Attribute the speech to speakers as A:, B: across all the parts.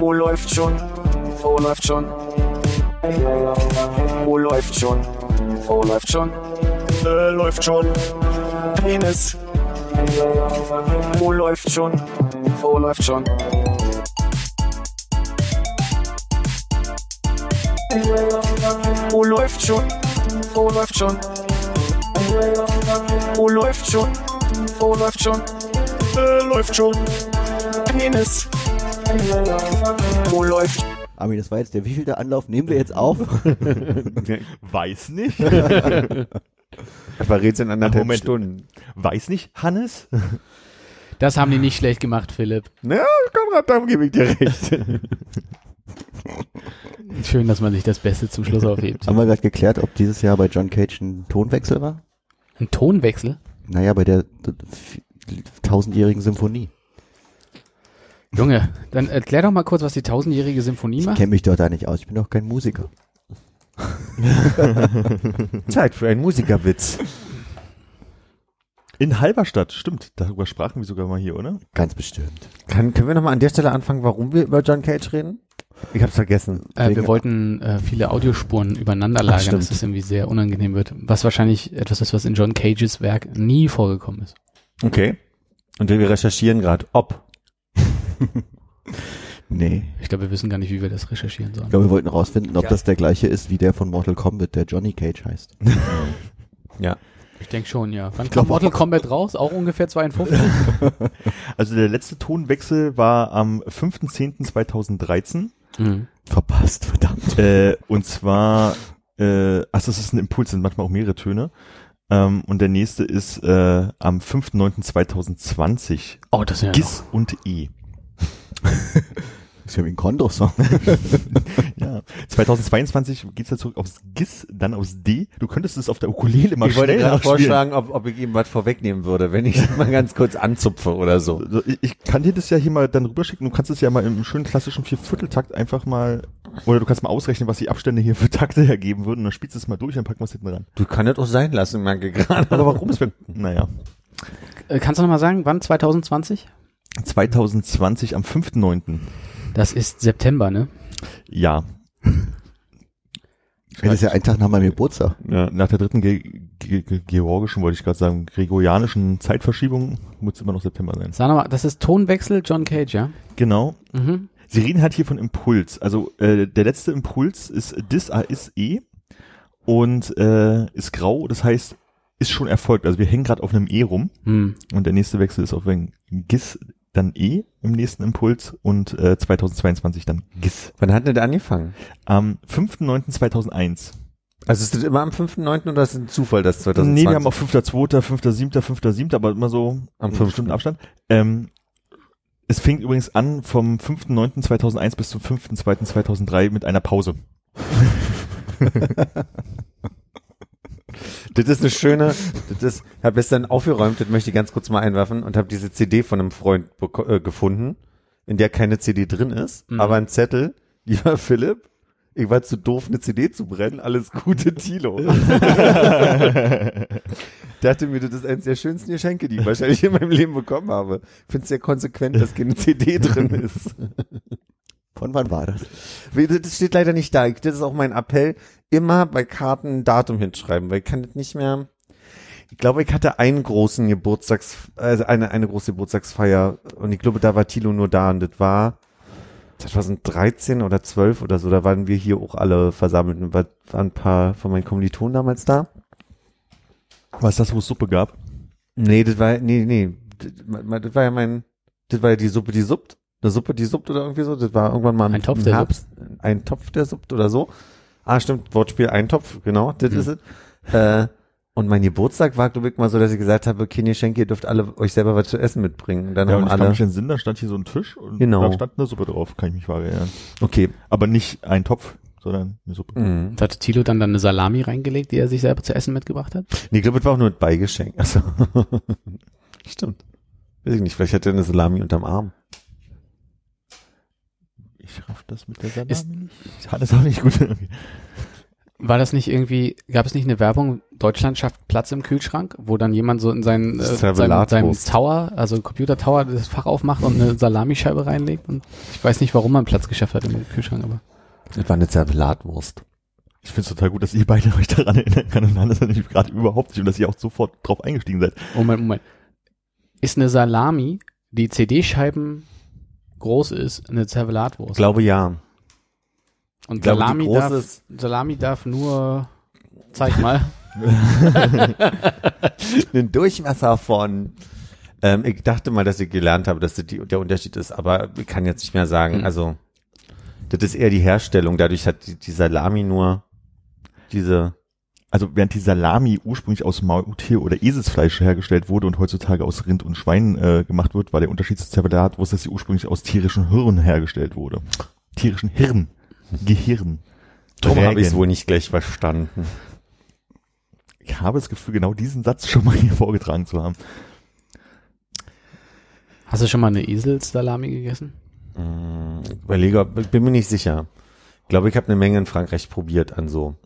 A: Oh, läuft schon. Oh, läuft schon. Oh, läuft schon. Oh, läuft schon. Äh, läuft schon. Penis. Oh, läuft schon. Oh, läuft schon. Oh, läuft schon. Oh, läuft schon. Oh, läuft schon. Oh, läuft schon. Äh, läuft schon. Penis. Oh, läuft.
B: Armin, das war jetzt der wievielte Anlauf? Nehmen wir jetzt auf?
C: Weiß nicht.
D: Verrät's in anderthalb
C: Moment.
D: Stunden.
C: Weiß nicht, Hannes?
E: Das haben die nicht schlecht gemacht, Philipp.
D: Ja, Konrad, da gebe ich dir recht.
E: Schön, dass man sich das Beste zum Schluss aufhebt.
B: Haben wir gerade geklärt, ob dieses Jahr bei John Cage ein Tonwechsel war?
E: Ein Tonwechsel?
B: Naja, bei der tausendjährigen Symphonie.
E: Junge, dann erklär doch mal kurz, was die tausendjährige Symphonie
B: Ich
E: macht.
B: kenne mich dort da nicht aus. Ich bin doch kein Musiker.
D: Zeit für einen Musikerwitz.
C: In Halberstadt, stimmt. Darüber sprachen wir sogar mal hier, oder?
B: Ganz bestimmt.
D: Kann, können wir nochmal an der Stelle anfangen, warum wir über John Cage reden? Ich hab's vergessen.
E: Äh, wir
B: Wegen-
E: wollten äh, viele Audiospuren übereinander
D: Ach,
E: lagern,
D: stimmt.
E: dass das irgendwie sehr unangenehm wird. Was wahrscheinlich etwas ist, was in John Cages Werk nie vorgekommen ist.
D: Okay. Und wir recherchieren gerade, ob.
B: Nee.
E: Ich glaube, wir wissen gar nicht, wie wir das recherchieren
B: Ich
E: sollen.
B: glaube, wir wollten rausfinden, ob das der gleiche ist wie der von Mortal Kombat, der Johnny Cage heißt.
E: Ich denke schon, ja. Wann
B: glaub
E: kommt Mortal
B: auch.
E: Kombat raus? Auch ungefähr 52?
C: Also der letzte Tonwechsel war am 5.10.2013.
E: mhm.
B: Verpasst, verdammt.
C: Äh, und zwar, äh, ach, das ist ein Impuls, sind manchmal auch mehrere Töne. Ähm, und der nächste ist äh, am 5.9.2020.
E: Oh, das
D: Genau.
E: wäre
C: Gis und E.
B: Ist ja wie ein Kondo-Song.
C: Ja. 2022 geht's ja zurück aufs Gis, dann aufs D. Du könntest es auf der Ukulele mal
D: Ich wollte
C: schnell
D: gerade
C: nachspielen.
D: vorschlagen, ob, ob ich ihm was vorwegnehmen würde, wenn ich mal ganz kurz anzupfe oder so.
C: Also ich- Ich kann dir das ja hier mal dann rüberschicken. Du kannst es ja mal im schönen klassischen Viervierteltakt einfach mal, oder du kannst mal ausrechnen, was die Abstände hier für Takte hergeben würden. Und dann spielst du es mal durch, dann packen wir es hinten ran.
D: Du kannst das auch sein lassen, Manke, gerade.
C: Aber warum ist mir, naja.
E: Äh, Kannst du noch mal sagen, wann 2020?
C: 2020 am 5.9.
E: Das ist September, ne?
C: Ja.
B: Das ist ja ein Tag nach meinem Geburtstag.
C: Ja, ne, Nach der dritten ge ge ge georgischen, wollte ich gerade sagen, gregorianischen Zeitverschiebung muss es immer noch September sein.
E: Sag noch mal, das ist Tonwechsel John Cage, ja?
C: Genau.
E: Mhm.
C: Sie reden halt hier von Impuls. Also äh, der letzte Impuls ist dis a is e und äh, ist grau, das heißt, ist schon erfolgt. Also wir hängen gerade auf einem e rum
E: Hm.
C: und der nächste Wechsel ist auf ein gis dann e im nächsten Impuls und äh, 2022 dann gis.
D: Wann hat denn der angefangen?
C: Am 5.9.2001.
D: Also ist das immer am 5.9. oder ist es ein Zufall, dass 2020?
C: Nee, wir haben auch 5.2., 5.7., 5.7., aber immer so
D: Am
C: einen
D: fünften.
C: bestimmten Abstand. Ähm, es fing übrigens an vom 5.9.2001 bis zum 5.2.2003 mit einer Pause.
D: Das ist eine schöne, das ist, ich habe gestern aufgeräumt, das möchte ich ganz kurz mal einwerfen und habe diese CD von einem Freund beko- äh, gefunden, in der keine CD drin ist, aber ein Zettel, lieber Philipp, ich war zu doof, eine CD zu brennen, alles Gute, Tilo. dachte mir, das ist eines der schönsten Geschenke, die ich wahrscheinlich in meinem Leben bekommen habe. Ich finde es sehr konsequent, dass keine CD drin ist.
B: Von wann war das?
D: Wie- Das steht leider nicht da. Ich- Das ist auch mein Appell. Immer bei Karten ein Datum hinschreiben, weil ich kann das nicht mehr. Ich glaube, ich hatte einen großen Geburtstags, also eine, eine große Geburtstagsfeier und ich glaube, da war Thilo nur da und das war 2013 oder 12 oder so, da waren wir hier auch alle versammelt und war- waren ein paar von meinen Kommilitonen damals da.
C: Was das, wo es Suppe gab?
D: Nee, das war, nee, nee, das, mein- das war ja mein, das war ja die Suppe, die suppt. Eine Suppe, die suppt oder irgendwie so. Das war irgendwann mal im
E: Ein Topf,
D: im
E: der
D: Herbst. Ein Topf, der suppt oder so. Ah, stimmt, Wortspiel, ein Topf, genau, das
E: Mhm.
D: ist es. Äh, und mein Geburtstag war, glaube ich, mal so, dass ich gesagt habe, okay, ihr Schenke, ihr dürft alle euch selber was zu essen mitbringen. Und dann
C: Ja, und
D: haben
C: ich kann
D: alle,
C: mich den Sinn, da stand hier so ein Tisch und
D: Genau.
C: da stand eine Suppe drauf, kann ich mich wahr erinnern.
D: okay,
C: Aber nicht ein Topf, sondern eine Suppe.
D: mhm.
E: Und hatte Thilo dann, dann eine Salami reingelegt, die er sich selber zu essen mitgebracht hat?
D: nee, ich glaube, das war auch nur ein Beigeschenk. Also, stimmt. Weiß ich nicht, vielleicht hat er eine Salami unterm Arm.
C: Ich raff das mit der
E: Ist-
C: Salami nicht. Hannes habe ich gut.
E: War das nicht irgendwie, gab es nicht eine Werbung, Deutschland schafft Platz im Kühlschrank, wo dann jemand so in seinen, äh,
D: Das
E: seinem, seinem
D: Zervelat-Toast.
E: Tower, also Computer Tower, das Fach aufmacht und eine Salamischeibe reinlegt? Und ich weiß nicht, warum man Platz geschafft hat im Kühlschrank, aber.
D: Das war eine Zerbelatwurst.
C: Ich finde es total gut, dass ihr beide euch daran erinnern kann und anders natürlich gerade überhaupt nicht und dass ihr auch sofort drauf eingestiegen seid.
E: Moment, Moment. Ist eine Salami, die CD-Scheiben groß ist, eine
D: Ich
E: Zervelatwurst?
D: glaube ja.
E: und
D: glaube, die
E: Salami,
D: große
E: darf,
D: ist-
E: Salami darf nur, zeig mal,
D: einen Durchmesser von. Ähm, ich dachte mal, dass ich gelernt habe, dass das die, der Unterschied ist, aber ich kann jetzt nicht mehr sagen.
E: Hm.
D: Also, das ist eher die Herstellung. Dadurch hat die, die Salami nur diese.
C: Also während die Salami ursprünglich aus Maultier- oder Eselsfleisch hergestellt wurde und heutzutage aus Rind und Schwein äh, gemacht wird, war der Unterschied zu Zervelatwurst, dass sie ursprünglich aus tierischen Hirn hergestellt wurde. Tierischen Hirn.
E: Mhm.
C: Gehirn.
D: Drum habe ich es
C: Trägen.
D: wohl nicht gleich verstanden.
C: Ich habe das Gefühl, genau diesen Satz schon mal hier vorgetragen zu haben.
E: Hast du schon mal eine Eselssalami gegessen?
D: Hm, ich Überlege, ob- ich bin mir nicht sicher. Ich glaube, ich habe eine Menge in Frankreich probiert an so.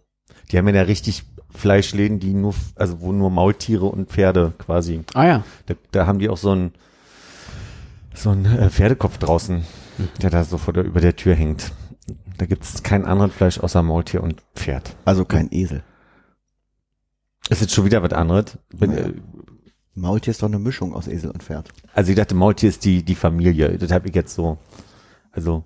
D: Die haben ja da richtig Fleischläden, die nur, also wo nur Maultiere und Pferde quasi
E: Ah ja.
D: Da, da haben die auch so einen so einen äh, Pferdekopf draußen, der da so vor der, über der Tür hängt. Da gibt's kein anderes Fleisch außer Maultier und Pferd.
B: Also kein Esel.
D: Ist jetzt schon wieder was anderes. Bin,
B: Ja.
D: äh,
B: Maultier ist doch eine Mischung aus Esel und Pferd.
D: Also ich dachte, Maultier ist die, die Familie. Das habe ich jetzt so. Also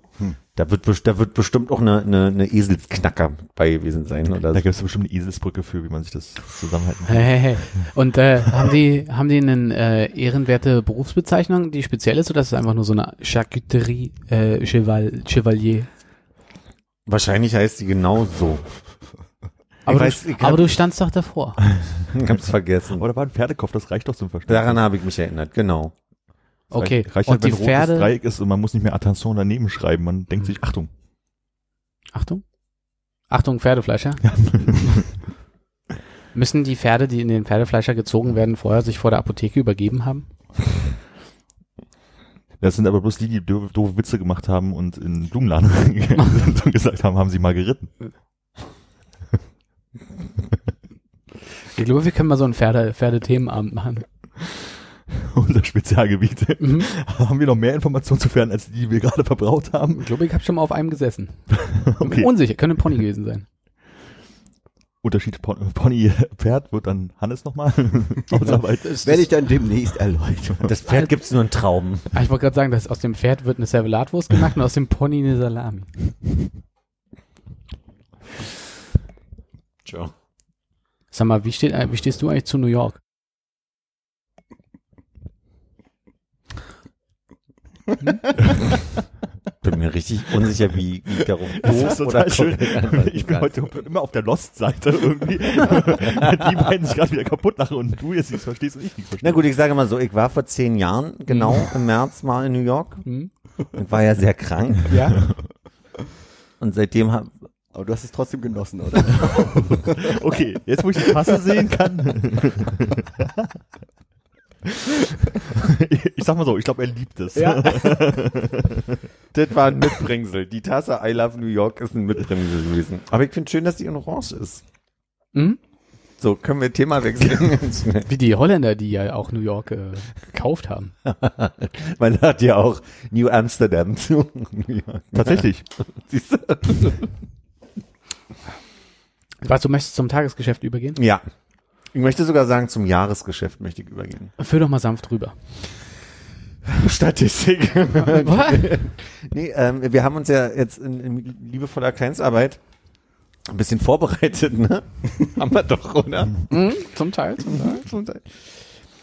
D: da, wird, best- da wird bestimmt auch eine, eine, eine Eselsknacker bei gewesen sein. Oder
C: Da
D: so.
C: gibt es bestimmt eine Eselsbrücke für, wie man sich das zusammenhalten kann.
E: Hey, hey, hey. Und äh, haben die haben die eine äh, ehrenwerte Berufsbezeichnung, die speziell ist, oder ist es einfach nur so eine Charcuterie äh, Cheval, Chevalier?
D: Wahrscheinlich heißt die genau so.
E: Aber, du,
D: weiß, ich hab-
E: aber du standst doch davor.
D: Ich hab's vergessen.
C: Aber da war ein Pferdekopf, das reicht doch zum Verständnis.
D: Daran habe ich mich erinnert, genau.
E: Okay.
C: Reicht, reicht
E: und
C: halt, wenn ein
E: die
C: rotes
E: Pferde. Mhm.
C: Dreieck ist und man muss nicht mehr Attention daneben schreiben. Man denkt sich, Achtung.
E: Achtung. Achtung, Pferdefleischer. Müssen die Pferde, die in den Pferdefleischer gezogen werden, vorher sich vor der Apotheke übergeben haben?
C: Das sind aber bloß die, die doofe doofe Witze gemacht haben und in den Blumenladen reingegangen sind und gesagt haben, haben sie mal geritten.
E: Ich glaube, wir können mal so einen Pferde, Pferdethemenabend machen.
C: Unser Spezialgebiet.
E: Mhm.
C: haben wir noch mehr Informationen zu Pferden, als die, die wir gerade verbraucht haben?
E: Ich glaube, ich habe schon mal auf einem gesessen.
C: Okay.
E: Unsicher, könnte ein Pony gewesen sein.
C: Unterschied Pon Pony-Pferd wird dann Hannes nochmal ausarbeiten.
B: Also, Werde ich dann demnächst erläutern.
D: Das Pferd gibt's nur in Trauben.
E: Ah, ich wollte gerade sagen, dass aus dem Pferd wird eine Servelatwurst gemacht und aus dem Pony eine Salami.
D: Ciao.
E: Sag mal, wie, steht, äh, wie stehst du eigentlich zu New York?
D: Bin mir richtig unsicher, wie, wie ich darauf
C: Das ist
D: doof oder
C: total schön.
D: korrekt antworten
C: Ich bin
D: kann.
C: heute immer auf der Lost-Seite irgendwie. die beiden sich gerade wieder kaputt lachen und du jetzt nichts verstehst und ich nichts verstehe.
D: Na gut, ich sage mal so, ich war vor zehn Jahren, genau, im März mal in New York
E: Hm?
D: und war ja sehr krank.
E: Ja.
D: Und seitdem hab,
B: Aber du hast es trotzdem genossen, oder?
C: Okay, jetzt wo ich die Tasse sehen kann. Ich sag mal so, ich glaube, er liebt es.
D: das war ein Mitbringsel. Die Tasse I Love New York ist ein Mitbringsel gewesen. Aber ich finde schön, dass die in Orange ist.
E: Hm?
D: So, können wir Thema wechseln?
E: Wie die Holländer, die ja auch New York äh, gekauft haben.
D: Man sagt ja auch New Amsterdam zu New York.
C: Tatsächlich.
D: Siehst du?
E: Was, du möchtest zum Tagesgeschäft übergehen?
D: Ja. Ich möchte sogar sagen, zum Jahresgeschäft möchte ich übergehen.
E: Führ doch mal sanft rüber.
D: Statistik.
E: Was?
D: Nee, ähm, wir haben uns ja jetzt in, in liebevoller Kleinstarbeit ein bisschen vorbereitet, ne? haben wir doch, oder?
E: Hm? Zum Teil, zum Teil.
D: Zum Teil.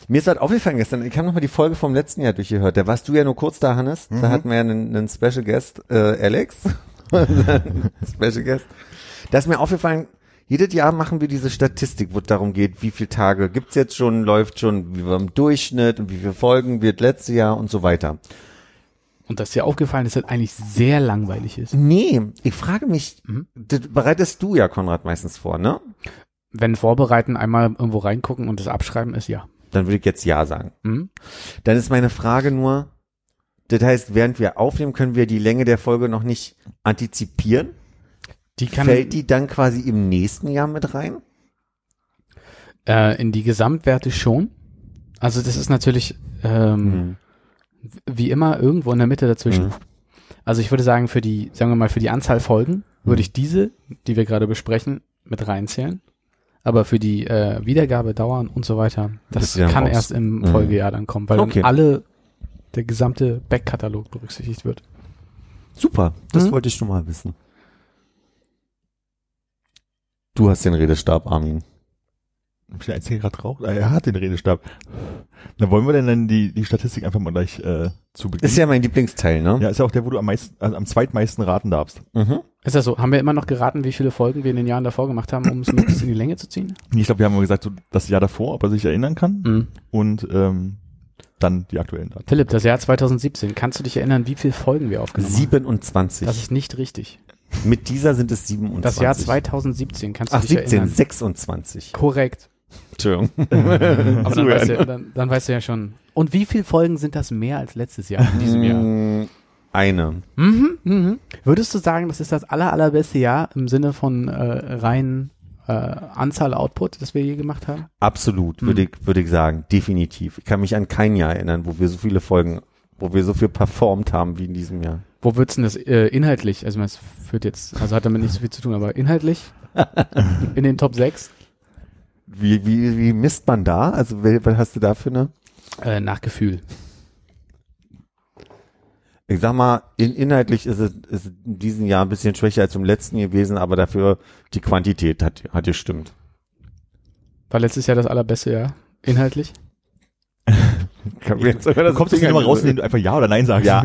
D: Mir ist halt aufgefallen gestern, ich habe nochmal die Folge vom letzten Jahr durchgehört. Da warst du ja nur kurz da, Hannes. Da hatten wir ja einen, einen Special Guest, äh, Alex. Special Guest. Da ist mir aufgefallen, jedes Jahr machen wir diese Statistik, wo es darum geht, wie viele Tage gibt's jetzt schon, läuft schon, wie wir im Durchschnitt und wie viele Folgen wird letztes Jahr und so weiter.
E: Und dass dir aufgefallen ist, dass das eigentlich sehr langweilig ist.
D: Nee, ich frage mich, das bereitest du ja, Konrad, meistens vor, ne?
E: Wenn vorbereiten, einmal irgendwo reingucken und das abschreiben ist, ja.
D: Dann würde ich jetzt Ja sagen.
E: Hm?
D: Dann ist meine Frage nur, das heißt, während wir aufnehmen, können wir die Länge der Folge noch nicht antizipieren?
E: Die kann
D: Fällt die dann quasi im nächsten Jahr mit rein?
E: äh, in die Gesamtwerte schon. Also das ist natürlich ähm, wie immer irgendwo in der Mitte dazwischen.
D: Mhm.
E: Also ich würde sagen, für die, sagen wir mal, für die Anzahl Folgen
D: Mhm.
E: würde ich diese, die wir gerade besprechen, mit reinzählen. Aber für die äh, Wiedergabedauern und so weiter, das
D: Bist du dann
E: kann
D: raus.
E: erst im
D: Mhm.
E: Folgejahr dann kommen, weil
D: Okay.
E: dann alle der gesamte Backkatalog berücksichtigt wird.
D: Super, das
E: Mhm.
D: wollte ich schon mal wissen. Du hast den Redestab,
E: Mhm.
D: Armin.
C: Hab ich der Einzige gerade raucht? Ah, er hat den Redestab. Na, wollen wir denn dann die, die Statistik einfach mal gleich äh, zu Beginn?
D: Ist ja mein Lieblingsteil, ne?
C: ja, ist ja auch der, wo du am meisten, also am zweitmeisten raten darfst.
D: Mhm.
E: Ist das so? Haben wir immer noch geraten, wie viele Folgen wir in den Jahren davor gemacht haben, um es möglichst in die Länge zu ziehen?
C: Ich glaube, wir haben mal gesagt, so das Jahr davor, ob er sich erinnern kann
E: Mhm.
C: und ähm, dann die aktuellen Daten.
E: Philipp, das Jahr 2017, kannst du dich erinnern, wie viele Folgen wir aufgenommen haben?
D: 27.
E: Genau. Das ist nicht richtig.
D: Mit dieser sind es 27.
E: Das Jahr 2017, kannst du
D: Ach,
E: dich
D: 17,
E: erinnern?
D: 26.
E: Korrekt.
D: Entschuldigung.
E: Aber dann weißt, du, dann, dann weißt du ja schon. Und wie viele Folgen sind das mehr als letztes Jahr in diesem Jahr?
D: Mm, Eine.
E: Mhm, mhm. Würdest du sagen, das ist das aller, allerbeste Jahr im Sinne von äh, rein äh, Anzahl Output, das wir je gemacht haben?
D: Absolut, würde, ich, würde ich sagen. Definitiv. Ich kann mich an kein Jahr erinnern, wo wir so viele Folgen, wo wir so viel performt haben wie in diesem Jahr.
E: Wo würdest du denn das äh, inhaltlich, also es führt jetzt, also hat damit nicht so viel zu tun, aber inhaltlich in den Top 6
D: Wie, wie, wie misst man da? Also, wel- was hast du da für eine?
E: äh, nach Gefühl.
D: Ich sag mal, in, inhaltlich ist es, ist es in diesem Jahr ein bisschen schwächer als im letzten gewesen, aber dafür die Quantität hat, hat gestimmt.
E: War letztes Jahr das allerbeste Jahr inhaltlich?
C: Du kommst du nicht nochmal raus, indem du einfach Ja oder Nein sagst?
D: Ja.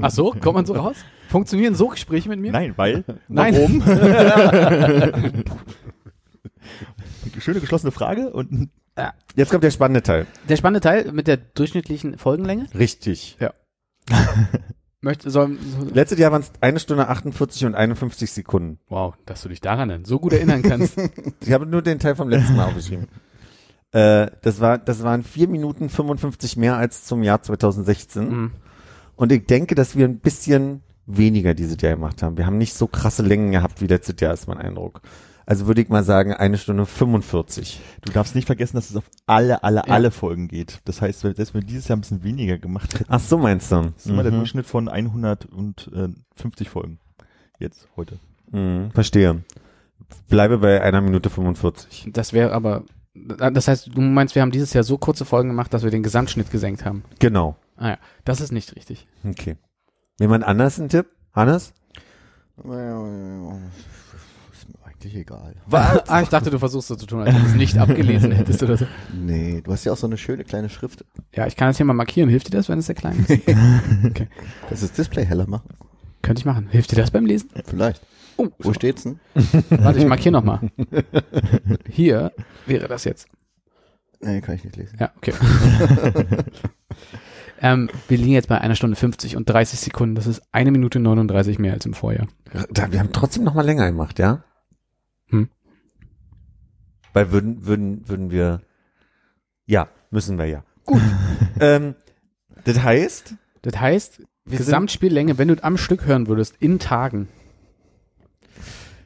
E: Ach so, kommt man so raus? Funktionieren so Gespräche mit mir?
C: Nein, weil.
E: Nein.
C: Schöne geschlossene Frage und
D: Jetzt kommt der spannende Teil.
E: Der spannende Teil mit der durchschnittlichen Folgenlänge.
D: Richtig.
E: Möchte, soll, so,
D: Letztes Jahr waren es eine Stunde 48 und 51 Sekunden.
E: wow, dass du dich daran dann so gut erinnern kannst.
D: Ich habe nur den Teil vom letzten Mal aufgeschrieben. Äh, das, war, das waren vier Minuten 55 mehr als zum Jahr 2016.
E: Mhm.
D: Und ich denke, dass wir ein bisschen weniger dieses Jahr gemacht haben. Wir haben nicht so krasse Längen gehabt wie letztes Jahr, ist mein Eindruck. Also würde ich mal sagen, eine Stunde 45.
C: du darfst nicht vergessen, dass es auf alle, alle,
E: Ja.
C: alle Folgen geht. Das heißt, selbst wenn wir dieses Jahr ein bisschen weniger gemacht hätten,
D: Ach so, meinst du? Mhm.
C: ist immer der Durchschnitt von 150 Folgen. Jetzt, heute.
D: Mhm, verstehe. Bleibe bei einer Minute 45.
E: Das wäre aber, das heißt, du meinst, wir haben dieses Jahr so kurze Folgen gemacht, dass wir den Gesamtschnitt gesenkt haben.
D: Genau.
E: Ah ja, das ist nicht richtig.
D: Okay. Jemand anders einen Tipp? Hannes?
B: Ist mir eigentlich egal.
E: ah, ich dachte, du versuchst so zu tun, als wenn du es nicht abgelesen hättest oder so.
B: Nee, du hast ja auch so eine schöne kleine Schrift.
E: Ja, ich kann das hier mal markieren. Hilft dir das, wenn es sehr klein ist?
B: Kannst du das Display heller machen?
E: Könnte ich machen. Hilft dir das beim Lesen?
B: Vielleicht.
E: Oh,
B: Wo steht's denn?
E: warte, ich markiere nochmal. Hier wäre das jetzt.
B: Nee, kann ich nicht lesen.
E: Ja, okay. ähm, wir liegen jetzt bei einer Stunde 50 und 30 Sekunden. Das ist eine Minute 39 mehr als im Vorjahr.
D: Da, wir haben trotzdem noch mal länger gemacht, ja?
E: Hm.
D: Weil würden, würden, würden wir, ja, müssen wir ja. Gut. ähm, das heißt,
E: Das heißt,
D: wir sind,
E: Gesamtspiellänge, wenn du am Stück hören würdest, in Tagen.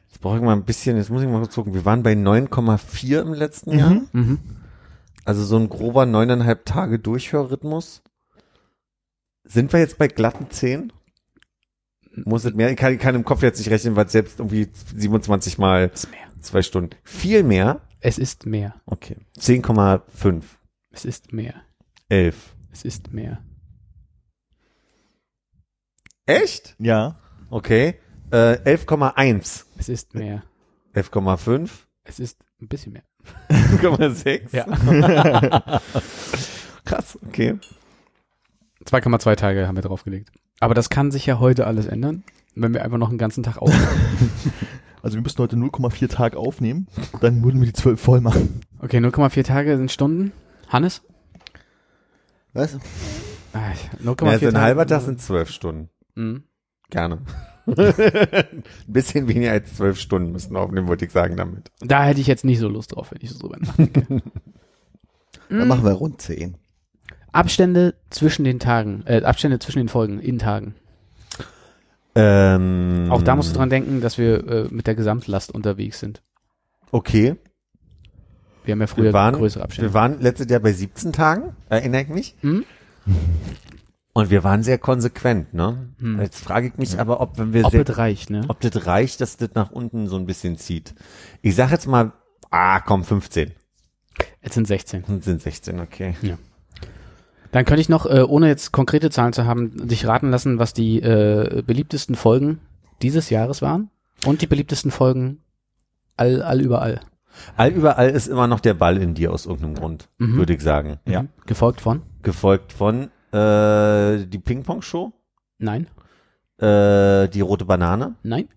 D: jetzt brauche ich mal ein bisschen, jetzt muss ich mal kurz gucken, wir waren bei 9,4 im letzten Jahr.
E: Mhm.
D: Also so ein grober neuneinhalb Tage Durchhörrhythmus. Sind wir jetzt bei glatten 10? Muss es mehr? Ich kann, ich kann im Kopf jetzt nicht rechnen, weil es selbst irgendwie 27 mal
E: Es ist mehr.
D: zwei Stunden. Viel mehr.
E: Es ist mehr.
D: Okay. 10,5.
E: Es ist mehr.
D: 11.
E: Es ist mehr.
D: Echt?
C: Ja.
D: Okay. Äh, 11,1.
E: Es ist mehr.
D: 11,5.
E: Es ist ein bisschen mehr.
D: 5,6.
E: Ja.
D: Krass. Okay.
E: 2,2 Tage haben wir draufgelegt. Aber das kann sich ja heute alles ändern, wenn wir einfach noch einen ganzen Tag aufnehmen.
C: Also wir müssen heute 0,4 Tag aufnehmen, dann würden wir die 12 voll machen.
E: Okay, 0,4 Tage sind Stunden. Hannes?
B: Was?
E: Ah, ich- 0,4
D: Ja, also ein
E: Tage-
D: halber Tag sind 12 Stunden.
E: Mhm.
D: Gerne. ein bisschen weniger als 12 Stunden müssen wir aufnehmen, wollte ich sagen damit.
E: Da hätte ich jetzt nicht so Lust drauf, wenn ich so drüber nachdenke.
B: Dann machen wir rund 10.
E: Abstände zwischen den Tagen, äh, Abstände zwischen den Folgen in Tagen.
D: Ähm,
E: Auch da musst du dran denken, dass wir äh, mit der Gesamtlast unterwegs sind.
D: Okay.
E: Wir haben ja früher
D: waren-
E: größere Abstände.
D: Wir waren letztes Jahr bei 17 Tagen, erinnere ich mich.
E: Hm?
D: Und wir waren sehr konsequent, ne?
E: Hm.
D: Jetzt frage ich mich aber, ob wenn wir
E: Ob
D: sehr,
E: es reicht, ne?
D: ob das reicht, dass das nach unten so ein bisschen zieht. Ich sag jetzt mal, ah, komm, 15.
E: Jetzt sind 16.
D: Und sind 16, okay.
E: Dann könnte ich noch, äh, ohne jetzt konkrete Zahlen zu haben, dich raten lassen, was die äh, beliebtesten Folgen dieses Jahres waren und die beliebtesten Folgen all, all überall.
D: All überall ist immer noch der Ball in dir aus irgendeinem Grund,
E: Mhm.
D: würde ich sagen.
C: Ja.
E: Mhm. Gefolgt von?
D: Gefolgt von äh, die Ping-Pong-Show,
E: Nein,
D: äh, die rote Banane.
E: nein.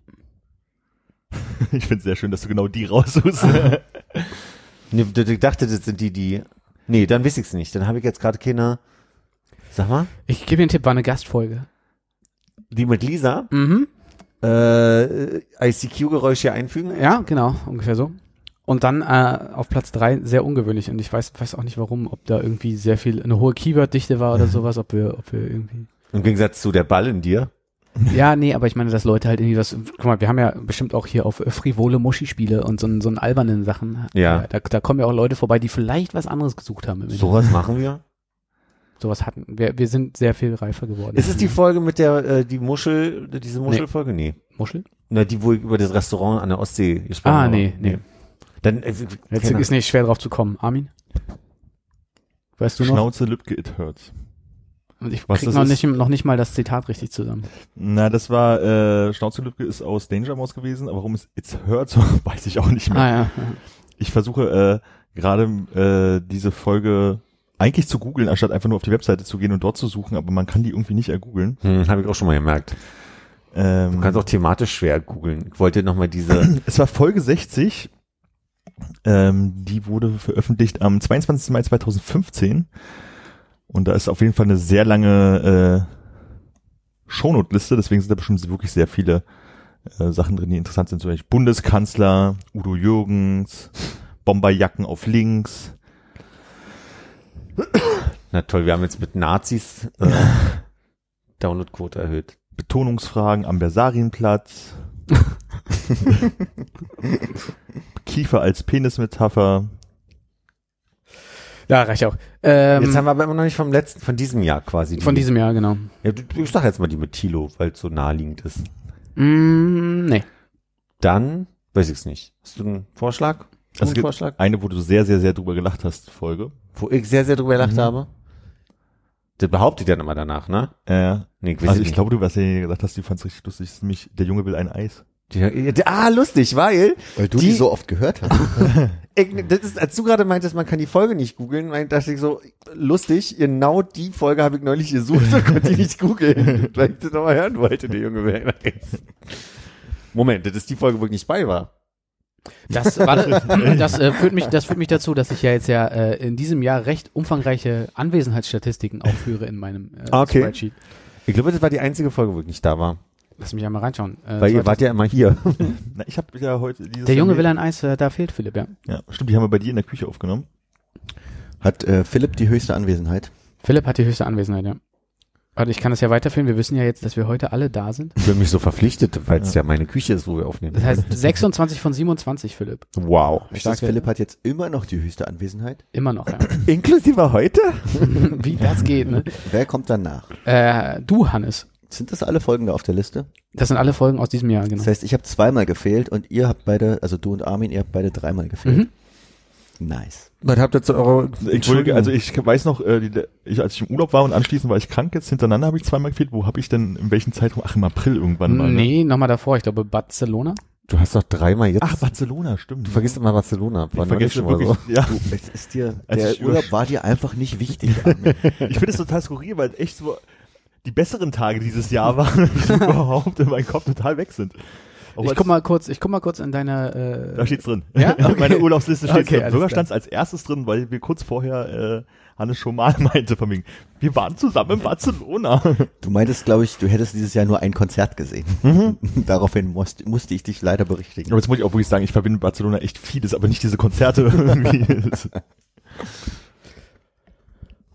C: Ich finde es sehr schön, dass du genau die raussuchst.
D: Nee, d- d- ich dachte, das sind die, die. Nee, dann weiß ich es nicht. Dann habe ich jetzt gerade keine. Sag mal,
E: Ich gebe dir einen Tipp, war eine Gastfolge.
D: die mit Lisa
E: Mhm.
D: äh, ICQ-Geräusche einfügen.
E: Ja, genau, ungefähr so. Und dann äh, auf Platz drei sehr ungewöhnlich und ich weiß, weiß auch nicht warum, ob da irgendwie sehr viel, eine hohe Keyword-Dichte war oder sowas, ob wir, ob wir irgendwie.
D: Im Gegensatz zu der Ball in dir.
E: Ja, nee, aber ich meine, dass Leute halt irgendwie was, guck mal, wir haben ja bestimmt auch hier auf äh, frivole Muschi-Spiele und so, n- so einen albernen Sachen.
D: Ja.
E: Da, da kommen ja auch Leute vorbei, die vielleicht was anderes gesucht haben. im Internet.
D: Sowas machen wir.
E: Sowas hatten. Wir, wir sind sehr viel reifer geworden.
D: Ist es die Folge mit der äh, die Muschel, diese Muschelfolge? Nee.
E: Muschel?
D: Na, die, wo ich über das Restaurant an der Ostsee gesprochen
E: Ah,
D: habe.
E: nee, nee.
D: Dann äh,
E: Jetzt
D: keine-
E: ist nicht schwer drauf zu kommen. Armin? Weißt du noch?
C: Schnauze, Lübke, it hurts.
E: Und ich
C: Was
E: krieg
C: das
E: noch
C: ist?
E: nicht, noch nicht mal das Zitat richtig zusammen.
C: Na, das war, äh, Schnauze, Lübke ist aus Danger Mouse gewesen, aber warum es It's hurts, weiß ich auch nicht mehr.
E: Ah ja. ja.
C: Ich versuche äh, gerade äh, diese Folge eigentlich zu googeln, anstatt einfach nur auf die Webseite zu gehen und dort zu suchen, aber man kann die irgendwie nicht ergoogeln.
D: Hm, habe ich auch schon mal gemerkt.
C: Ähm,
D: Du kannst auch thematisch schwer googeln. Ich wollte nochmal diese.
C: es war Folge 60. Ähm, die wurde veröffentlicht am 22. Mai 2015. Und da ist auf jeden Fall eine sehr lange äh, Shownote-Liste, deswegen sind da bestimmt wirklich sehr viele äh, Sachen drin, die interessant sind. Zum Beispiel Bundeskanzler, Udo Jürgens, Bomberjacken auf links.
D: Na toll, wir haben jetzt mit Nazis äh, Downloadquote erhöht.
C: Betonungsfragen am Versarienplatz. Kiefer als Penismetapher.
E: ja, reicht auch. Ähm,
D: Jetzt haben wir aber immer noch nicht vom letzten, von diesem Jahr quasi. die-
E: von diesem Jahr, genau.
D: Ja, du- du- ich sag jetzt mal die mit Tilo, weil es so naheliegend ist.
E: Mm, nee.
D: Dann weiß ich es nicht. Hast du einen Vorschlag?
C: Also
D: einen
C: gibt-
D: Vorschlag?
C: Eine, wo du sehr, sehr, sehr drüber gelacht hast, Folge.
D: Wo ich sehr, sehr drüber gelacht habe. Der behauptet ja immer danach, ne?
C: Äh,
D: Nee, ich
C: also
D: es
C: ich
D: nicht.
C: glaube, du hast ja gesagt hast, die fand's richtig lustig. Das ist nämlich, der Junge will ein Eis.
D: Die- die- Ah, lustig, weil
B: Weil du die,
D: Die-
B: so oft gehört hast.
D: ich, das ist, als du gerade meintest, man kann die Folge nicht googeln, meint- dachte ich so, lustig, genau die Folge habe ich neulich gesucht und konnte die nicht googeln, weil ich das nochmal hören wollte, der junge Werner. Moment, das ist die Folge, wo ich nicht bei war.
E: Das, warte, das, äh, führt mich, das führt mich dazu, dass ich ja jetzt ja äh, in diesem Jahr recht umfangreiche Anwesenheitsstatistiken aufführe in meinem äh,
D: Ah, okay.
E: Spreadsheet.
D: Ich glaube, das war die einzige Folge, wo ich nicht da war.
E: Lass mich einmal reinschauen. Äh,
D: Weil ihr
E: zweite-
D: wart ja immer hier.
C: Na, ich habe ja heute dieses
E: der Junge
C: Jahr-
E: will ein Eis, äh, da fehlt Philipp, ja.
C: Ja, stimmt, die haben wir bei dir in der Küche aufgenommen.
B: Hat äh, Philipp die höchste Anwesenheit?
E: Philipp hat die höchste Anwesenheit, ja. Warte, ich kann das ja weiterführen. Wir wissen ja jetzt, dass wir heute alle da sind.
D: Ich bin mich so verpflichtet, weil es ja. meine Küche ist, wo wir aufnehmen.
E: Das heißt 26 von 27, Philipp.
D: wow.
B: Heißt
E: Stark,
B: das, Philipp hat jetzt immer noch die höchste Anwesenheit?
E: Immer noch, ja.
D: Inklusive heute?
E: Wie das geht, ne?
B: Wer kommt danach?
E: Äh, du, Hannes.
B: Sind das alle Folgen da auf der Liste?
E: Das sind alle Folgen aus diesem Jahr, genau.
B: Das heißt, ich habe zweimal gefehlt und ihr habt beide, also du und Armin, ihr habt beide dreimal
E: Mhm.
B: gefehlt. Nice.
D: Was habt ihr zu eurer...
C: Ich wurde, also ich weiß noch, äh, die, ich, als ich im Urlaub war und anschließend war ich krank, jetzt hintereinander habe ich zweimal gefehlt. Wo habe ich denn, in welchem Zeitraum? Ach, im April irgendwann mal. ne?
E: Nee, nochmal davor. Ich glaube Barcelona.
D: du hast doch dreimal jetzt...
C: Ach, Barcelona, stimmt.
D: du vergisst immer ne? Barcelona.
C: ich vergesse
D: mal
C: wirklich, ja.
B: Du, es ist dir,
C: Als
B: der
C: ich
B: Urlaub
C: über-
B: war dir einfach nicht wichtig. Armin.
C: Ich finde es total skurril, weil echt so die besseren Tage dieses Jahr waren, die überhaupt in meinem Kopf total weg sind. Auch
E: Ich
C: als-
E: guck mal kurz, ich guck mal kurz in deiner,
C: Oh, Da
E: äh,
C: steht's drin.
E: Ja? Okay.
C: Meine Urlaubsliste steht
E: Okay,
C: okay, drin.
E: alles
C: Sogar
E: klar.
C: stand's als erstes drin, weil wir kurz vorher äh, Hannes schon mal meinte von wegen, wir waren zusammen in Barcelona.
B: Du meintest, glaube ich, du hättest dieses Jahr nur ein Konzert gesehen.
E: Mhm.
B: Daraufhin musste, musste ich dich leider berichtigen.
C: Aber jetzt muss ich auch wirklich sagen, ich verbinde Barcelona echt vieles, aber nicht diese Konzerte irgendwie.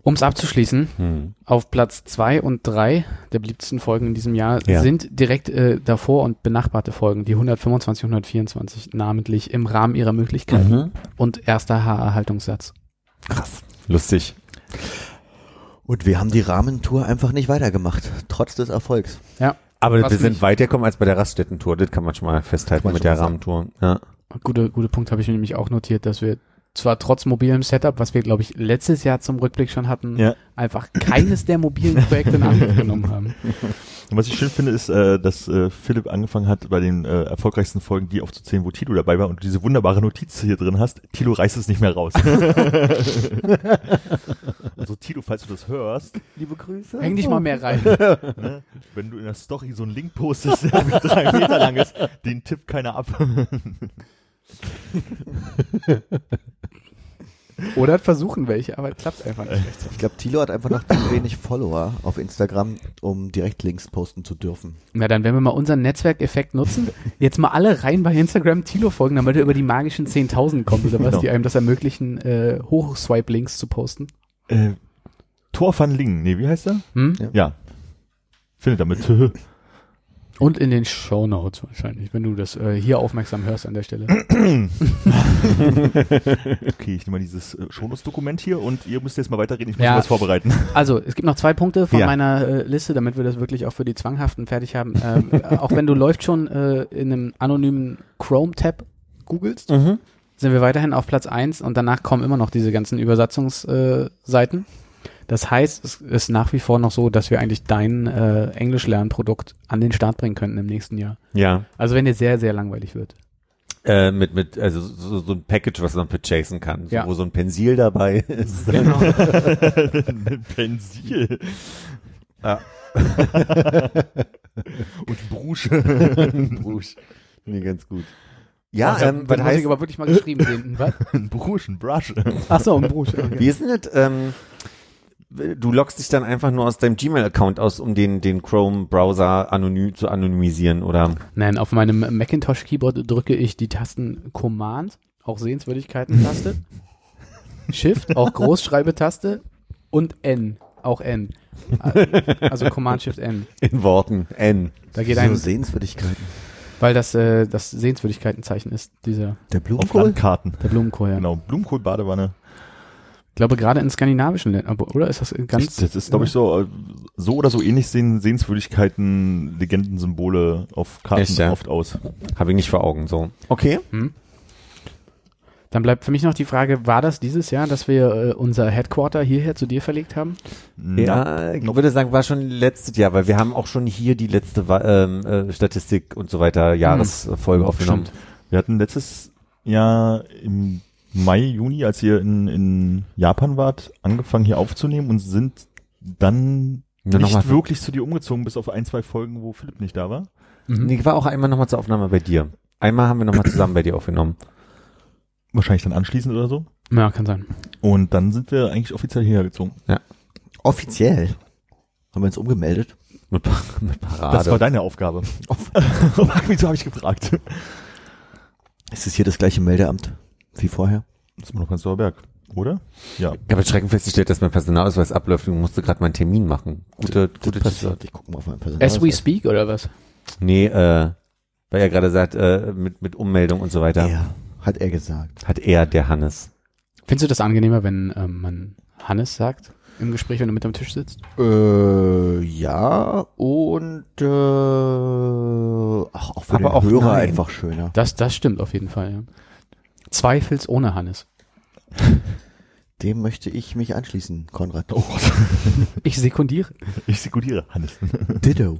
E: Um es abzuschließen,
D: Hm.
E: auf Platz zwei und drei der beliebtesten Folgen in diesem Jahr
D: Ja.
E: sind direkt äh, davor und benachbarte Folgen, die 125 und 124, namentlich im Rahmen ihrer Möglichkeiten
D: Mhm.
E: und erster Haarerhaltungssatz.
B: Krass.
D: Lustig.
B: Und wir haben die Rahmentour einfach nicht weitergemacht, trotz des Erfolgs.
E: Ja,
D: Aber
E: Was
D: wir sind
E: mich-
D: weitergekommen als bei der Raststättentour. Das kann man schon mal festhalten
B: Kann man
D: mit
B: schon
D: der
B: mal
D: Rahmentour. Ja.
E: gute, gute Punkt habe ich mir nämlich auch notiert, dass wir zwar trotz mobilem Setup, was wir glaube ich letztes Jahr zum Rückblick schon hatten,
C: Ja.
E: einfach keines der mobilen Projekte in Angriff genommen haben.
C: Und was ich schön finde, ist, äh, dass äh, Philipp angefangen hat, bei den äh, erfolgreichsten Folgen die aufzuzählen, wo Tilo dabei war und du diese wunderbare Notiz hier drin hast. Tilo reißt es nicht mehr raus. also Tilo, falls du das hörst,
D: Liebe Grüße.
E: Häng dich mal mehr rein.
C: ne, wenn du in der Story so einen Link postest, der irgendwie drei Meter lang ist, den tippt keiner ab.
E: Oder versuchen welche, aber klappt einfach nicht.
B: Ich glaube, Thilo hat einfach noch zu wenig Follower auf Instagram, um direkt Links posten zu dürfen.
E: Na, dann werden wir mal unseren Netzwerkeffekt nutzen. Jetzt mal alle rein bei Instagram Tilo folgen, damit er über die magischen 10.000 kommt oder was,
C: Genau.
E: die einem das ermöglichen, äh, Hochswipe-Links zu posten.
C: äh, Thor van Lingen, nee, wie heißt er?
E: Hm?
B: Ja.
C: Ja. Findet damit.
E: Und in den Shownotes wahrscheinlich, wenn du das äh, hier aufmerksam hörst an der Stelle.
C: Okay, ich nehme mal dieses äh, Schonungsdokument hier und ihr müsst jetzt mal weiterreden. Ich muss
E: Ja.
C: was vorbereiten.
E: Also, es gibt noch zwei Punkte von
C: Ja.
E: meiner äh, Liste, damit wir das wirklich auch für die Zwanghaften fertig haben. Ähm, äh, auch wenn du läuft schon äh, in einem anonymen Chrome-Tab googelst,
D: Mhm.
E: sind wir weiterhin auf Platz 1 und danach kommen immer noch diese ganzen Übersetzungsseiten. Äh, Seiten. das heißt, es ist nach wie vor noch so, dass wir eigentlich dein äh, Englischlernprodukt an den Start bringen könnten im nächsten Jahr.
D: Ja.
E: Also wenn dir sehr, sehr langweilig wird.
D: Äh, mit, mit, also so, so ein Package, was man purchasen kann, so,
E: Ja.
D: wo so ein Pensil dabei ist.
E: Genau.
C: Ein Pensil.
D: Ja.
C: Und Brusche.
D: Brusch. Nee, ganz gut. Ja, ähm, was
E: das Also, muss
D: heißt,
E: ich aber wirklich mal geschrieben sehen. Was?
C: Ein Brusch, ein Brush.
E: Ach so, ein Brot. Okay.
D: wie ist denn das, ähm, du loggst dich dann einfach nur aus deinem Gmail-Account aus, um den, den Chrome-Browser anonym zu anonymisieren, oder?
E: Nein, auf meinem Macintosh-Keyboard drücke ich die Tasten Command, auch Sehenswürdigkeiten-Taste, Shift, auch Großschreibetaste und N, auch N. Also Command Shift N.
D: In Worten. N.
E: Da geht
B: so
E: ein,
B: Sehenswürdigkeiten.
E: weil das äh, das Sehenswürdigkeitenzeichen ist, dieser
B: Der
C: Auf
B: Blumenkohl?
C: Landkarten.
E: der Blumenkohl. Ja.
C: Genau, Blumenkohl, Badewanne.
E: Ich glaube gerade in skandinavischen Ländern, aber- oder ist das
C: Ich,
E: ganz
C: das ist, glaube ich, so, äh, so oder so ähnlich sehen Sehenswürdigkeiten, Legendensymbole auf Karten
D: Echt, ja?
C: oft aus.
D: Habe ich nicht vor Augen, so. Okay.
E: Hm? Dann bleibt für mich noch die Frage, war das dieses Jahr, dass wir äh, unser Headquarter hierher zu dir verlegt haben?
C: Na,
D: Ja, ich würde sagen, war schon letztes Jahr, weil wir haben auch schon hier die letzte Wa- ähm, äh, Statistik und so weiter Jahresfolge aufgenommen.
C: Wir hatten letztes Jahr im Mai, Juni, als ihr in, in Japan wart, angefangen hier aufzunehmen und sind dann
D: Nur noch
C: nicht
D: mal,
C: wirklich zu dir umgezogen, bis auf ein, zwei Folgen, wo Philipp nicht da war.
E: Mhm.
D: nee, ich war auch einmal nochmal zur Aufnahme bei dir. Einmal haben wir nochmal zusammen bei dir aufgenommen.
C: Wahrscheinlich dann anschließend oder so.
E: Ja, kann sein.
C: Und dann sind wir eigentlich offiziell hierher gezogen.
B: Offiziell. Haben wir uns umgemeldet?
D: Mit, Pa- mit Parade.
C: Das war deine Aufgabe. Wieso habe ich gefragt?
B: Ist es hier das gleiche Meldeamt wie vorher?
C: Das ist immer noch Prenzlauer Berg, oder? Ja.
D: ich habe erschreckend festgestellt, dass mein Personalausweis abläuft und musste gerade meinen Termin machen. Gute, Äh, gute
B: passiert. Ich gucke mal auf mein Personal.
E: As we speak oder was?
D: Nee, äh, weil er gerade sagt, äh, mit, mit Ummeldung und so weiter,
B: Ja, hat er gesagt.
D: hat er, der Hannes.
E: Findest du das angenehmer, wenn ähm, man Hannes sagt im Gespräch, wenn du mit am Tisch sitzt?
B: Äh, ja und äh, ach, auch für
D: Aber
B: den
D: auch
B: Hörer
D: nein.
B: einfach schöner.
E: Das, das stimmt auf jeden Fall. Ja. Zweifels ohne Hannes.
B: Dem möchte ich mich anschließen, Konrad.
C: Oh Gott,
E: Ich sekundiere.
C: ich sekundiere, Hannes.
B: Ditto.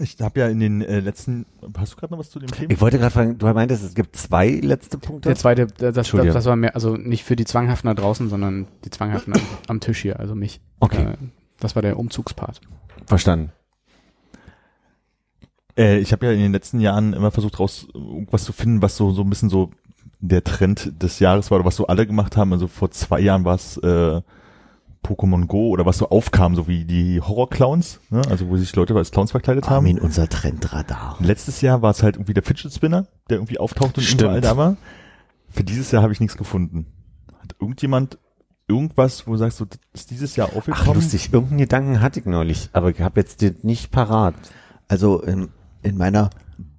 C: Ich habe ja in den äh, letzten, hast du gerade noch was zu dem Thema?
D: Ich wollte gerade fragen, du meintest, es gibt zwei letzte Punkte?
E: Der zweite, das, das,
D: Entschuldigung.
E: das war mehr, also nicht für die Zwanghaften da draußen, sondern die Zwanghaften am, am Tisch hier, also mich.
D: Okay.
E: Äh, das war der Umzugspart.
D: Verstanden.
C: Äh, ich habe ja in den letzten Jahren immer versucht, raus irgendwas zu finden, was so so ein bisschen so der Trend des Jahres war oder was so alle gemacht haben. Also vor zwei Jahren war es äh, Pokémon Go oder was so aufkam, so wie die Horror-Clowns, ne? also wo sich Leute als Clowns verkleidet haben.
B: Armin, unser Trendradar.
C: Letztes Jahr war es halt irgendwie der Fidget Spinner, der irgendwie auftaucht und
D: Stimmt.
C: überall da war. Für dieses Jahr habe ich nichts gefunden. Hat irgendjemand irgendwas, wo du sagst, so, das ist dieses Jahr
D: Ach,
C: aufgekommen?
D: lustig. Irgendeinen Gedanken hatte ich neulich, aber ich habe jetzt den nicht parat.
B: Also in, in meiner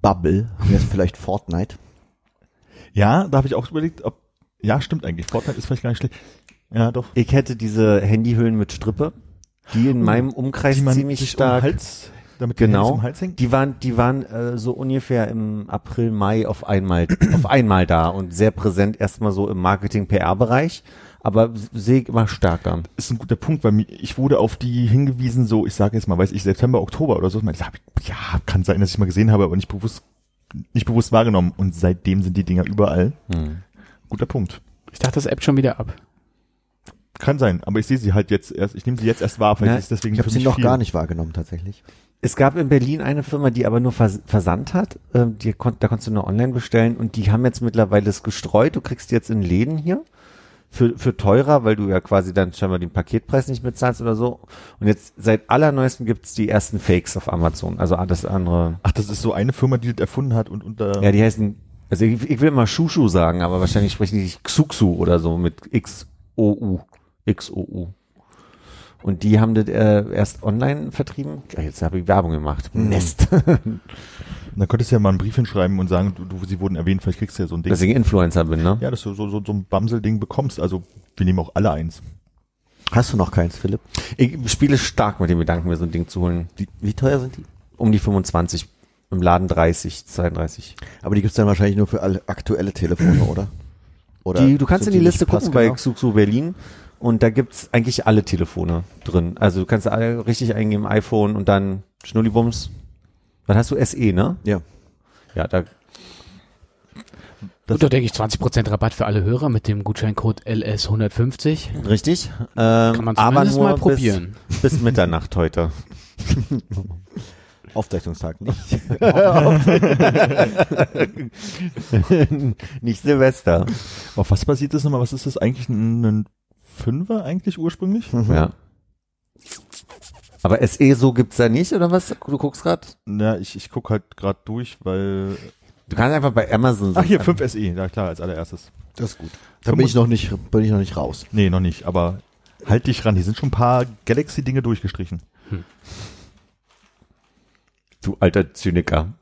B: Bubble wäre es vielleicht Fortnite.
C: Ja, da habe ich auch überlegt, ob. Ja, stimmt eigentlich. Fortnite ist vielleicht gar nicht schlecht. Ja, doch.
D: Ich hätte diese Handyhüllen mit Strippe, Oh. die in meinem Umkreis ziemlich
C: sich
D: stark.
C: Um den Hals, damit
D: Genau.
C: Um den Hals hängt.
D: Die waren, die waren äh, so ungefähr im April, Mai auf einmal, auf einmal da und sehr präsent erstmal so im Marketing-PR-Bereich, aber s- sehe ich immer stärker.
C: ist ein guter Punkt, weil mi- ich wurde auf die hingewiesen, so, ich sage jetzt mal, weiß ich, September, Oktober oder so. Ich meine, das hab ich, ja, kann sein, dass ich mal gesehen habe, aber nicht bewusst, nicht bewusst wahrgenommen. Und seitdem sind die Dinger überall.
B: Hm.
C: Guter Punkt.
E: Ich dachte, das App schon wieder ab.
C: Kann sein, aber ich sehe sie halt jetzt erst, ich nehme sie jetzt erst wahr, vielleicht
D: Na,
C: ist deswegen
B: Ich habe
C: für
B: sie
C: mich
B: noch
C: viel.
B: gar nicht wahrgenommen tatsächlich.
D: Es gab in Berlin eine Firma, die aber nur vers versandt hat. Ähm, die kon da konntest du nur online bestellen und die haben jetzt mittlerweile es gestreut. Du kriegst die jetzt in Läden hier für, für teurer, weil du ja quasi dann scheinbar den Paketpreis nicht mitzahlst oder so. Und jetzt seit allerneuesten gibt's die ersten Fakes auf Amazon. Also das andere.
C: Ach, das ist so eine Firma, die das erfunden hat und unter,
D: Ja, die heißen, also ich, ich will immer Shushu sagen, aber wahrscheinlich sprechen die Xuxu oder so mit X-O-U. X-O-U. Und die haben das äh, erst online vertrieben. Ja, Jetzt habe ich Werbung gemacht. Mist.
C: da könntest du ja mal einen Brief hinschreiben und sagen, du, du, sie wurden erwähnt, vielleicht kriegst du ja so ein Ding.
D: Dass ich Influencer bin, ne?
C: ja, dass du so, so, so ein Bamsel-Ding bekommst. Also, wir nehmen auch alle eins.
B: Hast du noch keins, Philipp?
D: Ich spiele stark mit dem Gedanken, mir so ein Ding zu holen.
B: Wie, wie teuer sind die?
D: Um die 25. Im Laden 30, 32.
B: Aber die gibt's dann wahrscheinlich nur für alle aktuelle Telefone, oder? oder
D: Die, du kannst
B: sind
D: in die,
B: nicht
D: Liste gucken genau. bei
B: passgenau?
D: Xuxu Berlin. Und da gibt's eigentlich alle Telefone drin. Also du kannst alle richtig eingeben, iPhone und dann Schnullibums. Dann hast du SE, ne?
B: Ja.
D: Ja, da
E: Und da denke ich 20% Rabatt für alle Hörer mit dem Gutscheincode LS150.
D: Richtig. Ähm, Kann
E: man zumindest mal probieren.
D: Bis, bis Mitternacht heute.
B: Aufzeichnungstag nicht.
D: Nicht Silvester.
C: Auf was basiert das nochmal? Was ist das eigentlich? Ein, ein Fünfer eigentlich ursprünglich?
D: Ja. Aber SE so gibt's da nicht, oder was? Du guckst gerade?
C: Na, ich, ich guck halt gerade durch, weil.
D: Du kannst einfach bei Amazon
C: Ach hier,
D: an-
C: 5 SE, ja klar, als allererstes.
B: Das ist gut. Da bin ich noch nicht, bin ich noch nicht raus.
C: Nee, noch nicht, aber halt dich ran. Hier sind schon ein paar Galaxy-Dinge durchgestrichen.
D: Du alter Zyniker.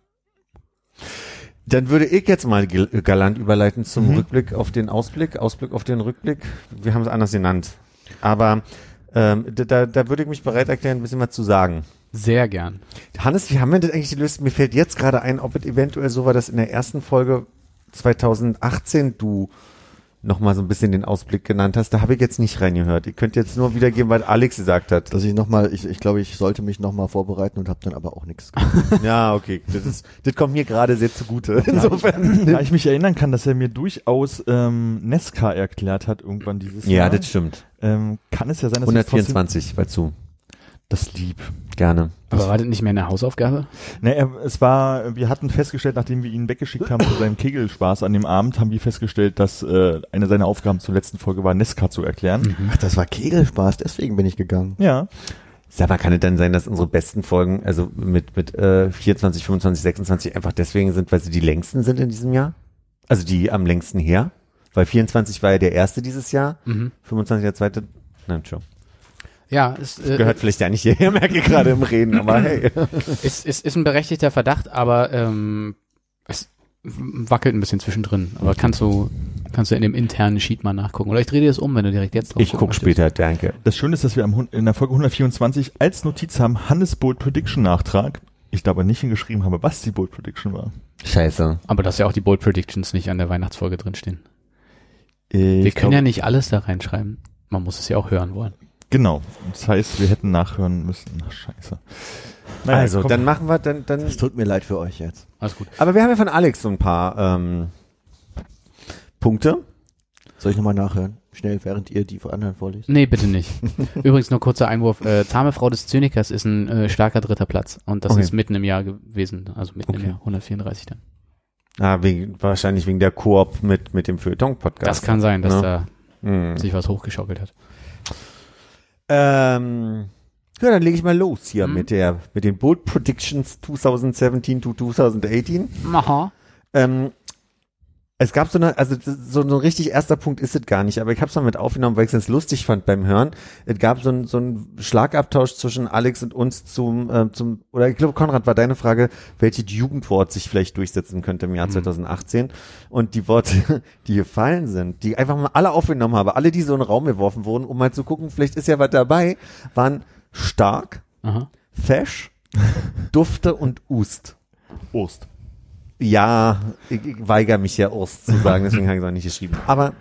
D: Dann würde ich jetzt mal gel- galant überleiten zum Rückblick auf den Ausblick, Ausblick auf den Rückblick. Wir haben es anders genannt. Aber ähm, da- da, da würde ich mich bereit erklären, ein bisschen was zu sagen.
E: Sehr gern.
D: Hannes, wie haben wir das eigentlich gelöst? Mir fällt jetzt gerade ein, ob es eventuell so war, dass in der ersten Folge 2018 du nochmal so ein bisschen den Ausblick genannt hast. Da habe ich jetzt nicht reingehört. Ihr könnt jetzt nur wiedergeben, was Alex gesagt hat.
B: Dass ich nochmal, ich, ich glaube, ich sollte mich nochmal vorbereiten und habe dann aber auch nichts gemacht.
D: ja, okay. Das, ist, das kommt mir gerade sehr zugute. Insofern.
C: Da ich mich erinnern kann, dass er mir durchaus ähm, Nesca erklärt hat irgendwann dieses Jahr.
D: stimmt.
C: ähm, kann es ja sein, dass ich trotzdem-
D: 124 war zu.
C: das lieb.
D: Gerne.
E: Aber war das nicht mehr eine Hausaufgabe?
C: Ne, er, es war, wir hatten festgestellt, nachdem wir ihn weggeschickt haben zu seinem Kegelspaß an dem Abend, haben wir festgestellt, dass äh, eine seiner Aufgaben zur letzten Folge war, Nesca zu erklären.
B: Ach, das war Kegelspaß, deswegen bin ich gegangen.
C: Ja.
D: Sag mal, kann es dann sein, dass unsere besten Folgen, also mit, mit äh, 24, 25, 26 einfach deswegen sind, weil sie die längsten sind in diesem Jahr? Also die am längsten her? Weil 24 war ja der erste dieses Jahr, 25 der zweite. Nein, schon.
E: Mhm. Ja, ist, äh,
D: Gehört vielleicht ja nicht hierher, merke ich gerade im Reden, aber hey.
E: Ist, ist, ist ein berechtigter Verdacht, aber ähm, es wackelt ein bisschen zwischendrin. Aber kannst du, kannst du in dem internen Sheet mal nachgucken. Oder ich drehe dir das um, wenn du direkt jetzt drauf
D: Ich guck
E: gucken möchtest.
D: später, danke.
C: Das Schöne ist, dass wir am, Hun- in der Folge 124 als Notiz haben Hannes Bold Prediction Nachtrag. Ich da aber nicht hingeschrieben habe, was die Bold Prediction war.
D: Scheiße.
E: Aber dass ja auch die Bold Predictions nicht an der Weihnachtsfolge drinstehen.
C: Ich
E: Wir können
C: glaub-
E: ja nicht alles da reinschreiben. Man muss es ja auch hören wollen.
C: Genau. Das heißt, wir hätten nachhören müssen. Ach, scheiße. Naja,
D: Also,
C: komm.
D: dann machen wir, dann, dann.
B: Es tut mir leid für euch jetzt.
E: Alles gut.
D: Aber wir haben ja von Alex so ein paar ähm, Punkte.
B: Soll ich nochmal nachhören? Schnell, während ihr die anderen vorlest.
E: Nee, bitte nicht. Übrigens nur kurzer Einwurf. Äh, Zahme Frau des Zynikers ist ein äh, starker dritter Platz. Und das
D: Okay.
E: ist mitten im Jahr gewesen. Also mitten im
D: Okay.
E: Jahr 134 dann.
D: Ah, wegen, wahrscheinlich wegen der Koop mit, mit dem Feuilleton-Podcast.
E: Das kann sein, dass
D: Ja.
E: da
D: Mhm.
E: sich was hochgeschaukelt hat.
D: Ähm, ja, dann lege ich mal los hier
E: Mhm.
D: mit der mit den Bold Predictions 2017 to 2018.
E: Aha.
D: Ähm, Es gab so eine, also das- so, so ein richtig erster Punkt ist es gar nicht, aber ich habe es mal mit aufgenommen, weil ich es lustig fand beim Hören. Es gab so einen so einen Schlagabtausch zwischen Alex und uns zum, äh, zum oder ich glaube, Konrad war deine Frage, welches Jugendwort sich vielleicht durchsetzen könnte im Jahr 2018. Und die Worte, die gefallen sind, die ich einfach mal alle aufgenommen habe, alle, die so in den Raum geworfen wurden, um mal zu gucken, vielleicht ist ja was dabei, waren stark,
E: Aha.
D: fesch, dufte und ust.
C: Ost.
D: Ja, ich, ich weigere mich ja Urs zu sagen, deswegen habe ich es auch nicht geschrieben. Aber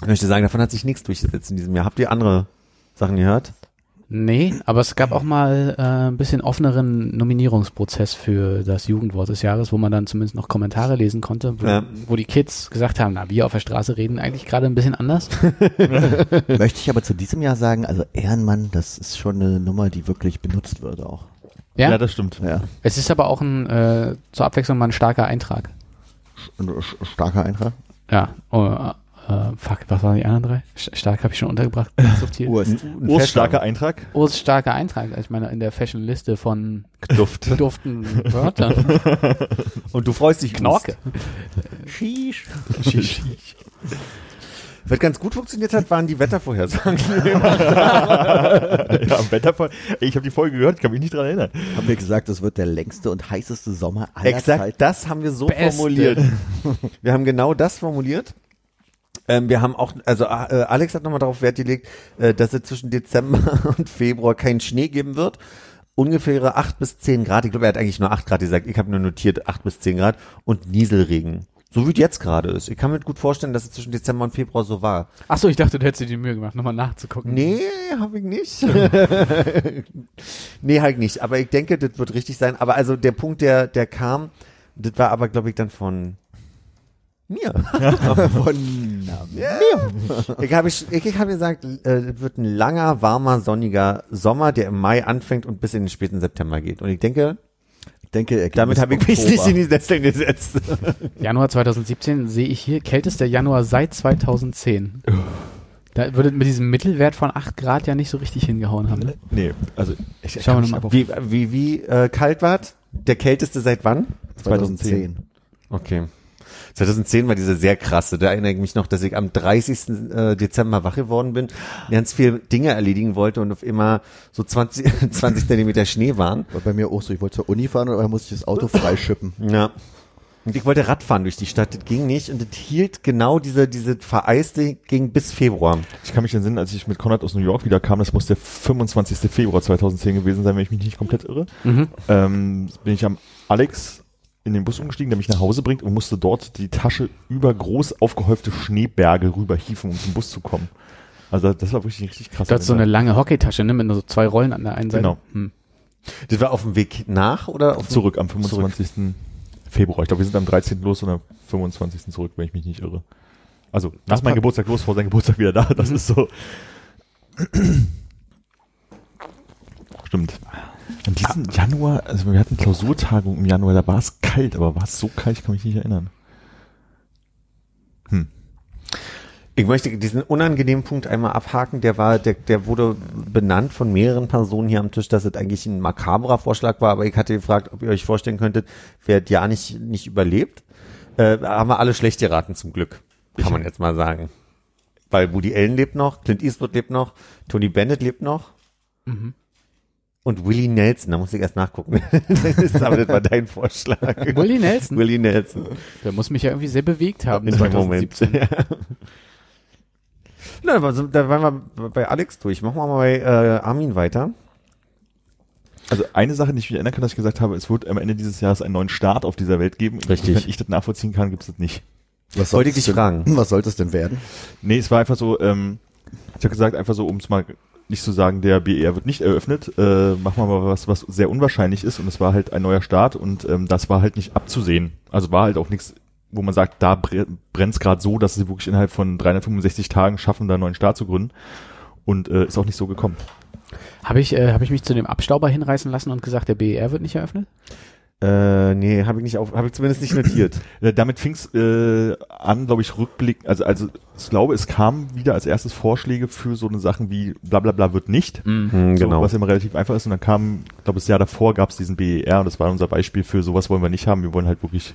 D: ich möchte sagen, davon hat sich nichts durchgesetzt in diesem Jahr. Habt ihr andere Sachen gehört?
E: Nee, aber es gab auch mal äh, ein bisschen offeneren Nominierungsprozess für das Jugendwort des Jahres, wo man dann zumindest noch Kommentare lesen konnte, wo,
D: Ja.
E: wo die Kids gesagt haben, na, wir auf der Straße reden eigentlich gerade ein bisschen anders.
B: Möchte ich aber zu diesem Jahr sagen, also Ehrenmann, das ist schon eine Nummer, die wirklich benutzt wird auch.
E: Ja,
C: Ja, das stimmt.
B: Ja.
E: es ist aber auch ein, äh, zur Abwechslung mal ein starker Eintrag.
B: Ein sch- Starker Eintrag.
E: Ja, oh, äh, fuck, was waren die anderen drei? Sch- Stark habe ich schon untergebracht. Subtil. Oh,
B: Urst.
C: Ost, starker Eintrag.
E: Urs starker Eintrag, ich meine, in der Fashion-Liste von
D: Duft.
E: duften Wörtern.
D: Und du freust dich.
E: Knorke.
D: Ust. Was ganz gut funktioniert hat, waren die Wettervorhersagen.
C: Ja, am Wetterfall. Ey, Ich habe die Folge gehört, kann mich nicht dran erinnern.
B: Haben wir gesagt, das wird der längste und heißeste Sommer aller Zeiten.
D: Exakt, das haben wir so
E: Beste.
D: formuliert. Wir haben genau das formuliert. Ähm, wir haben auch, also äh, Alex hat nochmal darauf Wert gelegt, äh, dass es zwischen Dezember und Februar keinen Schnee geben wird. Ungefähre 8 bis 10 Grad. Ich glaube, er hat eigentlich nur 8 Grad gesagt. Ich habe nur notiert 8 bis 10 Grad und Nieselregen. So wie es jetzt gerade ist. Ich kann mir gut vorstellen, dass es zwischen Dezember und Februar so war.
E: Achso, ich dachte, du hättest dir die Mühe gemacht, nochmal nachzugucken.
D: Nee, habe ich nicht. nee, halt nicht. Aber ich denke, das wird richtig sein. Aber also der Punkt, der, der kam, das war aber, glaube ich, dann von mir.
B: Von na,
D: Ich habe ich, ich hab gesagt, äh, es wird ein langer, warmer, sonniger Sommer, der im Mai anfängt und bis in den späten September geht. Und ich denke,
B: Ich denke, er
D: damit
B: ist
D: habe ich mich
B: Oktober.
D: nicht in die Setzung gesetzt.
E: Januar 2017 sehe ich hier kältester Januar seit 2010. Da würde mit diesem Mittelwert von 8 Grad ja nicht so richtig hingehauen haben. Ne?
C: Nee, also ich
E: Schauen wir
C: ich-
E: nochmal.
D: Wie, wie, wie äh, kalt war Der kälteste seit wann?
B: 2010.
D: Okay. 2010 war diese sehr krasse. Da erinnere ich mich noch, dass ich am 30. äh, Dezember wach geworden bin, ganz viel Dinge erledigen wollte und auf immer so 20, 20 Zentimeter Schnee waren.
B: War bei mir auch so. Ich wollte zur Uni fahren oder musste ich das Auto freischippen.
D: Ja. Und ich wollte Radfahren durch die Stadt, das ging nicht und das hielt genau diese, diese vereiste ging bis Februar.
C: Ich kann mich entsinnen, als ich mit Konrad aus New York wieder kam, das muss der 25. Februar 2010 gewesen sein, wenn ich mich nicht komplett irre,
E: Mhm.
C: ähm, bin ich am Alex in den Bus umgestiegen, der mich nach Hause bringt und musste dort die Tasche über groß aufgehäufte Schneeberge rüberhieven, um zum Bus zu kommen. Also das war wirklich richtig krass.
E: Du hast so eine lange Hockeytasche, ne? Mit nur so zwei Rollen an der einen Seite.
C: Genau.
E: Hm.
D: Das war auf dem Weg nach oder auf dem-
C: Zurück am 25. Februar. Ich glaube, wir sind am 13. los und am 25. zurück, wenn ich mich nicht irre. Also, lass mein Geburtstag los, vor seinem Geburtstag wieder da. Das ist so. Stimmt. In diesem Januar, also wir hatten Klausurtagung im Januar, da war es kalt, aber war es so kalt, ich kann mich nicht erinnern.
D: Ich möchte diesen unangenehmen Punkt einmal abhaken. Der war, der, der wurde benannt von mehreren Personen hier am Tisch, dass es eigentlich ein makabrer Vorschlag war, aber ich hatte gefragt, ob ihr euch vorstellen könntet, wer das ja nicht, nicht überlebt. Äh, haben wir alle schlecht geraten zum Glück. Kann man jetzt mal sagen. Weil Woody Allen lebt noch, Clint Eastwood lebt noch, Tony Bennett lebt noch.
E: Mhm.
D: Und Willie Nelson, da muss ich erst nachgucken. das ist, aber das war dein Vorschlag.
E: Willie Nelson,
D: Willie Nelson.
E: der muss mich ja irgendwie sehr bewegt haben
D: In dem Moment.
E: 2017.
D: Na, aber so- da waren wir bei Alex durch. Machen wir mal bei äh, Armin weiter.
C: Also eine Sache, die ich mich erinnern kann, dass ich gesagt habe, es wird am Ende dieses Jahres einen neuen Start auf dieser Welt geben.
D: Richtig.
C: Wenn ich das nachvollziehen kann, gibt es das nicht.
B: Was
D: Wollte
B: sollte
D: ich dich fragen.
B: Was sollte es denn werden?
C: Nee, es war einfach so, ähm, ich habe gesagt, einfach so, um es mal nicht zu sagen, der BER wird nicht eröffnet, äh, machen wir mal was, was sehr unwahrscheinlich ist und es war halt ein neuer Start und ähm, das war halt nicht abzusehen. Also war halt auch nichts, wo man sagt, da brennt es gerade so, dass sie wirklich innerhalb von 365 Tagen schaffen, da einen neuen Start zu gründen und äh, ist auch nicht so gekommen.
E: Habe ich, äh, hab ich mich zu dem Abstauber hinreißen lassen und gesagt, der BER wird nicht eröffnet?
D: Äh, nee, habe ich nicht auf, habe ich zumindest nicht notiert.
C: Äh, damit fing es äh, an, glaube ich, Rückblick, also, also ich glaube, es kamen wieder als erstes Vorschläge für so eine Sachen wie bla bla bla wird nicht.
D: Hm,
C: So, was immer relativ einfach ist. Und dann kam, ich glaube, das Jahr davor E gab es diesen BER und das war unser Beispiel für sowas wollen wir nicht haben. Wir wollen halt wirklich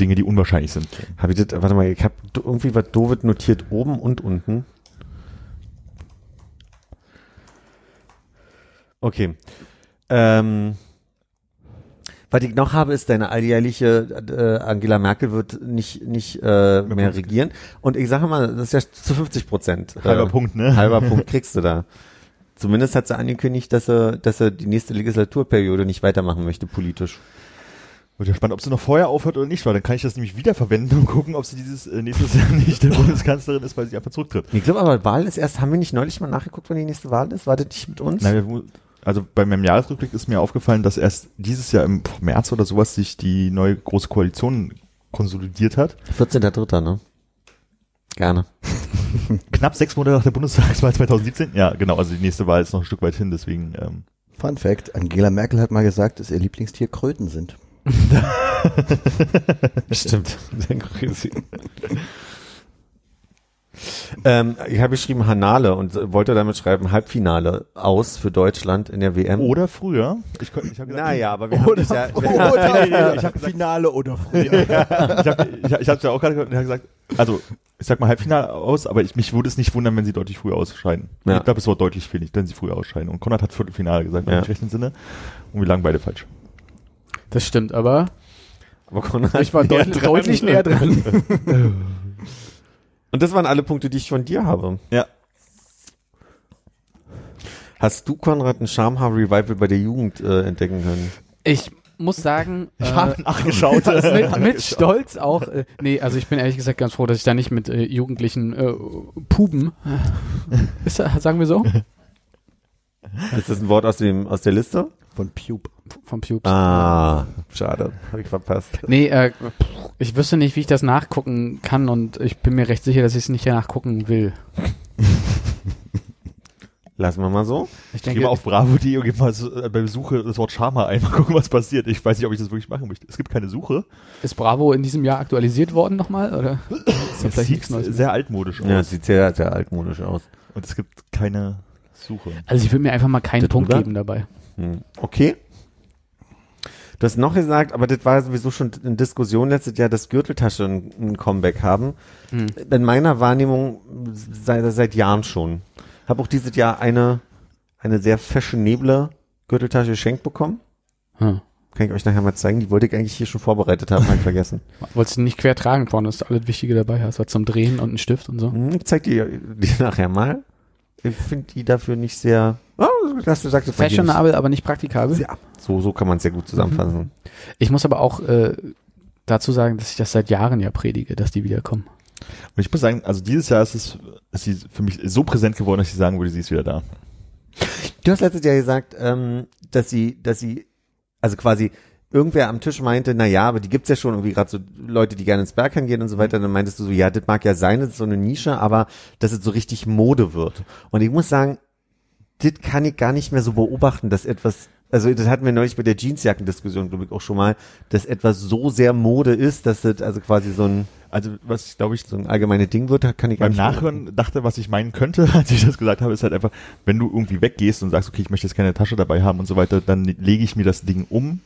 C: Dinge, die unwahrscheinlich sind.
D: Hab ich das, warte mal, ich habe irgendwie was Dovid notiert, oben und unten. Okay. Ähm, was ich noch habe, ist, deine alljährliche äh, Angela Merkel wird nicht, nicht äh, mehr regieren. Und ich sage mal, das ist ja zu 50 Prozent.
C: Halber
D: äh,
C: Punkt, ne?
D: Halber Punkt kriegst du da. Zumindest hat sie angekündigt, dass er, dass er die nächste Legislaturperiode nicht weitermachen möchte, politisch.
C: Wird ja spannend, ob sie noch vorher aufhört oder nicht, weil dann kann ich das nämlich wieder verwenden und gucken, ob sie dieses äh, nächstes Jahr nicht der Bundeskanzlerin ist, weil sie einfach zurücktritt.
D: Ich glaube aber, Wahl ist erst, haben wir nicht neulich mal nachgeguckt, wann die nächste Wahl ist? Wartet nicht mit uns?
C: Na, wir, mu- also bei meinem Jahresrückblick ist mir aufgefallen, dass erst dieses Jahr im März oder sowas sich die neue große Koalition konsolidiert hat.
D: 14.3., ne? Gerne.
C: Knapp sechs Monate nach der Bundestagswahl 2017. Ja, genau, also die nächste Wahl ist noch ein Stück weit hin, deswegen ähm,
B: Fun Fact, Angela Merkel hat mal gesagt, dass ihr Lieblingstier Kröten sind.
D: Stimmt. ähm, ich habe geschrieben Hanale und wollte damit schreiben Halbfinale aus für Deutschland in der WM.
C: Oder früher. Ich, könnt- ich habe gesagt,
D: Naja, aber wir haben dich ja,
C: Oh,
D: wir,
B: ich hab Finale oder früher.
C: ich habe ich, ich hab's ja auch gerade gehört und ich hab gesagt, also ich sag mal Halbfinale aus, aber ich, mich würde es nicht wundern, wenn sie deutlich früher ausscheiden.
D: Ja.
C: Ich glaube, es war deutlich wenig, wenn sie früher ausscheiden. Und Konrad hat Viertelfinale gesagt, wenn
D: Ja.
C: ich recht entsinne. Und wir lagen beide falsch.
E: Das stimmt, aber
D: aber Konrad
E: ich war
D: näher
E: deutlich, deutlich näher dran.
D: Und das waren alle Punkte, die ich von dir habe.
C: Ja.
D: Hast du, Konrad, ein Schamhaar-Revival bei der Jugend äh, entdecken können?
E: Ich muss sagen,
C: Ich
E: äh,
C: habe nachgeschaut.
E: das ist mit, mit Stolz auch. Äh, nee, also ich bin ehrlich gesagt ganz froh, dass ich da nicht mit äh, jugendlichen äh, Puben, äh, ist, da- sagen wir so,
D: Ist das ein Wort aus, dem, aus der Liste?
B: Von Pube.
E: vom Pubes.
D: Ah, schade. Habe ich verpasst.
E: Nee, äh, pff, ich wüsste nicht, wie ich das nachgucken kann und ich bin mir recht sicher, dass ich es nicht nachgucken will.
D: Lassen wir mal so.
E: Ich
C: Ich
E: denke,
C: gehe mal auf Bravo.de und gebe mal so, äh, bei Suche das Wort Schama ein, mal gucken, was passiert. Ich weiß nicht, ob ich das wirklich machen möchte. Es gibt keine Suche.
E: ist Bravo in diesem Jahr aktualisiert worden nochmal? Oder ist da
C: Es
E: vielleicht
C: sieht
E: nichts Neues? ne? mehr?
C: sehr altmodisch aus.
D: Ja, sieht sehr, sehr altmodisch aus.
C: Und es gibt keine Suche.
E: Also ich will mir einfach mal keinen
D: Das
E: Punkt
D: drüber?
E: geben dabei.
D: Hm, Okay. Du hast noch gesagt, aber das war sowieso schon in Diskussion letztes Jahr, dass Gürteltasche ein, ein Comeback haben.
E: Hm.
D: In meiner Wahrnehmung seit, seit Jahren schon. Habe auch dieses Jahr eine, eine sehr fashionable Gürteltasche geschenkt bekommen.
E: Hm.
D: Kann ich euch nachher mal zeigen. Die wollte ich eigentlich hier schon vorbereitet haben, habe ich vergessen.
E: Wolltest du nicht quer tragen vorne, dass du alles Wichtige dabei hast, was zum Drehen und einen Stift und so.
D: Hm, Ich zeig dir die nachher mal. Ich finde die dafür nicht sehr... Oh, hast du gesagt, das war die nicht-
E: Fashionabel, aber nicht praktikabel.
D: Ja, so, so kann man es sehr gut zusammenfassen.
E: Ich muss aber auch äh, dazu sagen, dass ich das seit Jahren ja predige, dass die wiederkommen.
C: Und ich muss sagen, also dieses Jahr ist es ist sie für mich so präsent geworden, dass ich sagen würde, sie ist wieder da.
D: Du hast letztes Jahr gesagt, ähm, dass sie, dass sie, also quasi irgendwer am Tisch meinte, na ja, aber die gibt's ja schon irgendwie gerade so Leute, die gerne ins Bergheim gehen und
C: Mhm.
D: so weiter. Dann meintest du so, ja, das mag ja sein, das ist so eine Nische, aber dass es so richtig Mode wird. Und ich muss sagen, das kann ich gar nicht mehr so beobachten, dass etwas, also das hatten wir neulich bei der Jeansjackendiskussion, glaube ich, auch schon mal, dass etwas so sehr Mode ist, dass das also quasi so ein,
C: Also was ich glaube ich
D: so ein allgemeines Ding wird, da kann ich gar
C: beim
D: nicht mehr-
C: Nachhören dachte, was ich meinen könnte, als ich das gesagt habe, ist halt einfach, wenn du irgendwie weggehst und sagst, okay, ich möchte jetzt keine Tasche dabei haben und so weiter, dann lege ich mir das Ding um,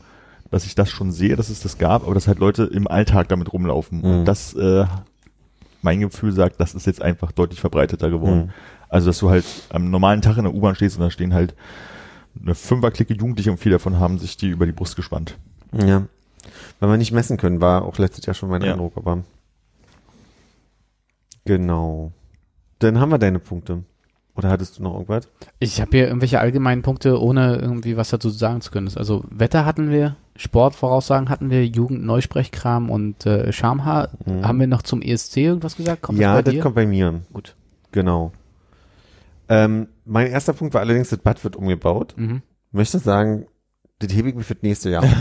C: dass ich das schon sehe, dass es das gab, aber dass halt Leute im Alltag damit rumlaufen. Und das, äh, mein Gefühl sagt, das ist jetzt einfach deutlich verbreiteter geworden. Also, dass du halt am normalen Tag in der U-Bahn stehst und da stehen halt eine Fünferklicke Jugendliche und viele davon haben sich die über die Brust gespannt.
D: Ja. Weil wir nicht messen können, war auch letztes Jahr schon mein
C: Ja.
D: Eindruck, aber. Genau. Dann haben wir deine Punkte. Oder hattest du noch irgendwas?
E: Ich habe hier irgendwelche allgemeinen Punkte, ohne irgendwie was dazu sagen zu können. Also Wetter hatten wir, Sportvoraussagen hatten wir, Jugend, Neusprechkram und äh, Schamhaar. Haben wir noch zum ESC irgendwas gesagt? Kommt
D: ja,
E: das bei
D: das
E: dir?
D: kommt bei mir.
E: Gut.
D: Genau. Ähm, mein erster Punkt war allerdings, das Bad wird umgebaut.
E: Mhm.
D: Möchte sagen, das hebe ich mir für das nächste Jahr auf.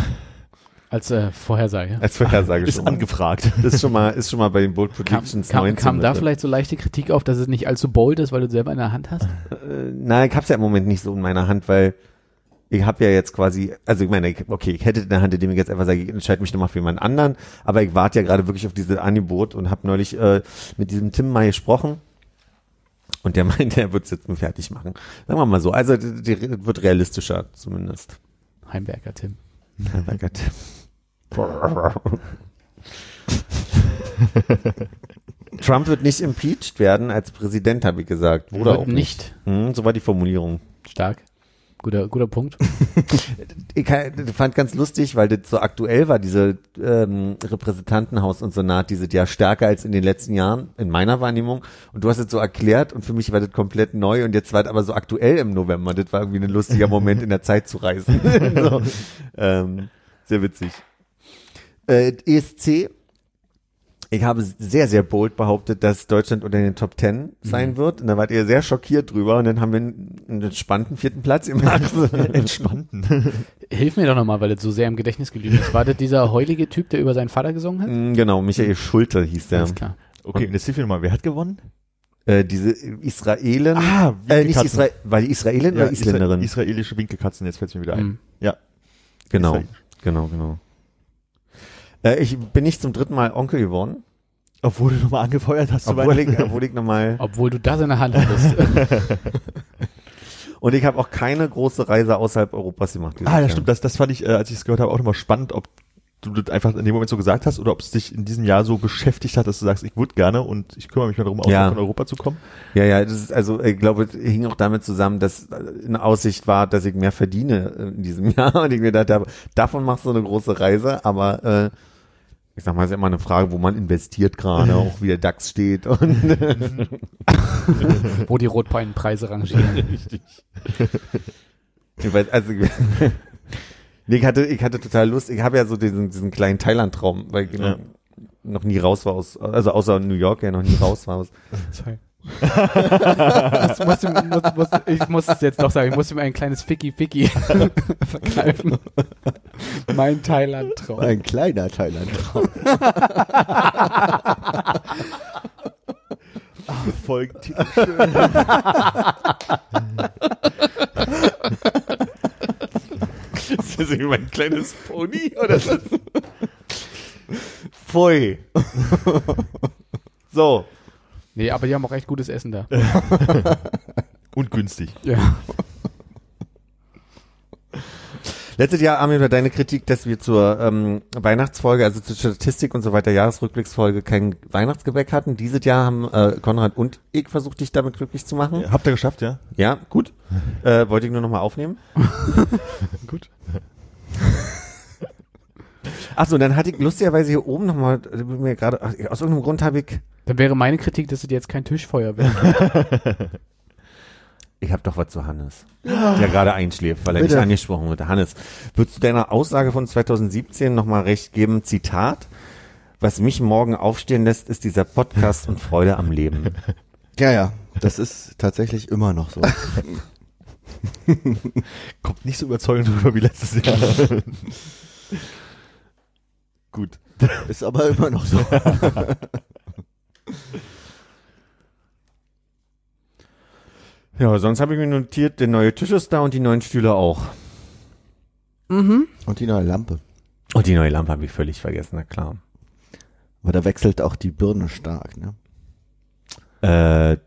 E: Als äh, Vorhersage.
D: als Vorhersage
C: Ist
D: schon mal.
C: angefragt.
D: Ist schon mal, ist schon mal bei den Bold
E: Kam,
D: Predictions
E: kam,
D: 19
E: kam da
D: mit drin.
E: vielleicht so leichte Kritik auf, dass es nicht allzu bold ist, weil du es selber in der Hand hast?
D: Äh, na, ich hab's ja im Moment nicht so in meiner Hand, weil ich habe ja jetzt quasi, also ich meine, ich, okay, ich hätte es in der Hand, indem ich jetzt einfach sage, ich entscheide mich nochmal für jemand anderen, aber ich warte ja gerade wirklich auf dieses Angebot und habe neulich äh, mit diesem Tim mal gesprochen und der meinte, er wird's jetzt nur fertig machen. Sagen wir mal so, also die, die das wird realistischer zumindest.
E: Heimberger Tim.
D: Heimberger Tim. Trump wird nicht impeached werden als Präsident, habe ich gesagt. Wurde
E: Wird
D: auch nicht.
E: nicht.
D: Hm, so war die Formulierung.
E: Stark. Guter, guter Punkt.
D: Ich kann- das fand ganz lustig, weil das so aktuell war, diese ähm, Repräsentantenhaus und Senat, die sind ja stärker als in den letzten Jahren, in meiner Wahrnehmung. Und du hast es so erklärt und für mich war das komplett neu und jetzt war das aber so aktuell im November. Das war irgendwie ein lustiger Moment, in der Zeit zu reisen. so, ähm, sehr witzig. Äh, ESC, ich habe sehr, sehr bold behauptet, dass Deutschland unter den Top Ten sein wird. Und da wart ihr sehr schockiert drüber. Und dann haben wir einen, einen entspannten vierten Platz gemacht.
C: Entspannten.
E: Hilf mir doch nochmal, weil das so sehr im Gedächtnis geblieben ist. War das dieser heulige Typ, der über seinen Vater gesungen hat?
D: Mm, Genau,
C: Mhm.
D: Michael Schulte hieß der.
E: Alles klar.
C: Okay, und jetzt hilf mir nochmal, wer hat gewonnen?
D: Äh, diese Israelin.
C: Ah,
D: äh, nicht
C: Winkelkatzen.
D: Isra war die Israelin
C: Ja,
D: oder Isländerin?
C: Isra israelische Winkelkatzen, jetzt fällt es mir wieder ein.
E: Mhm.
C: Ja,
D: genau,
C: Israelisch.
D: genau, genau, Äh, ich bin nicht zum dritten Mal Onkel geworden,
C: obwohl du nochmal angefeuert hast.
D: obwohl
C: zu
D: ich,
C: meinen-
D: obwohl ich nochmal.
E: Obwohl du das in der Hand hattest. ähm,
D: Und ich habe auch keine große Reise außerhalb Europas gemacht. dieses
C: ah,
D: Jahr.
C: das stimmt, das, das fand ich, äh, als ich es gehört habe, auch nochmal spannend, ob du das einfach in dem Moment so gesagt hast oder ob es dich in diesem Jahr so beschäftigt hat, dass du sagst, ich würde gerne und ich kümmere mich mal darum, aus
D: Ja.
C: von Europa zu kommen.
D: Ja, ja, das ist, also ich glaube, es hing auch damit zusammen, dass eine Aussicht war, dass ich mehr verdiene äh, in diesem Jahr und ich mir gedacht habe, davon machst du eine große Reise, aber äh, ich sag mal, es ist immer eine Frage, wo man investiert gerade, auch wie der DAX steht und
E: wo die rotbeinen Preise rangieren.
D: Ich weiß, also, nee, ich hatte, ich hatte total Lust. Ich habe ja so diesen, diesen kleinen Thailand-Traum, weil ich
C: Ja.
D: noch, noch nie raus war aus, also außer New York ja noch nie raus war aus.
E: Sorry. Das muss ihm, muss, muss, ich muss es jetzt doch sagen, ich muss ihm ein kleines Ficky-Ficky verkneifen. Mein Thailand-Traum.
B: Ein kleiner Thailand.
C: Folgt
D: Ist das irgendwie mein kleines Pony oder ist das? Pfui. so.
E: Nee, aber die haben auch echt gutes Essen da.
C: und günstig.
E: Ja.
D: Letztes Jahr, Armin, war deine Kritik, dass wir zur ähm, Weihnachtsfolge, also zur Statistik und so weiter, Jahresrückblicksfolge kein Weihnachtsgebäck hatten. Dieses Jahr haben äh, Konrad und ich versucht, dich damit glücklich zu machen.
C: Habt ihr geschafft, ja?
D: Ja, gut. Äh, wollte ich nur nochmal aufnehmen.
E: Gut.
D: Achso, dann hatte ich lustigerweise hier oben nochmal, mir gerade, ach, aus irgendeinem Grund habe ich,
E: Dann wäre meine Kritik, dass es jetzt kein Tischfeuer wäre.
D: ich habe doch was zu Hannes, der gerade einschläft, weil er
B: Bitte.
D: nicht angesprochen wurde. Hannes, würdest du deiner Aussage von 2017 nochmal recht geben? Zitat, was mich morgen aufstehen lässt, ist dieser Podcast und Freude am Leben.
B: Ja, ja. Das ist tatsächlich immer noch so.
C: Kommt nicht so überzeugend drüber wie letztes Jahr. Gut.
B: Ist aber immer noch so.
D: Ja, sonst habe ich mir notiert, der neue Tisch ist da und die neuen Stühle auch.
B: Und die neue Lampe.
D: Und Oh, die neue Lampe habe ich völlig vergessen, na klar.
B: Aber da wechselt auch die Birne stark, ne?
D: Äh,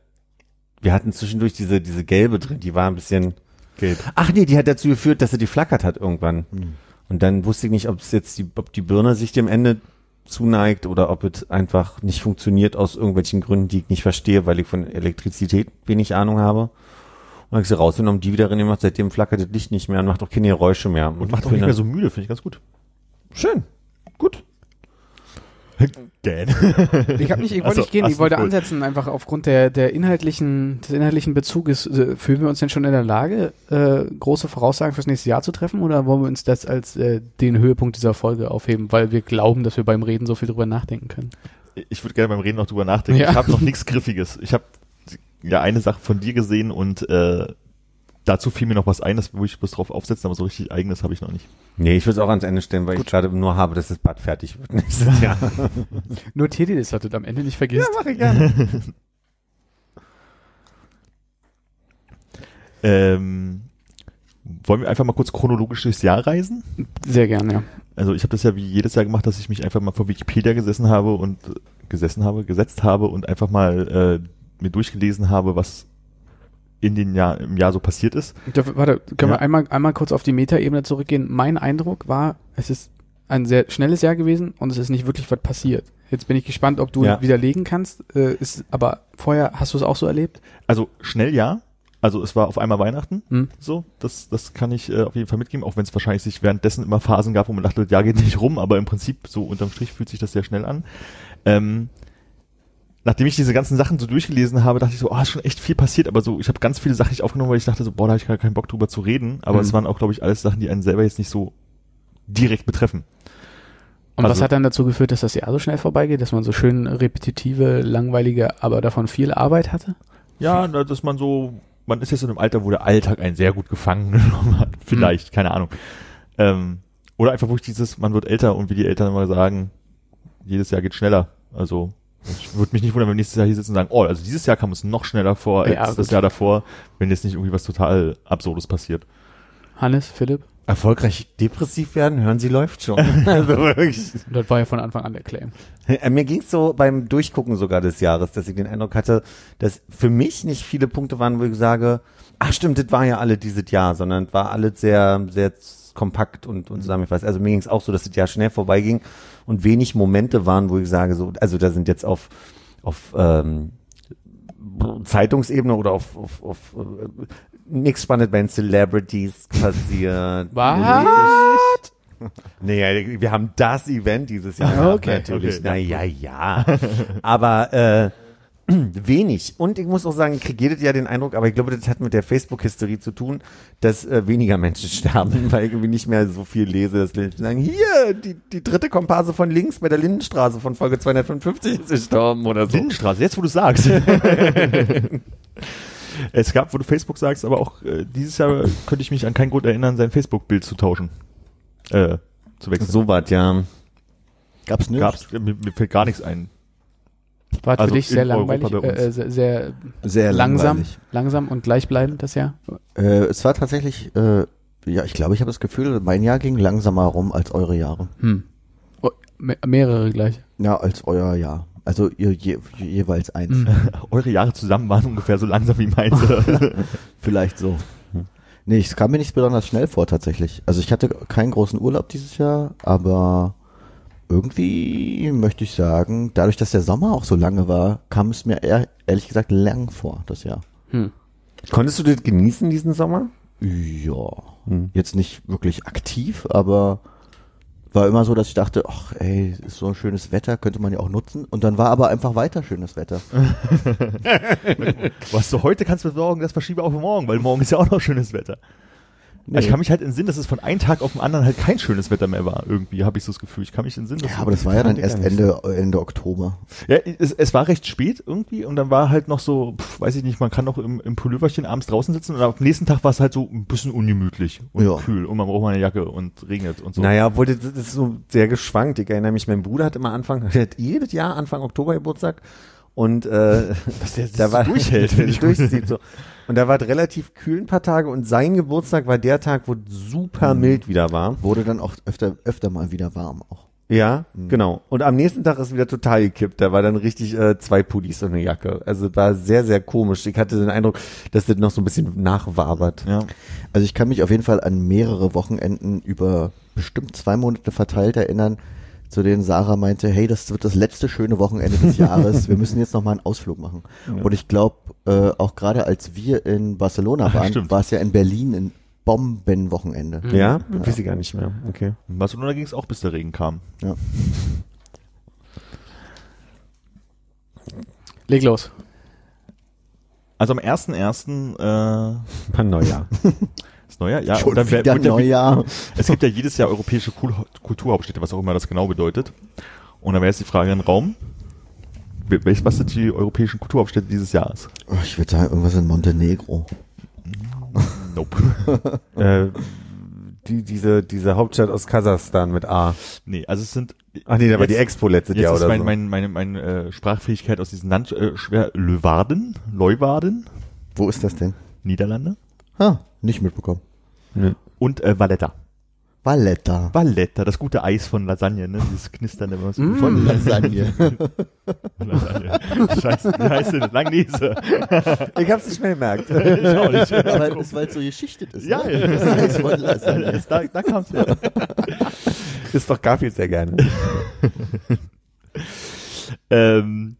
D: wir hatten zwischendurch diese, diese gelbe drin, die war ein bisschen
C: Gelb.
D: Ach nee, die hat dazu geführt, dass sie die flackert hat irgendwann.
C: Hm.
D: Und dann wusste ich nicht, ob es jetzt die, ob die Birne sich dem Ende zuneigt oder ob es einfach nicht funktioniert aus irgendwelchen Gründen, die ich nicht verstehe, weil ich von Elektrizität wenig Ahnung habe. Und habe ich sie rausgenommen, die wieder reingemacht, seitdem flackert das Licht nicht mehr und macht auch keine Geräusche mehr.
C: Und macht auch nicht mehr so müde, finde ich ganz gut.
D: schön. Gut.
C: Dan.
E: Ich, hab nicht, ich wollte
C: Ach so,
E: nicht gehen,
C: hast nicht
E: ich wollte
C: gewollt.
E: ansetzen, einfach aufgrund der, der inhaltlichen, des inhaltlichen Bezuges. Äh, Fühlen wir uns denn schon in der Lage, äh, große Voraussagen fürs nächste Jahr zu treffen oder wollen wir uns das als äh, den Höhepunkt dieser Folge aufheben, weil wir glauben, dass wir beim Reden so viel drüber nachdenken können?
C: Ich würde gerne beim Reden noch drüber nachdenken.
E: Ja.
C: Ich habe noch nichts Griffiges. Ich habe ja eine Sache von dir gesehen und äh, dazu fiel mir noch was ein, das würde ich bloß drauf aufsetzen, aber so richtig eigenes habe ich noch nicht.
D: Nee, ich würde es auch ans Ende stellen, weil ich gerade nur habe, dass das Bad fertig wird nächstes Jahr.
E: Notier dir das, dass du das am Ende nicht vergisst.
D: mach ich gerne.
C: Ähm, wollen wir einfach mal kurz chronologisch durchs Jahr reisen?
E: Sehr gerne, ja.
C: Also ich habe das ja wie jedes Jahr gemacht, dass ich mich einfach mal vor Wikipedia gesessen habe und äh, gesessen habe, gesetzt habe und einfach mal äh, mir durchgelesen habe, was in den Jahr im Jahr so passiert ist.
E: Ich darf, warte, können
C: Ja.
E: wir einmal, einmal kurz auf die Metaebene zurückgehen? Mein Eindruck war, es ist ein sehr schnelles Jahr gewesen und es ist nicht wirklich was passiert. Jetzt bin ich gespannt, ob du
C: Ja.
E: widerlegen kannst. Äh, ist, aber vorher hast du es auch so erlebt?
C: Also schnell ja. Also es war auf einmal Weihnachten.
E: Hm.
C: So, das, das kann ich äh, auf jeden Fall mitgeben, auch wenn es wahrscheinlich sich währenddessen immer Phasen gab, wo man dachte, ja, geht nicht rum, aber im Prinzip so unterm Strich fühlt sich das sehr schnell an. Ähm, nachdem ich diese ganzen Sachen so durchgelesen habe, dachte ich so, ah, ist schon echt viel passiert, aber so, ich habe ganz viele Sachen nicht aufgenommen, weil ich dachte so, boah, da habe ich gar keinen Bock drüber zu reden, aber
E: Hm.
C: es waren auch, glaube ich, alles Sachen, die einen selber jetzt nicht so direkt betreffen.
E: Und was
C: Also-
E: hat dann dazu geführt, dass das Jahr so schnell vorbeigeht, dass man so schön repetitive, langweilige, aber davon viel Arbeit hatte?
C: Ja, na, dass man so, man ist jetzt in einem Alter, wo der Alltag einen sehr gut gefangen genommen hat. Vielleicht,
E: Mhm.
C: keine Ahnung. Ähm, oder einfach wirklich dieses, man wird älter und wie die Eltern immer sagen, jedes Jahr geht schneller. Also ich würde mich nicht wundern, wenn wir nächstes Jahr hier sitzen und sagen, oh, also dieses Jahr kam es noch schneller vor als
E: Ja,
C: das
E: gut.
C: Jahr davor, wenn jetzt nicht irgendwie was total Absurdes passiert.
E: Hannes, Philipp?
D: Erfolgreich depressiv werden, hören Sie, läuft schon. also wirklich.
E: Das war ja von Anfang an der Claim.
D: Äh, Mir ging's so beim Durchgucken sogar des Jahres, dass ich den Eindruck hatte, dass für mich nicht viele Punkte waren, wo ich sage, ach stimmt, das war ja alle dieses Jahr, sondern war alles sehr, sehr z- kompakt und, und zusammengefasst. Also mir ging's auch so, dass das Jahr schnell vorbeiging und wenig Momente waren, wo ich sage, so, also da sind jetzt auf, auf ähm, Zeitungsebene oder auf, auf, auf äh, nichts spannend bei den Celebrities passiert.
E: Was?
D: Nee, wir haben das Event dieses Jahr. gehabt,
E: okay.
D: natürlich. Na ja, ja. aber äh, wenig. Und ich muss auch sagen, ich kriege jedes Jahr den Eindruck, aber ich glaube, das hat mit der Facebook-Hysterie zu tun, dass äh, weniger Menschen sterben, weil ich irgendwie nicht mehr so viel lese, dass Menschen sagen, hier, die, die dritte Komparse von links bei der Lindenstraße von Folge 255 ist gestorben oder so.
C: Lindenstraße, jetzt wo du es sagst. es gab, wo du Facebook sagst, aber auch äh, dieses Jahr könnte ich mich an keinen Grund erinnern, sein Facebook-Bild zu tauschen. Äh, zu wechseln.
D: So was, ja.
B: Gab's nicht.
C: Gab's, mir, mir fällt gar nichts ein.
E: War
C: Also
E: für dich
C: in
E: sehr
C: Europa
E: langweilig,
C: bei uns.
E: äh, äh, sehr, sehr
B: Sehr
E: langsam,
B: langweilig.
E: langsam und gleichbleibend das Jahr?
B: Äh, es war tatsächlich, äh, ja, ich glaube, ich habe das Gefühl, mein Jahr ging langsamer rum als eure Jahre.
E: Hm. Oh, me mehrere gleich.
B: Ja, als euer Jahr. Also ihr je, je, jeweils eins.
C: Mhm.
E: Hm.
C: Eure Jahre zusammen waren ungefähr so langsam wie meins.
B: Vielleicht so. Nee, es kam mir nicht besonders schnell vor tatsächlich. Also ich hatte keinen großen Urlaub dieses Jahr, aber irgendwie möchte ich sagen, dadurch, dass der Sommer auch so lange war, kam es mir eher, ehrlich gesagt lang vor, das Jahr.
E: Hm.
D: Konntest du das genießen diesen Sommer?
B: Ja,
C: Mhm.
B: jetzt nicht wirklich aktiv, aber war immer so, dass ich dachte, ach ey, ist so ein schönes Wetter, könnte man ja auch nutzen. Und dann war aber einfach weiter schönes Wetter.
C: Was du heute kannst besorgen, das verschiebe auf morgen, weil morgen ist ja auch noch schönes Wetter. Also ich kann mich halt entsinnen, dass es von einem Tag auf den anderen halt kein schönes Wetter mehr war. Irgendwie habe ich so das Gefühl. Ich kann mich entsinnen. Dass
B: Ja, aber das war ja dann erst Ende, Ende Oktober.
C: ja, es, es war recht spät irgendwie und dann war halt noch so, pf, weiß ich nicht, man kann noch im, im Pulloverchen abends draußen sitzen und am nächsten Tag war es halt so ein bisschen ungemütlich und
B: Ja.
C: kühl und man braucht mal eine Jacke und regnet und so.
D: Naja, wurde das ist so sehr geschwankt. Ich erinnere mich, mein Bruder hat immer Anfang, der hat jedes Jahr Anfang Oktober Geburtstag und äh,
C: Dass der sich
D: da
C: so
D: war
C: durchhält,
D: dass der
C: finde
D: sich
C: ich gut.
D: durchzieht so. Und da war es relativ kühl ein paar Tage und sein Geburtstag war der Tag, wo es super mild wieder war.
B: Wurde dann auch öfter, öfter mal wieder warm auch.
D: Ja, genau. Und am nächsten Tag ist wieder total gekippt. Da war dann richtig äh, zwei Pullis und eine Jacke. Also war sehr sehr komisch. Ich hatte den Eindruck, dass das noch so ein bisschen nachwabert.
C: Ja.
B: Also ich kann mich auf jeden Fall an mehrere Wochenenden über bestimmt zwei Monate verteilt erinnern, zu denen Sarah meinte, hey, das wird das letzte schöne Wochenende des Jahres. Wir müssen jetzt noch mal einen Ausflug machen. Und ich glaube, äh, auch gerade als wir in Barcelona waren,
C: stimmt.
B: war es ja in Berlin ein Bombenwochenende.
D: Ja, weiß ich gar nicht mehr. Okay.
C: In Barcelona ging es auch, bis der Regen kam.
B: Ja.
E: Leg los.
C: Also am 1.1. Äh,
D: Ein paar Neujahr.
C: das neue Jahr.
B: Schon
C: und dann wär-
B: wieder
C: wird ja
B: Neujahr.
C: Es gibt ja jedes Jahr europäische Kul Kulturhauptstädte, was auch immer das genau bedeutet. Und da wäre jetzt die Frage in den Raum. Wel- welches- Was sind die europäischen Kulturhauptstädte dieses Jahres?
B: Oh, ich würde sagen, irgendwas in Montenegro.
C: Nope.
D: äh, die, diese, diese Hauptstadt aus Kasachstan mit A.
C: nee, also es sind.
D: Ach nee, da war
C: Jetzt-
D: die Expo letztes
C: Jetzt
D: Jahr
C: ist
D: oder
C: mein,
D: so.
C: mein, meine, meine äh, Sprachfähigkeit aus diesem Land äh, schwer. Löwarden, Leuwarden,
B: Wo ist das denn?
C: Niederlande
B: Ha, nicht mitbekommen.
C: und äh, Valletta.
B: Valletta.
C: Valletta, das gute Eis von Lasagne, ne? Dieses Knisternde, was mm.
B: Von Lasagne.
C: Lasagne. Scheiße, wie heißt denn? das? Langnese.
D: Ich hab's nicht mehr gemerkt.
C: Ich auch nicht.
B: Aber es, weil es so geschichtet ist.
C: Ja,
B: ne? Das heißt von Lasagne.
C: da, da kam's her.
D: isst doch Garfield sehr gerne.
C: Ähm,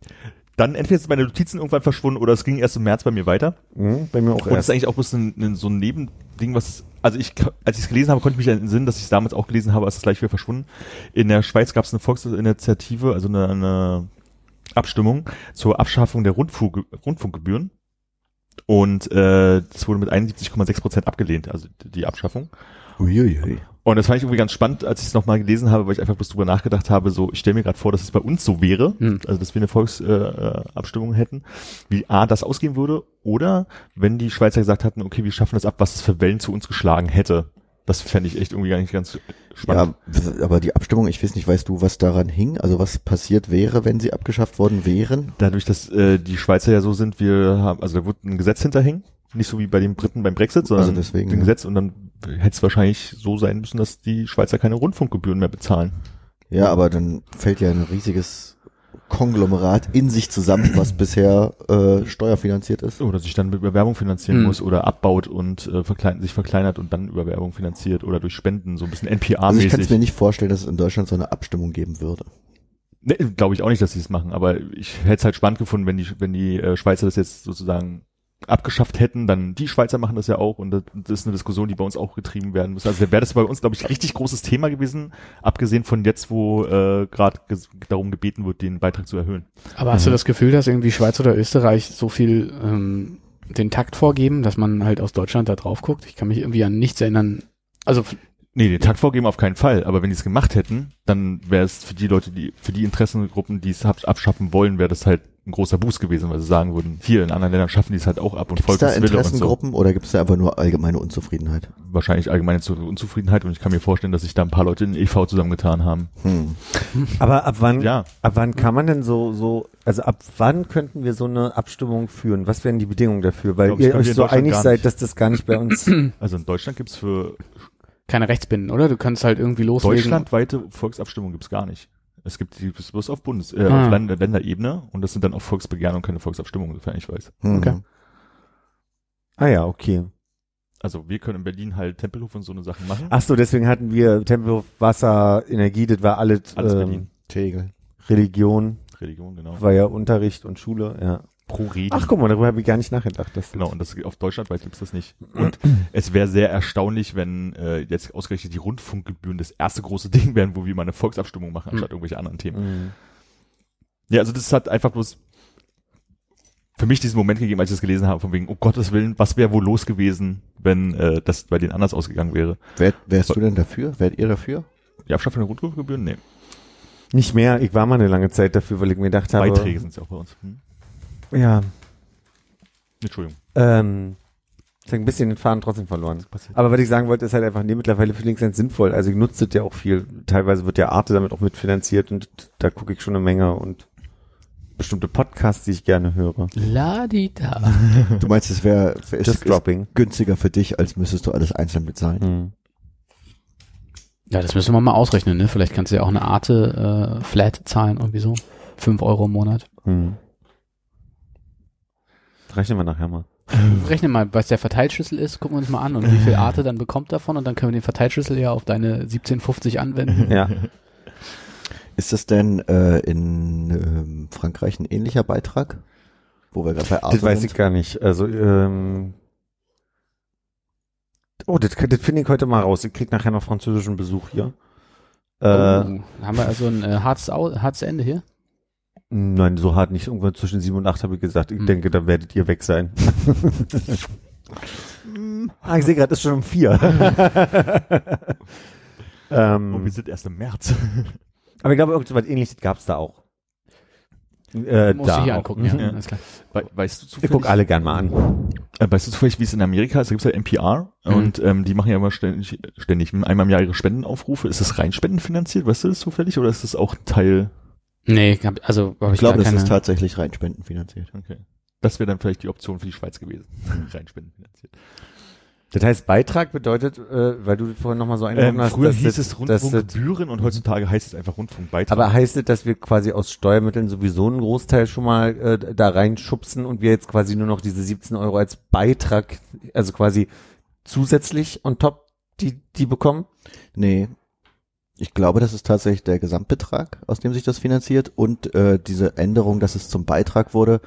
C: dann entweder sind meine Notizen irgendwann verschwunden oder es ging erst im März bei mir weiter.
D: Mhm, bei mir auch
C: Und das ist
D: erst.
C: eigentlich auch bloß ein, ein, so ein Nebending, was, also ich, als ich es gelesen habe, konnte ich mich entsinnen, dass ich es damals auch gelesen habe, als es gleich wieder verschwunden. In der Schweiz gab es eine Volksinitiative, also eine, eine Abstimmung zur Abschaffung der Rundfunk, Rundfunkgebühren. Und äh, das wurde mit 71,6 Prozent abgelehnt, also die Abschaffung.
B: Uiuiui.
C: Und das fand ich irgendwie ganz spannend, als ich es nochmal gelesen habe, weil ich einfach bloß drüber nachgedacht habe, so, ich stelle mir gerade vor, dass es bei uns so wäre,
E: Hm.
C: also dass wir eine Volksabstimmung äh, Abstimmung hätten, wie A, das ausgehen würde, oder wenn die Schweizer gesagt hatten, okay, wir schaffen das ab, was es für Wellen zu uns geschlagen hätte. Das fände ich echt irgendwie gar nicht ganz spannend.
B: Ja, aber die Abstimmung, ich weiß nicht, weißt du, was daran hing? Also was passiert wäre, wenn sie abgeschafft worden wären?
C: Dadurch, dass äh, die Schweizer ja so sind, wir haben, also da wird ein Gesetz hinterhängen, nicht so wie bei den Briten beim Brexit, sondern
B: Also deswegen,
C: ein
B: ja.
C: Gesetz und dann hätte es wahrscheinlich so sein müssen, dass die Schweizer keine Rundfunkgebühren mehr bezahlen.
B: Ja, aber dann fällt ja ein riesiges Konglomerat in sich zusammen, was bisher äh, steuerfinanziert ist.
C: Oder sich dann mit Werbung finanzieren
E: Mhm.
C: muss oder abbaut und äh, verklein, sich verkleinert und dann über Werbung finanziert oder durch Spenden, so ein bisschen
B: Also ich kann es
C: NPR-mäßig.
B: mir nicht vorstellen, dass es in Deutschland so eine Abstimmung geben würde.
C: nee, Glaube Ne, ich auch nicht, dass sie es machen, aber ich hätte es halt spannend gefunden, wenn die, wenn die äh, Schweizer das jetzt sozusagen abgeschafft hätten, dann die Schweizer machen das ja auch und das, das ist eine Diskussion, die bei uns auch getrieben werden muss. Also wäre das bei uns, glaube ich, richtig großes Thema gewesen, abgesehen von jetzt, wo äh, gerade ges- darum gebeten wird, den Beitrag zu erhöhen.
E: Aber hast du das Gefühl, dass irgendwie Schweiz oder Österreich so viel ähm, den Takt vorgeben, dass man halt aus Deutschland da drauf guckt? Ich kann mich irgendwie an nichts erinnern. Also
C: Nee, den Takt vorgeben auf keinen Fall. Aber wenn die es gemacht hätten, dann wäre es für die Leute, die, für die Interessengruppen, die es hab- abschaffen wollen, wäre das halt ein großer Boost gewesen, weil sie sagen würden, hier in anderen Ländern schaffen die es halt auch ab und
B: Gibt es da
C: Volkswille und so.
B: Interessengruppen oder gibt es da einfach nur allgemeine Unzufriedenheit?
C: Wahrscheinlich allgemeine Zu- Unzufriedenheit und ich kann mir vorstellen, dass sich da ein paar Leute in e.V. zusammengetan haben.
B: Hm.
D: Aber ab wann,
C: Ja.
D: ab wann kann man denn so, so, also ab wann könnten wir so eine Abstimmung führen? Was wären die Bedingungen dafür? Weil
C: Glaub ich,
D: ihr
C: können wir
D: euch
C: in
D: so
C: Deutschland
D: einig
C: gar
D: seid,
C: nicht.
D: dass das gar nicht bei uns.
C: Also in Deutschland gibt's für
E: keine Rechtsbinden, oder? Du kannst halt irgendwie loslegen.
C: deutschlandweite Volksabstimmungen gibt's gar nicht. Es gibt die gibt's bloß auf Bundes, äh,
E: Ah.
C: auf Land Länderebene und das sind dann auch Volksbegehren und keine Volksabstimmungen, sofern ich weiß.
B: Hm.
E: Okay.
D: ah ja, okay.
C: Also wir können in Berlin halt Tempelhof und so eine Sachen machen.
D: Ach so, deswegen hatten wir Tempelhof, Wasser, Energie, das war alles,
C: Alles
D: ähm,
C: Berlin.
B: Tegel.
D: Religion,
C: Religion, genau.
D: war ja Unterricht und Schule, ja.
C: Pro Reden.
D: Ach guck mal, darüber habe ich gar nicht nachgedacht. Dass das
C: Genau, und das auf deutschlandweit gibt's das nicht. Und es wäre sehr erstaunlich, wenn äh, jetzt ausgerechnet die Rundfunkgebühren das erste große Ding wären, wo wir mal eine Volksabstimmung machen, anstatt irgendwelche anderen Themen.
D: Mhm.
C: Ja, also das hat einfach bloß für mich diesen Moment gegeben, als ich das gelesen habe, von wegen, um Gottes Willen, was wäre wohl los gewesen, wenn äh, das bei denen anders ausgegangen wäre.
B: Wär, wärst du denn dafür? Wärt ihr dafür?
C: Die Abschaffung der Rundfunkgebühren? Nee.
D: Nicht mehr, ich war mal eine lange Zeit dafür, weil ich mir gedacht habe.
C: Beiträge sind's ja auch bei uns. Hm?
D: Ja.
C: Entschuldigung.
D: Ähm, ich hab ein bisschen den Faden trotzdem verloren.
C: passiert.
D: Aber was ich sagen wollte, ist halt einfach, nee, mittlerweile für Linksend sinnvoll. Also ich nutze das ja auch viel. Teilweise wird ja Arte damit auch mitfinanziert und da gucke ich schon eine Menge und bestimmte Podcasts, die ich gerne höre.
E: Ladida.
B: Du meinst, es wäre wär, es
D: Just
B: ist
D: Dropping.
B: günstiger für dich, als müsstest du alles einzeln bezahlen.
D: Hm.
E: Ja, das müssen wir mal ausrechnen, ne? Vielleicht kannst du ja auch eine Arte äh, Flat zahlen, irgendwie so. Fünf Euro im Monat.
D: Hm. Rechnen wir nachher mal.
E: Rechne mal, was der Verteilschlüssel ist, gucken wir uns mal an und wie viel Arte dann bekommt davon und dann können wir den Verteilschlüssel ja auf deine 1750 anwenden.
D: Ja.
B: Ist das denn äh, in ähm, Frankreich ein ähnlicher Beitrag? Wo wir gerade bei Arte
D: Das weiß ich
B: sind?
D: gar nicht. Also, ähm. Oh, das, kann- das finde ich heute mal raus. Ich krieg nachher noch französischen Besuch hier. Äh,
E: oh, haben wir also ein äh, hartes, Au- hartes Ende hier?
D: Nein, so hart nicht. Irgendwann zwischen sieben und acht habe ich gesagt, ich
E: Oh. Hm.
D: denke, dann werdet ihr weg sein.
E: Hm.
D: ah, ich sehe gerade, ist schon um vier.
C: Und
D: ähm,
E: Oh,
C: wir sind erst im März.
D: aber ich glaube, irgendwas ähnliches gab es da auch. Äh,
E: Muss ich hier
D: auch.
E: angucken, ja.
C: Ja.
E: Alles klar.
C: We weißt du
D: Ich
C: zufällig?
D: gucke alle gern mal an.
C: Äh, Weißt du zufällig, wie es in Amerika ist? Da gibt's ja NPR
E: Mhm.
C: und ähm, die machen ja immer ständig, ständig einmal im Jahr ihre Spendenaufrufe. Ist das rein spendenfinanziert? Weißt du das zufällig oder ist das auch ein Teil?
E: Nee, hab, also hab ich,
B: Ich glaube, das
E: gar keine,
B: ist tatsächlich rein spendenfinanziert.
C: Okay. Das wäre dann vielleicht die Option für die Schweiz gewesen.
D: Mhm.
C: rein spendenfinanziert.
D: Das heißt, Beitrag bedeutet, äh, weil du das vorhin nochmal so eingeworfen
C: Ähm,
D: hast,
C: früher
D: dass
C: hieß
D: das-
C: es
D: dass das-
C: Rundfunkgebühren und heutzutage heißt es einfach Rundfunkbeitrag.
D: Aber heißt es, dass wir quasi aus Steuermitteln sowieso einen Großteil schon mal äh, da reinschubsen und wir jetzt quasi nur noch diese 17 Euro als Beitrag, also quasi zusätzlich on top, die, die bekommen?
B: Nee. Ich glaube, das ist tatsächlich der Gesamtbetrag, aus dem sich das finanziert. Und äh, diese Änderung, dass es zum Beitrag wurde,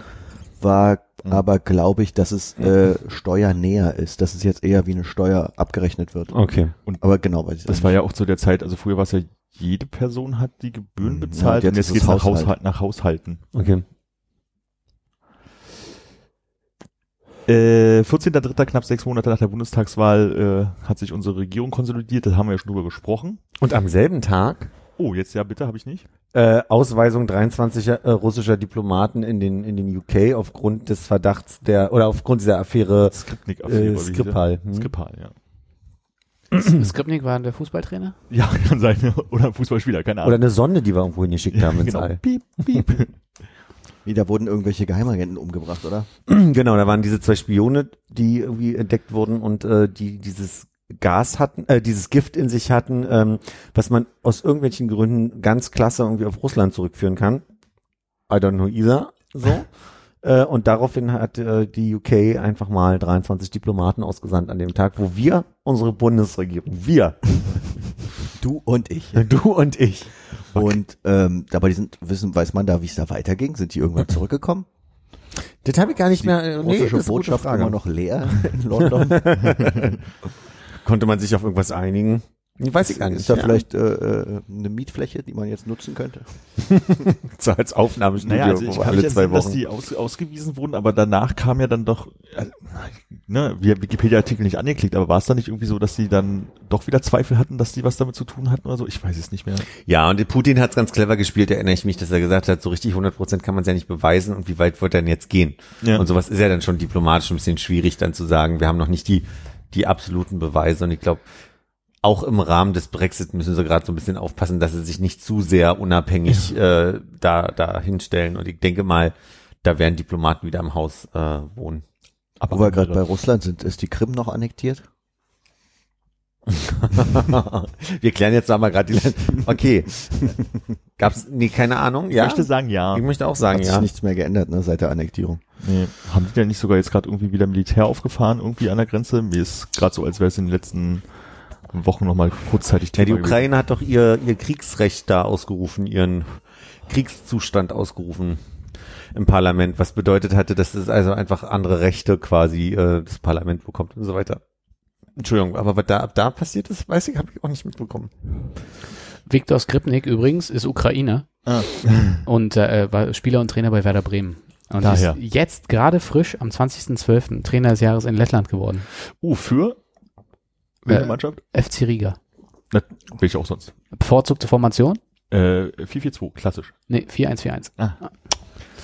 B: war aber, glaube ich, dass es äh, steuernäher ist, dass es jetzt eher wie eine Steuer abgerechnet wird.
D: Okay.
B: Aber genau, weiß ich
C: Das
B: auch
C: war
B: nicht.
C: ja auch zu der Zeit, also früher war es ja, jede Person hat die Gebühren
D: Hm,
B: Mhm.
C: bezahlt
B: Ja, und
C: und
B: jetzt
C: jetzt,
B: ist
C: geht's
B: es
C: nach,
B: Haushalt.
C: Haushalt, nach Haushalten.
D: Okay.
C: Äh, 14.3., knapp sechs Monate nach der Bundestagswahl äh, hat sich unsere Regierung konsolidiert, da haben wir ja schon drüber gesprochen.
D: Und am selben Tag
C: Oh, jetzt ja bitte, habe ich nicht.
D: äh, Ausweisung 23 äh, russischer Diplomaten in den in den UK aufgrund des Verdachts der oder aufgrund dieser Affäre
C: Skripnik-Affäre. wie
D: äh,
C: hieß er?
D: Skripal. Hm?
C: Skripal, ja.
E: Skripnik war der Fußballtrainer?
C: Ja, kann sein. ja. Oder ein Fußballspieler, keine Ahnung.
D: Oder eine Sonde, die wir irgendwo hingeschickt haben ins
C: genau.
D: All.
C: Piep, piep.
B: Nee, da wurden irgendwelche Geheimagenten umgebracht, oder?
D: Genau, da waren diese zwei Spione, die irgendwie entdeckt wurden und äh, die dieses Gas hatten, äh, dieses Gift in sich hatten, ähm, was man aus irgendwelchen Gründen ganz klasse irgendwie auf Russland zurückführen kann. I don't know either. So. äh, und daraufhin hat äh, die UK einfach mal 23 Diplomaten ausgesandt an dem Tag, wo wir unsere Bundesregierung, wir,
B: Du und ich.
D: du und ich,
B: Und ähm, aber die sind, wissen, weiß man da, wie es da weiterging? Sind die irgendwann zurückgekommen?
D: das habe ich gar nicht mehr. äh, Hm. Nee, das
B: Russische
D: ist eine gute
B: Botschaft immer
D: Frage.
B: noch leer in London.
D: Konnte man sich auf irgendwas einigen? Weiß ich gar nicht.
B: Ist da
D: ja.
B: vielleicht äh, äh, eine Mietfläche, die man jetzt nutzen könnte?
D: so als Aufnahmestudio
C: Naja, also ich
D: wo wir
C: kann
D: alle
C: alle
D: zwei
C: dass
D: Wochen.
C: die aus, ausgewiesen wurden, aber danach kam ja dann doch, äh, ne, wir haben Wikipedia-Artikel nicht angeklickt, aber war es dann nicht irgendwie so, dass die dann doch wieder Zweifel hatten, dass die was damit zu tun hatten oder so? Ich weiß es nicht mehr.
D: Ja, und Putin hat's ganz clever gespielt, erinnere ich mich, dass er gesagt hat, so richtig 100% kann man es ja nicht beweisen und wie weit wird er denn jetzt gehen?
C: Ja.
D: Und sowas ist ja dann schon diplomatisch ein bisschen schwierig dann zu sagen, wir haben noch nicht die, die absoluten Beweise und ich glaube, auch im Rahmen des Brexit müssen sie gerade so ein bisschen aufpassen, dass sie sich nicht zu sehr unabhängig äh, da, da hinstellen und ich denke mal, da werden Diplomaten wieder im Haus äh, wohnen.
B: Wo wir gerade bei Russland sind, ist die Krim noch annektiert?
D: wir klären jetzt nochmal gerade die Land Okay. Gab's, nee, keine Ahnung,
C: Ich
D: ja?
C: möchte sagen, ja.
D: Ich möchte auch sagen,
B: Hat
D: ja.
B: sich nichts mehr geändert, ne, seit der Annektierung.
C: Nee. Haben die denn nicht sogar jetzt gerade irgendwie wieder Militär aufgefahren, irgendwie an der Grenze? Mir ist gerade so, als wäre es in den letzten Wochen nochmal kurzzeitig
D: Ja, die
C: Thema gewesen.
D: Ukraine hat doch ihr, ihr Kriegsrecht da ausgerufen, ihren Kriegszustand ausgerufen im Parlament, was bedeutet hatte, dass es also einfach andere Rechte quasi äh, das Parlament bekommt und so weiter. Entschuldigung, aber was da ab da passiert ist, weiß ich, habe ich auch nicht mitbekommen.
E: Viktor Skripnik übrigens ist Ukrainer
C: Ah.
E: und äh, war Spieler und Trainer bei Werder Bremen. Und
C: Daher.
E: ist jetzt gerade frisch am 20.12. Trainer des Jahres in Lettland geworden.
C: Oh, für? Welche
E: Äh,
C: Mannschaft?
E: FC Riga.
C: Na, welche auch sonst?
E: Bevorzugte Formation?
C: Äh, 4-4-2, klassisch.
E: Nee, 4-1-4-1.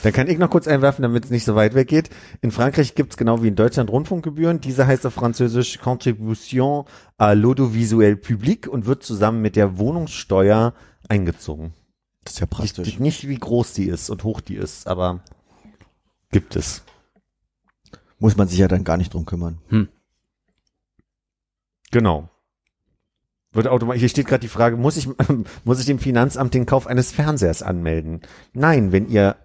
D: Dann kann ich noch kurz einwerfen, damit es nicht so weit weggeht. In Frankreich gibt's genau wie in Deutschland Rundfunkgebühren. Diese heißt auf Französisch Contribution à l'audiovisuel public und wird zusammen mit der Wohnungssteuer eingezogen.
B: Das ist ja
D: Ich
B: praktisch.
D: weiß nicht, wie groß die ist und hoch die ist, aber gibt es.
B: Muss man sich ja dann gar nicht drum kümmern.
D: Genau. Wird automatisch, hier steht gerade die Frage, muss ich, muss ich dem Finanzamt den Kauf eines Fernsehers anmelden? Nein, wenn ihr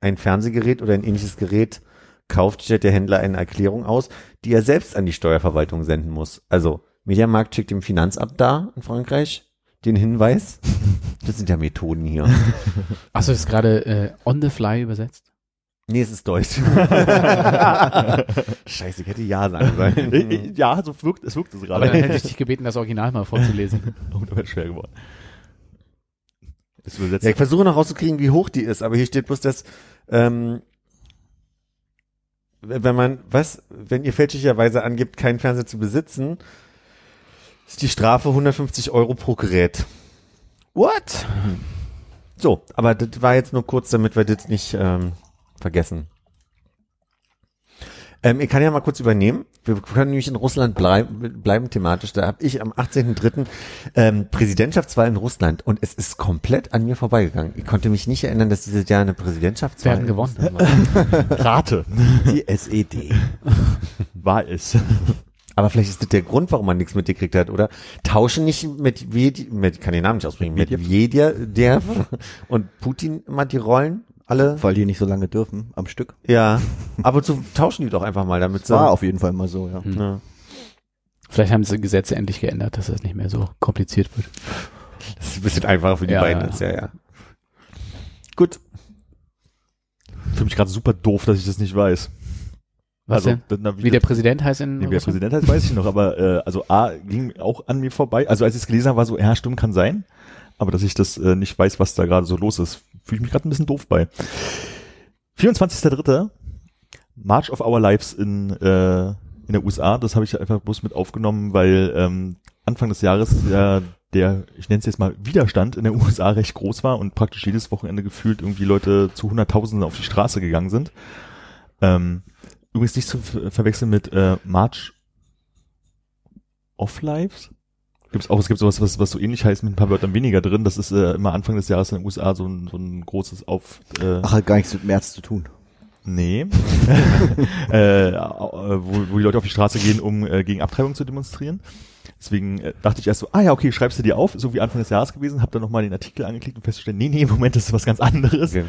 D: ein Fernsehgerät oder ein ähnliches Gerät kauft, stellt der Händler eine Erklärung aus, die er selbst an die Steuerverwaltung senden muss. Also, Mediamarkt schickt dem Finanzamt da in Frankreich den Hinweis. Das sind ja Methoden hier.
E: Achso, ist gerade äh, on the fly übersetzt.
D: Nee, es ist Deutsch. Scheiße, ich hätte Ja sagen sollen.
C: ja, so wirkt, es wirkt es gerade.
E: Aber dann hätte ich dich gebeten, das Original mal vorzulesen.
C: Oh, da wird schwer geworden. Ist übersetzt.
D: Ja, ich versuche noch rauszukriegen, wie hoch die ist, aber hier steht bloß, dass ähm, wenn man, was, wenn ihr fälschlicherweise angibt, keinen Fernseher zu besitzen, ist die Strafe 150 Euro pro Gerät. What? So, aber das war jetzt nur kurz, damit wir das nicht ähm, vergessen. Ähm, ich kann ja mal kurz übernehmen. Wir können nämlich in Russland bleiben, bleiben thematisch. Da habe ich am 18.03. Ähm, Präsidentschaftswahl in Russland und es ist komplett an mir vorbeigegangen. Ich konnte mich nicht erinnern, dass dieses Jahr eine
E: Wir
D: Präsidentschaftswahl
E: hatten gewonnen.
C: Rate
B: Die SED.
C: war es.
D: E Aber vielleicht ist das der Grund, warum man nichts mitgekriegt hat, oder? Tauschen nicht mit, Ved mit kann den Namen nicht ausbringen, mit Medvedev und Putin immer die Rollen, alle?
B: Weil die nicht so lange dürfen am Stück.
D: Ja. Ab und zu tauschen die doch einfach mal, damit sie.
B: War auf jeden Fall mal so, ja.
D: Ja.
E: Vielleicht haben sie Gesetze endlich geändert, dass das nicht mehr so kompliziert wird.
D: Das ist ein bisschen einfacher für die
E: Ja,
D: beiden.
E: ja.
D: Jetzt. Ja, ja. Gut.
C: Ich fühle mich gerade super doof, dass ich das nicht weiß.
E: Was denn?
C: das- na,
E: Wie der Präsident heißt in
C: Nee, Also, wie der
E: Russland?
C: Präsident heißt, weiß ich noch, aber äh, also A ging auch an mir vorbei. Also als ich es gelesen habe, war so, ja, stimmt, kann sein. Aber dass ich das äh, nicht weiß, was da gerade so los ist, fühle ich mich gerade ein bisschen doof bei. 24.3. March of Our Lives in, äh, in der USA. Das habe ich einfach bloß mit aufgenommen, weil ähm, Anfang des Jahres ja der, ich nenne es jetzt mal, Widerstand in der USA recht groß war und praktisch jedes Wochenende gefühlt irgendwie Leute zu Hunderttausenden auf die Straße gegangen sind. Ähm, Übrigens nicht zu ver- verwechseln mit äh, March of Lives. Gibt's auch, es gibt sowas, was, was so ähnlich heißt, mit ein paar Wörtern weniger drin. Das ist äh, immer Anfang des Jahres in den USA so ein, so ein großes Auf... Äh,
B: Ach, hat gar nichts mit März zu tun.
C: Nee. äh, wo, wo die Leute auf die Straße gehen, um äh, gegen Abtreibung zu demonstrieren. Deswegen äh, dachte ich erst so, ah ja, okay, schreibst du dir auf, so wie Anfang des Jahres gewesen, hab dann nochmal den Artikel angeklickt und festgestellt, nee, nee, Moment, das ist was ganz anderes.
D: Okay.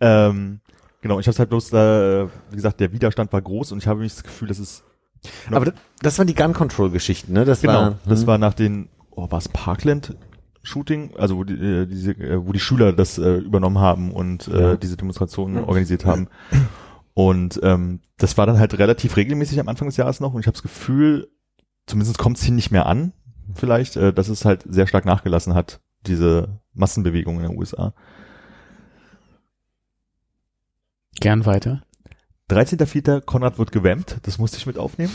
C: Ähm, genau, ich hab's halt bloß da, äh, wie gesagt, der Widerstand war groß und ich habe mich das Gefühl, dass es Genau.
D: Aber das, das waren die Gun Control Geschichten, ne? Das
C: Genau,
D: war,
C: das war nach den, oh, war es Parkland? Shooting, also wo die, äh, diese, äh, wo die Schüler das äh, übernommen haben und äh,
D: Ja. Hm.
C: diese Demonstrationen organisiert haben. Und ähm, das war dann halt relativ regelmäßig am Anfang des Jahres noch und ich habe das Gefühl, zumindest kommt es hier nicht mehr an, vielleicht, äh, dass es halt sehr stark nachgelassen hat, diese Massenbewegung in den USA.
E: Gern weiter.
C: 13.04. Konrad wird gewämmt, das musste ich mit aufnehmen.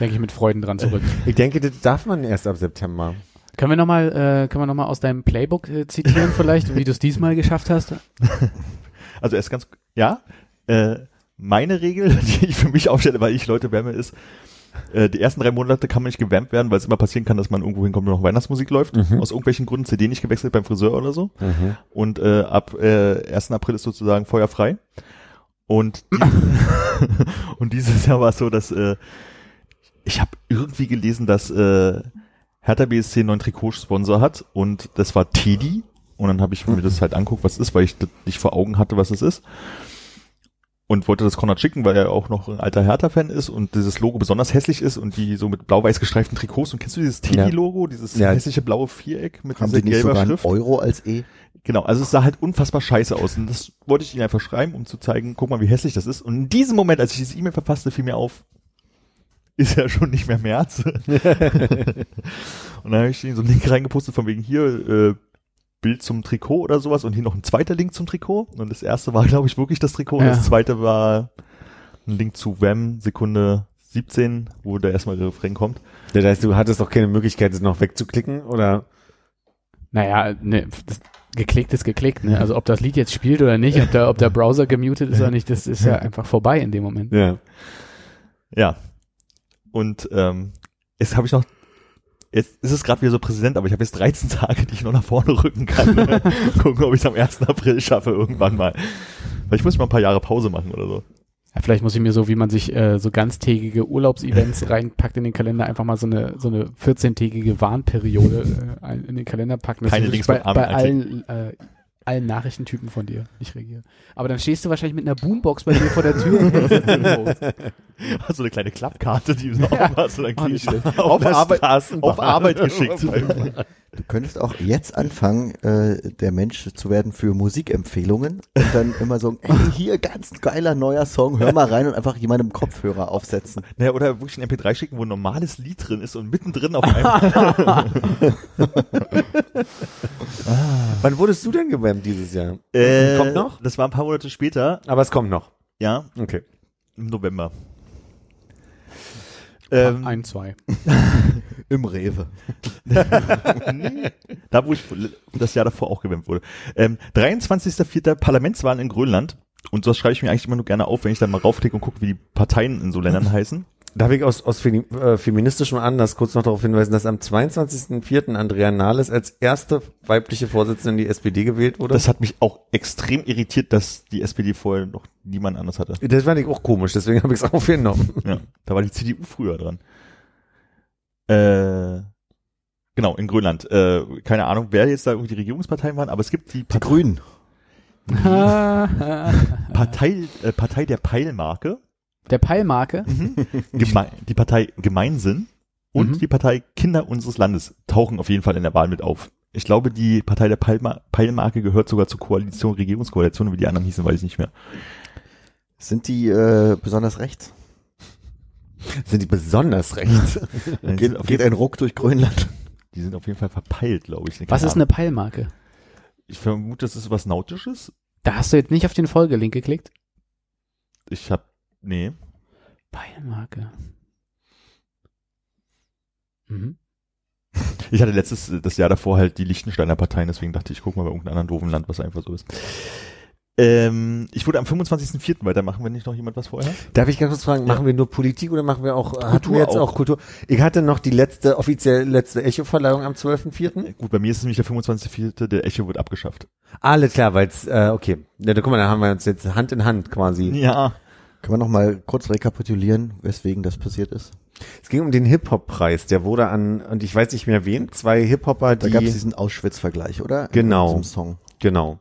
E: Denke ich mit Freuden dran zurück.
D: Ich denke, das darf man erst ab September.
E: können wir nochmal äh, können wir noch mal aus deinem Playbook äh, zitieren vielleicht, wie du es diesmal geschafft hast?
C: Also erst ganz, ja, äh, meine Regel, die ich für mich aufstelle, weil ich Leute wärme, ist, äh, die ersten drei Monate kann man nicht gewärmt werden, weil es immer passieren kann, dass man irgendwo hinkommt und noch Weihnachtsmusik läuft. Aus irgendwelchen Gründen CD nicht gewechselt beim Friseur oder so. Und äh, ab äh, 1. April ist sozusagen feuerfrei. Und, die, und dieses Jahr war es so, dass äh, ich habe irgendwie gelesen, dass äh, Hertha BSC einen neuen Trikotsponsor hat und das war Teddy. Und dann habe ich mir das halt anguckt, was ist, weil ich das nicht vor Augen hatte, was es ist. Und wollte das Konrad schicken, weil er auch noch ein alter Hertha-Fan ist und dieses Logo besonders hässlich ist und die so mit blau-weiß gestreiften Trikots. Und kennst du dieses Teddy-Logo, dieses
D: Ja.
C: hässliche blaue Viereck mit
B: Haben
C: dieser
B: die nicht
C: gelber
B: sogar einen
C: Schrift?
B: Euro als E?
C: Genau, also es sah halt unfassbar scheiße aus. Und das wollte ich ihnen einfach schreiben, um zu zeigen, guck mal, wie hässlich das ist. Und in diesem Moment, als ich diese E-Mail verfasste, fiel mir auf, ist ja schon nicht mehr März. und dann habe ich ihnen so einen Link reingepostet von wegen hier, äh, Bild zum Trikot oder sowas. Und hier noch ein zweiter Link zum Trikot. Und das erste war, glaube ich, wirklich das Trikot. Und
E: Ja.
C: das zweite war ein Link zu Wham, Sekunde 17, wo da erstmal der Refrain kommt.
D: Das heißt, du hattest doch keine Möglichkeit, das noch wegzuklicken, oder?
E: Naja, ne, das, geklickt ist geklickt. Ne? Also ob das Lied jetzt spielt oder nicht, ob der, ob der Browser gemutet ist oder nicht, das ist ja einfach vorbei in dem Moment.
D: Ja.
C: Ja. Und ähm, jetzt habe ich noch, jetzt ist es gerade wieder so Präsident, aber ich habe jetzt 13 Tage, die ich noch nach vorne rücken kann. Gucken, ob ich es am 1. April schaffe irgendwann mal. Weil ich muss mal ein paar Jahre Pause machen oder so.
E: Ja, vielleicht muss ich mir so, wie man sich äh, so ganztägige Urlaubsevents reinpackt in den Kalender, einfach mal so eine, so eine 14-tägige Warnperiode äh, ein- in den Kalender packen. dass
C: Keine
E: du
C: Links
E: wirklich bei,
C: mit Armen
E: bei allen, äh, allen Nachrichtentypen von dir nicht reagiere. Aber dann stehst du wahrscheinlich mit einer Boombox bei dir vor der Tür. und hältst das Ding hoch.
C: Hast so eine kleine Klappkarte, die du noch
E: Ja,
C: hast und dann
E: auch
C: krieg
E: nicht
C: ich
E: schlecht.
C: Oh, auf, Arbeit, auf Arbeit geschickt.
B: Du könntest auch jetzt anfangen, äh, der Mensch zu werden für Musikempfehlungen und dann immer so, ey, hier, ganz geiler neuer Song, hör mal rein und einfach jemandem Kopfhörer aufsetzen.
C: naja, oder wirklich ein MP3 schicken, wo ein normales Lied drin ist und mittendrin auf einmal.
D: Wann wurdest du denn gewämmt dieses Jahr?
C: Äh,
D: kommt noch?
C: Das war ein paar Monate später,
D: Aber es kommt noch.
C: ja,
D: Okay.
C: im November.
E: Ähm, Ein, zwei.
B: Im Rewe.
C: Da, wo ich das Jahr davor auch gewählt wurde. Ähm, 23.04. Parlamentswahlen in Grönland. Und das schreibe ich mir eigentlich immer nur gerne auf, wenn ich dann mal raufklicke und gucke, wie die Parteien in so Ländern heißen.
D: Darf ich aus, aus femi- äh, feministischem Anlass kurz noch darauf hinweisen, dass am 22.04. Andrea Nahles als erste weibliche Vorsitzende in die SPD gewählt wurde?
C: Das hat mich auch extrem irritiert, dass die SPD vorher noch niemand anders hatte.
D: das fand ich auch komisch, deswegen habe ich es aufgenommen.
C: Ja, da war die CDU früher dran. Äh, genau, in Grönland. Äh, keine Ahnung, wer jetzt da irgendwie die Regierungsparteien waren, aber es gibt die
B: Die
C: Partei,
B: Grünen.
C: Partei, äh, Partei der Peilmarke,
E: der Peilmarke.
C: Geme die Partei Gemeinsinn. und
E: Mhm.
C: die Partei Kinder unseres Landes tauchen auf jeden Fall in der Wahl mit auf. Ich glaube, die Partei der Palma, Peilmarke gehört sogar zur Koalition, Regierungskoalition, wie die anderen hießen, weiß ich nicht mehr.
B: Sind die äh, besonders rechts?
D: Sind die besonders rechts?
C: Die sind auf,
B: Geht ein Ruck durch Grönland?
C: die sind auf jeden Fall verpeilt, glaube ich.
E: Was
C: Keine
E: ist eine
C: Ahnung.
E: Peilmarke?
C: Ich vermute, das ist was Nautisches.
E: Da hast du jetzt nicht auf den Folgelink geklickt?
C: Ich habe, nee.
E: Peilmarke. Mhm.
C: Ich hatte letztes, das Jahr davor halt die Lichtensteiner Parteien, deswegen dachte ich, ich guck mal bei irgendeinem anderen doofen Land, was einfach so ist. Ähm, ich würde am 25.04. weitermachen, wenn nicht noch jemand was vorher hat.
D: Darf ich ganz kurz fragen, machen wir nur Politik oder machen wir auch hatten wir
C: Kultur
D: jetzt auch.
C: auch.
D: Kultur? Ich hatte noch die letzte, offiziell letzte Echo-Verleihung am 12.04.
C: Gut, bei mir ist es nämlich der 25.04., der Echo wird abgeschafft.
D: Alles klar, weil's, äh, okay. Na, da, guck mal, da haben wir uns jetzt Hand in Hand quasi.
C: Ja.
B: Können wir nochmal kurz rekapitulieren, weswegen das passiert ist?
D: Es ging um den Hip-Hop-Preis, der wurde an, und ich weiß nicht mehr wen, zwei Hip-Hopper,
B: Da gab es
D: die,
B: diesen Auschwitz-Vergleich, oder?
D: Genau.
B: Zum Song.
D: genau.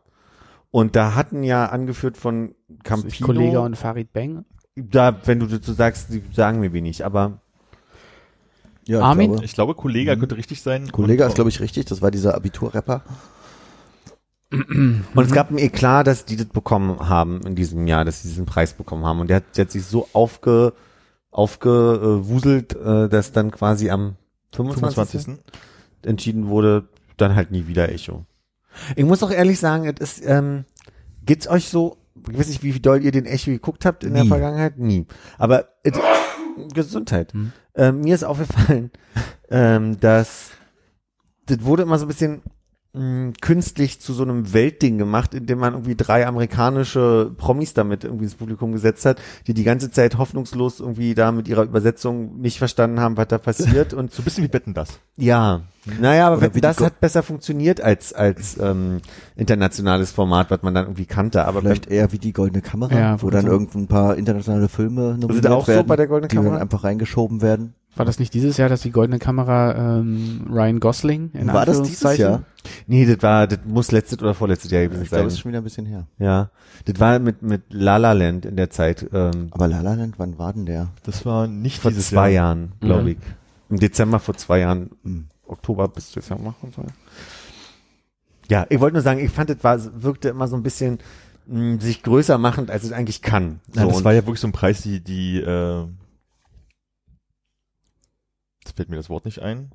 D: Und da hatten ja angeführt von
E: Ist nicht
D: Campino.
E: Kollege Also und Farid Bang.
D: da, wenn du dazu sagst, die sagen mir wenig, aber
B: Ja, ich
E: Armin?
B: Glaube,
C: Ich glaube, Kollega könnte richtig sein.
B: Kollege
C: Und-
B: ist, glaube ich, richtig. Das war dieser Abiturrapper.
D: Und es gab ein Eklat, dass die das bekommen haben in diesem Jahr, dass sie diesen Preis bekommen haben. Und der hat, der hat sich so aufge, aufgewuselt, äh, dass dann quasi am 25.
C: 25.
D: entschieden wurde, dann halt nie wieder Echo. Ich muss auch ehrlich sagen, es ist, ähm, geht's euch so, ich weiß nicht, wie doll ihr den Echo geguckt habt in der
B: Nie.
D: Vergangenheit? Nie. Aber es- Gesundheit. Ähm, mir ist aufgefallen, ähm, dass das wurde immer so ein bisschen mh, künstlich zu so einem Weltding gemacht, indem man irgendwie drei amerikanische Promis damit irgendwie ins Publikum gesetzt hat, die die ganze Zeit hoffnungslos irgendwie da mit ihrer Übersetzung nicht verstanden haben, was da passiert und
C: So ein bisschen wie Betten das.
D: ja, naja, aber
B: Oder
D: wenn-
B: wie die
D: das
B: Go-
D: hat besser funktioniert als als ähm, internationales Format, was man dann irgendwie kannte. Aber
B: Vielleicht eher wie die Goldene Kamera,
E: Ja,
B: wo dann
E: so.
B: irgendein paar internationale Filme nominiert
D: auch so
B: werden,
D: bei der Goldenen
B: die
D: Kamera?
B: dann einfach reingeschoben werden.
E: War das nicht dieses Jahr, dass die goldene Kamera ähm, Ryan Gosling in
B: War das dieses
E: Anführungszeichen?
B: Jahr?
D: nee, das war, das muss letztes oder vorletztes Jahr gewesen
B: Ich glaube,
D: sein.
B: es ist schon wieder ein bisschen her.
D: ja, das war mit mit La La Land in der Zeit ähm,
B: Aber La La Land, wann war denn der?
C: Das war nicht
D: vor
C: dieses
D: zwei
C: Jahr.
D: Jahren, glaube
E: Mhm.
D: ich. Im Dezember vor zwei Jahren,
B: Mhm.
D: Oktober bis Dezember. und so. Ja, ich wollte nur sagen, ich fand, das war, wirkte immer so ein bisschen mh, sich größer machend, als es eigentlich kann. So,
C: Nein, das
D: und-
C: war ja wirklich so ein Preis, die, die, äh, jetzt fällt mir das Wort nicht ein.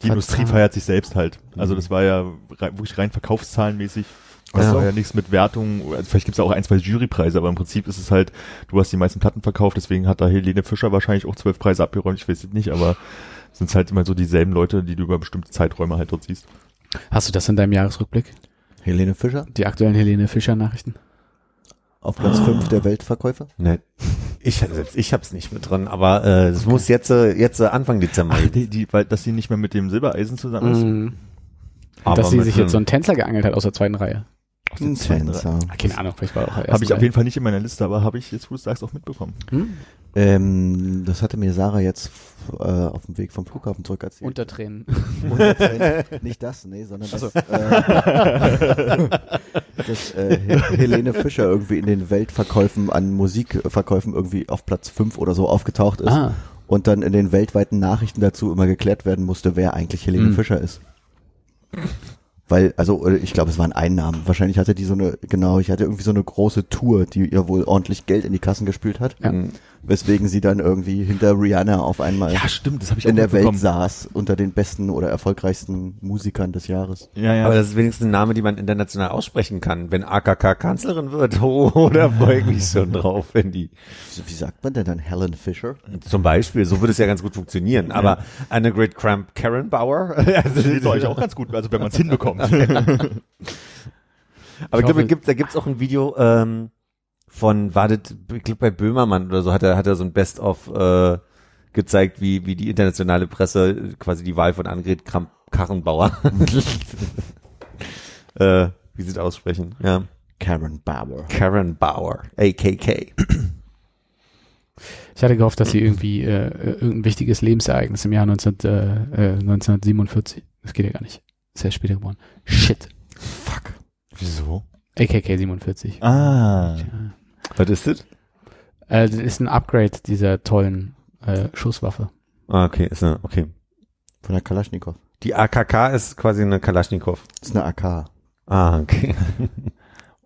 C: Die
E: Vertrag.
C: Industrie feiert sich selbst halt. Also das war ja rei- wirklich rein verkaufszahlenmäßig. Das
D: Ja.
C: war ja nichts mit Wertung. Also vielleicht gibt's da auch ein, zwei Jurypreise, aber im Prinzip ist es halt, du hast die meisten Platten verkauft, deswegen hat da Helene Fischer wahrscheinlich auch zwölf Preise abgeräumt, ich weiß es nicht, aber sind halt immer so dieselben Leute, die du über bestimmte Zeiträume halt dort siehst.
E: Hast du das in deinem Jahresrückblick?
B: Helene Fischer
E: Die aktuellen Helene Fischer Nachrichten?
B: auf Platz 5 der Weltverkäufe.
D: Ne, ich selbst ich hab's nicht mit drin, aber äh, es muss jetzt äh, jetzt äh, Anfang Dezember.
C: Ach, die, die, weil, Mhm. dass sie nicht mehr mit dem Silbereisen zusammen ist.
E: Mhm.
D: aber
E: Dass sie
D: mit
E: sich
D: einem-
E: jetzt so einen Tänzer geangelt hat aus der zweiten Reihe.
B: Ein Tänzer.
E: Ah, Keine Ahnung, vielleicht war er auch erst.
C: Habe ich auf jeden Fall nicht in meiner Liste, aber habe ich jetzt, wo du es sagst, auch mitbekommen.
E: Hm?
B: Ähm, das hatte mir Sarah jetzt äh, auf dem Weg vom Flughafen zurück erzählt.
E: Unter Tränen.
B: Nicht das, nee, sondern das, äh, dass äh, He- Helene Fischer irgendwie in den Weltverkäufen an Musikverkäufen irgendwie auf Platz 5 oder so aufgetaucht ist
E: Ah.
B: und dann in den weltweiten Nachrichten dazu immer geklärt werden musste, wer eigentlich Helene
E: Mhm.
B: Fischer ist. Weil, also äh, ich glaube, es waren Einnahmen. Wahrscheinlich hatte die so eine, genau, ich hatte irgendwie so eine große Tour, die ihr wohl ordentlich Geld in die Kassen gespült hat,
E: Ja.
B: weswegen sie dann irgendwie hinter Rihanna auf einmal
C: Ja, stimmt, das habe ich auch
B: in der Welt
C: mitbekommen.
B: saß unter den besten oder erfolgreichsten Musikern des Jahres.
C: Ja, ja.
D: aber das ist wenigstens ein Name, die man international aussprechen kann. Wenn AKK Kanzlerin wird, oh, da freue ich mich schon drauf, wenn die.
B: So, Wie sagt man denn dann Helen Fisher?
D: Zum Beispiel, so würde es ja ganz gut funktionieren. Aber eine Great Cramp Karen Bauer, also,
C: das geht euch auch ganz gut, also wenn man es hinbekommt.
D: aber ich
E: Ich
D: glaube,
E: hoffe-
D: gibt, da gibt's auch ein Video ähm, von, war das, ich glaube bei Böhmermann oder so, hat er, hat er so ein Best-of äh, gezeigt, wie, wie die internationale Presse quasi die Wahl von Annegret Kramp Karrenbauer, äh, wie sie das aussprechen, ja.
B: Karen Bauer.
D: Karen Bauer, AKK.
E: Ich hatte gehofft, dass sie irgendwie äh, irgendein wichtiges Lebensereignis im Jahr 19, äh, äh, 1947. Das geht ja gar nicht. Ist ja später geboren. Shit.
B: Fuck.
C: Wieso?
E: AKK 47.
C: Ah.
E: Ja.
D: Was ist das?
E: Äh, das ist ein Upgrade dieser tollen äh, Schusswaffe.
D: Ah, okay, ist eine, okay.
B: Von der Kalaschnikow.
D: Die AKK ist quasi eine Kalaschnikow.
B: Das ist eine AK.
D: Ah, okay.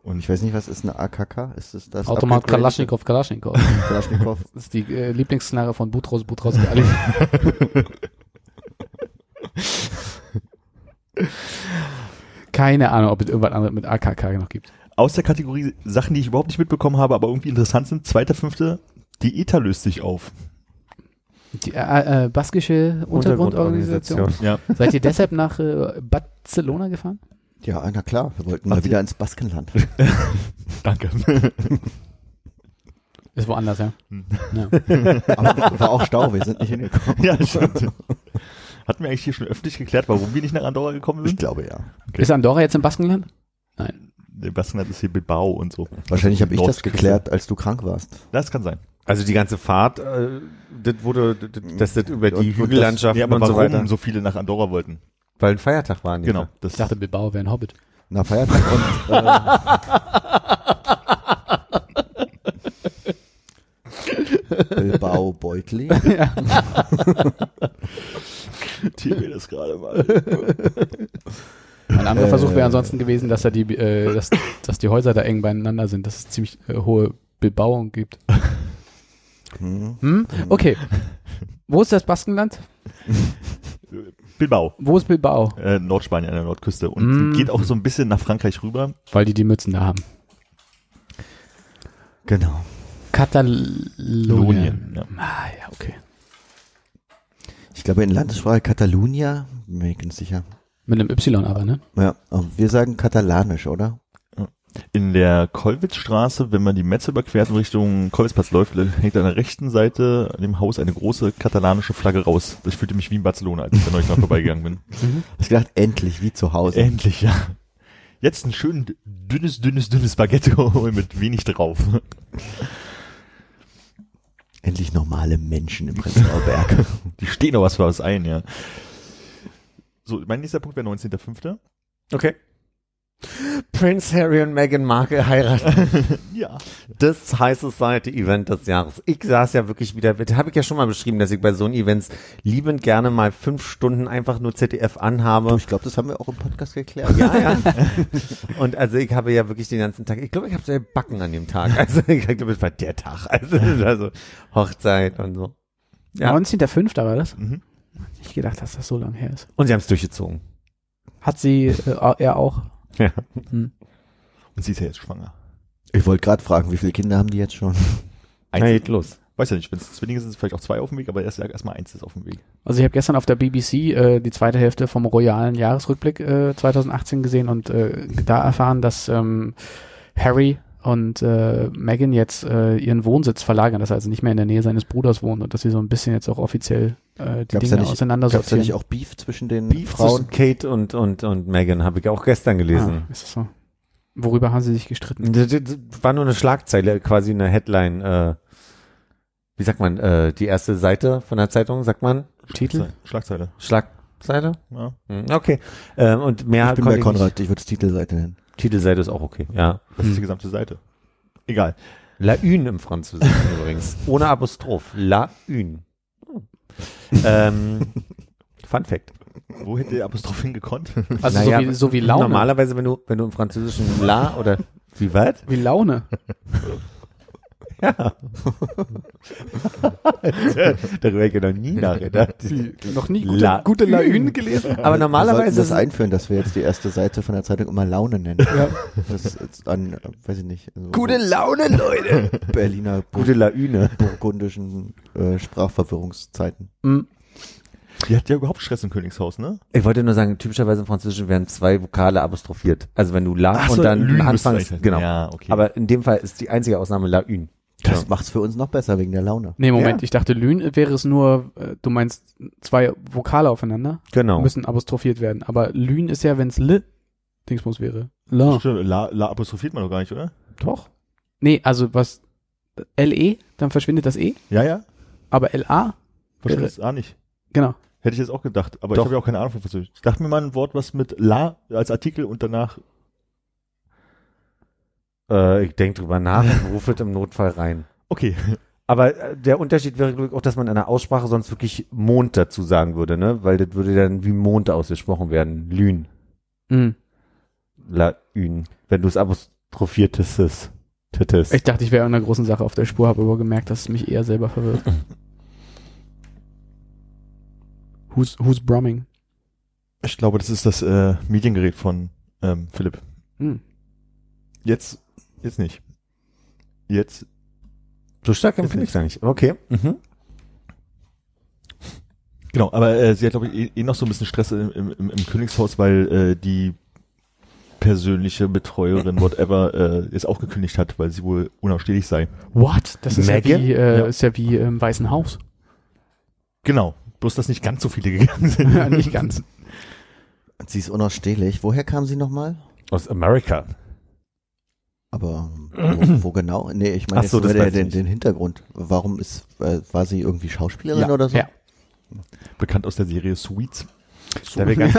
C: Und
B: Ich weiß nicht, was ist eine AKK? Ist das das?
E: Automat
B: abgegradete
E: Kalaschnikow, Kalaschnikow.
B: Kalaschnikow.
E: Das ist die äh, Lieblingsszenario von Butros, Butros und Ali. Keine Ahnung, ob es irgendwas anderes mit AKK noch gibt.
C: Aus der Kategorie Sachen, die ich überhaupt nicht mitbekommen habe, aber irgendwie interessant sind, zweiter, fünfte, die ETA löst sich auf.
E: Die äh, äh, baskische Untergrundorganisation.
C: Ja.
E: Seid ihr deshalb nach äh, Barcelona gefahren?
B: Ja, na klar. Wir wollten mal
C: Macht ihr-
B: wieder ins Baskenland.
C: Danke.
E: Ist woanders, ja. ja.
B: Aber war auch Stau. Wir sind nicht hingekommen.
C: ja, stimmt. Hatten wir eigentlich hier schon öffentlich geklärt, warum wir nicht nach Andorra gekommen
B: Ich
C: sind?
B: glaube ja.
E: Ist Andorra jetzt im Baskenland? Nein.
C: Sebastian hat es hier Bilbao und so.
B: Wahrscheinlich habe ich das
C: Nordküste.
B: geklärt, als du krank warst.
C: Das kann sein.
D: Also die ganze Fahrt, äh, das wurde, das, das, das über die
B: Und- und das-
D: Hügellandschaften
C: Ja, aber
D: und so
C: warum
D: weiter.
C: so viele nach Andorra wollten.
D: Weil ein Feiertag war. an dem
C: Genau.
D: Tag.
C: Das
E: Ich dachte, Bilbao wäre ein Hobbit.
B: Na, Feiertag und äh, ähm, Bilbao Beutli.
C: Tier mir das gerade mal.
E: Ein anderer
B: Äh.
E: Versuch wäre ansonsten gewesen, dass, da die, äh, dass, dass die Häuser da eng beieinander sind, dass es ziemlich äh, hohe Bebauung gibt.
B: Hm.
E: Hm? Okay. Wo ist das Baskenland?
C: Bilbao.
E: Wo ist Bilbao?
C: Äh, Nordspanien an der Nordküste. Und
E: Mm.
C: geht auch so ein bisschen nach Frankreich rüber.
E: Weil die die Mützen da haben.
B: Genau.
E: Katalonien.
C: Lonien, ja.
E: Ah, ja, okay.
B: Ich glaube in Landessprache Katalunia, bin mir nicht ganz sicher.
E: Mit einem Y aber, ne?
B: Ja, aber wir sagen katalanisch, oder?
C: In der Kollwitzstraße, wenn man die Metze überquert und Richtung Kollwitzplatz läuft, hängt an der rechten Seite an dem Haus eine große katalanische Flagge raus. Ich fühlte mich wie in Barcelona, als ich da neulich mal vorbeigegangen bin.
B: Ich gedacht, endlich wie zu Hause.
C: Endlich, ja. Jetzt ein schön dünnes, dünnes, dünnes Baguette holen mit wenig drauf.
B: Endlich normale Menschen im Prenzlauer Berg.
C: Die stehen doch was für was ein, ja. So, mein nächster Punkt wäre 19.05.
D: Okay. Prince Harry und Meghan Markle heiraten.
C: Ja.
D: das High Society Event des Jahres. Ich saß ja wirklich wieder, das habe ich ja schon mal beschrieben, dass ich bei so einem Events liebend gerne mal fünf Stunden einfach nur ZDF anhabe.
B: Ich glaube, das haben wir auch im Podcast geklärt.
D: Ja, ja. Und also ich habe ja wirklich den ganzen Tag, ich glaube, ich habe zwei Backen an dem Tag. Also ich glaube, das war der Tag. Also, also Hochzeit und so. Ja.
E: 19.05. war das?
C: Mhm.
E: Ich gedacht, dass das so lang her ist.
D: Und sie haben es durchgezogen.
E: Hat sie äh, er auch?
D: Ja.
C: Und sie ist ja jetzt schwanger.
B: Ich wollte gerade fragen, wie viele Kinder haben die jetzt schon?
D: Na, geht los.
C: Weiß ja nicht, wenn es Zwillinge sind, sind vielleicht auch zwei auf dem Weg, aber erst erstmal eins ist auf dem Weg.
E: Also ich habe gestern auf der BBC äh, die zweite Hälfte vom royalen Jahresrückblick äh, 2018 gesehen und äh, da erfahren, dass ähm, Harry und äh, Meghan jetzt äh, ihren Wohnsitz verlagern, dass er also nicht mehr in der Nähe seines Bruders wohnt und dass sie so ein bisschen jetzt auch offiziell äh, die
B: Gab's da
E: Dinge
B: nicht- Gab es da
E: auseinandersortieren.
B: nicht auch Also Beef zwischen den
D: Die
B: Frauen?
D: Frauen Kate und, und, und Megan habe ich auch gestern gelesen.
E: ah, ist das so? Worüber haben sie sich
B: Hm.
E: gestritten?
D: Das, das das war nur eine Schlagzeile, quasi eine Headline. Äh, wie sagt man, äh, die erste Seite von der Zeitung, sagt man?
E: Titel?
C: Schlagzeile.
D: Schlagseite?
C: Ja.
D: Hm, Okay. Ähm, und mehr
B: Ich bin
D: konnte
B: bei
D: nicht.
B: Konrad, ich würde es Titelseite nennen.
D: Titelseite ist auch okay, ja.
C: Das
E: Hm.
C: ist die gesamte Seite. Egal.
D: La Une im Französischen übrigens. Ohne Apostroph. La Une. Hm. ähm, Fun Fact.
C: Wo hätte der Apostroph hingekonnt?
E: Also
D: Naja,
E: so, wie, so wie Laune.
D: Normalerweise, wenn du, wenn du im Französischen La oder wie weit?
E: Wie Laune.
D: Ja. Darüber hätte ich noch nie nachgedacht.
E: Noch nie gute,
D: La-
E: gute Laune gelesen.
D: Aber
B: Normalerweise
D: normalerweise
B: das
D: sind-
B: einführen, dass wir jetzt die erste Seite von der Zeitung immer Laune nennen.
E: Ja.
B: Das ist jetzt an, äh, weiß ich nicht, so
D: Laune, Leute.
B: Berliner Bur
D: Gute Laune.
B: burgundischen äh, Sprachverwirrungszeiten.
E: Mm.
C: Die hat ja überhaupt Stress im Königshaus, ne?
D: Ich wollte nur sagen, typischerweise im Französischen werden zwei Vokale apostrophiert. Also wenn du La
C: Ach so,
D: und dann
C: Lüne müsste eigentlich
D: anfängst.
C: heißen.
D: Genau.
C: Ja, okay.
D: Aber in dem Fall ist die einzige Ausnahme La Une.
B: Das macht's für uns noch besser wegen der Laune.
E: Nee, Moment,
D: Ja.
E: ich dachte, Lün wäre es nur, äh, du meinst zwei Vokale aufeinander,
D: Genau.
E: müssen apostrophiert werden. Aber Lün ist ja, wenn's L Dingsbums wäre. La.
C: Stimmt, la, la apostrophiert man doch gar nicht, oder?
E: Doch. Nee, also was LE, dann verschwindet das E,
C: Ja, ja.
E: aber LA,
C: Verstehe das auch nicht.
E: genau.
C: Hätte ich jetzt auch gedacht, aber
D: Doch.
C: ich habe ja auch keine Ahnung von Französisch. Ich dachte mir mal ein Wort, was mit la als Artikel und danach.
D: Äh, ich denke drüber nach und rufe es im Notfall rein.
C: Okay.
D: Aber äh, der Unterschied wäre, glaube ich, auch, dass man in der Aussprache sonst wirklich Mond dazu sagen würde, ne? Weil das würde dann wie Mond ausgesprochen werden. Lün.
E: Mhm.
D: Laün. Wenn du es apostrophiertest. es. Tittest.
E: Ich dachte, ich wäre einer großen Sache auf der Spur, habe aber gemerkt, dass es mich eher selber verwirrt. Who's, who's Brumming?
C: Ich glaube, das ist das äh, Mediengerät von ähm, Philipp.
E: Hm.
C: Jetzt, jetzt nicht. Jetzt,
D: So stark empfinde ich es ja nicht. Okay. Mhm.
C: genau, aber äh, sie hat, glaube ich, eh, eh noch so ein bisschen Stress im, im, im im Königshaus, weil äh, die persönliche Betreuerin, whatever, äh, jetzt auch gekündigt hat, weil sie wohl unausstehlich sei.
E: What? Das ist ja
D: Megan?
E: wie, äh,
C: Ja.
E: Ist ja wie im Weißen Haus.
C: Genau, bloß dass nicht ganz so viele gegangen sind.
E: Nicht ganz.
B: Sie ist unausstehlich. Woher kam sie nochmal?
D: Aus Amerika.
B: Aber wo, wo genau? Nee, ich meine
D: Ach
B: jetzt
D: so,
B: nur
D: das
B: der,
D: weiß ich
B: den,
D: nicht.
B: den Hintergrund. Warum ist, äh, war sie irgendwie Schauspielerin
C: Ja.
B: oder so?
E: Ja.
C: Bekannt aus der Serie Sweets.
D: Da wir ganz,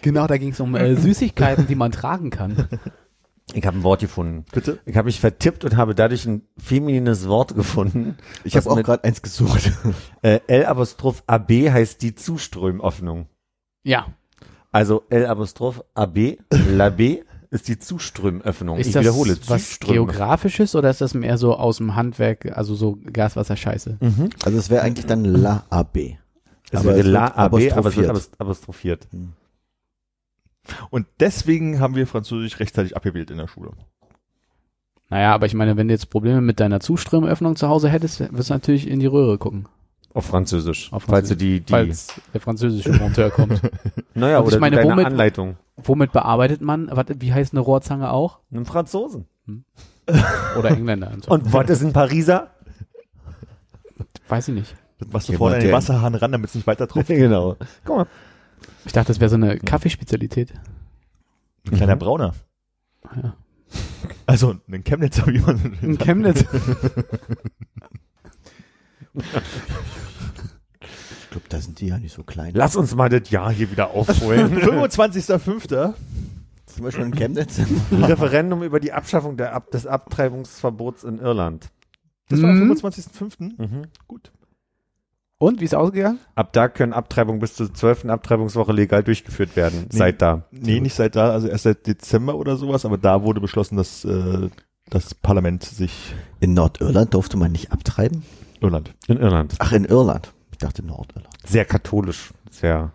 E: Genau, da ging es um äh, Süßigkeiten, die man tragen kann.
D: ich habe ein Wort gefunden.
C: Bitte?
D: Ich habe mich vertippt und habe dadurch ein feminines Wort gefunden.
B: Ich habe
D: Was
B: auch
D: Also mit-
B: gerade eins gesucht.
D: Äh, L-Apostroph AB heißt die Zuströmöffnung.
E: Ja.
D: Also L-Apostroph AB, Labé ist die Zuströmöffnung.
E: Ist
D: ich
E: das
D: wiederhole,
E: was Geografisches oder ist das mehr so aus dem Handwerk, also so Gaswasserscheiße?
B: Also es wäre eigentlich dann La AB.
D: Mhm. Es
B: aber
D: wäre
B: es wird
D: La AB, aber es wird
B: apostrophiert.
D: abos- apostrophiert.
C: Und deswegen haben wir Französisch rechtzeitig abgewählt in der Schule.
E: Naja, aber ich meine, wenn du jetzt Probleme mit deiner Zuströmöffnung zu Hause hättest, wirst du natürlich in die Röhre gucken,
D: Auf Französisch.
E: Auf
D: Falls du die, die
E: falls der französische Monteur kommt.
D: naja,
E: Und ich
D: oder
E: meine,
D: meine, deine
E: womit-
D: Anleitung.
E: Womit bearbeitet man, was, wie heißt eine Rohrzange auch?
D: Einem Franzosen.
E: Oder Engländer?
D: Und was ist ein Pariser?
E: Weiß ich nicht.
C: Das machst du
D: Jemand,
C: vorne an den
D: der-
C: Wasserhahn ran, damit es nicht weiter tropft.
D: genau. Guck mal.
E: Ich dachte, das wäre so eine Kaffeespezialität.
C: Ein kleiner Brauner.
E: Ja.
C: Also ein Chemnitzer, wie man
E: In Chemnitz.
B: Ich glaube, da sind die ja nicht so klein.
D: Lass uns mal das Jahr hier wieder aufholen.
C: 25.05.
B: Zum Beispiel in Chemnitz.
D: Referendum über die Abschaffung der Ab des Abtreibungsverbots in Irland.
C: Das war
E: Mhm.
C: am 25.05. Gut.
E: Und, wie ist ausgegangen?
D: Ab da können Abtreibungen bis zur 12. Abtreibungswoche legal durchgeführt werden. Seit da.
C: Nee, nicht seit da, also erst seit Dezember oder sowas, aber da wurde beschlossen, dass äh, das Parlament sich
B: In Nordirland durfte man nicht abtreiben?
C: Irland.
D: In Irland.
B: Ach, in Irland. Ich dachte Nordirland.
D: Sehr katholisch. Sehr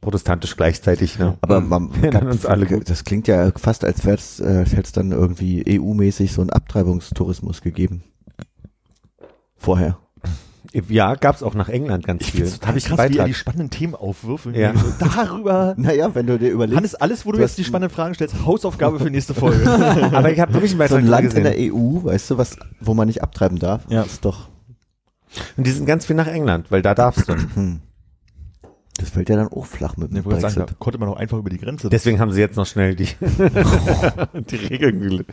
D: protestantisch gleichzeitig. Ne?
B: Aber man
D: Wir erinnern uns alle gut.
B: das klingt ja fast, als hätte es äh, hätt's dann irgendwie EU-mäßig so einen Abtreibungstourismus gegeben. Vorher.
D: Ja, gab's auch nach England ganz viel.
C: find's total
D: Hab einen
C: krass, wie er die
D: Beitrag.
C: spannenden Themen aufwirft. Und
D: Ja.
C: ich so, darüber.
B: Naja, wenn du dir überlegst,
C: Hannes, alles, wo du
B: Du
C: jetzt
B: hast-
C: die spannenden Fragen stellst, Hausaufgabe für nächste Folge.
D: Aber ich habe wirklich einen
B: so
D: Beitrag
B: ein Land
D: gesehen.
B: in der EU, weißt du, was, wo man nicht abtreiben darf,
C: Ja.
B: ist doch,
D: Und E- die sind ganz viel nach England, weil da darfst du.
B: das fällt ja dann auch flach mit dem
C: Ich wollte
B: Brexit.
C: sagen, da konnte man auch einfach über die Grenze.
D: Deswegen haben sie jetzt noch schnell die, die Regeln gel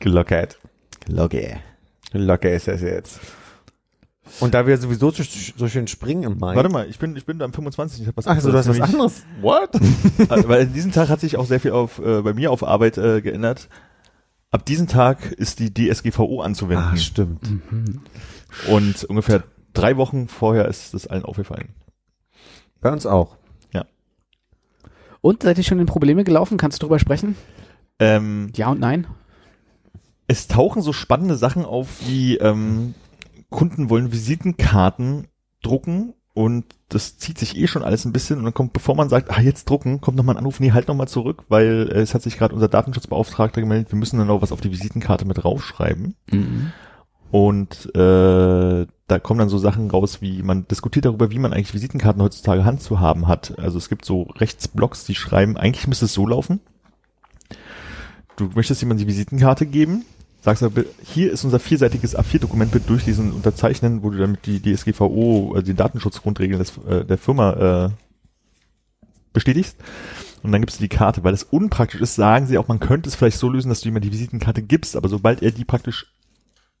D: gelockert.
B: Logge.
D: Locker ist das jetzt. Und da wir sowieso so, so schön springen im Mai.
C: Warte mal, ich bin, ich bin am 25. Ich hab was
D: Achso, du hast was anderes. What?
C: Äh, Weil an diesem Tag hat sich auch sehr viel auf, äh, bei mir auf Arbeit äh, geändert. Ab diesem Tag ist die DSGVO anzuwenden.
D: Ah, stimmt.
C: und ungefähr drei Wochen vorher ist das allen aufgefallen.
D: Bei uns auch.
E: Und, seid ihr schon in Probleme gelaufen? Kannst du drüber sprechen?
C: Ähm,
E: Ja und nein?
C: es tauchen so spannende Sachen auf, wie ähm, Kunden wollen Visitenkarten drucken und das zieht sich eh schon alles ein bisschen und dann kommt, bevor man sagt, ah, jetzt drucken, kommt nochmal ein Anruf, nee, halt nochmal zurück, weil äh, es hat sich gerade unser Datenschutzbeauftragter gemeldet, wir müssen dann noch was auf die Visitenkarte mit draufschreiben.
D: Mhm.
C: Und äh, da kommen dann so Sachen raus, wie man diskutiert darüber, wie man eigentlich Visitenkarten heutzutage handzuhaben hat. Also es gibt so Rechtsblogs, die schreiben, eigentlich müsste es so laufen. Du möchtest jemandem die Visitenkarte geben, sagst aber, hier ist unser vierseitiges A4-Dokument, bitte durchlesen und unterzeichnen, wo du damit die DSGVO, also die Datenschutzgrundregeln des, äh, der Firma äh, bestätigst. Und dann gibst du die Karte. Weil es unpraktisch ist, sagen sie auch, man könnte es vielleicht so lösen, dass du jemandem die Visitenkarte gibst, aber sobald er die praktisch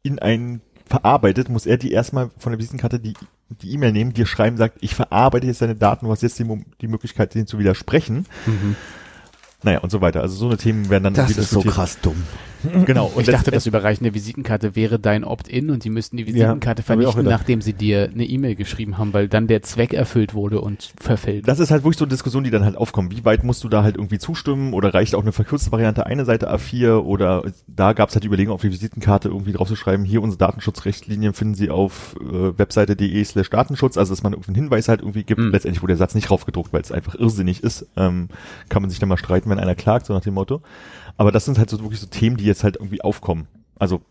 C: in einen verarbeitet, muss er die erstmal von der Visitenkarte die die E-Mail nehmen, dir schreiben, sagt, ich verarbeite jetzt deine Daten, du hast jetzt die, Mo- die Möglichkeit, denen zu widersprechen. Naja, und so weiter. Also so eine Themen werden dann
B: Das
C: irgendwie
B: ist so
C: diskutiert.
B: krass dumm.
C: Genau. Und
E: ich dachte, das Überreichen der Visitenkarte wäre dein Opt-in und die müssten die Visitenkarte
D: hab ich auch
E: vernichten,
D: gedacht.
E: nachdem sie dir eine E-Mail geschrieben haben, weil dann der Zweck erfüllt wurde und verfällt.
C: das ist halt wirklich so eine Diskussion, die dann halt aufkommt. Wie weit musst du da halt irgendwie zustimmen oder reicht auch eine verkürzte Variante eine Seite A4 oder da gab es halt die Überlegung, auf die Visitenkarte irgendwie draufzuschreiben, hier unsere Datenschutzrichtlinien finden Sie auf äh, webseite.de slash Datenschutz, also dass man irgendeinen Hinweis halt irgendwie gibt.
E: Mhm.
C: Letztendlich wurde der Satz nicht draufgedruckt, weil es einfach irrsinnig ist. Ähm, kann man sich dann mal streiten, wenn einer klagt, so nach dem Motto. Aber das sind halt so wirklich so Themen, die jetzt halt irgendwie aufkommen. Also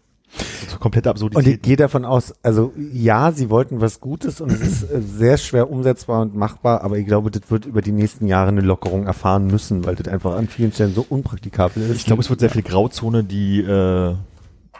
C: so komplette Absurdität.
D: Und ich gehe davon aus, also ja, sie wollten was Gutes und es ist äh, sehr schwer umsetzbar und machbar, aber ich glaube, das wird über die nächsten Jahre eine Lockerung erfahren müssen, weil das einfach an vielen Stellen so unpraktikabel ist.
C: Ich glaube, es wird sehr viel Grauzone, die äh,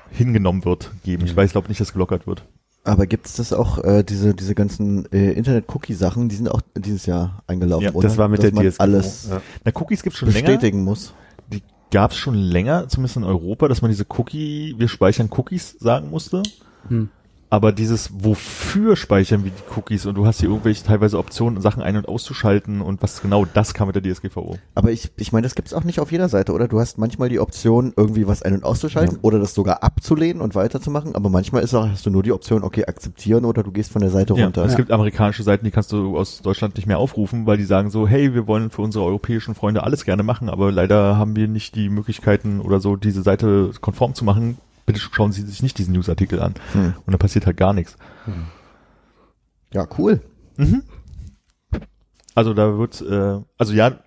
C: hingenommen wird, geben. Ich weiß, glaube nicht, dass gelockert wird.
B: Aber gibt es das auch, äh, diese, diese ganzen äh, Internet-Cookie-Sachen, die sind auch dieses Jahr eingelaufen,
C: Ja,
B: oder?
D: das war mit
B: Dass
D: der
B: man
D: DSGVO.
B: alles
D: Ja.
C: Na, Cookies gibt's schon länger.
B: bestätigen muss.
C: Die gab's schon länger, zumindest in Europa, dass man diese Cookie, wir speichern Cookies sagen musste.
E: Hm.
C: Aber dieses, wofür speichern wir die Cookies und du hast hier irgendwelche teilweise Optionen, Sachen ein- und auszuschalten und was genau, das kam mit der DSGVO.
B: Aber ich, ich meine, das gibt's auch nicht auf jeder Seite, oder? Du hast manchmal die Option, irgendwie was ein- und auszuschalten oder das sogar abzulehnen und weiterzumachen, aber manchmal ist auch, hast du nur die Option, okay, akzeptieren oder du gehst von der Seite
C: Ja,
B: runter.
C: es gibt amerikanische Seiten, die kannst du aus Deutschland nicht mehr aufrufen, weil die sagen so, hey, wir wollen für unsere europäischen Freunde alles gerne machen, aber leider haben wir nicht die Möglichkeiten oder so, diese Seite konform zu machen. Bitte schauen Sie sich nicht diesen Newsartikel an.
B: Hm.
C: Und da passiert halt gar nichts.
B: Ja, cool.
C: Also da wird, äh, also ja,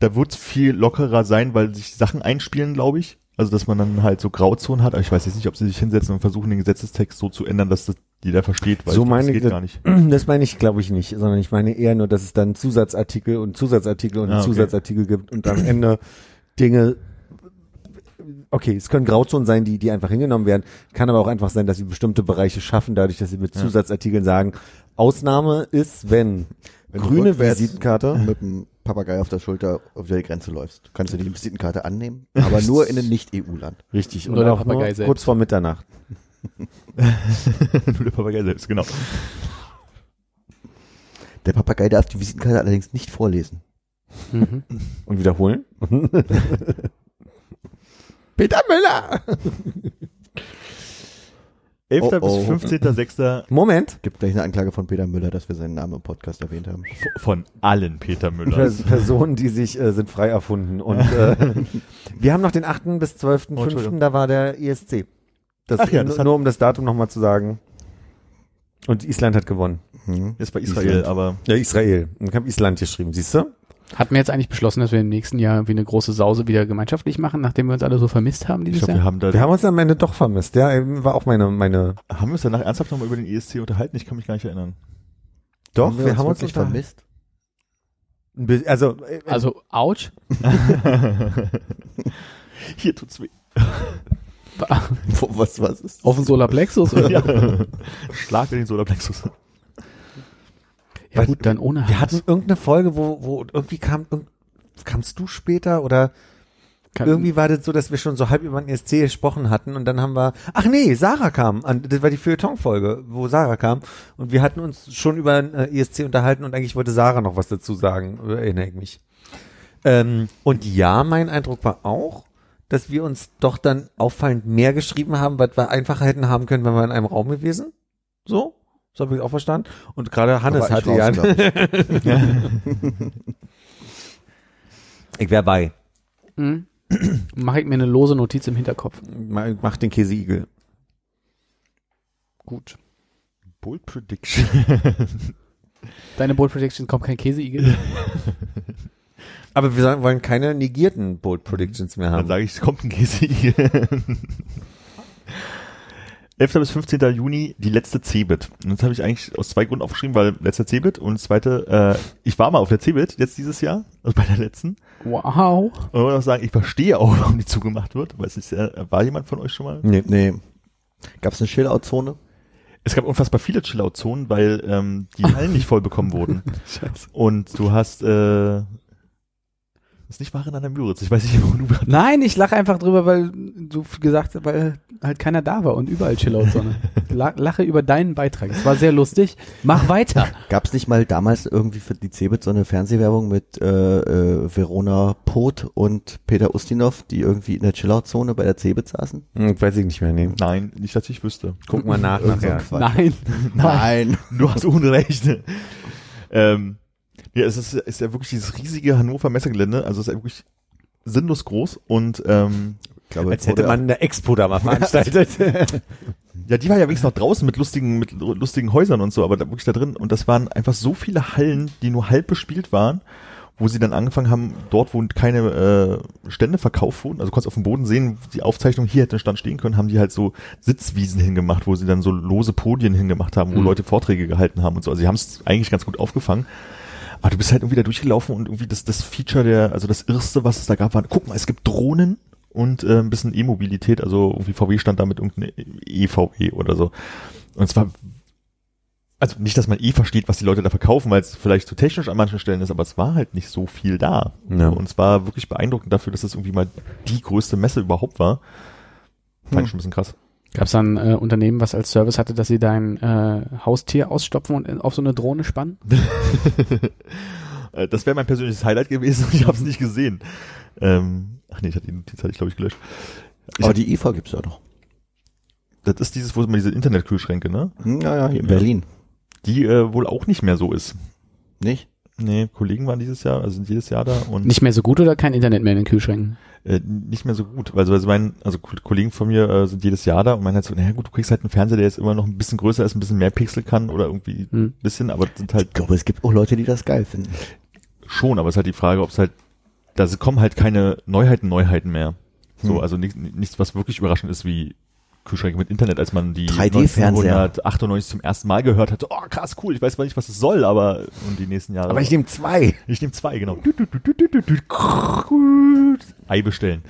C: da wird viel lockerer sein, weil sich Sachen einspielen, glaube ich. Also dass man dann halt so Grauzonen hat. Aber ich weiß jetzt nicht, ob sie sich hinsetzen und versuchen, den Gesetzestext so zu ändern, dass das jeder versteht, weil
D: So
C: ich glaub, das
D: meine ich
C: geht
D: das-
C: gar nicht.
D: Das meine ich, glaube ich, nicht, sondern ich meine eher nur, dass es dann Zusatzartikel und Zusatzartikel und
C: Ah, okay.
D: Zusatzartikel gibt und am Ende Dinge. Okay, es können Grauzonen sein, die, die einfach hingenommen werden. Kann aber auch einfach sein, dass sie bestimmte Bereiche schaffen, dadurch, dass sie mit Zusatzartikeln sagen, Ausnahme ist, wenn,
B: Wenn du
D: grüne
B: rückwärts
D: Visitenkarte.
B: Mit dem Papagei auf der Schulter auf die Grenze läufst. Kannst du die Visitenkarte annehmen, aber nur in einem Nicht-EU-Land.
D: Richtig,
E: Nur
D: und
E: der
D: auch nur
E: Papagei selbst.
D: kurz vor Mitternacht.
C: Nur der Papagei selbst, genau.
B: Der Papagei darf die Visitenkarte allerdings nicht vorlesen.
E: Mhm.
D: Und wiederholen. Peter Müller!
C: 11.
B: Oh, oh.
C: bis 15.06.
D: Moment.
B: Gibt gleich eine Anklage von Peter Müller, dass wir seinen Namen im Podcast erwähnt haben.
C: von allen Peter Müller.
D: Pers Personen, die sich äh, sind frei erfunden. Und äh, wir haben noch den 8. bis 12.5.,
C: Entschuldigung.
D: da war der ESC. Das,
C: Ach ja, das
D: nur,
C: hat-
D: nur um das Datum nochmal zu sagen. Und Island hat gewonnen.
B: Hm?
D: Mhm.
C: Ist bei Israel,
B: Island.
C: aber
D: Ja, Israel. Und ich habe Island geschrieben, siehst du?
E: Hatten wir jetzt eigentlich beschlossen, dass wir im nächsten Jahr irgendwie eine große Sause wieder gemeinschaftlich machen, nachdem wir uns alle so vermisst haben
C: ich
E: dieses
C: glaube, wir
E: Jahr?
C: haben da.
D: Wir haben uns am Ende doch vermisst. Ja, ähm, war auch meine, meine.
C: haben wir uns danach ernsthaft nochmal über den ESC unterhalten? Ich kann mich gar nicht erinnern.
D: Doch, wir, haben uns
B: wirklich
D: unter-
B: vermisst.
D: Ein bi- Also, äh,
E: Also,
D: also
E: ouch.
C: Hier tut's weh.
B: Wo- Was, was ist?
E: Auf den Solarplexus? Oder?
C: Ja. Schlag in den Solarplexus.
E: ja gut, dann ohne
D: wir hatten
E: Haken.
D: irgendeine Folge, wo, wo irgendwie kam, irgend- kamst du später oder
E: Kann-
D: Irgendwie war das so, dass wir schon so halb über den ESC gesprochen hatten und dann haben wir, ach nee, Sarah kam, an, das war die Feuilleton-Folge, wo Sarah kam und wir hatten uns schon über den äh, ESC unterhalten und eigentlich wollte Sarah noch was dazu sagen, äh, erinnere ich mich. Ähm, und ja, mein Eindruck war auch, dass wir uns doch dann auffallend mehr geschrieben haben, was wir einfacher hätten haben können, wenn wir in einem Raum gewesen. So, so habe ich auch verstanden. Und gerade Hannes
B: Da war ich
D: hatte ja,
B: raus, glaub ich.
D: ich wäre bei,
E: Mhm. Mache ich mir eine lose Notiz im Hinterkopf.
D: mach den Käseigel.
E: Gut.
C: Bold Prediction.
E: Deine Bold Prediction kommt kein Käseigel.
D: Aber wir sagen, wollen keine negierten Bold Predictions mehr
C: Dann
D: haben.
C: sage ich, es kommt ein GCI. 11. bis 15. Juni, die letzte CeBIT. Und das habe ich eigentlich aus zwei Gründen aufgeschrieben, weil letzte CeBIT und das zweite, äh, ich war mal auf der CeBIT jetzt dieses Jahr, also bei der letzten.
E: Wow.
C: Und wollte auch sagen, ich verstehe auch, warum die zugemacht wird, weil es ist, ja- war jemand von euch schon mal?
D: Nee.
B: Nee. Gab es eine Chill-Out-Zone?
C: Es gab unfassbar viele Chill-Out-Zonen, weil ähm, die Hallen nicht voll bekommen wurden. Und du hast, äh, ist nicht Waren an der Müritz, ich weiß nicht, wo du
E: Nein, ich lache einfach drüber, weil du gesagt hast, weil halt keiner da war und überall Chillout-Sonne. La- Lache über deinen Beitrag. Es war sehr lustig. Mach weiter.
B: Gab es nicht mal damals irgendwie für die Cebit so eine Fernsehwerbung mit äh, äh, Verona Poth und Peter Ustinov, die irgendwie in der Chillout-Zone bei der Cebit saßen?
D: Hm, weiß ich nicht mehr, nee.
C: Nein, nicht, dass ich wüsste.
D: Guck mal nach nachher.
B: Quatsch.
E: Nein.
B: Nein.
C: Du hast Unrecht. ähm, ja, es ist, ist ja wirklich dieses riesige Hannover Messegelände. Also es ist ja wirklich sinnlos groß und ähm,
B: Ich glaube,
D: Als hätte
B: wurde-
D: man eine Expo da mal veranstaltet.
C: ja, die war ja wenigstens noch draußen mit lustigen, mit lu- lustigen Häusern und so, aber da wirklich da drin. Und das waren einfach so viele Hallen, die nur halb bespielt waren, wo sie dann angefangen haben, dort, wo keine äh, Stände verkauft wurden, also du konntest auf dem Boden sehen, die Aufzeichnung, hier hätte ein Stand stehen können, haben die halt so Sitzwiesen hingemacht, wo sie dann so lose Podien hingemacht haben, wo
E: Mhm.
C: Leute Vorträge gehalten haben und so. Also sie haben es eigentlich ganz gut aufgefangen. Aber du bist halt irgendwie da durchgelaufen und irgendwie das, das Feature der, also das Erste, was es da gab, war, guck mal, es gibt Drohnen und äh, ein bisschen E-Mobilität, also irgendwie VW stand da mit irgendeinem EVE oder so. Und zwar, also nicht, dass man eh versteht, was die Leute da verkaufen, weil es vielleicht zu technisch an manchen Stellen ist, aber es war halt nicht so viel da.
D: Ja.
C: Und es war wirklich beeindruckend dafür, dass es irgendwie mal die größte Messe überhaupt war. Fand ich schon ein bisschen krass.
E: Gab es dann äh, Unternehmen, was als Service hatte, dass sie dein äh, Haustier ausstopfen und in, auf so eine Drohne spannen?
C: Äh, das wäre mein persönliches Highlight gewesen und ich habe es nicht gesehen. Ähm, ach nee, ich hatte die Notiz, hatte ich glaube ich gelöscht.
B: Aber die IFA gibt's ja noch.
C: Das ist dieses, wo immer diese Internetkühlschränke, ne?
B: Hm, Ja, ja, hier in Berlin.
C: Die äh, wohl auch nicht mehr so ist.
B: Nicht?
C: Nee, Kollegen waren dieses Jahr, also sind jedes Jahr da und
E: Nicht mehr so gut oder kein Internet mehr in den Kühlschränken?
C: äh, nicht mehr so gut. Also, also, mein, also Ko- Kollegen von mir äh, sind jedes Jahr da und meinen halt so, naja gut, du kriegst halt einen Fernseher, der jetzt immer noch ein bisschen größer ist, ein bisschen mehr Pixel kann oder irgendwie ein
E: Hm.
C: bisschen, aber das sind halt
B: Ich glaube, es gibt auch Leute, die das geil finden.
C: schon, aber es ist halt die Frage, ob es halt, da kommen halt keine Neuheiten, Neuheiten mehr. So, also nichts, nichts, was wirklich überraschend ist wie Kühlschränke mit Internet, als man die
B: 3D-Fernseher.
C: 1998 zum ersten Mal gehört hat. so, Oh, krass, cool, ich weiß zwar nicht, was es soll, aber und die nächsten Jahre.
D: Aber ich nehme zwei.
C: ich nehme zwei, genau. Du, du, du, du, du, du, du. Ei bestellen.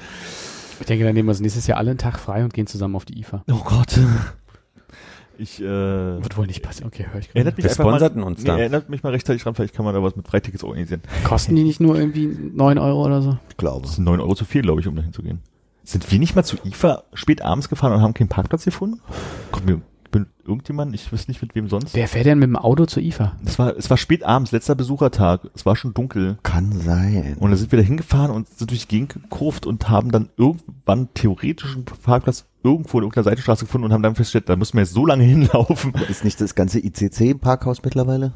E: Ich denke, dann nehmen wir uns nächstes Jahr alle einen Tag frei und gehen zusammen auf die IFA.
C: Oh Gott. Ich äh, erinnert
E: Wird wohl nicht passieren. Okay, höre ich gerade.
C: mich
D: Wir
C: einfach
D: sponserten
C: mal,
D: uns
C: nee,
D: da.
C: Erinnert mich mal rechtzeitig dran, vielleicht kann man da was mit Freitickets organisieren.
E: Kosten die nicht nur irgendwie 9 Euro oder so?
B: Ich glaube.
C: Das sind 9 Euro zu viel, glaube ich, um dahin zu gehen. Sind wir nicht mal zu IFA spät abends gefahren und haben keinen Parkplatz gefunden? Gott, mir bin irgendjemand, ich wüsste nicht mit wem sonst.
E: Wer fährt denn mit dem Auto zur IFA?
C: Es war, es war spät abends, letzter Besuchertag. Es war schon dunkel.
B: Kann sein.
C: Und da sind wir da hingefahren und sind durch die Gegend gekurft und haben dann irgendwann theoretisch einen Parkplatz irgendwo in irgendeiner Seitenstraße gefunden und haben dann festgestellt, da müssen wir jetzt so lange hinlaufen.
B: Ist nicht das ganze ICC im Parkhaus mittlerweile?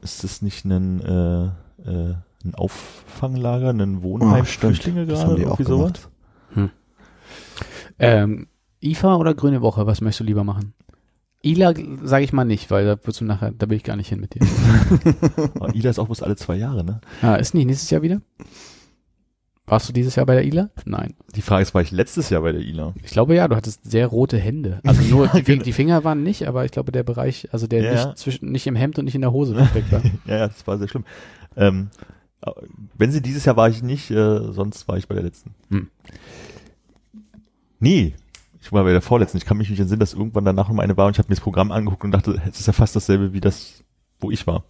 C: Ist das nicht ein, äh, äh, ein Auffanglager, ein Wohnheim,
B: Ah, stimmt.
C: Flüchtlinge
B: Das
C: gerade,
B: haben die auch
C: irgendwie sowas?
B: gemacht.
E: Ähm, IFA oder Grüne Woche? Was möchtest du lieber machen? ILA sage ich mal nicht, weil da wirst du nachher, da will ich gar nicht hin mit dir.
C: Aber Ida Ah, ist auch bloß alle zwei Jahre, ne?
E: ah, ist nicht nächstes Jahr wieder? Warst du dieses Jahr bei der ILA? Nein.
C: Die Frage ist, war ich letztes Jahr bei der Ila?
E: Ich glaube ja, du hattest sehr rote Hände. Also nur die, Fi- die Finger waren nicht, aber ich glaube der Bereich, also der
C: Ja.
E: nicht zwischen nicht im Hemd und nicht in der Hose perfekt war.
C: Ja, ja, das war sehr schlimm. Ähm, äh, wenn sie dieses Jahr war ich nicht, äh, sonst war ich bei der letzten.
E: Hm.
C: Nee, ich war bei der vorletzten. Ich kann mich nicht entsinnen, dass irgendwann danach noch mal eine war und ich habe mir das Programm angeguckt und dachte, es ist ja fast dasselbe wie das, wo ich war.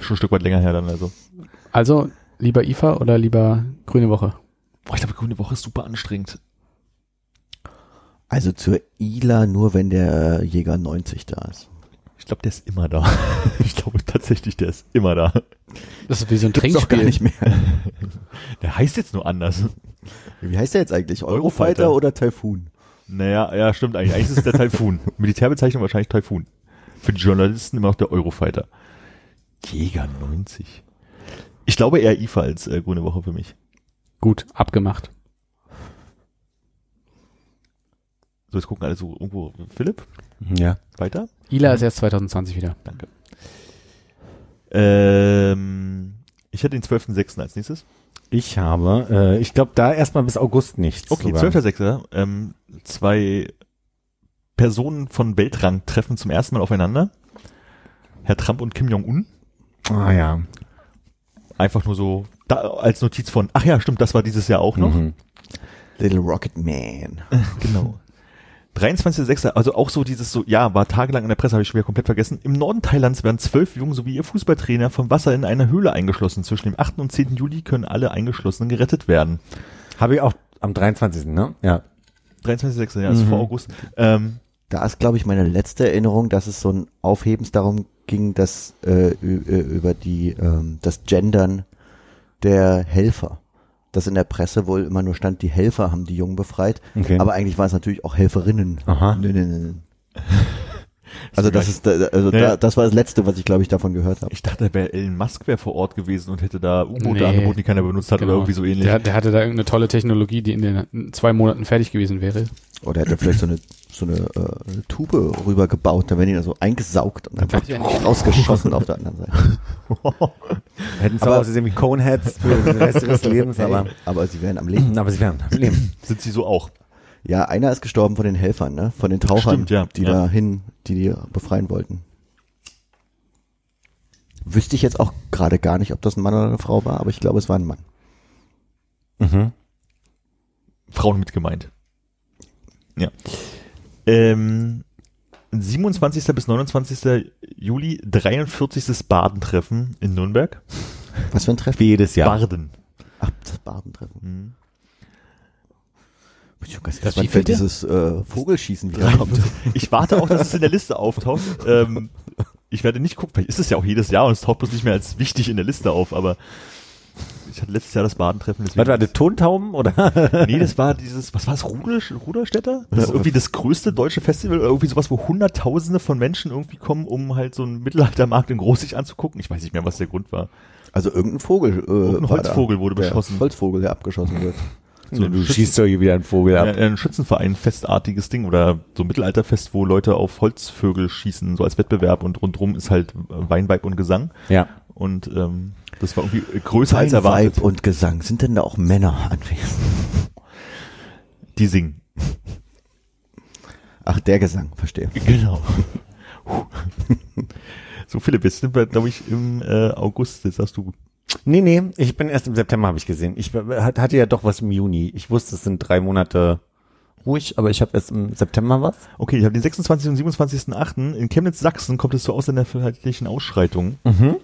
C: Schon ein Stück weit länger her dann also.
E: Also lieber IFA oder lieber Grüne Woche?
C: Boah, ich glaube, grüne Woche ist super anstrengend.
B: Also zur ILA nur, wenn der Jäger 90 da ist.
C: Ich glaube, der ist immer da. Ich glaube tatsächlich, der ist immer da.
E: Das ist wie so ein
B: Gibt's auch gar
E: Trinkspiel.
B: nicht mehr.
C: Der heißt jetzt nur anders.
B: Wie heißt der jetzt eigentlich?
C: Eurofighter.
B: Eurofighter oder Typhoon?
C: Naja, ja, stimmt eigentlich. Eigentlich ist es der Taifun. Militärbezeichnung wahrscheinlich Taifun. Für die Journalisten immer noch der Eurofighter. Jäger 90. Ich glaube eher IFA als äh, Grüne Woche für mich.
E: Gut, abgemacht.
C: So, jetzt gucken alle so irgendwo. Philipp,
D: Ja.
C: weiter.
E: ILA ist erst 2020 wieder.
C: Danke. Ähm, ich hätte den 12.06. als nächstes.
D: Ich habe, äh, ich glaube, da erstmal bis August nichts.
C: Okay,
D: sogar.
C: 12.06. Ähm, zwei Personen von Weltrang treffen zum ersten Mal aufeinander. Herr Trump und Kim Jong-un.
D: Ah ja.
C: Einfach nur so da, als Notiz von, ach ja, stimmt, das war dieses Jahr auch noch.
D: Mhm.
B: Little Rocket Man.
C: Genau. 23.06. Also auch so dieses so, ja, war tagelang in der Presse, habe ich schon wieder komplett vergessen. Im Norden Thailands werden zwölf Jungen sowie ihr Fußballtrainer vom Wasser in einer Höhle eingeschlossen. Zwischen dem 8. und 10. Juli können alle Eingeschlossenen gerettet werden.
D: Habe ich auch am 23. Ne? Ja.
C: 23.06. Ja, ist
B: Mhm.
C: vor August. Ähm,
B: Da ist, glaube ich, meine letzte Erinnerung, dass es so ein Aufhebens darum ging, dass äh, ü- äh, über die ähm, das Gendern der Helfer. Dass in der Presse wohl immer nur stand, die Helfer haben die Jungen befreit,
F: Okay.
B: aber eigentlich waren es natürlich auch Helferinnen.
F: Aha.
B: Nö, nö, nö, nö. Also das ist da- also
C: Ja, ja.
B: da, das war das letzte, was ich glaube ich davon gehört habe.
C: ich dachte, da wäre Elon Musk wäre vor Ort gewesen und hätte da U-Boote
E: Nee.
C: angeboten, die keiner benutzt hat oder irgendwie so ähnlich.
E: Genau. Der, der hatte da irgendeine tolle Technologie, die in den in zwei Monaten fertig gewesen wäre.
B: Oder hätte vielleicht so eine so eine äh, eine Tube rübergebaut, dann werden die da so eingesaugt und einfach
E: Ja.
B: rausgeschossen auf der anderen Seite.
D: Hätten
B: Aber-
D: zwar ausgesehen wie Coneheads für den Rest ihres Lebens, aber,
B: aber sie wären am Leben.
D: aber sie werden am Leben.
C: Sind sie so auch.
B: Ja, einer ist gestorben von den Helfern, ne? Von den Tauchern,
C: Stimmt, ja,
B: die
C: ja.
B: da hin, die die befreien wollten. Wüsste ich jetzt auch gerade gar nicht, ob das ein Mann oder eine Frau war, aber ich glaube, es war ein Mann.
F: Mhm.
C: Frauen mit gemeint. Ja. Ähm, 27. bis 29. Juli, 43. Badentreffen in Nürnberg.
B: Was für ein Treffen?
D: Wie jedes Jahr.
C: Barden.
B: Ach, das Babentreffen.
C: Mhm.
B: Bin schon ganz
E: Das
B: gespannt,
E: wievielte?
B: wenn dieses äh, Vogelschießen wiederkommt.
C: Ich warte auch, dass es in der Liste auftaucht. Ähm, ich werde nicht gucken, vielleicht ist es ja auch jedes Jahr und es taucht bloß nicht mehr als wichtig in der Liste auf, aber ich hatte letztes Jahr das Badentreffen. deswegen-
D: Warte, warte, Tontauben oder?
C: Nee, das war dieses, was war das, Rudel, Ruderstädter? Das ist irgendwie das größte deutsche Festival oder irgendwie sowas, wo hunderttausende von Menschen irgendwie kommen, um halt so einen Mittelaltermarkt in Großig anzugucken. Ich weiß nicht mehr, was der Grund war.
B: Also irgendein Vogel. Äh,
C: Irgendein
B: war da.
C: Holzvogel wurde
B: der
C: beschossen.
B: Holzvogel, der abgeschossen wird.
C: So ein
D: doch hier wieder einen Vogel
C: Ja, ein Schützenverein, festartiges Ding oder so ein Mittelalterfest, wo Leute auf Holzvögel schießen, so als Wettbewerb und rundrum ist halt Weinweib und Gesang.
D: Ja.
C: Und ähm, das war irgendwie größer als
B: Ein Weib
C: erwartet.
B: und Gesang. Sind denn da auch Männer anwesend?
C: Die singen.
B: Ach, der Gesang, verstehe.
C: Genau. so Philipp, jetzt sind wir, glaube ich, im äh, August, jetzt sagst du,
D: Nee, nee, ich bin erst im September, habe ich gesehen. Ich war- hat- hatte ja doch was im Juni. Ich wusste, es sind drei Monate ruhig, aber ich habe erst im September was.
C: okay, ich habe den 26. und 27.8. in Chemnitz, Sachsen kommt es zu ausländerfeindlichen Ausschreitungen. Und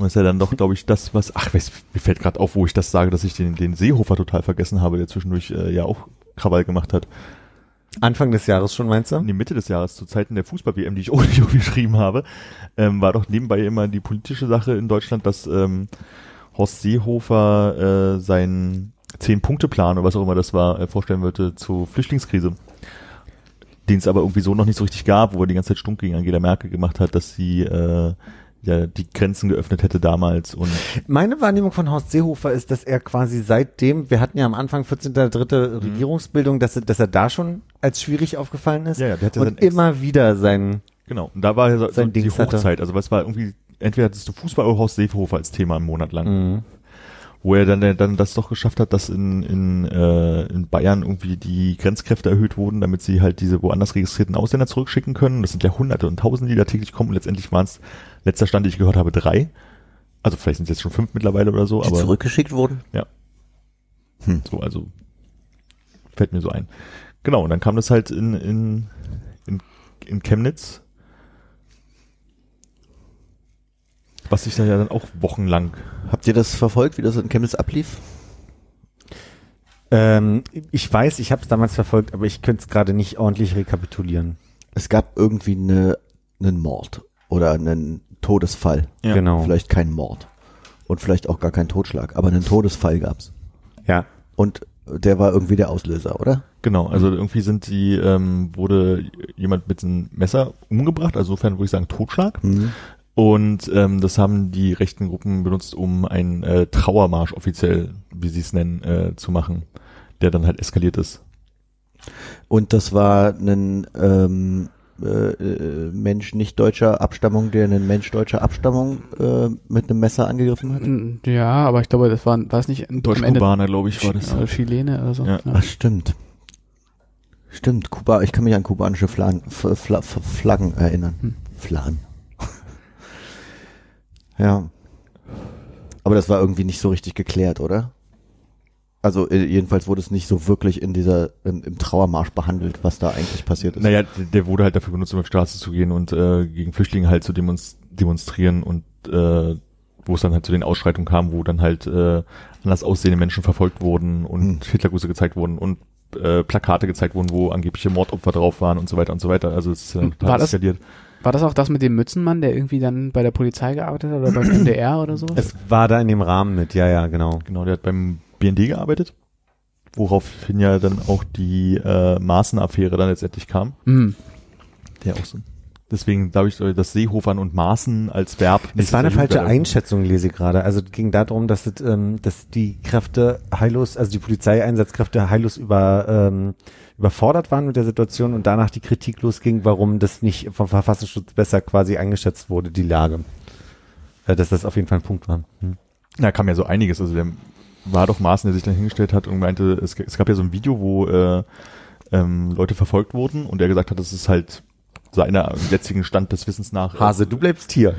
C: das ist ja dann doch, glaube ich, das, was, ach, weiß, mir fällt gerade auf, wo ich das sage, dass ich den, den Seehofer total vergessen habe, der zwischendurch äh, ja auch Krawall gemacht hat.
D: Anfang des Jahres schon, meinst du?
C: in der Mitte des Jahres, zu Zeiten der Fußball-WM, die ich ohne Joe geschrieben habe, ähm, war doch nebenbei immer die politische Sache in Deutschland, dass ähm, Horst Seehofer äh, seinen Zehn-Punkte-Plan oder was auch immer das war, äh, vorstellen wollte zur Flüchtlingskrise. Den es aber irgendwie so noch nicht so richtig gab, wo er die ganze Zeit stumpf gegen Angela Merkel gemacht hat, dass sie äh, ja, die Grenzen geöffnet hätte damals und
D: Meine Wahrnehmung von Horst Seehofer ist, dass er quasi seitdem, wir hatten ja am Anfang
C: Mhm.
D: 14.3. Regierungsbildung, dass er, dass er da schon als schwierig aufgefallen ist
C: Ja, ja, der hatte
D: und
C: sein Ex-
D: immer wieder sein
C: Genau, und da war ja so, so
D: Sein
C: die
D: Dings hatte.
C: Hochzeit. Also was war irgendwie, entweder hattest du Fußball oder Horst Seehofer als Thema einen Monat lang.
D: Mhm.
C: Wo er dann, dann das doch geschafft hat, dass in, in, äh, in Bayern irgendwie die Grenzkräfte erhöht wurden, damit sie halt diese woanders registrierten Ausländer zurückschicken können. Das sind ja Hunderte und Tausende, die da täglich kommen. Und letztendlich waren es, letzter Stand, den ich gehört habe, drei. Also vielleicht sind es jetzt schon fünf mittlerweile oder so.
B: Die
C: aber
B: zurückgeschickt wurden?
C: ja. So, also fällt mir so ein. Genau, und dann kam das halt in, in, in, in Chemnitz. Was sich dann ja dann auch wochenlang.
B: Habt ihr das verfolgt, wie das in Chemnitz ablief?
D: Ähm, ich weiß, ich habe es damals verfolgt, aber ich könnte es gerade nicht ordentlich rekapitulieren.
B: Es gab irgendwie eine, einen Mord oder einen Todesfall.
C: Ja.
D: Genau.
B: Vielleicht keinen Mord. Und vielleicht auch gar keinen Totschlag. Aber einen Todesfall gab's.
D: Ja.
B: Und der war irgendwie der Auslöser, oder?
C: Genau,
E: Mhm.
C: also irgendwie sind die, ähm, wurde jemand mit einem Messer umgebracht, also insofern würde ich sagen Totschlag.
E: Mhm.
C: Und ähm, das haben die rechten Gruppen benutzt, um einen äh, Trauermarsch offiziell, wie sie es nennen, äh, zu machen, der dann halt eskaliert ist.
B: Und das war ein ähm, äh, äh, Mensch nicht deutscher Abstammung, der einen Mensch deutscher Abstammung äh, mit einem Messer angegriffen hat.
E: Äh, Ja, aber ich glaube, das war, war es nicht am Ende
C: Deutsch-Kubaner, glaube ich, war das.
E: Ch- äh, Chilene oder so.
C: Ja.
B: Ach, stimmt. Stimmt, Kuba, ich kann mich an kubanische Flaggen, F- Fla- F- Flaggen erinnern. Flaggen. ja. Aber das war irgendwie nicht so richtig geklärt, oder? Also äh, jedenfalls wurde es nicht so wirklich in dieser im, im Trauermarsch behandelt, was da eigentlich passiert ist.
C: Naja, d- der wurde halt dafür benutzt, um auf die Straße zu gehen und äh, gegen Flüchtlinge halt zu demonst demonstrieren und äh, wo es dann halt zu den
D: Hm.
C: Ausschreitungen kam, wo dann halt äh, anders aussehende Menschen verfolgt wurden und Hitlergrüße gezeigt wurden und äh, Plakate gezeigt wurden, wo angebliche Mordopfer drauf waren und so weiter und so weiter. Also es ist
D: Hm.
C: äh, total
E: War das-
C: eskaliert.
E: War das auch das mit dem Mützenmann, der irgendwie dann bei der Polizei gearbeitet hat oder beim NDR oder so?
D: Es war da in dem Rahmen mit, ja, ja, genau.
C: Genau, der hat beim BND gearbeitet, woraufhin ja dann auch die äh, Maaßen-Affäre dann letztendlich kam.
E: Hm.
C: Der auch so. Deswegen glaube ich, dass Seehofern und Maaßen als Verb
D: Es war eine
C: verjüngt
D: falsche
C: werden.
D: Einschätzung, lese ich gerade. Also es ging darum, dass, es, ähm, dass die Kräfte heillos, also die Polizeieinsatzkräfte heillos über, ähm, überfordert waren mit der Situation und danach die Kritik losging, warum das nicht vom Verfassungsschutz besser quasi eingeschätzt wurde, die Lage. Äh, dass das auf jeden Fall ein Punkt war. Hm.
C: Na, kam ja so einiges. Also der war doch Maaßen, der sich dann hingestellt hat und meinte, es, g- es gab ja so ein Video, wo äh, ähm, Leute verfolgt wurden und er gesagt hat, das ist halt seiner jetzigen Stand des Wissens nach äh,
D: Hase, du bleibst hier.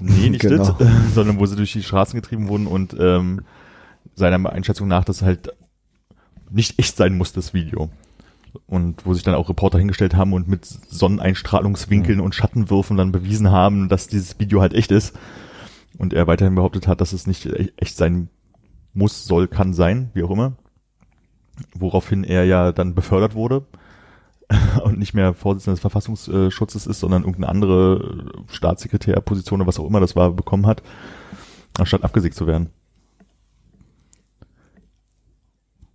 C: Nee, nicht
B: Genau.
C: das, sondern wo sie durch die Straßen getrieben wurden und ähm, seiner Einschätzung nach, dass halt nicht echt sein muss, das Video. Und wo sich dann auch Reporter hingestellt haben und mit Sonneneinstrahlungswinkeln und Schattenwürfen dann bewiesen haben, dass dieses Video halt echt ist. Und er weiterhin behauptet hat, dass es nicht e- echt sein muss, soll, kann sein, wie auch immer. Woraufhin er ja dann befördert wurde und nicht mehr Vorsitzender des Verfassungsschutzes ist, sondern irgendeine andere äh, Staatssekretärposition oder was auch immer das war, bekommen hat, anstatt abgesägt zu werden.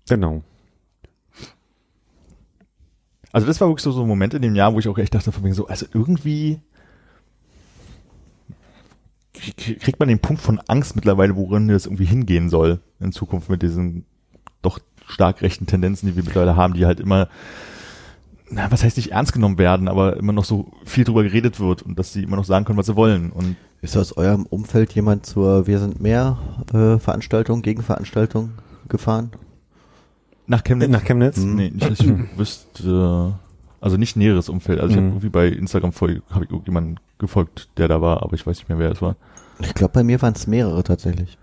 D: Genau.
C: Also das war wirklich so, so ein Moment in dem Jahr, wo ich auch echt dachte, von wegen so, also irgendwie krieg- kriegt man den Punkt von Angst mittlerweile, worin das irgendwie hingehen soll in Zukunft mit diesen doch stark rechten Tendenzen, die wir mittlerweile haben, die halt immer, na, was heißt nicht ernst genommen werden, aber immer noch so viel drüber geredet wird und dass sie immer noch sagen können, was sie wollen. Und
B: Ist aus eurem Umfeld jemand zur Wir sind mehr äh, Veranstaltung, Gegenveranstaltung gefahren?
C: nach Chemnitz
D: Nach Chemnitz?
C: Nee, nicht, dass ich wüsste. Also nicht näheres Umfeld. Also ich
D: Mhm.
C: habe irgendwie bei Instagram voll, habe ich irgendjemanden gefolgt, der da war, aber ich weiß nicht mehr, wer es war.
B: Ich glaube, bei mir waren es mehrere tatsächlich.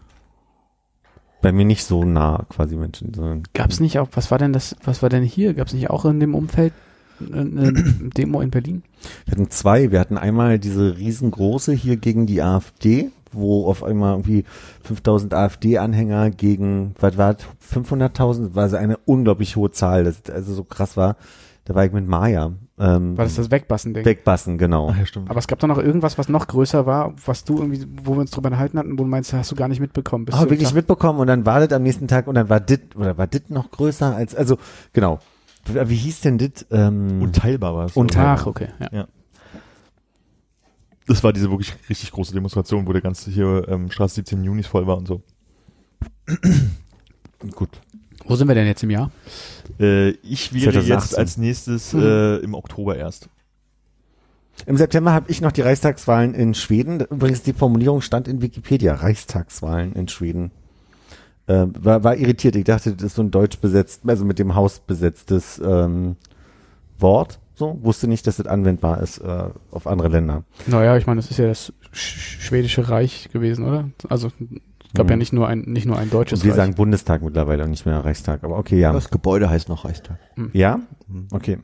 D: Bei mir nicht so nah quasi Menschen. sondern-
E: Gab's nicht auch, was war denn das, was war denn hier? Gab's nicht auch in dem Umfeld eine Demo in Berlin?
D: Wir hatten zwei. Wir hatten einmal diese riesengroße hier gegen die AfD, wo auf einmal irgendwie 5000 AfD-Anhänger gegen, was war, das, 500.000, war also eine unglaublich hohe Zahl, das also so krass war. Da war ich mit Maya. Ähm,
E: War das das Wegbassen-Ding?
D: Wegbassen, genau.
C: ja, stimmt.
E: Aber es gab doch noch irgendwas, was noch größer war, was du irgendwie, wo wir uns drüber unterhalten hatten, wo du meinst, hast du gar nicht mitbekommen. Bis
D: Habe
E: zum
D: wirklich
E: Tag-
D: mitbekommen und dann war das am nächsten Tag und dann war dit, oder war dit noch größer als, also, genau. Wie hieß denn dit? Ähm,
C: Unteilbar war es.
D: Und-
E: Ach, okay. Ja.
C: Das war diese wirklich richtig große Demonstration, wo der ganze hier ähm, Straße 17 Junis voll war und so.
D: gut.
E: Wo sind wir denn jetzt im Jahr?
C: Äh, ich wäre jetzt
D: 2018.
C: als nächstes äh, im Oktober erst.
D: Im September habe ich noch die Reichstagswahlen in Schweden. Übrigens, die Formulierung stand in Wikipedia. Reichstagswahlen in Schweden. Ähm, war, war irritiert. Ich dachte, das ist so ein deutsch besetzt, also mit dem Haus besetztes ähm, Wort. So, wusste nicht, dass das anwendbar ist äh, auf andere Länder.
E: Naja, ich meine, das ist ja das Sch Schwedische Reich gewesen, oder? Also, es gab
D: Hm.
E: ja nicht nur ein, nicht nur ein deutsches
D: Und wir
E: Reich.
D: sagen Bundestag mittlerweile und nicht mehr Reichstag. Aber okay, ja.
B: Das Gebäude heißt noch Reichstag.
D: Ja? Okay.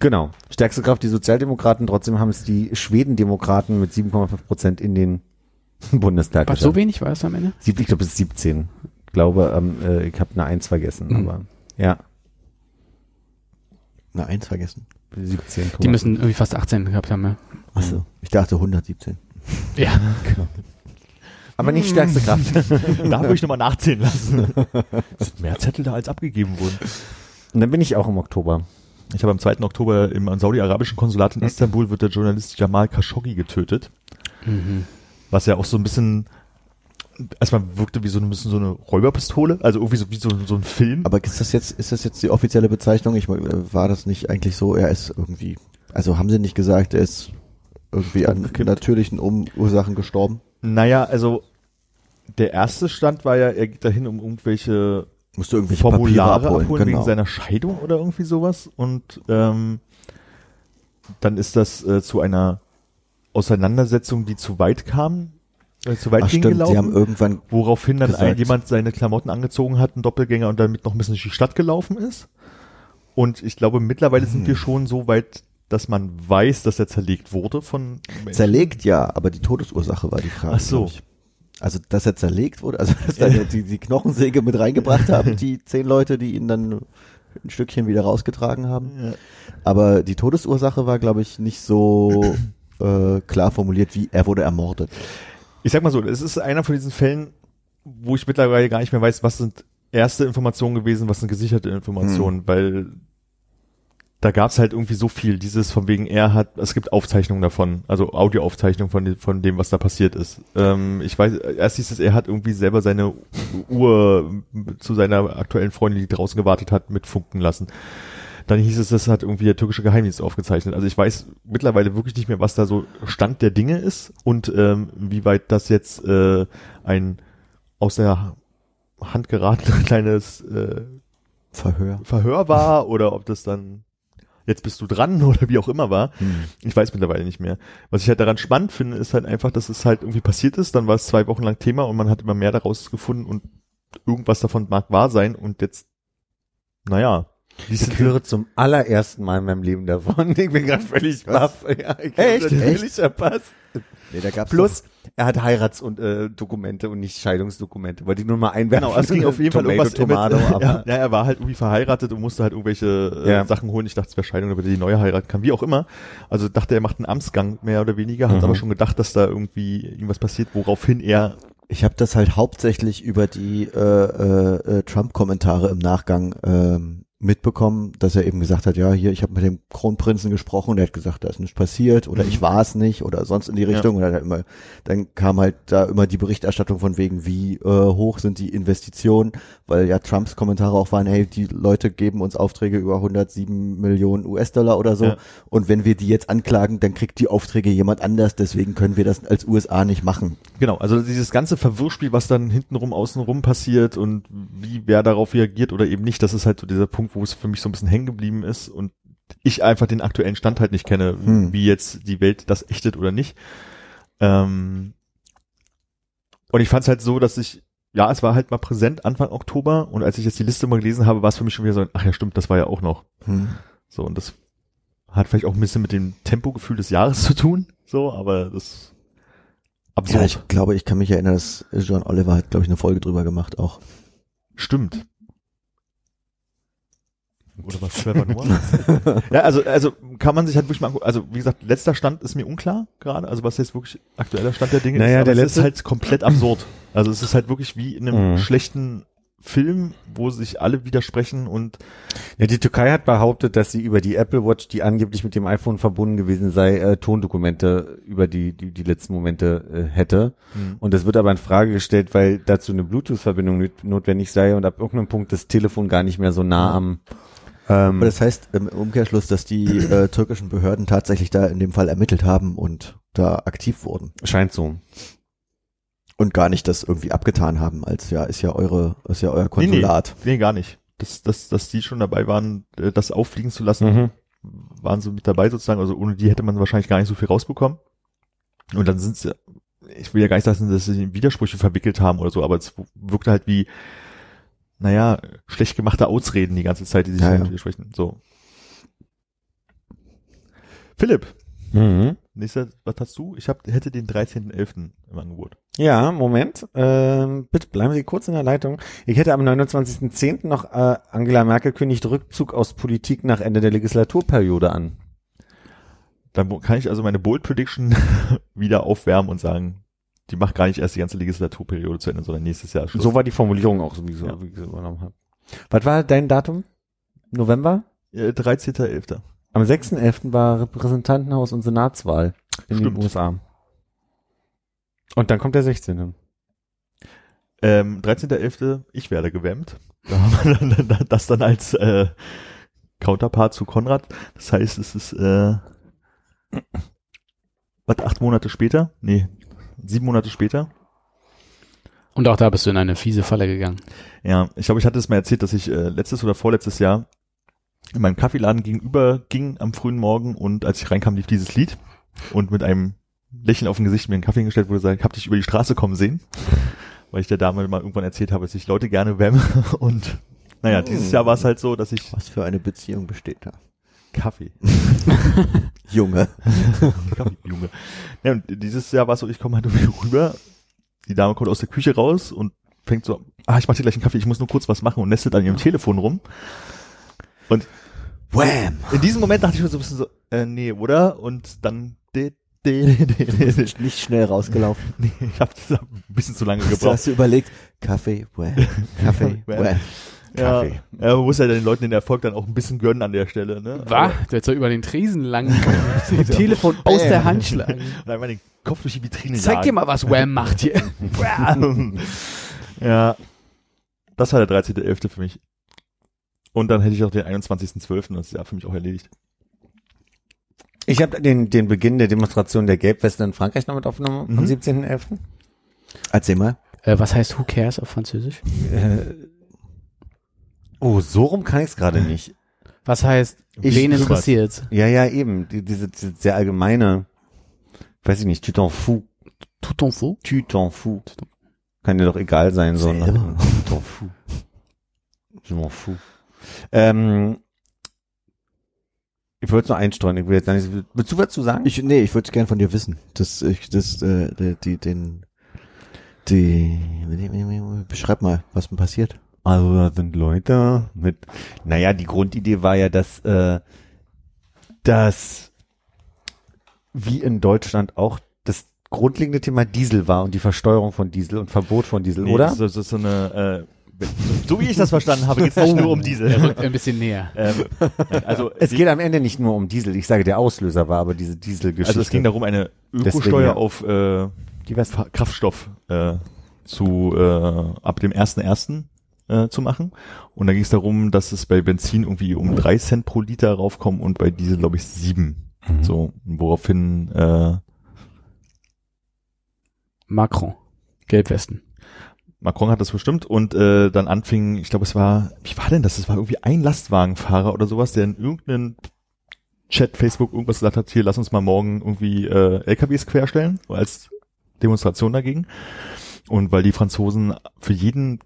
D: Genau. Stärkste Kraft die Sozialdemokraten. Trotzdem haben es die Schwedendemokraten mit 7,5 Prozent in den Bundestag
E: Was,
D: geschafft.
E: so wenig war das am Ende?
D: Sieb- Ich glaube, es ist 17. Ich glaube, ähm, äh, ich habe eine 1 vergessen,
E: Mhm.
D: aber ja,
B: Na, eins vergessen.
D: 17.
E: Die müssen irgendwie fast 18 gehabt haben, ja.
B: Achso, Mhm. ich dachte 117.
E: Ja.
D: aber nicht stärkste
E: Hm.
D: Kraft.
C: Da würde ich nochmal nachziehen lassen. Es sind mehr Zettel da, als abgegeben wurden.
D: Und dann bin ich auch im Oktober.
C: Ich habe am 2. Oktober im saudi-arabischen Konsulat in Istanbul wird der Journalist Jamal Khashoggi getötet.
E: Mhm.
C: Was ja auch so ein bisschen erstmal wirkte wie so ein bisschen so eine Räuberpistole, also irgendwie so wie so, so ein Film.
B: Aber ist das jetzt, ist das jetzt die offizielle Bezeichnung? Ich mein, äh, war das nicht eigentlich so, er ist irgendwie, also haben sie nicht gesagt, er ist irgendwie an natürlichen um Ursachen gestorben?
C: naja, also der erste Stand war ja, er geht dahin, um irgendwelche
B: Musste irgendwie
C: Formulare
B: Papiere
C: abholen,
B: abholen,
C: wegen
B: genau.
C: seiner Scheidung oder irgendwie sowas. Und ähm, dann ist das äh, zu einer Auseinandersetzung, die zu weit kam, äh, zu weit
B: Ach
C: ging
B: stimmt,
C: gelaufen.
B: sie haben irgendwann,
C: Woraufhin dann
B: gesagt.
C: ein, jemand seine Klamotten angezogen hat, ein Doppelgänger und damit noch ein bisschen durch die Stadt gelaufen ist. Und ich glaube, mittlerweile sind wir schon so weit, dass man weiß, dass er zerlegt wurde von Menschen.
B: zerlegt ja, aber die Todesursache war die Frage.
C: Ach so.
B: glaub ich. Also, dass er zerlegt wurde, also dass dann die, die Knochensäge mit reingebracht haben, die zehn Leute, die ihn dann ein Stückchen wieder rausgetragen haben. Aber die Todesursache war, glaube ich, nicht so äh, klar formuliert, wie er wurde ermordet.
C: Ich sag mal so, es ist einer von diesen Fällen, wo ich mittlerweile gar nicht mehr weiß, was sind erste Informationen gewesen, was sind gesicherte Informationen, weil da gab's halt irgendwie so viel. Dieses von wegen er hat, es gibt Aufzeichnungen davon, also Audioaufzeichnungen von, dem- von dem, was da passiert ist. Ähm, ich weiß, erst hieß es, er hat irgendwie selber seine Uhr zu seiner aktuellen Freundin, die draußen gewartet hat, mitfunken lassen. Dann hieß es, das hat irgendwie der türkische Geheimdienst aufgezeichnet. Also ich weiß mittlerweile wirklich nicht mehr, was da so Stand der Dinge ist und ähm, wie weit das jetzt äh, ein aus der Hand geratenes kleines äh,
B: Verhör.
C: Verhör war oder ob das dann jetzt bist du dran oder wie auch immer war.
B: Hm.
C: Ich weiß mittlerweile nicht mehr. Was ich halt daran spannend finde, ist halt einfach, dass es halt irgendwie passiert ist. Dann war es zwei Wochen lang Thema und man hat immer mehr daraus gefunden und irgendwas davon mag wahr sein und jetzt, naja. Liest
D: Ich höre zum allerersten Mal in meinem Leben davon. Ich bin gerade völlig baff. Ja, ich hab
C: Echt?
D: das Völlig verpasst.
B: Nee, da gab's
D: Plus, er hat Heirats- und äh, Dokumente und nicht Scheidungsdokumente. Wollte ich nur mal einwerfen.
C: Genau, also es ging auf jeden Fall
D: Tomato,
C: irgendwas
D: Tomato,
C: mit,
D: aber
C: ja, ja, er war halt irgendwie verheiratet und musste halt irgendwelche äh,
D: Ja.
C: Sachen holen. Ich dachte, es wäre Scheidung, damit er die neue heiraten kann, wie auch immer. Also dachte er macht einen Amtsgang mehr oder weniger, hat
F: Mhm.
C: aber schon gedacht, dass da irgendwie irgendwas passiert, woraufhin er
B: Ich habe das halt hauptsächlich über die äh, äh, äh, Trump-Kommentare im Nachgang ähm, mitbekommen, dass er eben gesagt hat, ja, hier, ich habe mit dem Kronprinzen gesprochen und er hat gesagt, da ist nichts passiert oder
C: Mhm.
B: ich war es nicht oder sonst in die Richtung. Und dann, hat er immer, dann kam halt da immer die Berichterstattung von wegen, wie äh, hoch sind die Investitionen, weil ja Trumps Kommentare auch waren, hey, die Leute geben uns Aufträge über 107 Millionen US-Dollar oder so
C: Ja.
B: und wenn wir die jetzt anklagen, dann kriegt die Aufträge jemand anders, deswegen können wir das als USA nicht machen.
C: Genau, also dieses ganze Verwirrspiel, was dann hintenrum, außenrum passiert und wie wer darauf reagiert oder eben nicht, das ist halt so dieser Punkt, wo es für mich so ein bisschen hängen geblieben ist und ich einfach den aktuellen Stand halt nicht kenne,
B: Hm.
C: wie jetzt die Welt das ächtet oder nicht. Ähm und ich fand es halt so, dass ich, ja, es war halt mal präsent Anfang Oktober und als ich jetzt die Liste mal gelesen habe, war es für mich schon wieder so, ein, ach ja, stimmt, das war ja auch noch.
B: Hm.
C: So, und das hat vielleicht auch ein bisschen mit dem Tempogefühl des Jahres zu tun, so, aber das absurd.
B: Ja, ich glaube, ich kann mich erinnern, dass John Oliver hat, glaube ich, eine Folge drüber gemacht auch.
C: Stimmt. Oder was Trevor Noah? ja, also, also kann man sich halt wirklich mal angucken. Also wie gesagt, letzter Stand ist mir unklar gerade, also was jetzt wirklich aktueller Stand der Dinge
D: Naja,
C: ist,
D: der
C: es
D: letzte-
C: ist halt komplett absurd. Also es ist halt wirklich wie in einem
F: Mhm.
C: schlechten Film, wo sich alle widersprechen und
D: Ja, die Türkei hat behauptet, dass sie über die Apple Watch, die angeblich mit dem iPhone verbunden gewesen sei, äh, Tondokumente über die, die, die letzten Momente äh, hätte.
C: Mhm.
D: Und das wird aber in Frage gestellt, weil dazu eine Bluetooth-Verbindung nöt- notwendig sei und ab irgendeinem Punkt das Telefon gar nicht mehr so nah am ähm,
B: Aber das heißt im Umkehrschluss, dass die äh, türkischen Behörden tatsächlich da in dem Fall ermittelt haben und da aktiv wurden
D: scheint so.
B: und gar nicht das irgendwie abgetan haben, als ja ist ja eure ist ja euer Konsulat.
C: nee, gar nicht. Dass, dass, dass die schon dabei waren, äh, das auffliegen zu lassen,
D: Mhm.
C: waren so mit dabei sozusagen. Also ohne die hätte man wahrscheinlich gar nicht so viel rausbekommen. Und dann sind sie, ich will ja gar nicht sagen, dass sie in Widersprüche verwickelt haben oder so, aber es wirkte halt wie, naja, schlecht gemachte Ausreden die ganze Zeit, die sich
B: Ja,
C: ja,
B: ja.
C: widersprechen. So. Philipp,
D: Mhm.
C: nächster, was hast du? Ich hab, hätte den 13.11. im Angebot.
D: Ja, Moment. Ähm, bitte bleiben Sie kurz in der Leitung. Ich hätte am 29.10. noch äh, Angela Merkel kündigt Rückzug aus Politik nach Ende der Legislaturperiode an.
C: Dann wo- kann ich also meine Bold Prediction wieder aufwärmen und sagen, die macht gar nicht erst die ganze Legislaturperiode zu Ende, sondern nächstes Jahr Schluss.
D: So war die Formulierung auch, wie ich so,
C: Ja.
D: wie ich sie übernommen habe. Was war dein Datum? November?
C: Äh, 13.11.
D: Am 6.11. war Repräsentantenhaus und Senatswahl in
C: Stimmt.
D: den USA. Und dann kommt der 16.
C: Ähm, 13.11. Ich werde gewämmt. Da haben wir dann, das dann als äh, Counterpart zu Konrad. Das heißt, es ist äh, was, acht Monate später? Nee, sieben Monate später.
E: Und auch da bist du in eine fiese Falle gegangen.
C: Ja, ich glaube, ich hatte es mal erzählt, dass ich äh, letztes oder vorletztes Jahr in meinem Kaffeeladen gegenüber ging am frühen Morgen und als ich reinkam, lief dieses Lied und mit einem Lächeln auf dem Gesicht mir einen Kaffee hingestellt wurde, gesagt, hab dich über die Straße kommen sehen, weil ich der Dame mal irgendwann erzählt habe, dass ich Leute gerne wärme und naja, dieses Jahr war es halt so, dass ich
B: Was für eine Beziehung besteht da?
C: Kaffee,
B: Junge.
C: Kaffee, Junge. Ja, und dieses Jahr war es so, ich komme halt irgendwie rüber, die Dame kommt aus der Küche raus und fängt so, ah, ich mach dir gleich einen Kaffee, ich muss nur kurz was machen und nestelt an ihrem Telefon rum. Und
B: Wham!
C: in diesem Moment dachte ich mir so ein bisschen so, äh, nee, oder? Und dann de, de, de, de, de.
B: Nicht schnell rausgelaufen.
C: Nee, ich habe das ein bisschen zu lange
B: Du
C: gebraucht.
B: hast du überlegt, Kaffee, wham, Kaffee,
C: Wham.
B: wham.
C: Ja,
D: Kaffee.
C: ja, man muss ja den Leuten den Erfolg dann auch ein bisschen gönnen an der Stelle. Ne?
E: War, der soll über den Tresen lang das Telefon aus der Hand schlagen.
C: Und einmal den Kopf durch die Vitrine
E: Zeig dir mal, was Wham macht hier.
C: mal. ja. Das war der 13.11. für mich. Und dann hätte ich auch den 21.12. Das ist ja für mich auch erledigt.
D: Ich habe den, den Beginn der Demonstration der Gelbwesten in Frankreich noch mit aufgenommen am
C: Mhm.
D: 17.11.
B: Erzähl mal.
E: Äh, was heißt Who Cares auf Französisch?
D: Oh, so rum kann ich es gerade nicht.
E: Was heißt,
D: Ich-
E: wen
D: sowas.
E: interessiert's?
D: Ja, ja, eben. Die, diese, diese sehr allgemeine, weiß ich nicht, tu t'en fous,
E: Tout en fou?
D: tu t'en fous. Kann dir doch egal sein, so. ne?
B: Selber.
D: Tu t'en fous. Je m'en fous. Ähm, ich wollte es nur einstreuen, ich will jetzt gar nicht, willst du was zu sagen?
B: Ich, nee, ich würde es gern von dir wissen. Das, ich, das, äh, die, die, den, die, beschreib mal, was denn passiert.
D: Also da sind Leute mit, naja, die Grundidee war ja, dass, äh, dass wie in Deutschland auch das grundlegende Thema Diesel war und die Versteuerung von Diesel und Verbot von Diesel,
C: Nee,
D: oder?
C: Das ist, das ist so eine, äh, so, so wie ich das verstanden habe, geht's nicht nur um diese.
E: Rückt ein bisschen näher.
C: ähm, nein, also,
D: Oh. es
C: die-
D: geht am Ende nicht nur um Diesel, ich sage, der Auslöser war aber diese Dieselgeschichte.
C: also es ging darum, eine
D: Deswegen,
C: Ökosteuer
D: ja.
C: auf äh,
D: die West
C: Fa- Kraftstoff äh, zu äh, ab dem 1.1. Äh, zu machen. Und da ging es darum, dass es bei Benzin irgendwie um drei Cent pro Liter raufkommen und bei Diesel, glaube ich, sieben.
D: Mhm.
C: So, woraufhin äh,
E: Macron. Gelbwesten.
C: Macron hat das bestimmt und äh, dann anfing, ich glaube, es war, wie war denn das? Es war irgendwie ein Lastwagenfahrer oder sowas, der in irgendeinem Chat, Facebook irgendwas gesagt hat, hier, lass uns mal morgen irgendwie äh, LKWs querstellen, als Demonstration dagegen. Und weil die Franzosen für jeden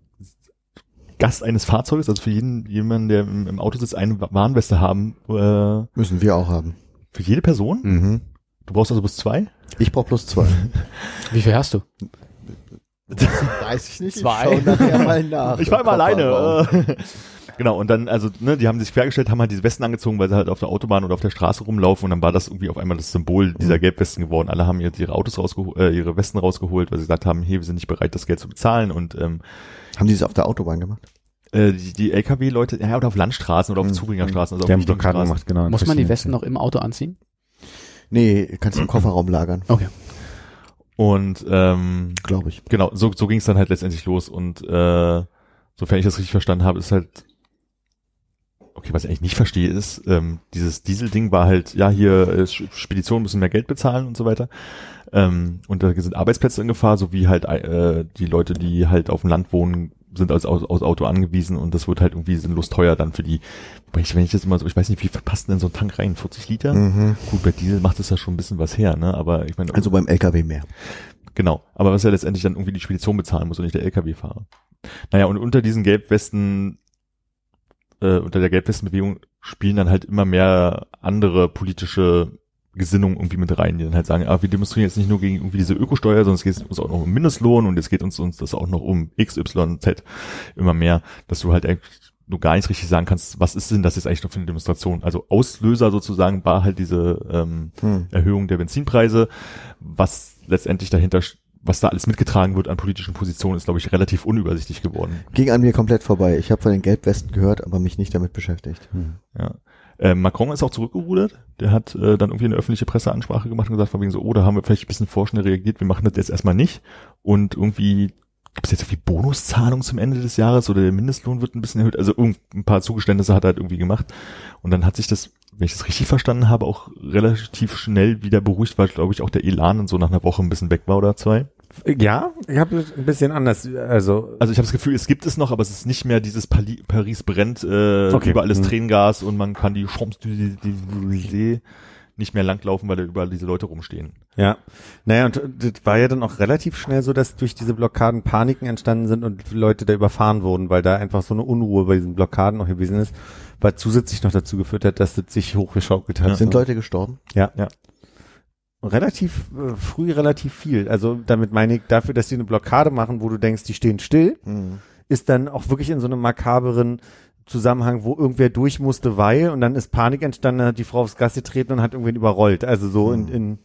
C: Gast eines Fahrzeuges, also für jeden jemanden, der im, im Auto sitzt, eine Warnweste haben, äh, für
B: Müssen wir auch haben.
C: jede Person.
B: Mhm.
C: Du brauchst also bis zwei.
B: Ich brauch plus zwei.
E: Wie viel hast du?
B: Weiß ich nicht.
E: ich schau
B: nachher mal nach.
C: Ich war immer alleine. äh. genau, und dann, also, ne, die haben sich quergestellt, haben halt diese Westen angezogen, weil sie halt auf der Autobahn oder auf der Straße rumlaufen und dann war das irgendwie auf einmal das Symbol dieser Gelbwesten geworden. Alle haben jetzt ihre Autos rausgeholt, äh, ihre Westen rausgeholt, weil sie gesagt haben, hey, wir sind nicht bereit, das Geld zu bezahlen und ähm,
B: Haben die das auf der Autobahn gemacht?
C: äh, die, die LKW-Leute, ja, oder auf Landstraßen oder auf Zubringerstraßen, also
D: die
C: auf
D: haben Blockaden
C: Straßen.
D: gemacht, genau.
E: Muss man die Westen noch im Auto anziehen?
B: Nee, kannst du im Kofferraum lagern,
C: Und ähm,
B: glaube ich.
C: genau, so, so ging es dann halt letztendlich los und äh, sofern ich das richtig verstanden habe, ist halt okay, was ich eigentlich nicht verstehe, ist ähm, dieses Diesel-Ding war halt, ja, hier äh, Sch- Speditionen müssen mehr Geld bezahlen und so weiter ähm, und da sind Arbeitsplätze in Gefahr, sowie halt äh, die Leute, die halt auf dem Land wohnen, sind als, aus aus Auto angewiesen und das wird halt irgendwie sinnlos teuer dann für die, wobei ich, wenn ich das immer so, ich weiß nicht, wie viel verpasst denn so ein Tank rein, 40
B: Mhm.
C: Liter?
B: Hm.
C: Gut, bei Diesel macht es ja schon ein bisschen was her, ne, aber ich meine,
B: Also beim LKW mehr.
C: Genau, aber was ja letztendlich dann irgendwie die Spedition bezahlen muss und nicht der LKW-Fahrer. Naja, und unter diesen Gelbwesten, äh, unter der Gelbwestenbewegung spielen dann halt immer mehr andere politische Gesinnungen irgendwie mit rein, die dann halt sagen, ah, wir demonstrieren jetzt nicht nur gegen irgendwie diese Ökosteuer, sondern es geht uns auch noch um Mindestlohn und es geht uns, uns das auch noch um X, Y, Z immer mehr, dass du halt eigentlich nur gar nicht richtig sagen kannst, was ist denn das jetzt eigentlich noch für eine Demonstration? Also Auslöser sozusagen war halt diese ähm,
B: Hm.
C: Erhöhung der Benzinpreise. Was letztendlich dahinter, sch- was da alles mitgetragen wird an politischen Positionen, ist, glaube ich, relativ unübersichtlich geworden.
B: Ging an mir komplett vorbei. Ich habe von den Gelbwesten gehört, aber mich nicht damit beschäftigt.
C: Ja. Äh, Macron ist auch zurückgerudert. Der hat äh, dann irgendwie eine öffentliche Presseansprache gemacht und gesagt, von wegen so, oh, da haben wir vielleicht ein bisschen vorschnell reagiert, wir machen das jetzt erstmal nicht. Und irgendwie gibt es jetzt irgendwie Bonuszahlung zum Ende des Jahres oder der Mindestlohn wird ein bisschen erhöht. Also irgend- ein paar Zugeständnisse hat er halt irgendwie gemacht. Und dann hat sich das, wenn ich das richtig verstanden habe, auch relativ schnell wieder beruhigt, weil, glaube ich, auch der Elan und so nach einer Woche ein bisschen weg war oder zwei.
D: Hm. Ja, ich habe ein bisschen anders, also,
C: Also ich habe das Gefühl, es gibt es noch, aber es ist nicht mehr dieses Pali Paris brennt, äh,
D: Okay.
C: überall ist
D: Mhm.
C: Tränengas und man kann die Champs du- du- du- du- nicht mehr langlaufen, weil da überall diese Leute rumstehen.
D: Ja. Naja, und das war ja dann auch relativ schnell so, dass durch diese Blockaden Paniken entstanden sind und Leute da überfahren wurden, weil da einfach so eine Unruhe bei diesen Blockaden noch gewesen ist, was zusätzlich noch dazu geführt hat, dass das sich hochgeschaukelt hat.
B: Sind Leute gestorben?
D: relativ äh, früh relativ viel. Also damit meine ich, dafür, dass die
B: Hm.
D: eine Blockade machen, wo du denkst, die stehen still, ist dann auch wirklich in so einem makaberen Zusammenhang, wo irgendwer durch musste, weil und dann ist Panik entstanden, dann hat die Frau aufs Gas getreten und hat irgendwen überrollt. Also so in, in,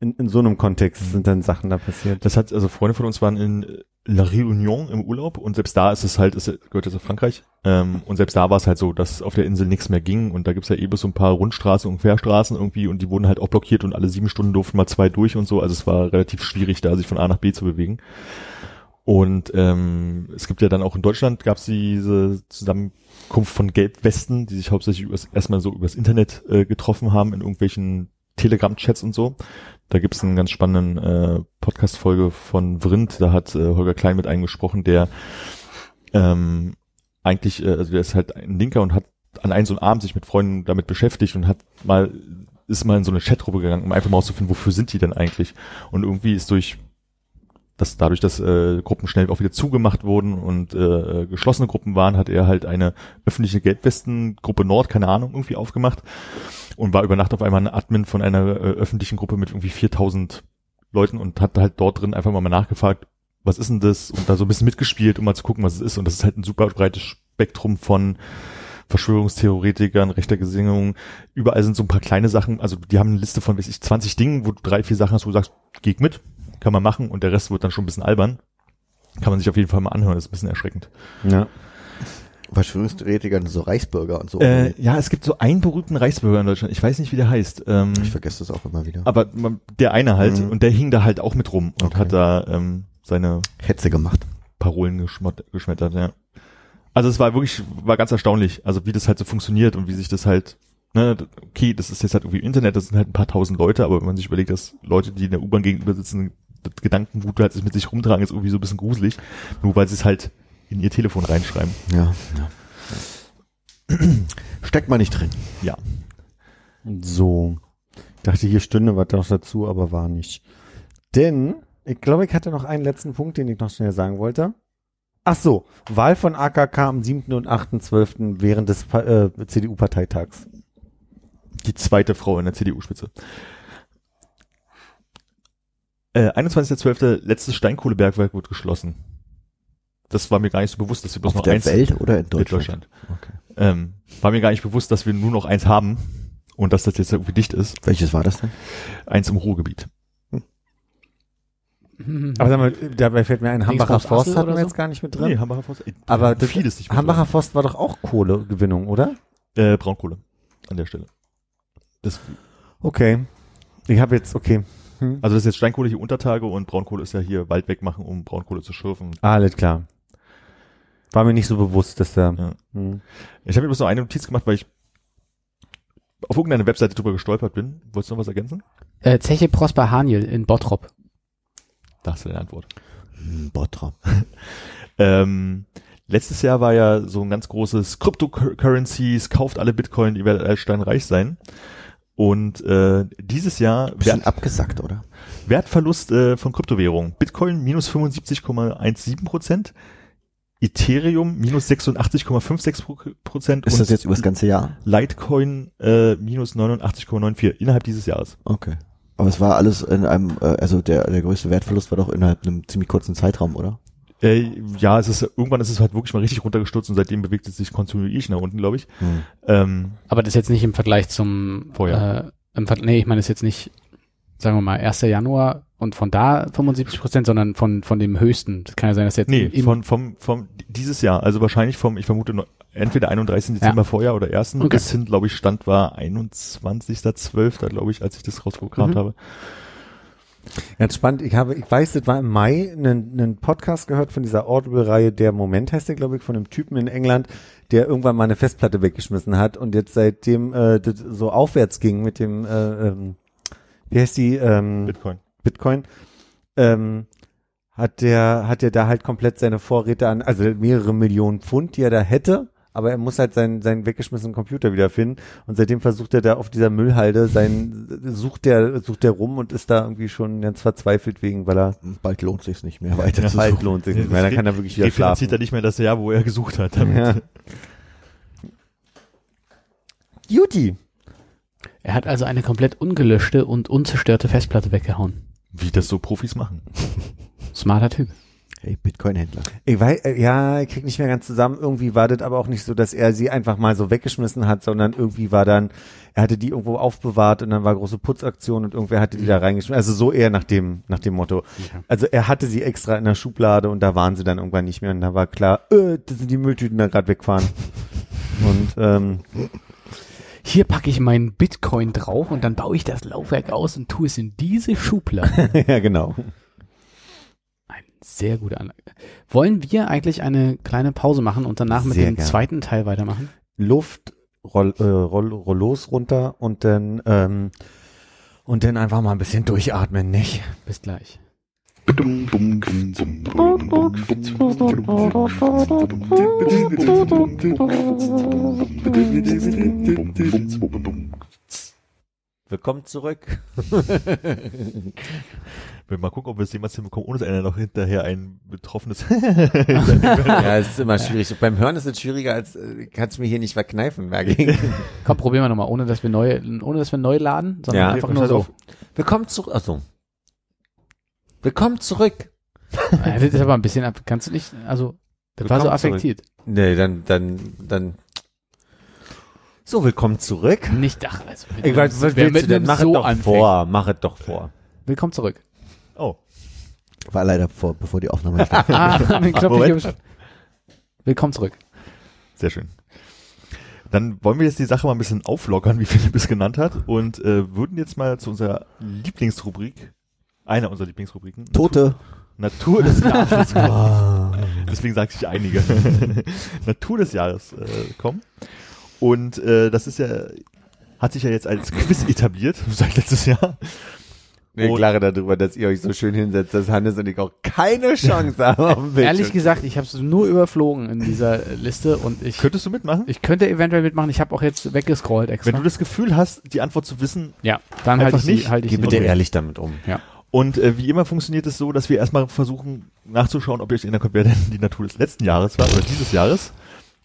D: in, in so einem Kontext sind dann Sachen da passiert.
C: Das hat, also Freunde von uns waren in La Réunion im Urlaub und selbst da ist es halt, es gehört jetzt auf Frankreich, ähm, und selbst da war es halt so, dass auf der Insel nichts mehr ging und da gibt's ja eh bloß so ein paar Rundstraßen und Querstraßen irgendwie und die wurden halt auch blockiert und alle sieben Stunden durften mal zwei durch und so, also es war relativ schwierig da, sich von A nach B zu bewegen. Und ähm, es gibt ja dann auch in Deutschland gab's diese Zusammenkunft von Gelbwesten, die sich hauptsächlich übers, erstmal so übers Internet äh, getroffen haben in irgendwelchen Telegram-Chats und so. Da gibt's einen ganz spannenden äh, Podcast-Folge von Vrind, da hat äh, Holger Klein mit eingesprochen, der ähm, eigentlich, äh, also der ist halt ein Linker und hat an einem so einen Abend sich mit Freunden damit beschäftigt und hat mal, ist mal in so eine Chatgruppe gegangen, um einfach mal auszufinden, wofür sind die denn eigentlich? Und irgendwie ist durch dass dadurch, dass äh, Gruppen schnell auch wieder zugemacht wurden und äh, geschlossene Gruppen waren, hat er halt eine öffentliche Gelbwesten Gruppe Nord, keine Ahnung, irgendwie aufgemacht und war über Nacht auf einmal ein Admin von einer äh, öffentlichen Gruppe mit irgendwie 4000 Leuten und hat halt dort drin einfach mal mal nachgefragt, was ist denn das und da so ein bisschen mitgespielt, um mal zu gucken, was es ist und das ist halt ein super breites Spektrum von Verschwörungstheoretikern, rechter Gesinnung, überall sind so ein paar kleine Sachen, also die haben eine Liste von, weiß ich, 20 Dingen, wo du drei, vier Sachen hast, wo du sagst, geht mit, kann man machen und der Rest wird dann schon ein bisschen albern. Kann man sich auf jeden Fall mal anhören, das ist ein bisschen erschreckend.
D: Ja.
B: Verschwörungstheoretiker, so Reichsbürger und so.
C: Äh, ja, es gibt so einen berühmten Reichsbürger in Deutschland, ich weiß nicht, wie der heißt. Ähm,
B: ich vergesse das auch immer wieder.
C: aber man, der eine halt,
B: Mhm.
C: und der hing da halt auch mit rum und
B: Okay.
C: hat da ähm, seine
B: Hetze gemacht.
C: Parolen geschmott- geschmettert, ja. Also es war wirklich, war ganz erstaunlich, also wie das halt so funktioniert und wie sich das halt, ne, okay, das ist jetzt halt irgendwie im Internet, das sind halt ein paar tausend Leute, aber wenn man sich überlegt, dass Leute, die in der U-Bahn gegenüber sitzen, das Gedankengut halt sich mit sich rumtragen, ist irgendwie so ein bisschen gruselig, nur weil sie es halt in ihr Telefon reinschreiben.
B: Ja. Steckt man nicht drin.
C: Ja.
D: So. Ich dachte, hier stünde was noch dazu, aber war nicht. Denn, ich glaube, ich hatte noch einen letzten Punkt, den ich noch schnell sagen wollte. Ach so, Wahl von AKK am 7. und 8.12. während des Pa- äh, CDU-Parteitags.
C: Die zweite Frau in der CDU-Spitze. Äh, 21.12. letztes Steinkohlebergwerk wird geschlossen. Das war mir gar nicht so bewusst, dass wir bloß
B: Auf
C: noch
B: der
C: eins
B: Welt oder in
C: in
B: Deutschland? Okay.
C: Ähm, war mir gar nicht bewusst, dass wir nur noch eins haben und dass das jetzt irgendwie dicht ist.
B: Welches war das denn?
C: Eins im Ruhrgebiet.
E: Mhm.
D: Aber sag mal, dabei fällt mir ein, Hambacher
E: Dingsbums
D: Forst
E: Assel
D: hatten wir
E: oder
D: jetzt
E: so?
D: gar nicht mit drin.
C: Hambacher Forst. Ey,
D: aber das,
C: vieles nicht. mit
D: Hambacher Forst war doch auch Kohlegewinnung, oder?
C: drin. Äh, Braunkohle an der Stelle. Das,
D: Okay. Ich habe jetzt, okay.
C: also das ist jetzt Steinkohle hier Untertage und Braunkohle ist ja hier Wald wegmachen, um Braunkohle zu schürfen.
D: Alles klar. War mir nicht so bewusst, dass da.
C: Ja.
D: Hm.
C: Ich habe mir bloß noch eine Notiz gemacht, weil ich auf irgendeiner Webseite drüber gestolpert bin. Wolltest du noch was ergänzen?
E: Äh, Zeche Prosper Haniel in Bottrop.
C: Da hast du deine Antwort.
B: Hm, Bottrop.
C: Ähm, letztes Jahr war ja so ein ganz großes Cryptocurrencies, kauft alle Bitcoin, ihr werdet alle steinreich sein. Und äh, dieses Jahr
B: Bisschen
C: Wert,
B: abgesackt, oder?
C: Wertverlust äh, von Kryptowährungen. Bitcoin minus 75,17 Prozent, Ethereum minus 86,56 Prozent
B: Ist das jetzt übers ganze Jahr?
C: Litecoin äh, minus 89,94 innerhalb dieses Jahres.
B: Okay. Aber es war alles in einem, äh, also der, der größte Wertverlust war doch innerhalb einem ziemlich kurzen Zeitraum, oder?
C: Äh, ja, es ist irgendwann ist es halt wirklich mal richtig runtergestürzt und seitdem bewegt es sich kontinuierlich nach unten, glaube ich.
B: Hm.
C: Ähm,
E: Aber das ist jetzt nicht im Vergleich zum
C: Vorjahr.
E: Äh, im Ver nee, ich meine, das ist jetzt nicht, sagen wir mal, 1. Januar und von da 75 Prozent, sondern von, von dem höchsten. Das kann ja sein, dass jetzt
C: Nee,
E: im,
C: von, vom, vom, dieses Jahr, also wahrscheinlich vom, ich vermute, ne- entweder 31. Dezember vorher oder 1.
E: Okay.
C: bis hin, glaube ich, Stand war 21.12., glaube ich, als ich das rausgekramt
E: Mhm.
C: habe.
D: Ganz spannend. Ich habe, ich weiß, das war im Mai einen, einen Podcast gehört von dieser Audible-Reihe, der Moment heißt der, glaube ich, von einem Typen in England, der irgendwann mal eine Festplatte weggeschmissen hat und jetzt seitdem äh, das so aufwärts ging mit dem, äh, ähm, wie heißt die, ähm,
C: Bitcoin.
D: Bitcoin, ähm, hat der, hat der da halt komplett seine Vorräte an, also mehrere Millionen Pfund, die er da hätte, aber er muss halt seinen, seinen weggeschmissenen Computer wiederfinden und seitdem versucht er da auf dieser Müllhalde sein, sucht der, sucht der rum und ist da irgendwie schon ganz verzweifelt wegen, weil er
B: Hm, Bald lohnt sich's nicht mehr weiter zu
D: halt
B: suchen.
D: lohnt sich nicht mehr, dann kann er wirklich wieder
C: Refinanziert
D: schlafen.
C: er nicht mehr das Jahr, wo er gesucht hat. Damit.
D: Ja. Juti.
E: Er hat also eine komplett ungelöschte und unzerstörte Festplatte weggehauen.
C: Wie das so Profis machen.
E: Smarter Typ.
B: Hey, Bitcoin-Händler.
D: Ich weiß, äh, ja, ich krieg nicht mehr ganz zusammen. Irgendwie war das aber auch nicht so, dass er sie einfach mal so weggeschmissen hat, sondern irgendwie war dann, er hatte die irgendwo aufbewahrt und dann war große Putzaktion und irgendwer hatte die da reingeschmissen. Also so eher nach dem, nach dem Motto. Also er hatte sie extra in der Schublade und da waren sie dann irgendwann nicht mehr und da war klar, äh, das sind die Mülltüten da gerade wegfahren. und ähm,
E: Hier packe ich meinen Bitcoin drauf und dann baue ich das Laufwerk aus und tue es in diese Schublade.
D: ja, genau.
E: Ein sehr guter Anlage. Wollen wir eigentlich eine kleine Pause machen und danach mit
D: Sehr
E: dem
D: gerne.
E: zweiten Teil weitermachen?
D: Luft, Roll, äh, Roll, Rollos runter und dann ähm, und dann einfach mal ein bisschen durchatmen, nicht?
E: Bis gleich.
D: Willkommen zurück.
C: Wenn wir mal gucken, ob wir es jemals hinbekommen, ohne dass einer noch hinterher ein betroffenes
D: ja, es ist immer schwierig. Beim Hören ist es schwieriger als äh, kannst mir hier nicht verkneifen, merke ich.
E: Komm, probieren wir nochmal, ohne dass wir neu, ohne dass wir neu laden, sondern
D: Ja,
E: einfach
D: pass
E: nur so.
D: Willkommen zurück. Achso. Willkommen zurück.
E: Ja, das ist aber ein bisschen ab. Kannst du nicht, also, das war so
D: Willkommen zurück.
E: affektiert.
D: Nee, dann, dann, dann. So, willkommen zurück.
E: Nicht Dach, also.
D: Ich weiß, was
E: wer
D: willst
E: mit
D: du denn?
E: einem
D: Mach
E: so
D: es doch
E: anfängt.
D: vor. Mach es doch vor.
E: Willkommen zurück.
C: Oh,
B: War leider vor, bevor die Aufnahme startet.
E: Ah, den Knopf
C: Moment.
E: ich hab- Willkommen zurück.
C: sehr schön. Dann wollen wir jetzt die Sache mal ein bisschen auflockern, wie Philipp es genannt hat, und äh, würden jetzt mal zu unserer Lieblingsrubrik, einer unserer Lieblingsrubriken,
B: Tote.
C: Natur des Jahres. Deswegen sage ich einige. Natur des Jahres äh, kommen. Und äh, das ist ja, hat sich ja jetzt als Quiz etabliert seit letztes Jahr.
D: Ich
C: Und-
D: klare darüber, dass ihr euch so schön hinsetzt, dass Hannes und ich auch keine Chance haben auf dem Bildschirm.
E: Ehrlich gesagt, ich habe es nur überflogen in dieser äh, Liste und ich,
C: Könntest du mitmachen?
E: ich könnte eventuell mitmachen. Ich habe auch jetzt weggescrollt extra.
C: Wenn du das Gefühl hast, die Antwort zu wissen,
E: ja, dann halte
C: Einfach
E: ich, die-
C: nicht.
E: halt ich
D: Geh
E: die
D: bitte
E: Mitte.
D: ehrlich damit um.
C: Und äh, wie immer funktioniert es so, dass wir erstmal versuchen nachzuschauen, ob ihr euch erinnern könnt, wer denn die Natur des letzten Jahres war oder dieses Jahres.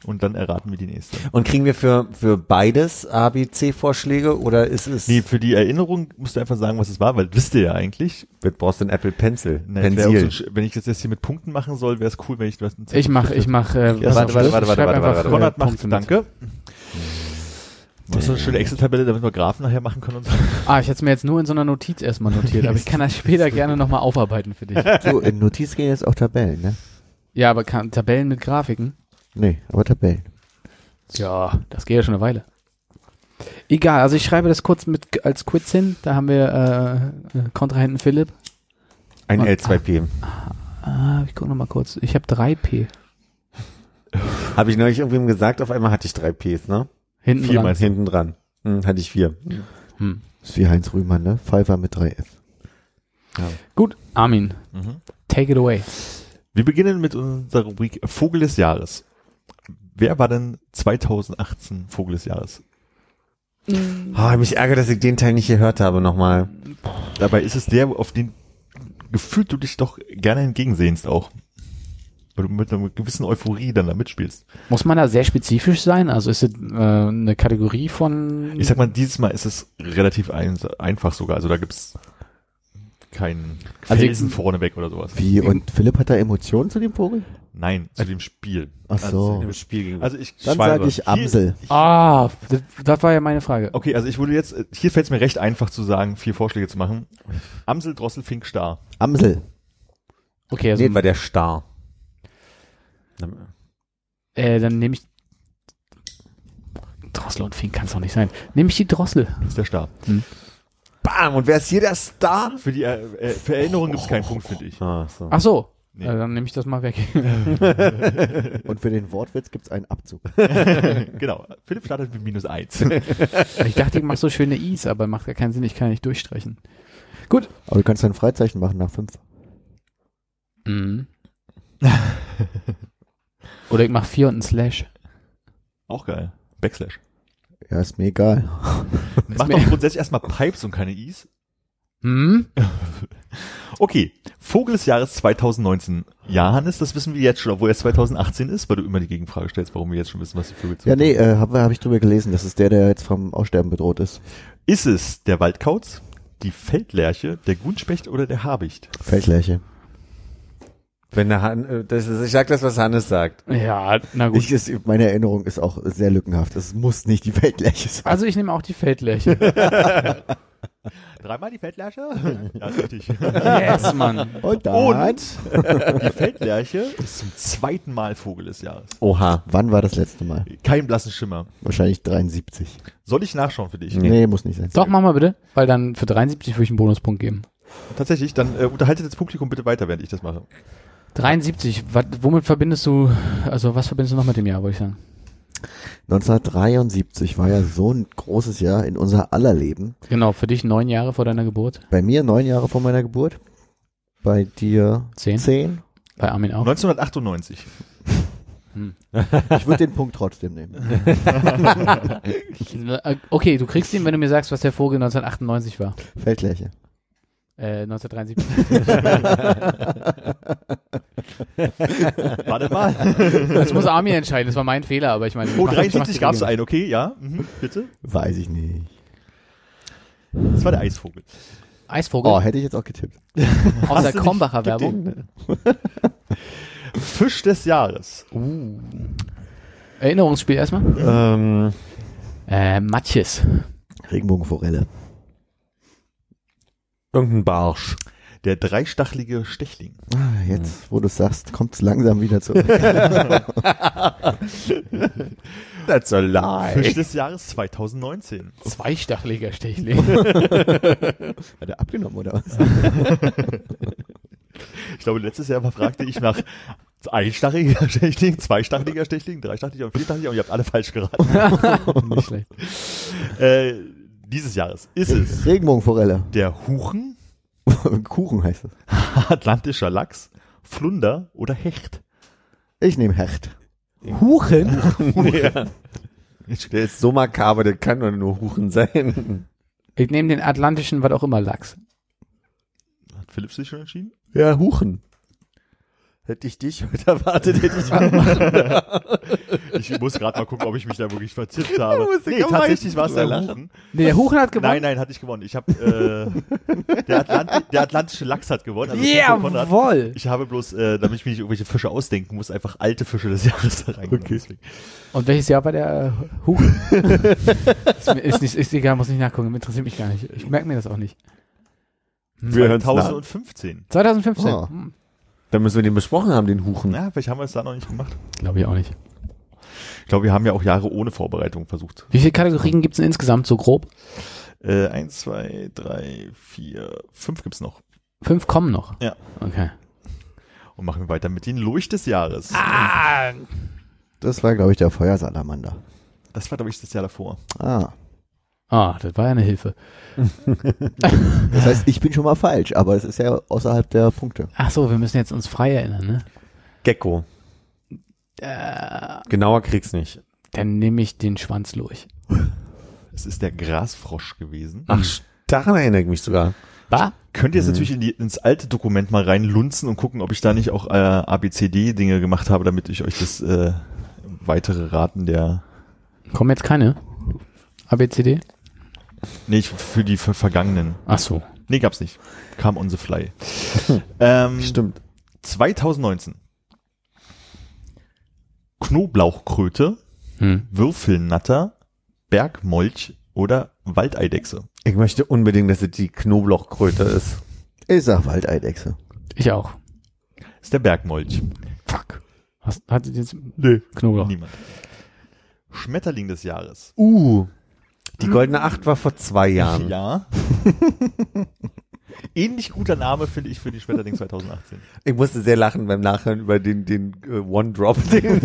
C: Und dann erraten wir die nächste.
D: Und kriegen wir für, für beides A, B, C-Vorschläge oder ist es.
C: Nee, für die Erinnerung musst du einfach sagen, was es war, weil das wisst ihr ja eigentlich.
D: Mit brauchst du einen Apple Pencil.
C: Na, es wär auch so sch- wenn ich das jetzt hier mit Punkten machen soll, wäre es cool, wenn ich das
E: Ich mach, ich mach, äh,
C: Warte,
E: pass auf,
D: warte,
E: schreib
D: warte, warte,
E: einfach,
D: warte,
E: äh,
C: Konrad macht,
E: Punkte mit. Äh.
C: danke. Das ist eine schöne Excel-Tabelle, damit wir Graphen nachher machen können und so.
E: Ah, ich hätte es mir jetzt nur in so einer Notiz erstmal notiert, aber ich kann das später gerne nochmal aufarbeiten für dich.
B: So, in Notiz gehen jetzt auch Tabellen, ne?
E: Ja, aber kann, Tabellen mit Grafiken?
B: Nee, aber Tabellen.
E: Ja, das geht ja schon eine Weile. Egal, also ich schreibe das kurz mit als Quiz hin. Da haben wir äh, äh, Kontrahenten Philipp.
D: Ein
E: Und-
D: L2P.
E: Ah, ich gucke nochmal kurz. Ich habe 3P.
D: Habe ich neulich irgendwem gesagt, auf einmal hatte ich drei Ps, ne?
E: Hinten
D: Vier
E: dran.
D: meinst du? hinten dran. Hm, hatte ich vier.
E: Hm.
B: Ist wie Heinz Rühmann, ne? Pfeiffer mit 3F.
E: Gut, Armin, take it away.
C: Wir beginnen mit unserer Rubrik Vogel des Jahres. Wer war denn 2018 Vogel des Jahres?
D: Oh, mich ärgert, dass ich den Teil nicht gehört habe nochmal.
C: Dabei ist es der, auf den gefühlt du dich doch gerne entgegensehnst auch. Weil du mit einer gewissen Euphorie dann da mitspielst.
E: Muss man da sehr spezifisch sein? Also ist es äh, eine Kategorie von
C: Ich sag mal, dieses Mal ist es relativ ein, einfach sogar. Also da gibt's keinen
E: Also ich-
C: Felsen vorneweg oder sowas.
B: Wie, und Philipp hat da Emotionen zu dem Vogel?
C: Nein, zu dem Spiel.
B: Ach so.
D: Im Spiel gegen
C: Also ich
B: Dann sage
C: schwalbe.
B: ich
C: Hier-
B: Amsel.
E: Ah, das, das war ja meine Frage.
C: Okay, also ich würde jetzt, äh, hier fällt es mir recht einfach zu sagen, vier Vorschläge zu machen. Amsel, Drossel, Fink, Star.
B: Amsel.
E: Okay, also
D: nee, war der Star.
E: äh, dann nehme ich Drossel und Fink kann es doch nicht sein. Nehme ich die Drossel.
C: Das ist der Star.
D: Bam! Und wer ist hier der Star?
C: Für die äh, äh, für Erinnerung gibt es keinen Punkt, finde ich.
D: Ach so.
E: Ach so.
C: Nee.
E: Äh, dann nehme ich das mal weg.
B: Und für den Wortwitz gibt's einen Abzug.
C: genau. Philipp startet mit minus eins.
E: ich dachte, ich mache so schöne Is, aber macht ja keinen Sinn, ich kann ja nicht durchstreichen.
B: Aber du kannst dann ein Freizeichen machen nach fünf.
E: Mhm. Oder ich mache vier und einen Slash.
C: Auch geil. Backslash.
B: Ja, ist mir egal.
C: Mach doch grundsätzlich erstmal Pipes und keine Is.
E: Hm?
C: Okay. Vogel des Jahres 2019. Ja, Hannes, das wissen wir jetzt schon, obwohl es 2018 ist, weil du immer die Gegenfrage stellst, warum wir jetzt schon wissen, was die Vögel sind.
B: Ja, nee, äh, habe hab ich drüber gelesen. Das ist der, der jetzt vom Aussterben bedroht ist.
C: Ist es der Waldkauz, die Feldlerche, der Gunspecht oder der Habicht?
B: Feldlärche.
D: Wenn der Han, äh, das, ist- ich sag das, was Hannes sagt.
E: Ja, na gut.
B: Ich, es, meine Erinnerung ist auch sehr lückenhaft. Es muss nicht die Weltläche sein.
E: also ich nehme auch die Feldlärche.
C: Dreimal die Feldlerche? Ja, ist richtig.
E: yes, Mann.
B: Und dann,
C: Und? Die Feldlerche ist zum zweiten Mal Vogel des Jahres.
D: Oha.
B: wann war das letzte Mal?
C: Kein blassen Schimmer.
B: Wahrscheinlich 73.
C: Soll ich nachschauen für dich?
B: Nee, muss nicht sein.
E: Doch, mach mal bitte, weil dann für 73 würde ich einen Bonuspunkt geben.
C: Tatsächlich, dann äh, unterhaltet das Publikum bitte weiter, während ich das mache.
E: 73, wat, womit verbindest du, also was verbindest du noch mit dem Jahr, wollte ich sagen?
B: 1973 war ja so ein großes Jahr in unser aller Leben.
E: Genau, für dich neun Jahre vor deiner Geburt,
B: Bei mir neun Jahre vor meiner Geburt. Bei dir
E: zehn,
B: zehn.
E: bei Armin auch.
C: 1998.
B: Ich würde den Punkt trotzdem nehmen.
E: Äh, Okay, du kriegst ihn, wenn du mir sagst, was der Vogel 1998 war.
B: Feldläche.
E: Äh, 1973.
C: Warte mal.
E: Das muss Armin entscheiden, das war mein Fehler, aber ich meine. ich
C: Oh,
E: mach- ich mach die
C: 73 gab es
E: Regeln.
C: einen, okay, ja. Mhm, bitte.
B: Weiß ich nicht.
C: Das war der Eisvogel.
E: Eisvogel
B: Oh, hätte ich jetzt auch getippt.
E: aus der
C: hast du nicht-
E: Krombacher
C: gib
E: Werbung.
C: Fisch des Jahres.
E: Uh. Erinnerungsspiel erstmal.
D: Ähm,
E: Äh, Matjes.
B: Regenbogenforelle.
D: irgendein Barsch.
C: Der dreistachelige Stechling.
B: Ah, jetzt, wo du es sagst, kommt es langsam wieder zurück.
D: That's a lie.
C: Fisch des Jahres 2019.
E: Zweistacheliger Stechling.
B: Hat er abgenommen, oder was?
C: Ich glaube, letztes Jahr fragte ich nach einstacheliger Stechling, zweistacheliger Stechling, dreistacheliger und vierstacheliger und ihr habt alle falsch geraten.
E: Nicht schlecht.
C: Äh, dieses Jahres ist es
B: Regenbogenforelle.
C: der Huchen,
B: Kuchen heißt es.
C: atlantischer Lachs, Flunder oder Hecht.
B: Ich nehme Hecht.
E: Huchen?
D: Der ist so makaber, der kann doch nur Huchen sein.
E: Ich nehme den atlantischen, was auch immer, Lachs.
C: Hat Philipp sich schon entschieden?
D: Ja, Huchen. Hätte ich dich heute erwartet, hätte ich
C: Ich muss gerade mal gucken, ob ich mich da wirklich verzippt habe.
D: musst
C: Nee,
D: ja
C: tatsächlich
D: meistens
C: war es der
D: drüber um lachen.
C: Huchen.
E: Nee, der Huchen hat gewonnen.
C: Nein, nein, hatte ich gewonnen. Ich habe äh, der, Atlanti der atlantische Lachs hat gewonnen. also Coco Conrad.
E: Jawohl!
C: Ich habe bloß, äh, damit ich mir nicht irgendwelche Fische ausdenken muss, einfach alte Fische des Jahres da reingenommen. Deswegen.
E: Und welches Jahr war der äh, Huchen? ist, mir- ist, nicht, ist egal, muss nicht nachgucken, interessiert mich gar nicht. Ich merke mir das auch nicht.
D: Wir hören's nach.
C: 2015.
E: 2015?
B: Ah.
E: Hm,
D: Dann müssen wir den besprochen haben, den Huchen.
C: Na, vielleicht haben wir es da noch nicht gemacht.
E: Glaube ich auch nicht.
C: Ich glaube, wir haben ja auch Jahre ohne Vorbereitung versucht.
E: Wie viele Kategorien gibt es denn insgesamt so grob?
C: Äh, eins, zwei, drei, vier, fünf gibt's noch.
E: Fünf kommen noch.
C: Ja.
E: Okay.
C: Und machen wir weiter mit den Lurch des Jahres.
B: Das war, glaube ich, der Feuersalamander.
C: Das war, glaube ich, das Jahr davor.
B: Ah.
E: Ah, das war ja eine Hilfe.
B: Das heißt, ich bin schon mal falsch, aber es ist ja außerhalb der Punkte.
E: Ach so, wir müssen jetzt uns frei erinnern, ne?
D: Gecko. Genauer krieg's nicht.
E: Dann nehme ich den Schwanz durch.
C: Es ist der Grasfrosch gewesen.
D: Ach, sch- daran erinnere ich mich sogar.
E: Bah?
C: Könnt ihr jetzt natürlich in die, ins alte Dokument mal reinlunzen und gucken, ob ich da nicht auch äh, ABCD-Dinge gemacht habe, damit ich euch das äh, weitere Raten der...
E: Kommen jetzt keine? ABCD?
C: Nee, ich, für die ver vergangenen.
E: Ach so.
C: Nee, gab's nicht. Kam on the fly. ähm,
D: Stimmt.
C: 2019. Knoblauchkröte,
E: Hm.
C: Würfelnatter, Bergmolch oder Waldeidechse.
D: Ich möchte unbedingt, dass es die Knoblauchkröte ist.
B: Ich sag Waldeidechse.
E: Ich auch.
C: Ist der Bergmolch.
E: Fuck. Hast, hat jetzt
C: Nö.
E: Knoblauch?
C: Niemand. Schmetterling des Jahres.
D: Uh. Die goldene Acht war vor zwei Jahren.
C: Ja. Ähnlich guter Name finde ich für die Schmetterling 2018.
D: Ich musste sehr lachen beim Nachhören über den, den äh, One Drop, den,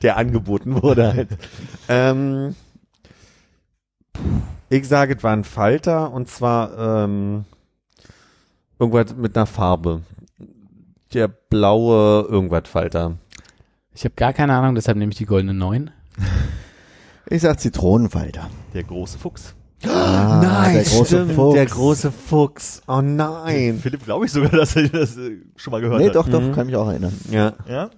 D: der angeboten wurde. Halt. Ähm, ich sage, es war ein Falter und zwar ähm, irgendwas mit einer Farbe. Der blaue irgendwas Falter.
E: Ich habe gar keine Ahnung, deshalb nehme ich die goldene Neun.
B: Ich sag Zitronenwalder.
C: Der große Fuchs.
B: Ah, der große Fuchs.
D: Der große Fuchs. Oh nein.
C: Philipp glaube ich sogar, dass er das äh, schon mal gehört
B: Nee,
C: hat.
B: doch, doch, kann mich auch erinnern.
D: Ja.
C: Ja?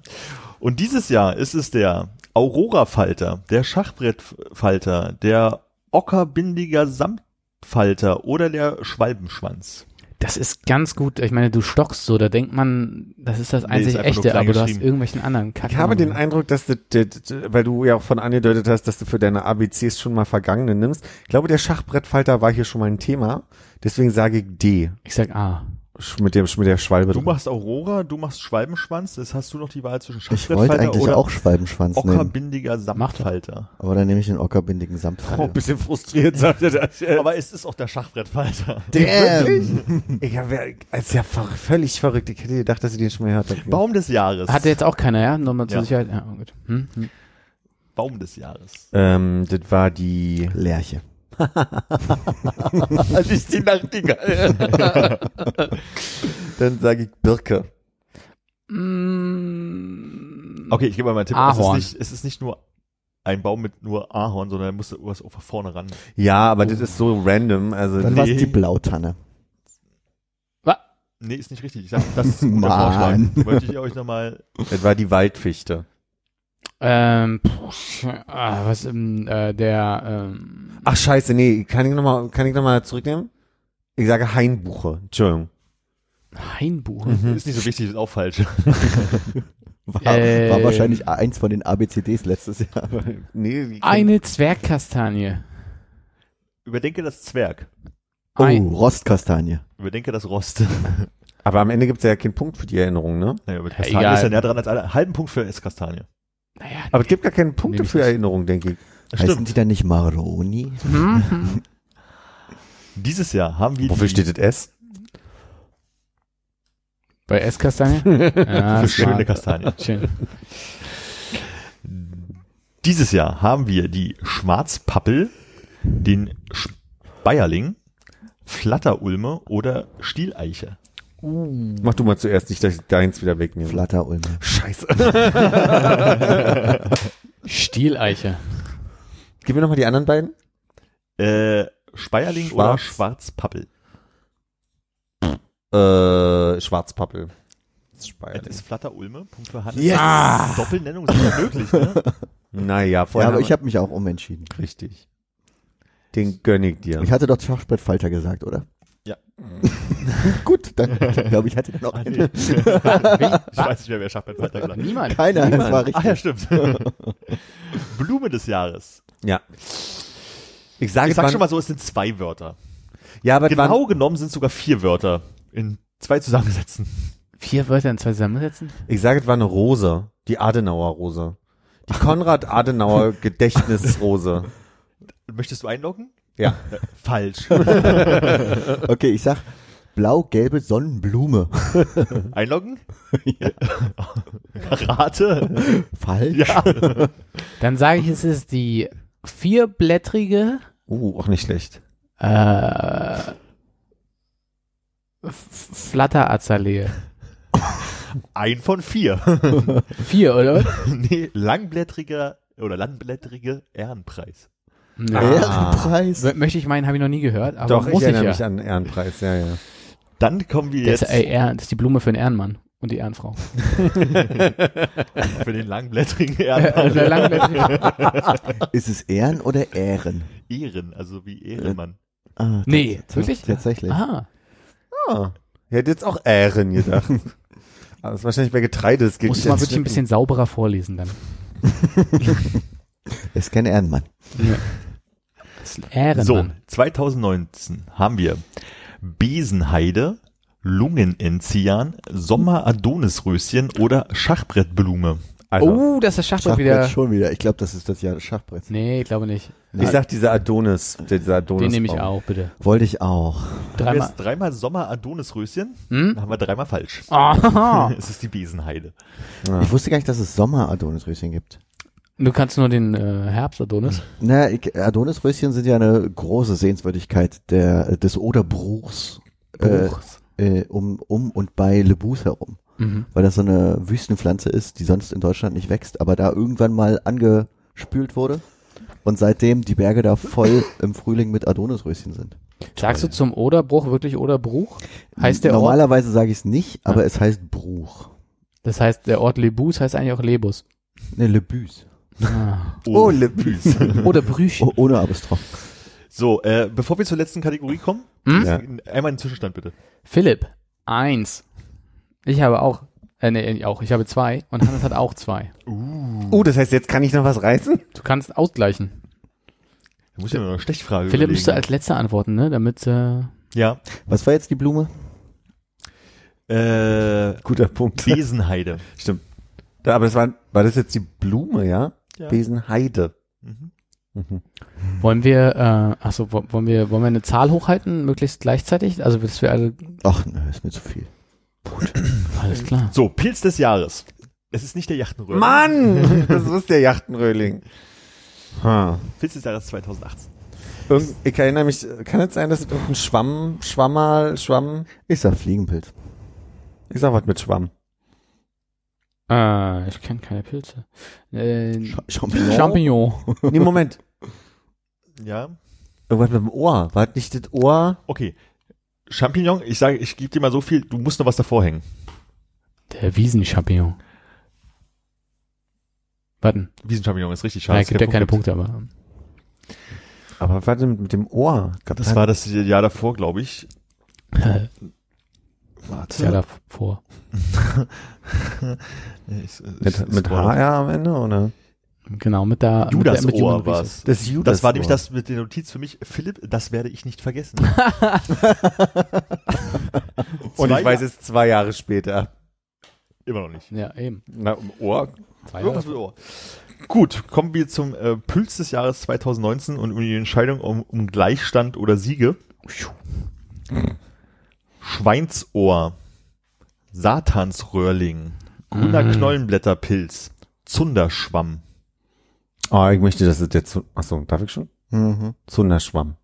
C: Und dieses Jahr ist es der Aurora-Falter, der Schachbrettfalter, der Ockerbindiger Samtfalter oder der Schwalbenschwanz.
E: Das ist ganz gut. Ich meine, du stockst so, da denkt man, das ist das
C: Nee, ist
E: einzig
C: einfach nur
E: echte,
C: klein
E: aber du hast
C: geschrieben.
E: irgendwelchen anderen Kack.
D: Ich habe den Eindruck, dass du, d- d- weil du ja auch von angedeutet hast, dass du für deine ABCs schon mal vergangene nimmst. Ich glaube, der Schachbrettfalter war hier schon mal ein Thema. Deswegen sage ich D.
E: Ich sag A.
D: Sch- Mit, dem, mit der Schwalbe.
C: Du
D: drin.
C: machst Aurora, du machst Schwalbenschwanz, das hast du noch die Wahl zwischen
B: Ich wollte
C: Schachbrettfalter
B: eigentlich
C: oder
B: auch Schwalbenschwanz nehmen.
C: Ockerbindiger Samtfalter.
B: Aber dann nehme ich den ockerbindigen Samtfalter.
D: bisschen frustriert, sagt er das.
C: Aber es ist auch der Schachbrettfalter.
D: Ich habe, ist ja ver- völlig verrückt. Ich hätte gedacht, dass ich den schon mal gehört habe.
C: Baum des Jahres.
E: Hatte jetzt auch keiner, ja? Nochmal zur
C: Ja.
E: Sicherheit. Ja, oh, gut. Hm? Hm.
C: Baum des Jahres.
D: Ähm, das war die.
B: Lerche.
C: Also ich die Nachtigall.
D: Dann sage ich Birke.
E: Mm,
C: Okay, ich gebe mal meinen Tipp.
E: Ahorn.
C: Es ist, nicht, es ist nicht nur ein Baum mit nur Ahorn, sondern da musst du was auch von vorne ran.
D: Ja, aber das ist so random. Also
B: Dann
C: Nee.
B: war es die Blautanne.
C: Nee, ist nicht richtig. Ich sag, das ist ein guter Vorschlag.
B: Mann.
C: Wollte ich euch nochmal.
D: das war die Waldfichte.
E: Ähm, pff, ah, was ähm, äh, der ähm,
D: Ach scheiße, nee, kann ich nochmal, kann ich noch mal zurücknehmen? Ich sage Hainbuche. Entschuldigung.
E: Hainbuche.
C: Ist nicht so wichtig, ist auch falsch.
B: War,
E: Äh.
B: war wahrscheinlich eins von den ABCDs letztes Jahr.
D: Nee, die-
E: Eine Zwergkastanie.
C: Überdenke das Zwerg.
E: Ein-
B: Oh, Rostkastanie.
C: Überdenke das Rost.
D: aber am Ende gibt's ja keinen Punkt für die Erinnerung, ne?
C: Naja, aber
E: Kastanie
C: Kastanie Egal.
E: ist
C: ist
E: ja
C: ja näher dran als alle. Halben Punkt für Esskastanie.
E: Naja,
D: Aber es gibt gar keine Punkte
E: Nehm ich
D: für
E: nicht.
D: Erinnerung, denke ich.
B: Heißen die dann nicht Maroni?
E: hm,
C: Dieses Jahr haben wir
D: Wofür
C: die
D: steht das S?
E: bei Esskastanie? Ja,
C: für
E: das war-
C: schöne Kastanie.
E: Schön.
C: Dieses Jahr haben wir die Schwarzpappel, den Speierling, Flatterulme oder Stieleiche.
D: Mach du mal zuerst, nicht, dass ich deins wieder wegnehme.
B: Flatterulme.
D: Scheiße.
E: Stieleiche.
D: Gib mir nochmal die anderen beiden.
C: Äh, Speierling oder
D: Schwarz.
C: Schwarzpappel.
D: Äh, Schwarzpappel.
C: Es ist Flatterulme. Punkt für Hannes.
B: Yes!
C: Doppelnennung ist ja möglich, ne?
D: Naja,
B: Ja,
D: vorher
B: aber
D: haben
B: ich habe mich auch umentschieden.
D: wir- richtig. Den gönn ich dir.
B: Ich hatte doch Schachbrettfalter gesagt, oder?
C: Ja.
B: Gut, dann glaube ich, hatte dann auch
C: Ah,
B: einen.
C: nee. ich weiß nicht mehr, wer schafft gesagt hat.
E: Niemand.
B: keiner. Das war
C: Ach ja,
B: richtig.
C: stimmt. Blume des Jahres.
D: ja. Ich sage
C: Ich sag schon mal so, es sind zwei Wörter.
D: Ja, aber
C: Genau
D: genau.
C: genommen sind es sogar vier Wörter in zwei Zusammensätzen.
E: Vier Wörter in zwei zusammensetzen?
D: ich sage, es war eine Rose. Die Adenauer-Rose. Die Konrad-Adenauer-Gedächtnisrose.
C: Möchtest du einloggen?
D: Ja.
C: Äh, Falsch.
B: Okay, ich sag blau-gelbe Sonnenblume.
C: Einloggen? Rate?
B: Falsch.
C: Ja.
E: Dann sage ich, es ist die vierblättrige
D: Uh, auch nicht schlecht.
E: äh, F- Flatterazalee.
C: Ein von vier.
E: Vier, oder?
C: Nee, langblättriger oder landblättrige Ehrenpreis.
E: Ja.
B: Ehrenpreis.
E: Mö- Möchte ich meinen, habe ich noch nie gehört, aber
D: Doch,
E: muss
D: ich
E: ich,
D: erinnere
E: ja.
D: mich an den Ehrenpreis, ja, ja.
C: Dann kommen wir
E: Das
C: jetzt
E: ist, ey, Ehren- das ist die Blume für den Ehrenmann und die Ehrenfrau.
C: für den langblättrigen
E: Äh,
C: Ehrenpreis.
E: der Langblättrige.
B: Ist es Ehren oder Ehren?
C: Ehren, also wie Ehrenmann.
B: Ah,
E: Nee,
B: tats-
E: wirklich?
B: Tatsächlich.
E: Aha.
D: Ah, ich hätte jetzt auch Ähren gedacht. Aber das ist wahrscheinlich bei Getreide. Das gilt
E: Muss
D: nicht
E: man
D: als
E: wirklich ein bisschen sauberer vorlesen dann.
B: Ist kein Ehrenmann.
E: Das ist ein Äh, Ehrenmann.
C: So, 2019 haben wir Besenheide, Lungenenzian, Sommer-Adonisröschen oder Schachbrettblume.
D: Also,
E: Oh, das ist das Schachbrett
B: Schachbrett
E: wieder.
B: schon wieder. Ich glaube, das ist das Jahr des Schachbretts.
E: Nee, ich glaube nicht.
D: ich sag dieser Adonis. Dieser Adonis
E: Den nehme ich auch, bitte.
B: Wollte ich auch.
C: Haben wir
E: Dreimal.
C: jetzt dreimal Sommer-Adonisröschen,
E: Hm?
C: dann haben wir dreimal falsch.
E: Ah.
C: Es ist die Besenheide.
B: Ich wusste gar nicht, dass es Sommer-Adonisröschen gibt.
E: Du kannst nur den äh, Herbst Adonis.
B: Na, ich- Adonisröschen sind ja eine große Sehenswürdigkeit der, des Oderbruchs äh,
E: Buchs.
B: äh, um, um und bei Le Bus herum.
E: Mhm.
B: Weil das so eine Wüstenpflanze ist, die sonst in Deutschland nicht wächst, aber da irgendwann mal angespült wurde. Und seitdem die Berge da voll im Frühling mit Adonisröschen sind.
E: Sagst du zum Oderbruch wirklich Oderbruch? Heißt der Ort?
B: Normalerweise sage ich es nicht, aber es heißt Bruch.
E: Das heißt, der Ort Lebus heißt eigentlich auch Lebus.
B: Ne, Le Bus.
E: Ah.
D: Oh, Lebüß.
E: Oder Brüch.
B: Oh, ohne Apostroph.
C: So, äh, bevor wir zur letzten Kategorie kommen,
E: Hm?
D: Ja.
C: Einmal einen Zwischenstand bitte.
E: Philipp, eins. Ich habe auch, äh, nee, nicht auch, ich habe zwei und Hannes hat auch zwei.
D: Oh, das heißt, jetzt kann ich noch was reißen?
E: Du kannst ausgleichen.
C: Da muss ich mir noch eine Stechfrage
E: Philipp
C: überlegen.
E: müsste als letzter antworten, ne, damit, äh,
C: Ja.
B: Was war jetzt die Blume?
C: Äh,
D: Guter Punkt.
C: Besenheide.
D: Stimmt. Da, aber das war, war das jetzt die Blume, ja?
C: Ja.
D: Besenheide.
C: Mhm.
E: wollen wir, äh, ach so, wo- wollen wir, wollen wir eine Zahl hochhalten, möglichst gleichzeitig? Also, dass wir alle,
B: Ach, nö, ist mir zu viel.
E: alles klar.
C: So, Pilz des Jahres. Es ist nicht der Yachtenröhrer.
D: Mann! Das ist der Yachtenröhling. Ha.
C: Pilz des Jahres 2018.
D: Irgend, ich erinnere mich, kann es sein, dass es irgendein Schwamm, Schwammal, Schwamm,
B: Ich sag Fliegenpilz.
D: ich sag was mit Schwamm.
E: Äh, ich kenne keine Pilze. Äh,
B: Sch Champignon.
E: Champignon.
D: Nee, Moment.
C: Ja.
D: Irgendwas mit dem Ohr. War das nicht das Ohr?
C: Okay. Champignon, ich sage, ich gebe dir mal so viel, du musst noch was davor hängen.
E: Der Wiesenchampignon. Warten,
C: Wiesenchampignon ist richtig schade.
E: ja,
C: dass
E: gibt
C: es
E: ja
C: keinen
E: keine
C: Punkt
E: Punkte, aber.
D: Aber was war denn mit dem Ohr?
C: gibt. Das war das Jahr davor, glaube ich.
E: Das Jahr davor.
C: Ich- ich-
D: Mit,
C: ich-
D: mit
C: ich-
D: HR am Ende, oder?
E: Genau, mit der.
C: Du
E: mit
C: das
E: der, mit
C: Ohr
E: Human Resources.
C: war's.
D: Das Judas.
C: Das war nämlich das mit der Notiz für mich. Philipp, das werde ich nicht vergessen.
D: Und
C: Zwei
D: ich weiß
C: Jahr-
D: es zwei Jahre später.
C: Immer noch nicht.
E: Ja, eben.
D: Na, um Ohr?
E: Zwei Jahre.
C: Irgendwas mit Ohr. Gut, kommen wir zum äh, Pülz des Jahres 2019 und um die Entscheidung um, um Gleichstand oder Siege. Schweinsohr, Satansröhrling, grüner
E: Mm. Ah.
C: Knollenblätterpilz, Zunderschwamm.
D: Oh, ich möchte, dass es der Zun Achso, darf ich schon?
B: Mhm.
D: Zunderschwamm.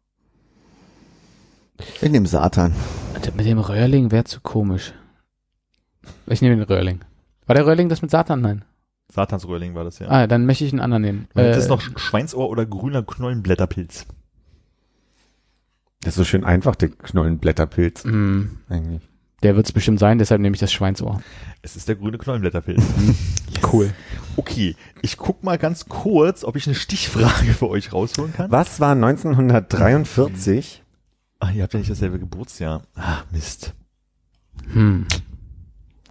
B: Ich nehme Satan.
E: Alter, Mit dem Röhrling wäre zu komisch. Ich nehme den Röhrling. War der Röhrling das mit Satan? Nein.
C: Satansröhrling war das ja.
E: Ah, dann möchte ich einen anderen nehmen.
C: Und jetzt
E: Äh,
C: ist noch Schweinsohr oder grüner Knollenblätterpilz.
D: Das ist so schön einfach, der Knollenblätterpilz.
E: mh,
D: Eigentlich.
E: hm, der wird es bestimmt sein, deshalb nehme ich das Schweinsohr.
C: Es ist der grüne Knollenblätterpilz.
E: Cool.
C: Okay, ich guck mal ganz kurz, ob ich eine Stichfrage für euch rausholen kann.
D: Was war 1943?
C: Ah, ihr habt ja nicht dasselbe Geburtsjahr. Ah, Mist.
E: Hm.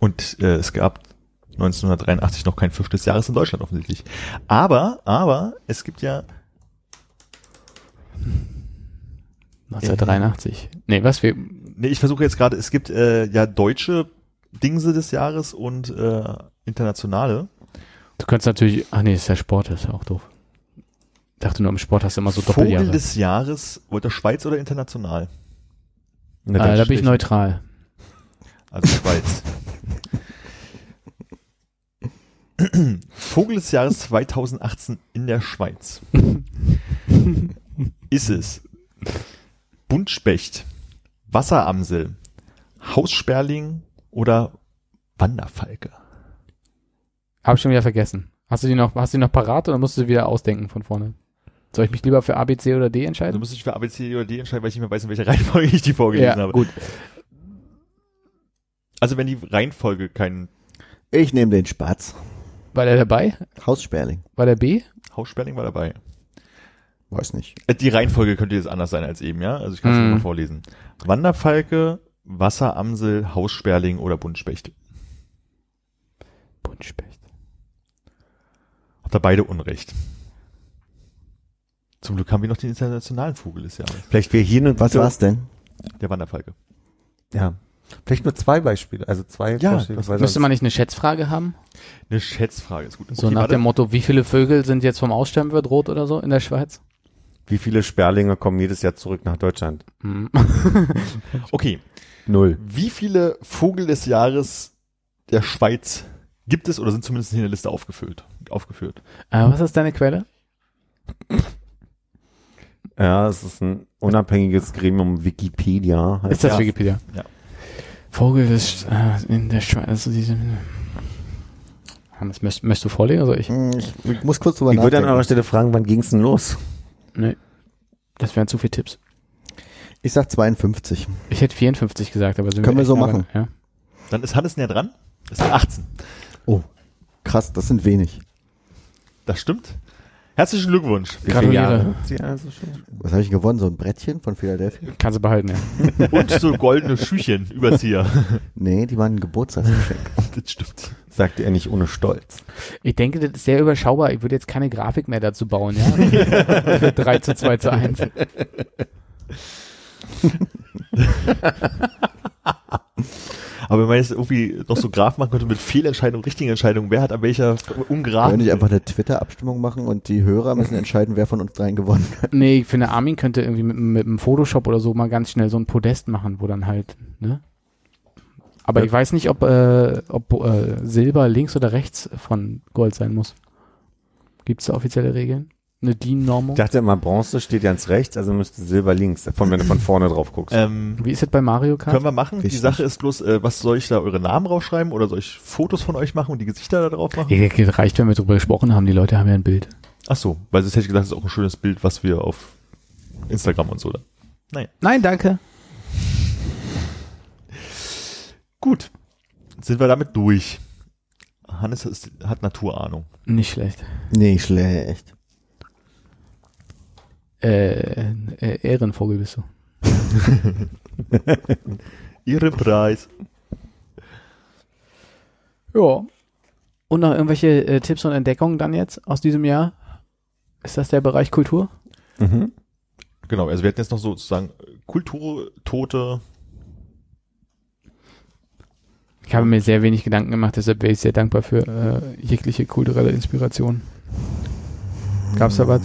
C: Und äh, es gab 1983 noch kein Fürst des Jahres in Deutschland offensichtlich. Aber, aber, es gibt ja,
E: 1983. Nee, was wir.
C: nee, ich versuche jetzt gerade, es gibt äh, ja deutsche Dingse des Jahres und äh, internationale.
E: Du könntest natürlich. Ach nee, ist ja Sport, ist ja auch doof. Ich dachte nur, im Sport hast du immer so
C: Vogel
E: Also Doppeljahre.
C: des Jahres, wollt ihr Schweiz oder international?
D: Na,
E: Ah,
D: dann
E: da bin ich
D: stich-
E: neutral.
C: Also Schweiz. Vogel des Jahres 2018 in der Schweiz. Ist es Buntspecht, Wasseramsel, Haussperling oder Wanderfalke?
E: Hab ich schon wieder vergessen. Hast du die noch, hast du die noch parat oder musst du sie wieder ausdenken von vorne? Soll ich mich lieber für A, B, C oder D
C: Also
E: entscheiden?
C: muss ich für ABC oder D entscheiden, weil ich nicht mehr weiß, in welcher Reihenfolge ich die vorgelesen habe.
E: gut.
C: Also wenn die Reihenfolge keinen
B: Ich nehme den Spatz.
E: War der dabei?
B: Haussperling.
E: War der B?
C: Haussperling war dabei.
B: Weiß nicht.
C: Äh, Die Reihenfolge könnte jetzt anders sein als eben, ja? Also ich kann es
E: Mhm.
C: nochmal vorlesen. Wanderfalke, Wasseramsel, Haussperling oder Buntspecht.
E: Buntspecht.
C: Habt ihr beide Unrecht. Zum Glück haben wir noch den internationalen Vogel des Jahres,
D: Vielleicht wäre hier nur
B: Was war's denn?
C: der Wanderfalke.
D: Ja. Vielleicht nur zwei Beispiele, also zwei
C: Ja, Also das
D: weil
E: Müsste
D: sonst-
E: man nicht eine Schätzfrage haben?
C: Eine Schätzfrage ist gut.
E: So nach dem Motto, wie viele Vögel sind jetzt vom Aussterben bedroht oder so in der Schweiz?
D: Wie viele Sperlinge kommen jedes Jahr zurück nach Deutschland?
E: Hm.
C: okay,
D: Null.
C: wie viele Vogel des Jahres der Schweiz gibt es oder sind zumindest in der Liste aufgefüllt, aufgeführt?
E: Äh, was ist deine Quelle?
D: Ja, es ist ein unabhängiges Gremium Wikipedia. heißt
E: Ist das
D: ja.
E: Wikipedia?
C: Ja.
E: Vogel des, äh, in der Schweiz. Also diese, Hannes, möchtest, möchtest du vorlegen oder soll ich?
B: Hm, Ich, ich muss kurz drüber
D: Ich würde an
B: nachdenken.
D: eurer Stelle fragen, wann ging's denn los?
E: Nee. Das wären zu viele Tipps.
B: Ich sag 52.
E: Ich hätte 54 gesagt, aber sind
B: Können wir
E: echt
B: so
E: nah
B: machen.
E: bei- Ja.
C: Dann ist Hannes näher dran. Das sind 18.
B: Oh, krass, das sind wenig.
C: Das stimmt. Herzlichen Glückwunsch.
E: Gratuliere.
D: Sie also schon.
B: Was habe ich gewonnen? So ein Brettchen von Philadelphia?
E: Kannst du behalten, ja.
C: Und so goldene Schüchen, Überzieher.
B: Nee, die waren ein Geburtstagsgeschenk.
C: Das stimmt.
D: Sagte er nicht ohne Stolz.
E: Ich denke, das ist sehr überschaubar. Ich würde jetzt keine Grafik mehr dazu bauen, ja. 3 zu 2 zu 1.
C: Aber wenn man jetzt irgendwie noch so Graph machen könnte mit Fehlentscheidung, richtigen Entscheidung, wer hat an welcher
B: Wollen wir
C: ungeraden.
B: nicht einfach eine Twitter-Abstimmung machen und die Hörer müssen entscheiden, wer von uns dreien gewonnen hat?
E: Nee, ich finde, Armin könnte irgendwie mit, mit einem Photoshop oder so mal ganz schnell so ein Podest machen, wo dann halt, ne? Aber ich weiß nicht, ob, äh, ob äh, Silber links oder rechts von Gold sein muss. Gibt es da offizielle Regeln? Eine DIN-Normung?
D: Ich dachte immer, Bronze steht ganz rechts, also müsste Silber links, davon, wenn du von vorne drauf guckst.
C: Ähm,
E: Wie ist das bei Mario Kart?
C: Können wir machen. Die
B: Richtig.
C: Sache ist bloß, äh, was soll ich da eure Namen draufschreiben oder soll ich Fotos von euch machen und die Gesichter da drauf machen?
E: Ich- ich- Reicht, wenn wir drüber gesprochen haben. Die Leute haben ja ein Bild.
C: Ach so, weil sonst hätte ich gesagt, das ist auch ein schönes Bild, was wir auf Instagram und so da.
E: Nein, danke.
C: Gut, sind wir damit durch. Hannes ist, hat Naturahnung.
E: Nicht schlecht.
B: Nicht schlecht.
E: Äh, äh, Ehrenvogel bist du.
C: Ihren Preis.
E: Ja. Und noch irgendwelche äh, Tipps und Entdeckungen dann jetzt aus diesem Jahr? Ist das der Bereich Kultur?
D: Mhm.
C: Genau, also wir hätten jetzt noch so sozusagen Kulturtote.
E: Ich habe mir sehr wenig Gedanken gemacht, deshalb wäre ich sehr dankbar für äh, jegliche kulturelle Inspiration. Gab's da was?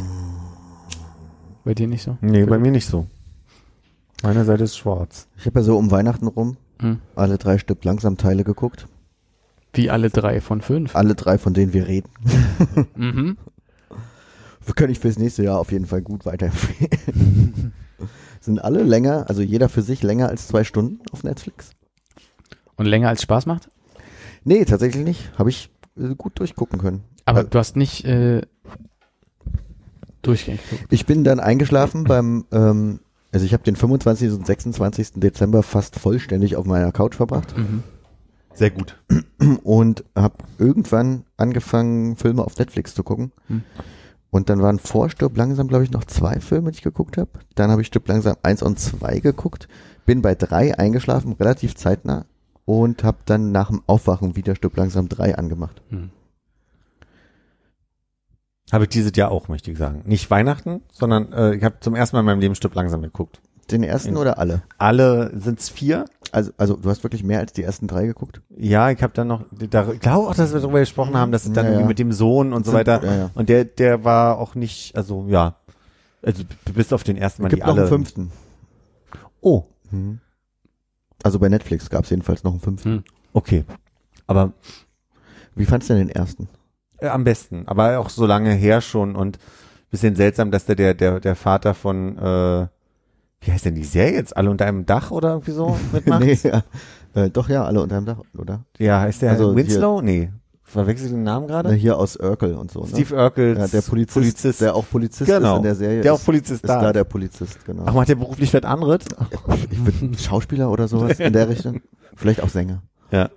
E: Bei dir nicht so?
D: Nee, bei mir nicht so. Meine Seite ist schwarz.
B: Ich habe ja so um Weihnachten rum
E: Hm.
B: alle drei Stück langsam Teile geguckt.
E: Wie alle drei von fünf.
B: Alle drei, von denen wir reden.
E: Mhm.
B: Kann ich fürs nächste Jahr auf jeden Fall gut weiterempfehlen. Sind alle länger, also jeder für sich länger als zwei Stunden auf Netflix?
E: Und länger als Spaß macht?
B: Nee, tatsächlich nicht. Habe ich äh, gut durchgucken können.
E: Aber
B: Äh,
E: du hast nicht äh, durchgängig. geguckt.
B: Ich bin dann eingeschlafen beim, ähm, also ich habe den 25. und 26. Dezember fast vollständig auf meiner Couch verbracht
E: Mhm.
C: Sehr gut.
B: und habe irgendwann angefangen, Filme auf Netflix zu gucken.
E: Hm.
B: Und dann waren vor Stirb langsam, glaube ich, noch zwei Filme, die ich geguckt habe. Dann habe ich Stirb langsam 1 und 2 geguckt, bin bei 3 eingeschlafen, relativ zeitnah und habe dann nach dem Aufwachen wieder Stirb langsam 3 angemacht.
E: Hm.
D: Habe ich dieses Jahr auch, möchte ich sagen. Nicht Weihnachten, sondern äh, ich habe zum ersten Mal in meinem Leben Stück langsam geguckt.
B: Den ersten
D: Ja.
B: oder alle?
D: Alle sind's vier.
B: Also, also du hast wirklich mehr als die ersten drei geguckt?
D: Ja, ich habe dann noch, da, ich glaube auch, dass wir darüber gesprochen haben, dass es dann
B: Ja, ja.
D: irgendwie mit dem Sohn und so
B: Sind-
D: weiter.
B: ja, ja.
D: Und der, der war auch nicht, also ja, also b- bis auf den ersten Mal
B: Gibt
D: die
B: noch
D: alle.
B: einen fünften.
D: Oh,
B: Mhm. Also bei Netflix gab es jedenfalls noch einen fünften.
D: okay. Aber
B: Wie fandst du denn den ersten?
D: Äh, am besten, aber auch so lange her schon und bisschen seltsam, dass der der der, der Vater von äh, wie heißt denn die Serie jetzt alle unter einem Dach oder irgendwie so mitmacht?
B: nee, ja. äh, doch ja, alle unter einem Dach, oder?
D: Ja, heißt der
B: Also
D: Winslow? Nee, verwechsel ich den Namen
B: Na,
D: gerade?
B: Äh, hier aus Urkel und so. Ne?
D: Steve Urkel,
B: ja, der Polizist, der auch Polizist
D: Genau.
B: ist in der Serie.
D: Der auch
B: ist,
D: Polizist
B: ist
D: da
B: da,
D: ist.
B: der Polizist, genau.
D: Ach, macht der beruflich was anderes?
B: ich würde Schauspieler oder sowas in der Richtung. Vielleicht auch Sänger.
D: Ja.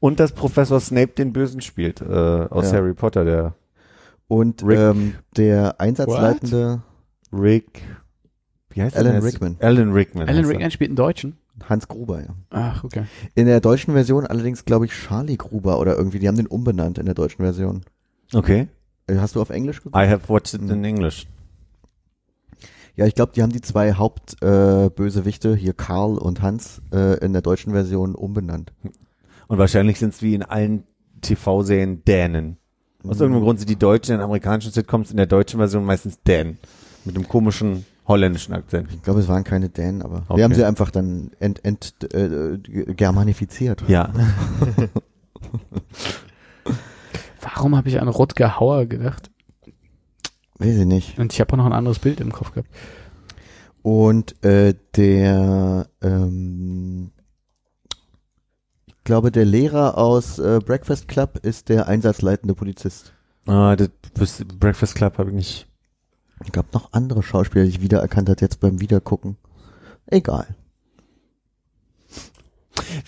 D: Und dass Professor Snape den Bösen spielt äh, aus
B: Ja.
D: Harry Potter, der
B: Und
D: Rick-
B: ähm, der Einsatzleitende
D: Rick. Wie heißt
B: Alan
D: der?
B: Rickman.
D: Alan Rickman.
E: Alan
D: heißt er.
E: Rickman spielt einen Deutschen.
B: Hans Gruber, ja.
E: Ach, okay.
B: In der deutschen Version allerdings, glaube ich, Charlie Gruber oder irgendwie. Die haben den umbenannt in der deutschen Version.
D: Okay. Mhm.
B: Äh, Hast du auf Englisch geguckt?
D: I have watched it in English.
B: Ja, ich glaube, die haben die zwei Hauptbösewichte, äh, Bösewichte, hier Karl und Hans, äh, in der deutschen Version umbenannt.
D: Und wahrscheinlich sind es wie in allen TV-Serien Dänen. Aus irgendeinem Grund sind die Deutschen in amerikanischen Sitcoms in der deutschen Version meistens Dänen. Mit einem komischen holländischen Akzent.
B: Ich glaube, es waren keine Dänen, aber
D: Okay.
B: wir haben sie einfach dann ent, ent, äh, ge- germanifiziert.
D: Ja.
E: Warum habe ich an Rutger Hauer gedacht?
B: Weiß ich nicht.
E: Und ich habe auch noch ein anderes Bild im Kopf gehabt.
B: Und äh, der, ähm, ich glaube, der Lehrer aus äh, Breakfast Club ist der einsatzleitende Polizist.
D: Ah, das das Breakfast Club habe ich nicht.
B: Es gab noch andere Schauspieler, die ich wiedererkannt hat jetzt beim Wiedergucken. Egal.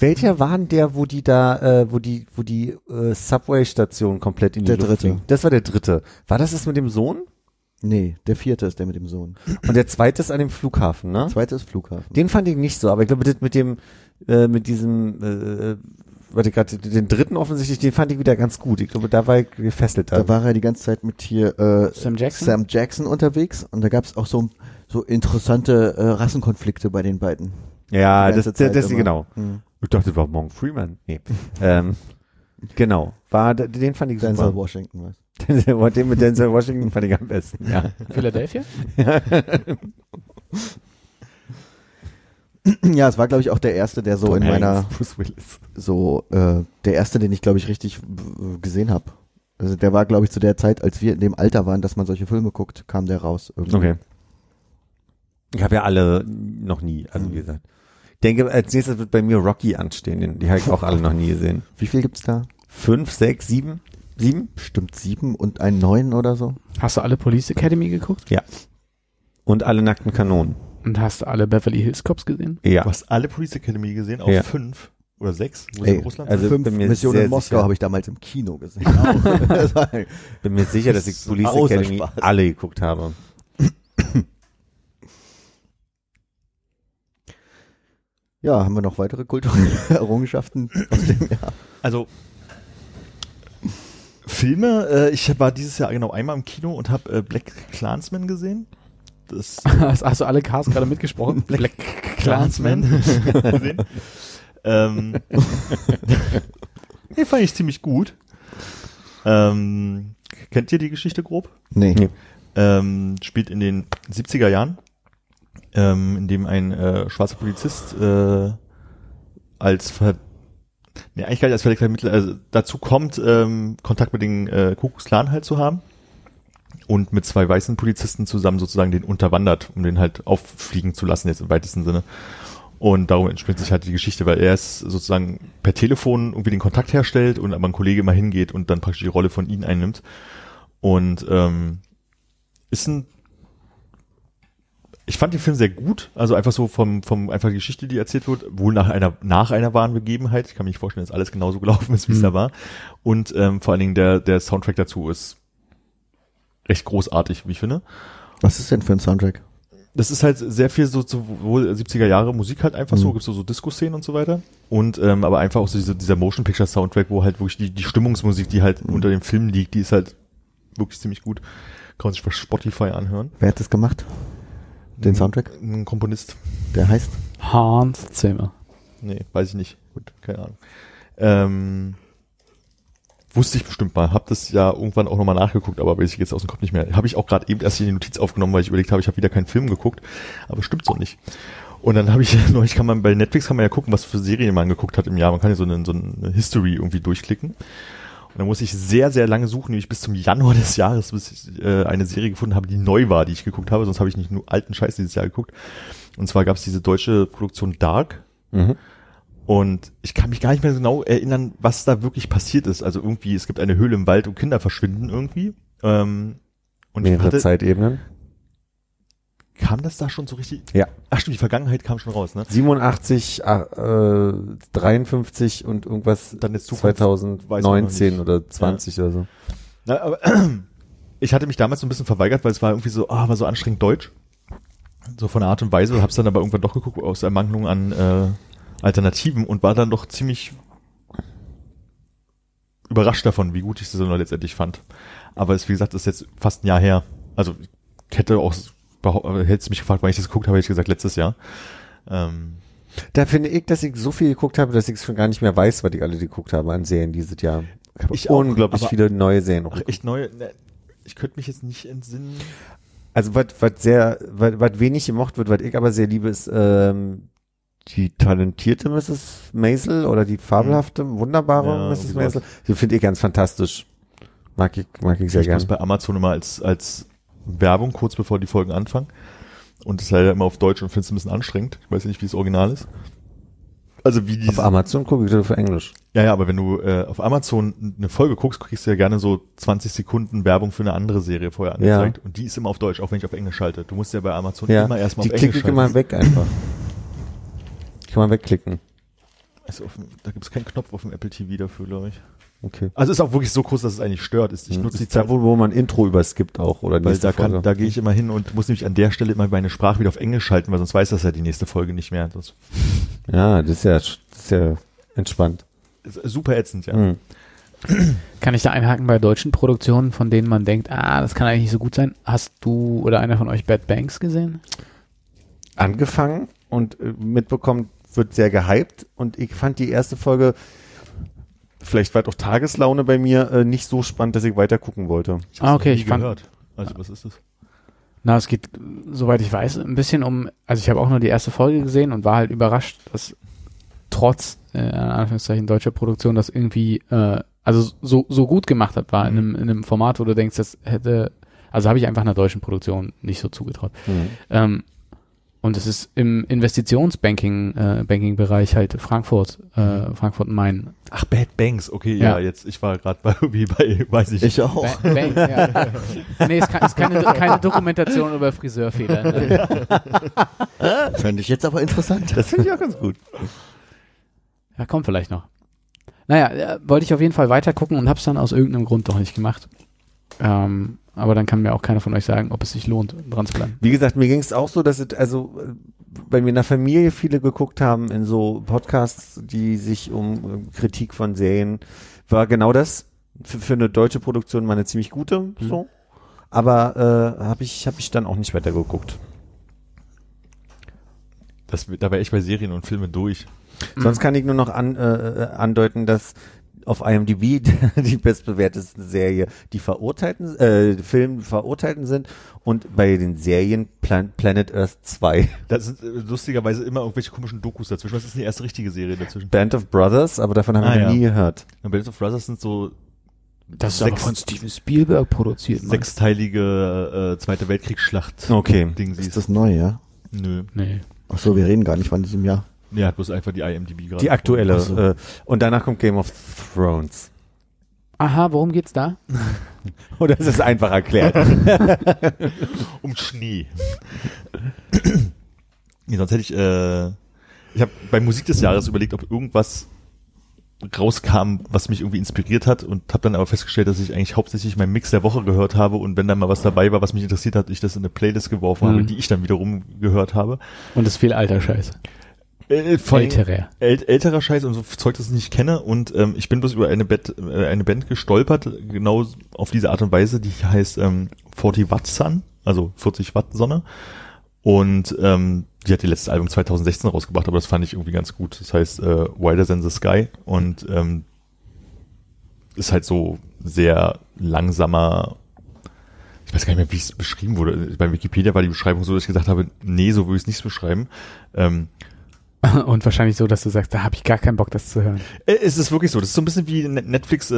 D: Welcher war denn der, wo die da, äh, wo die, wo die äh, Subway-Station komplett in die
B: Der
D: Luft
B: dritte.
D: fliegen? Das war der dritte. War das das mit dem Sohn?
B: Nee, der vierte ist der mit dem Sohn.
D: Und der zweite ist an dem Flughafen, ne?
B: Zweite ist Flughafen.
D: Den fand ich nicht so, aber ich glaube, das mit dem, äh, mit diesem, äh, äh, warte gerade, den dritten offensichtlich, den fand ich wieder ganz gut. Ich glaube, da war ich gefesselt.
B: Da war er die ganze Zeit mit hier äh,
E: Sam Jackson?
B: Sam Jackson unterwegs und da gab es auch so, so interessante äh, Rassenkonflikte bei den beiden.
D: ja,
B: die
D: das,
B: ganze
D: das, das
B: Zeit
D: genau.
B: Mhm.
D: Ich dachte, das war Morgan Freeman. Nee. ähm, genau. War, den fand ich super.
B: Denzel Washington was.
D: Denzel Wa- Den mit Denzel Washington fand ich am besten, ja.
E: Philadelphia?
B: Ja, es war glaube ich auch der erste, der so in meiner
D: Bruce Willis.
B: so äh, der erste, den ich glaube ich richtig w- gesehen habe. Also der war glaube ich zu der Zeit, als wir in dem Alter waren, dass man solche Filme guckt, kam der raus. Irgendwie.
D: Okay. Ich habe ja alle noch nie, also
B: Mhm.
D: wie gesagt. Ich denke, als nächstes wird bei mir Rocky anstehen, den, die habe ich auch alle noch nie gesehen.
B: Wie viel gibt's da?
D: Fünf, sechs, sieben? Sieben?
B: Bestimmt sieben und einen neuen oder so.
E: Hast du alle Police Academy geguckt?
D: Und alle nackten Kanonen.
E: Und hast du alle Beverly Hills Cops gesehen?
D: Ja.
C: Du hast alle Police Academy gesehen, auch
D: Ja.
C: fünf oder sechs, wo sie
B: Ey,
C: in Russland
D: also-
B: Fünf
D: bin mir
B: Missionen
D: sehr
B: in Moskau
D: sicher.
B: habe ich damals im Kino gesehen. Das war-
D: Bin mir sicher, dass ich
B: Ist
D: Police
B: außer
D: Academy
B: Spaß.
D: alle geguckt habe.
B: ja, haben wir noch weitere kulturelle Errungenschaften aus dem Jahr?
C: Also Filme, äh, ich war dieses Jahr genau einmal im Kino und habe äh, Black Clansman gesehen. Das
E: Hast, hast du alle Cars gerade mitgesprochen? Black Clansman.
C: gesehen. ähm, den fand ich ziemlich gut. Ähm, kennt ihr die Geschichte grob?
B: Nee.
D: Nee.
C: ähm, spielt in den 70er Jahren, ähm, in dem ein äh, schwarzer Polizist äh, als Ver nee, eigentlich gar nicht als verdeckter Mittel also dazu kommt, ähm, Kontakt mit den äh, Kuckucksklan halt zu haben und mit zwei weißen Polizisten zusammen sozusagen den unterwandert, um den halt auffliegen zu lassen, jetzt im weitesten Sinne. Und darum entspinnt sich halt die Geschichte, weil er es sozusagen per Telefon irgendwie den Kontakt herstellt und aber ein Kollege mal hingeht und dann praktisch die Rolle von ihnen einnimmt. Und ähm, ist ein ich fand den Film sehr gut, also einfach so vom, vom einfach die Geschichte, die erzählt wird, wohl nach einer nach einer wahren Begebenheit. Ich kann mir nicht vorstellen, dass alles genauso gelaufen ist, wie es da war. Und ähm, vor allen Dingen der der Soundtrack dazu ist recht großartig, wie ich finde.
B: Was ist denn für ein Soundtrack?
C: Das ist halt sehr viel so sowohl 70er Jahre Musik halt einfach so,
B: Mhm.
C: gibt's so, so Disco-Szenen und so weiter. Und ähm, aber einfach auch so diese, dieser Motion Picture Soundtrack, wo halt wirklich die, die Stimmungsmusik, die halt unter dem Film liegt, die ist halt wirklich ziemlich gut. Kann man sich bei Spotify anhören.
B: Wer hat das gemacht?
E: Hm.
B: Den Soundtrack?
C: Ein Komponist.
B: Der heißt?
E: Hans Zimmer.
C: Nee, weiß ich nicht. Gut, keine Ahnung. Ähm, wusste ich bestimmt mal. Hab das ja irgendwann auch nochmal nachgeguckt, aber weiß ich jetzt aus dem Kopf nicht mehr. Habe ich auch gerade eben erst in die Notiz aufgenommen, weil ich überlegt habe, ich habe wieder keinen Film geguckt. Aber stimmt so nicht. Und dann habe ich neulich kann man bei Netflix kann man ja gucken, was für Serien man geguckt hat im Jahr. Man kann ja so eine, so eine History irgendwie durchklicken. Und dann muss ich sehr, sehr lange suchen, nämlich bis zum Januar des Jahres, bis ich äh, eine Serie gefunden habe, die neu war, die ich geguckt habe. Sonst habe ich nicht nur alten Scheiß dieses Jahr geguckt. Und zwar gab es diese deutsche Produktion Dark.
D: Mhm.
C: Und ich kann mich gar nicht mehr genau erinnern, was da wirklich passiert ist. Also irgendwie, es gibt eine Höhle im Wald und Kinder verschwinden irgendwie. Ähm, und ich
D: Mehrere
C: hatte,
D: Zeitebenen.
C: kam das da schon so richtig?
D: Ja.
C: Ach stimmt, die Vergangenheit kam schon raus, ne?
D: 87, ah, äh, 53 und irgendwas
C: Dann jetzt Zukunft, weiß man noch
D: 2019
C: nicht.
D: oder 20 oder so.
C: Na, aber ich hatte mich damals so ein bisschen verweigert, weil es war irgendwie so, ah, war so anstrengend deutsch. So von der Art und Weise, hab's dann aber irgendwann doch geguckt aus Ermangelung an äh, Alternativen und war dann doch ziemlich überrascht davon, wie gut ich sie dann letztendlich fand. Aber es, wie gesagt, ist jetzt fast ein Jahr her. Also ich hätte auch äh, hättest mich gefragt, wann ich das geguckt habe, hätte ich gesagt, letztes Jahr. Ähm,
D: Da finde ich, dass ich so viel geguckt habe, dass ich schon gar nicht mehr weiß, was ich alle geguckt habe an Serien dieses Jahr. Ich habe
C: Ich auch,
D: unglaublich
C: aber-
D: viele neue Serien.
C: ach, echt neue. Ne, ich könnte mich jetzt nicht entsinnen.
D: Also was was sehr was was wenig gemocht wird, was ich aber sehr liebe ist ähm, die talentierte Mrs. Maisel oder die fabelhafte,
C: Mhm.
D: wunderbare
C: Ja, irgendwie
D: Mrs.
C: sowas.
D: Maisel. Die finde ich ganz fantastisch. Mag ich mag ich sehr
C: ich muss
D: gern.
C: bei Amazon immer als, als Werbung, kurz bevor die Folgen anfangen. Und das ist leider immer auf Deutsch und finde es ein bisschen anstrengend. Ich weiß ja nicht, wie das Original ist. Also wie die.
D: Auf Amazon gucke ich das auf Englisch.
C: Ja, ja, aber wenn du äh, auf Amazon eine Folge guckst, kriegst du ja gerne so 20 Sekunden Werbung für eine andere Serie vorher
D: Ja.
C: angezeigt. Und die ist immer auf Deutsch, auch wenn ich auf Englisch schalte. Du musst ja bei Amazon
D: Ja,
C: immer erstmal
D: die
C: auf Englisch
D: klicke ich
C: schalten.
D: immer weg einfach. Kann man wegklicken.
C: Also auf dem, da gibt es keinen Knopf auf dem Apple TV dafür, glaube ich.
D: Okay.
C: Also ist auch wirklich so groß, dass es eigentlich stört. Ist-
D: Hm,
C: Ich nutze die Zeit,
D: wo, wo man Intro überskippt auch, oder
C: weil
D: nächste
C: da, kann,
D: Folge.
C: da gehe ich immer hin und muss nämlich an der Stelle immer meine Sprache wieder auf Englisch schalten, weil sonst weiß das ja die nächste Folge nicht mehr. Das
D: Ja, das ist ja, das ist ja entspannt.
C: ist äh, super ätzend, ja.
D: Mhm.
E: Kann ich da einhaken bei deutschen Produktionen, von denen man denkt, ah, das kann eigentlich nicht so gut sein? Hast du oder einer von euch Bad Banks gesehen?
D: Angefangen und äh, mitbekommen, wird sehr gehypt und ich fand die erste Folge vielleicht war auch Tageslaune bei mir äh, nicht so spannend, dass ich weiter gucken wollte.
C: Ich hab's
E: Ah, okay,
C: noch nie
E: ich fand-
C: gehört. Also was ist das?
E: Na, es geht, äh, soweit ich weiß, ein bisschen um, also ich habe auch nur die erste Folge gesehen und war halt überrascht, dass trotz, äh, in Anführungszeichen, deutscher Produktion das irgendwie, äh, also so, so gut gemacht hat, war in, einem, in einem Format, wo du denkst, das hätte, also habe ich einfach einer deutschen Produktion nicht so zugetraut. Ähm, und es ist im Investitionsbanking, äh, Banking-Bereich halt Frankfurt, äh, Frankfurt und Main
C: Ach, Bad Banks, okay,
E: Ja.
C: ja, jetzt, ich war gerade bei, irgendwie bei, weiß ich,
B: Ich auch.
E: Bang, bang, ja. Nee, es kann- ist keine, keine Dokumentation über Friseurfehler. Ne?
B: Fände ich jetzt aber interessant.
D: Das finde ich auch ganz gut.
E: Ja, kommt vielleicht noch. Naja, äh, wollte ich auf jeden Fall weitergucken und hab's dann aus irgendeinem Grund doch nicht gemacht. Ähm, aber dann kann mir auch keiner von euch sagen, ob es sich lohnt, dran zu bleiben.
D: Wie gesagt, mir ging es auch so, dass es, also äh, bei mir in der Familie viele geguckt haben in so Podcasts, die sich um äh, Kritik von Serien war genau das für, für eine deutsche Produktion mal eine ziemlich gute so, aber äh, habe ich habe ich dann auch nicht weitergeguckt.
C: das, da wäre ich bei Serien und Filmen durch.
D: Sonst kann ich nur noch an, äh, äh, andeuten, dass auf IMDb die bestbewertesten Serie die Verurteilten äh, Film Verurteilten sind und bei den Serien Plan Planet Earth 2
C: Da sind äh, lustigerweise immer irgendwelche komischen Dokus dazwischen. Was ist denn die erste richtige Serie dazwischen?
D: Band of Brothers, aber davon haben
C: Ah,
D: wir
C: ja.
D: nie gehört.
C: Na, Band of Brothers sind so
E: Das
C: ist aber von
E: Steven Spielberg produziert.
C: sechsteilige äh, Zweite Weltkriegsschlacht.
D: Okay.
C: Ding siehst.
B: Ist das neu, ja?
C: Nö.
E: Nee.
B: Ach so, wir reden gar nicht von diesem Jahr.
C: Nee, hat bloß einfach die IMDb gerade.
D: Die aktuelle.
B: Ach so.
D: Äh, und danach kommt Game of Thrones.
E: Aha, worum geht's da?
D: Oder ist es einfach erklärt?
C: Um Schnee. nee, sonst hätte ich, äh, ich habe bei Musik des Jahres überlegt, ob irgendwas rauskam, was mich irgendwie inspiriert hat und habe dann aber festgestellt, dass ich eigentlich hauptsächlich meinen Mix der Woche gehört habe und wenn da mal was dabei war, was mich interessiert hat, ich das in eine Playlist geworfen habe,
E: Mhm.
C: die ich dann wiederum gehört habe.
E: Und es ist viel alter Scheiß.
C: Äh, vor allem-
E: Älterer.
C: äl älterer Scheiß und so Zeug, das ich nicht kenne. Und ähm, ich bin bloß über eine, Bet äh, eine Band gestolpert, genau auf diese Art und Weise, die heißt ähm, 40 Watt Sun, also 40 Watt Sonne. Und ähm, die hat ihr letztes Album 2016 rausgebracht, aber das fand ich irgendwie ganz gut. Das heißt äh, Wider Than the Sky und ähm, ist halt so sehr langsamer. Ich weiß gar nicht mehr, wie es beschrieben wurde. Bei Wikipedia war die Beschreibung so, dass ich gesagt habe, nee, so würde ich es nicht beschreiben. Ähm,
E: Und wahrscheinlich so, dass du sagst, da habe ich gar keinen Bock, das zu hören.
C: Äh, Es ist wirklich so. Das ist so ein bisschen wie äh,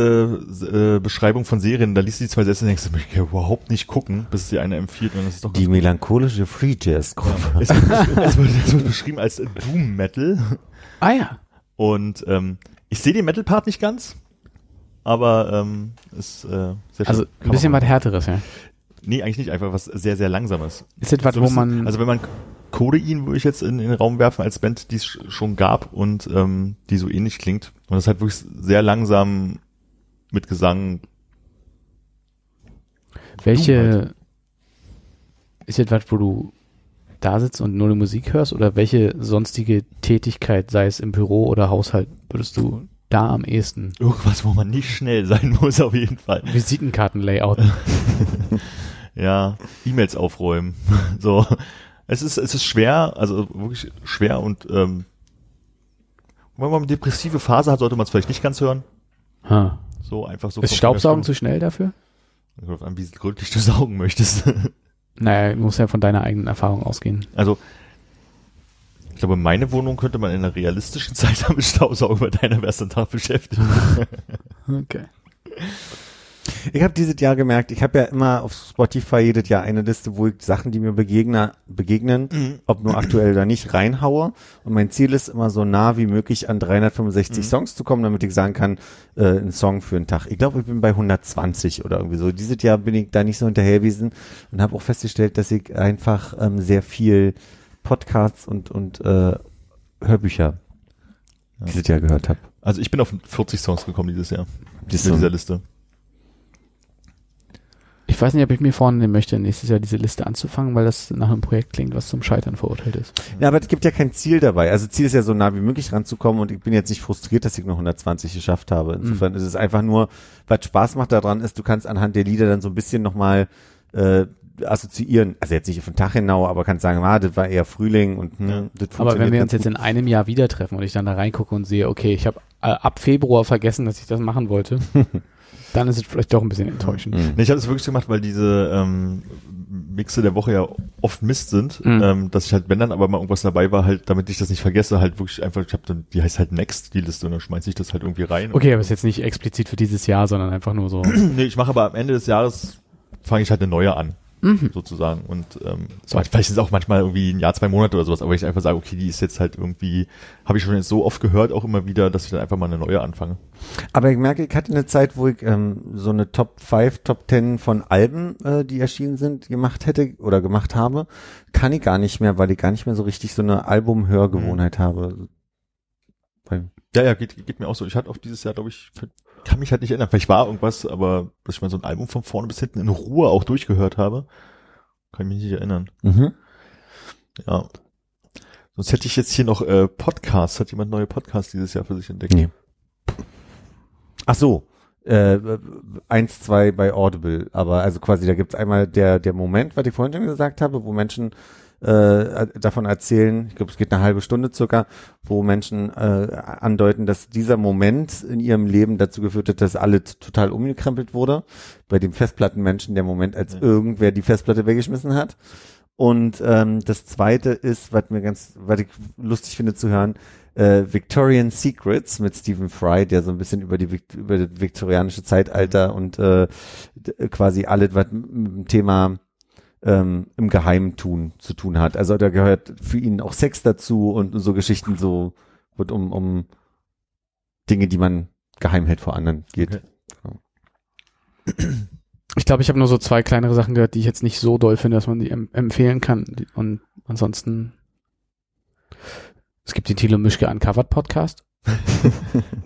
C: Netflix-Beschreibung äh, von Serien. Da liest du die zwei Sätze und denkst, das möchte ich ja überhaupt nicht gucken, bis es dir einer empfiehlt. Und das ist doch
D: Die melancholische Free Jazz Gruppe.
C: es, wird, es, wird, es wird beschrieben als Doom Metal.
E: Ah ja.
C: Und ähm, ich sehe den Metal-Part nicht ganz, aber ähm, ist äh, sehr schön.
E: Also
C: Kann
E: ein bisschen
C: man
E: was härteres, ja.
C: machen. Nee, eigentlich nicht. Einfach was sehr, sehr Langsames.
E: Ist das was,
C: So ein
E: wo
C: bisschen-
E: man.
C: also wenn man Codein würde ich jetzt in, in den Raum werfen als Band, die es sch- schon gab und ähm, die so ähnlich klingt. Und das ist halt wirklich sehr langsam mit Gesang. Doom
E: Welche ist etwas, wo du da sitzt und nur die Musik hörst oder welche sonstige Tätigkeit, sei es im Büro oder Haushalt, würdest du da am ehesten?
C: Irgendwas, wo man nicht schnell sein muss, auf jeden Fall.
E: Visitenkartenlayout.
C: Ja, E-Mails aufräumen. So. Es ist, es ist schwer, also wirklich schwer und ähm, wenn man eine depressive Phase hat, sollte man es vielleicht nicht ganz hören.
E: Ha.
C: So einfach so.
E: Ist Staubsaugen zu schnell dafür?
C: Kommt an, wie gründlich du saugen möchtest.
E: Naja, du musst ja von deiner eigenen Erfahrung ausgehen.
C: Also, ich glaube, meine Wohnung könnte man in einer realistischen Zeit damit Staubsaugen, bei deiner wärst du einen Tag beschäftigt.
E: Okay.
D: Ich habe dieses Jahr gemerkt, ich habe ja immer auf Spotify jedes Jahr eine Liste, wo ich Sachen, die mir begegne, begegnen,
C: Mhm.
D: ob nur aktuell oder nicht, reinhaue. Und mein Ziel ist immer so nah wie möglich an 365
C: Mhm.
D: Songs zu kommen, damit ich sagen kann, äh, ein Song für einen Tag. Ich glaube, ich bin bei 120 oder irgendwie so. Dieses Jahr bin ich da nicht so hinterher gewesen und habe auch festgestellt, dass ich einfach ähm, sehr viel Podcasts und, und äh, Hörbücher
F: dieses Jahr gehört habe.
C: Also ich bin auf 40 Songs gekommen dieses Jahr.
F: Das
C: mit
F: ist
C: dieser
F: so-
C: Liste.
E: Ich weiß nicht, ob ich mir vornehmen möchte, nächstes Jahr diese Liste anzufangen, weil das nach einem Projekt klingt, was zum Scheitern verurteilt ist.
D: Ja, aber es gibt ja kein Ziel dabei. Also Ziel ist ja so nah wie möglich ranzukommen und ich bin jetzt nicht frustriert, dass ich nur 120 geschafft habe. Insofern
E: Mhm.
D: ist es einfach nur, was Spaß macht daran ist, du kannst anhand der Lieder dann so ein bisschen nochmal äh, assoziieren. Also jetzt nicht auf den Tag genau, aber kannst sagen, ah, das war eher Frühling und hm,
C: Ja.
D: das
E: Aber wenn
D: funktioniert
E: wir uns
D: ganz
E: jetzt in einem Jahr wieder treffen und ich dann da reingucke und sehe, okay, ich habe äh, ab Februar vergessen, dass ich das machen wollte, dann ist es vielleicht doch ein bisschen enttäuschend.
D: gut.
C: Nee, ich habe das wirklich gemacht, weil diese ähm, Mixe der Woche ja oft Mist sind,
E: Mhm.
C: ähm, dass ich halt, wenn dann aber mal irgendwas dabei war, halt, damit ich das nicht vergesse, halt wirklich einfach, ich habe dann, die heißt halt Next, die Liste, und dann schmeiß ich das halt irgendwie rein.
E: Okay, aber ist jetzt nicht explizit für dieses Jahr, sondern einfach nur so.
C: nee, ich mache aber am Ende des Jahres, fange ich halt eine neue an,
D: Mhm.
C: sozusagen. Und ähm, so, halt, vielleicht ist es auch manchmal irgendwie ein Jahr, zwei Monate oder sowas, aber ich einfach sage, okay, die ist jetzt halt irgendwie, habe ich schon jetzt so oft gehört, auch immer wieder, dass ich dann einfach mal eine neue anfange.
D: Aber ich merke, ich hatte eine Zeit, wo ich ähm, so eine Top 5, Top 10 von Alben, äh, die erschienen sind, gemacht hätte oder gemacht habe. Kann ich gar nicht mehr, weil ich gar nicht mehr so richtig so eine
E: Mhm.
D: Albumhörgewohnheit habe. Weil-
C: Ja, ja, geht, geht mir auch so. Ich hatte auch dieses Jahr, glaube ich, kann mich halt nicht erinnern. Vielleicht war irgendwas, aber dass ich mal so ein Album von vorne bis hinten in Ruhe auch durchgehört habe, kann ich mich nicht erinnern.
E: Mhm.
C: Ja. Sonst hätte ich jetzt hier noch äh, Podcasts. Hat jemand neue Podcasts dieses Jahr für sich entdeckt?
D: Nee. Ach so. Äh, eins, zwei bei Audible, aber also quasi, da gibt's einmal der, der Moment, was ich vorhin schon gesagt habe, wo Menschen äh, davon erzählen, ich glaube, es geht eine halbe Stunde circa, wo Menschen äh, andeuten, dass dieser Moment in ihrem Leben dazu geführt hat, dass alles total umgekrempelt wurde. Bei dem Festplattenmenschen der Moment, als
C: Ja.
D: irgendwer die Festplatte weggeschmissen hat. Und ähm, das zweite ist, was mir ganz, was ich lustig finde zu hören, äh, Victorian Secrets mit Stephen Fry, der so ein bisschen über die Vikt- über das viktorianische Zeitalter und äh, d- quasi alles, was mit dem Thema ähm, im Geheimtun zu tun hat. Also da gehört für ihn auch Sex dazu und so Geschichten so wird um um Dinge, die man geheim hält vor anderen geht.
C: Okay.
E: Ich glaube, ich habe nur so zwei kleinere Sachen gehört, die ich jetzt nicht so doll finde, dass man die em empfehlen kann. Die- Und ansonsten, es gibt den Thilo Mischke Uncovered Podcast.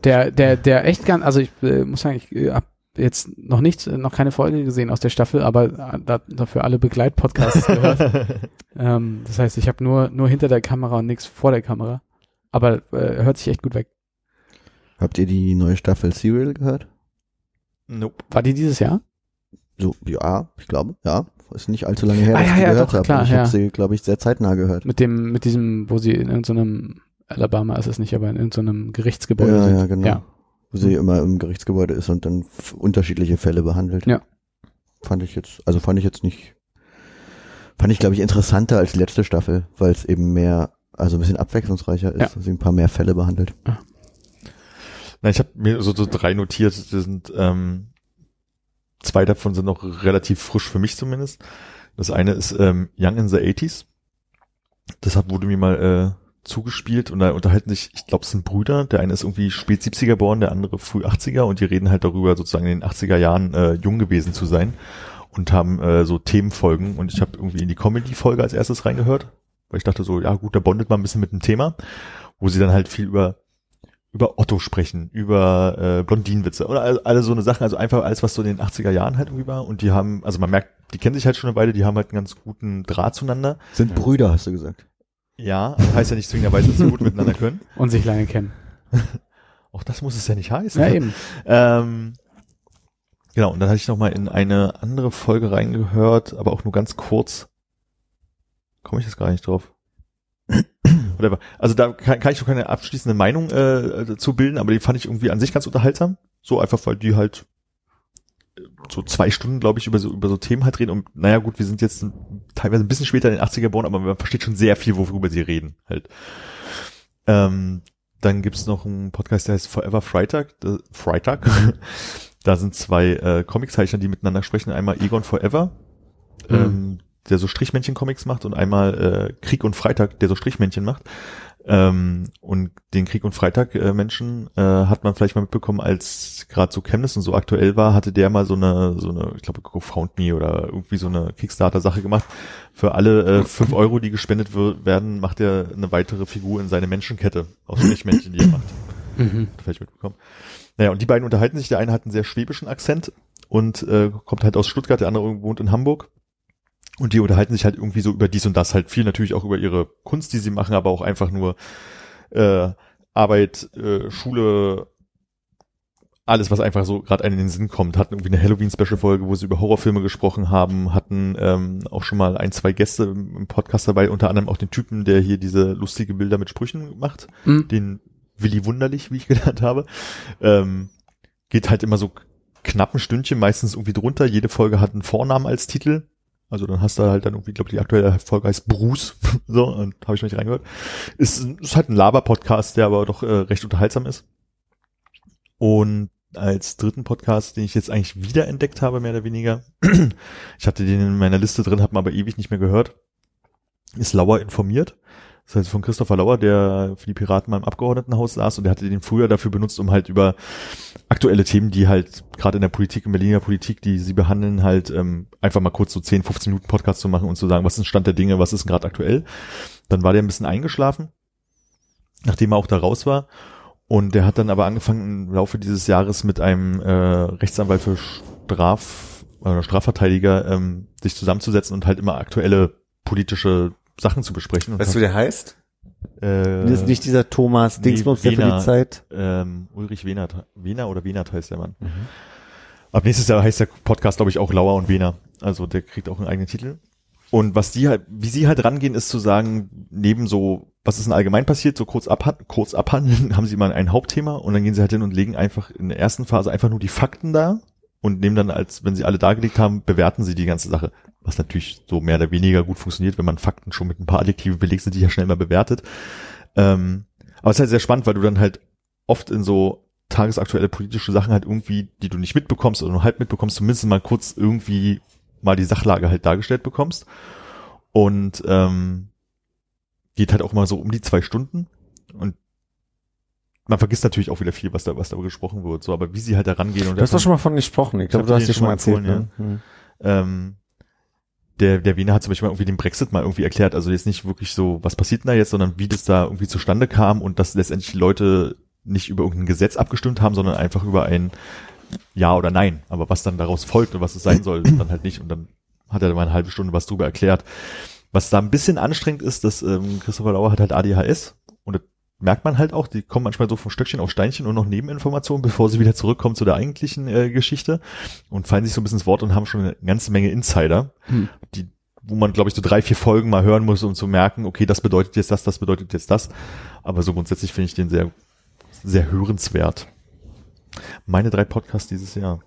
E: der, der, der echt ganz, also ich äh, muss sagen, ich äh, habe jetzt noch nichts, äh, noch keine Folge gesehen aus der Staffel, aber äh, da, dafür alle Begleitpodcasts gehört. ähm, das heißt, ich habe nur, nur hinter der Kamera und nichts vor der Kamera. Aber äh, hört sich echt gut weg.
B: Habt ihr die neue Staffel Serial gehört?
C: Nope.
E: War die dieses Jahr?
B: So, ja, ich glaube, ja. Ist nicht allzu lange her,
E: Ah,
B: dass
E: ja,
B: ich die
E: ja,
B: gehört
E: doch,
B: habe.
E: klar,
B: ich
E: ja.
B: habe sie, glaube ich, sehr zeitnah gehört.
E: Mit dem, mit diesem, wo sie in irgendeinem, Alabama ist es nicht, aber in irgendeinem Gerichtsgebäude
B: ja,
E: sind.
B: ja, genau.
E: Ja.
B: Wo sie immer im Gerichtsgebäude ist und dann f- unterschiedliche Fälle behandelt.
E: Ja.
B: Fand ich jetzt, also fand ich jetzt nicht, fand ich glaube ich interessanter als die letzte Staffel, weil es eben mehr, also ein bisschen abwechslungsreicher ist,
E: Ja.
B: dass sie ein paar mehr Fälle behandelt.
C: Nein, ich habe mir so, so drei notiert. Das sind ähm, zwei davon sind noch relativ frisch für mich zumindest. Das eine ist ähm, Young in the 80s. Das hat, wurde mir mal äh, zugespielt und da unterhalten sich, ich glaube, es sind Brüder. Der eine ist irgendwie spät 70er geboren, der andere früh 80er und die reden halt darüber, sozusagen in den 80er Jahren äh, jung gewesen zu sein und haben äh, so Themenfolgen und ich habe irgendwie in die Comedy-Folge als erstes reingehört, weil ich dachte so, ja gut, da bondet man ein bisschen mit dem Thema, wo sie dann halt viel über über Otto sprechen, über äh, Blondinenwitze oder all, alle so eine Sachen, also einfach alles, was so in den 80er Jahren halt irgendwie war und die haben, also man merkt, die kennen sich halt schon eine Weile, die haben halt einen ganz guten Draht zueinander.
B: Sind Brüder, hast du gesagt.
C: Ja, aber heißt ja nicht zwingenderweise, dass sie gut miteinander können.
E: Und sich lange kennen.
C: Auch das muss es ja nicht heißen.
E: Ja, eben.
C: Ähm, genau, und dann hatte ich nochmal in eine andere Folge reingehört, aber auch nur ganz kurz. Komme ich jetzt gar nicht drauf. Whatever. Also da kann, kann ich noch keine abschließende Meinung äh, dazu bilden, aber die fand ich irgendwie an sich ganz unterhaltsam. So einfach, weil die halt äh, so zwei Stunden, glaube ich, über so, über so Themen halt reden. Und naja, gut, wir sind jetzt teilweise ein bisschen später in den 80er geboren, aber man versteht schon sehr viel, worüber sie reden halt. Ähm, dann gibt's noch einen Podcast, der heißt Forever Freitag. Da, Freitag. da sind zwei äh, Comiczeichner, die miteinander sprechen. Einmal Egon Forever, ähm, der so Strichmännchen-Comics macht und einmal äh, Krieg und Freitag, der so Strichmännchen macht. Ähm, und den Krieg und Freitag äh, Menschen äh, hat man vielleicht mal mitbekommen, als gerade so Chemnitz und so aktuell war, hatte der mal so eine, so eine, ich glaube, GoFoundMe oder irgendwie so eine Kickstarter-Sache gemacht. Für alle äh, fünf Euro, die gespendet wir- werden, macht er eine weitere Figur in seine Menschenkette aus Milchmännchen, die er macht.
E: Mhm.
C: Hat vielleicht mitbekommen. Naja, und die beiden unterhalten sich. Der eine hat einen sehr schwäbischen Akzent und äh, kommt halt aus Stuttgart, der andere wohnt in Hamburg. Und die unterhalten sich halt irgendwie so über dies und das, halt viel natürlich auch über ihre Kunst, die sie machen, aber auch einfach nur äh, Arbeit, äh, Schule, alles, was einfach so gerade einem in den Sinn kommt. Hatten irgendwie eine Halloween-Special-Folge, wo sie über Horrorfilme gesprochen haben, hatten ähm, auch schon mal ein, zwei Gäste im im Podcast dabei, unter anderem auch den Typen, der hier diese lustige Bilder mit Sprüchen macht
E: Mhm.
C: den Willi Wunderlich, wie ich genannt habe, ähm, geht halt immer so knapp ein Stündchen, meistens irgendwie drunter. Jede Folge hat einen Vornamen als Titel. Also dann hast du halt dann irgendwie, glaube die aktuelle Folge heißt Bruce. so, und habe ich noch nicht reingehört. Ist, ist halt ein Laber-Podcast, der aber doch äh, recht unterhaltsam ist. Und als dritten Podcast, den ich jetzt eigentlich wiederentdeckt habe, mehr oder weniger. ich hatte den in meiner Liste drin, habe ihn aber ewig nicht mehr gehört. Ist Lauer informiert. Das heißt von Christopher Lauer, der für die Piraten mal im Abgeordnetenhaus saß und der hatte den früher dafür benutzt, um halt über aktuelle Themen, die halt gerade in der Politik, in Berliner Politik, die sie behandeln, halt ähm, einfach mal kurz so 10, 15 Minuten Podcast zu machen und zu sagen, was ist Stand der Dinge, was ist gerade aktuell. Dann war der ein bisschen eingeschlafen, nachdem er auch da raus war. Und der hat dann aber angefangen im Laufe dieses Jahres mit einem äh, Rechtsanwalt für Straf oder Strafverteidiger ähm, sich zusammenzusetzen und halt immer aktuelle politische Sachen zu besprechen. Und
D: Weißt du, wie der heißt?
C: äh,
D: das ist nicht dieser Thomas
C: nee,
D: Dingsbums, der für
C: Wiener.
D: die Zeit.
C: ähm, Ulrich Wenert, Wehner oder Wenert heißt der Mann.
D: Mhm.
C: Ab nächstes Jahr heißt der Podcast, glaube ich, auch Lauer und Wehner. Also der kriegt auch einen eigenen Titel. Und was die halt, wie sie halt rangehen, ist zu sagen, neben so, was ist denn allgemein passiert, so kurz, abhan kurz abhandeln, haben sie immer ein Hauptthema und dann gehen sie halt hin und legen einfach in der ersten Phase einfach nur die Fakten da und nehmen dann, als wenn sie alle dargelegt haben, bewerten sie die ganze Sache. Was natürlich so mehr oder weniger gut funktioniert, wenn man Fakten schon mit ein paar Adjektive belegt, sind die ja schnell mal bewertet. Ähm, aber es ist halt sehr spannend, weil du dann halt oft in so tagesaktuelle politische Sachen halt irgendwie, die du nicht mitbekommst oder nur halb mitbekommst, zumindest mal kurz irgendwie mal die Sachlage halt dargestellt bekommst. Und ähm, geht halt auch mal so um die zwei Stunden. Und man vergisst natürlich auch wieder viel, was da, was da gesprochen wird. So, aber wie sie halt da rangehen und
D: Du hast doch schon mal von gesprochen. Ich
C: glaub,
D: glaube, du
C: hab
D: hast
C: dir
D: dir schon mal erzählt.
C: empfohlen, ja.
D: Ne? Mhm.
C: ähm, der, der Wiener hat zum Beispiel mal irgendwie den Brexit mal irgendwie erklärt. Also jetzt nicht wirklich so, was passiert denn da jetzt, sondern wie das da irgendwie zustande kam und dass letztendlich die Leute nicht über irgendein Gesetz abgestimmt haben, sondern einfach über ein Ja oder Nein. Aber was dann daraus folgt und was es sein soll, dann halt nicht. Und dann hat er mal eine halbe Stunde was drüber erklärt. Was da ein bisschen anstrengend ist, dass ähm, Christopher Lauer hat halt ADHS und das merkt man halt auch, die kommen manchmal so vom Stöckchen auf Steinchen und noch Nebeninformationen, bevor sie wieder zurückkommen zu der eigentlichen äh, Geschichte und fallen sich so ein bisschen ins Wort und haben schon eine ganze Menge Insider,
E: Hm.
C: die, wo man, glaube ich, so drei, vier Folgen mal hören muss, um zu merken, okay, das bedeutet jetzt das, das bedeutet jetzt das. Aber so grundsätzlich finde ich den sehr, sehr hörenswert. Meine drei Podcasts dieses Jahr.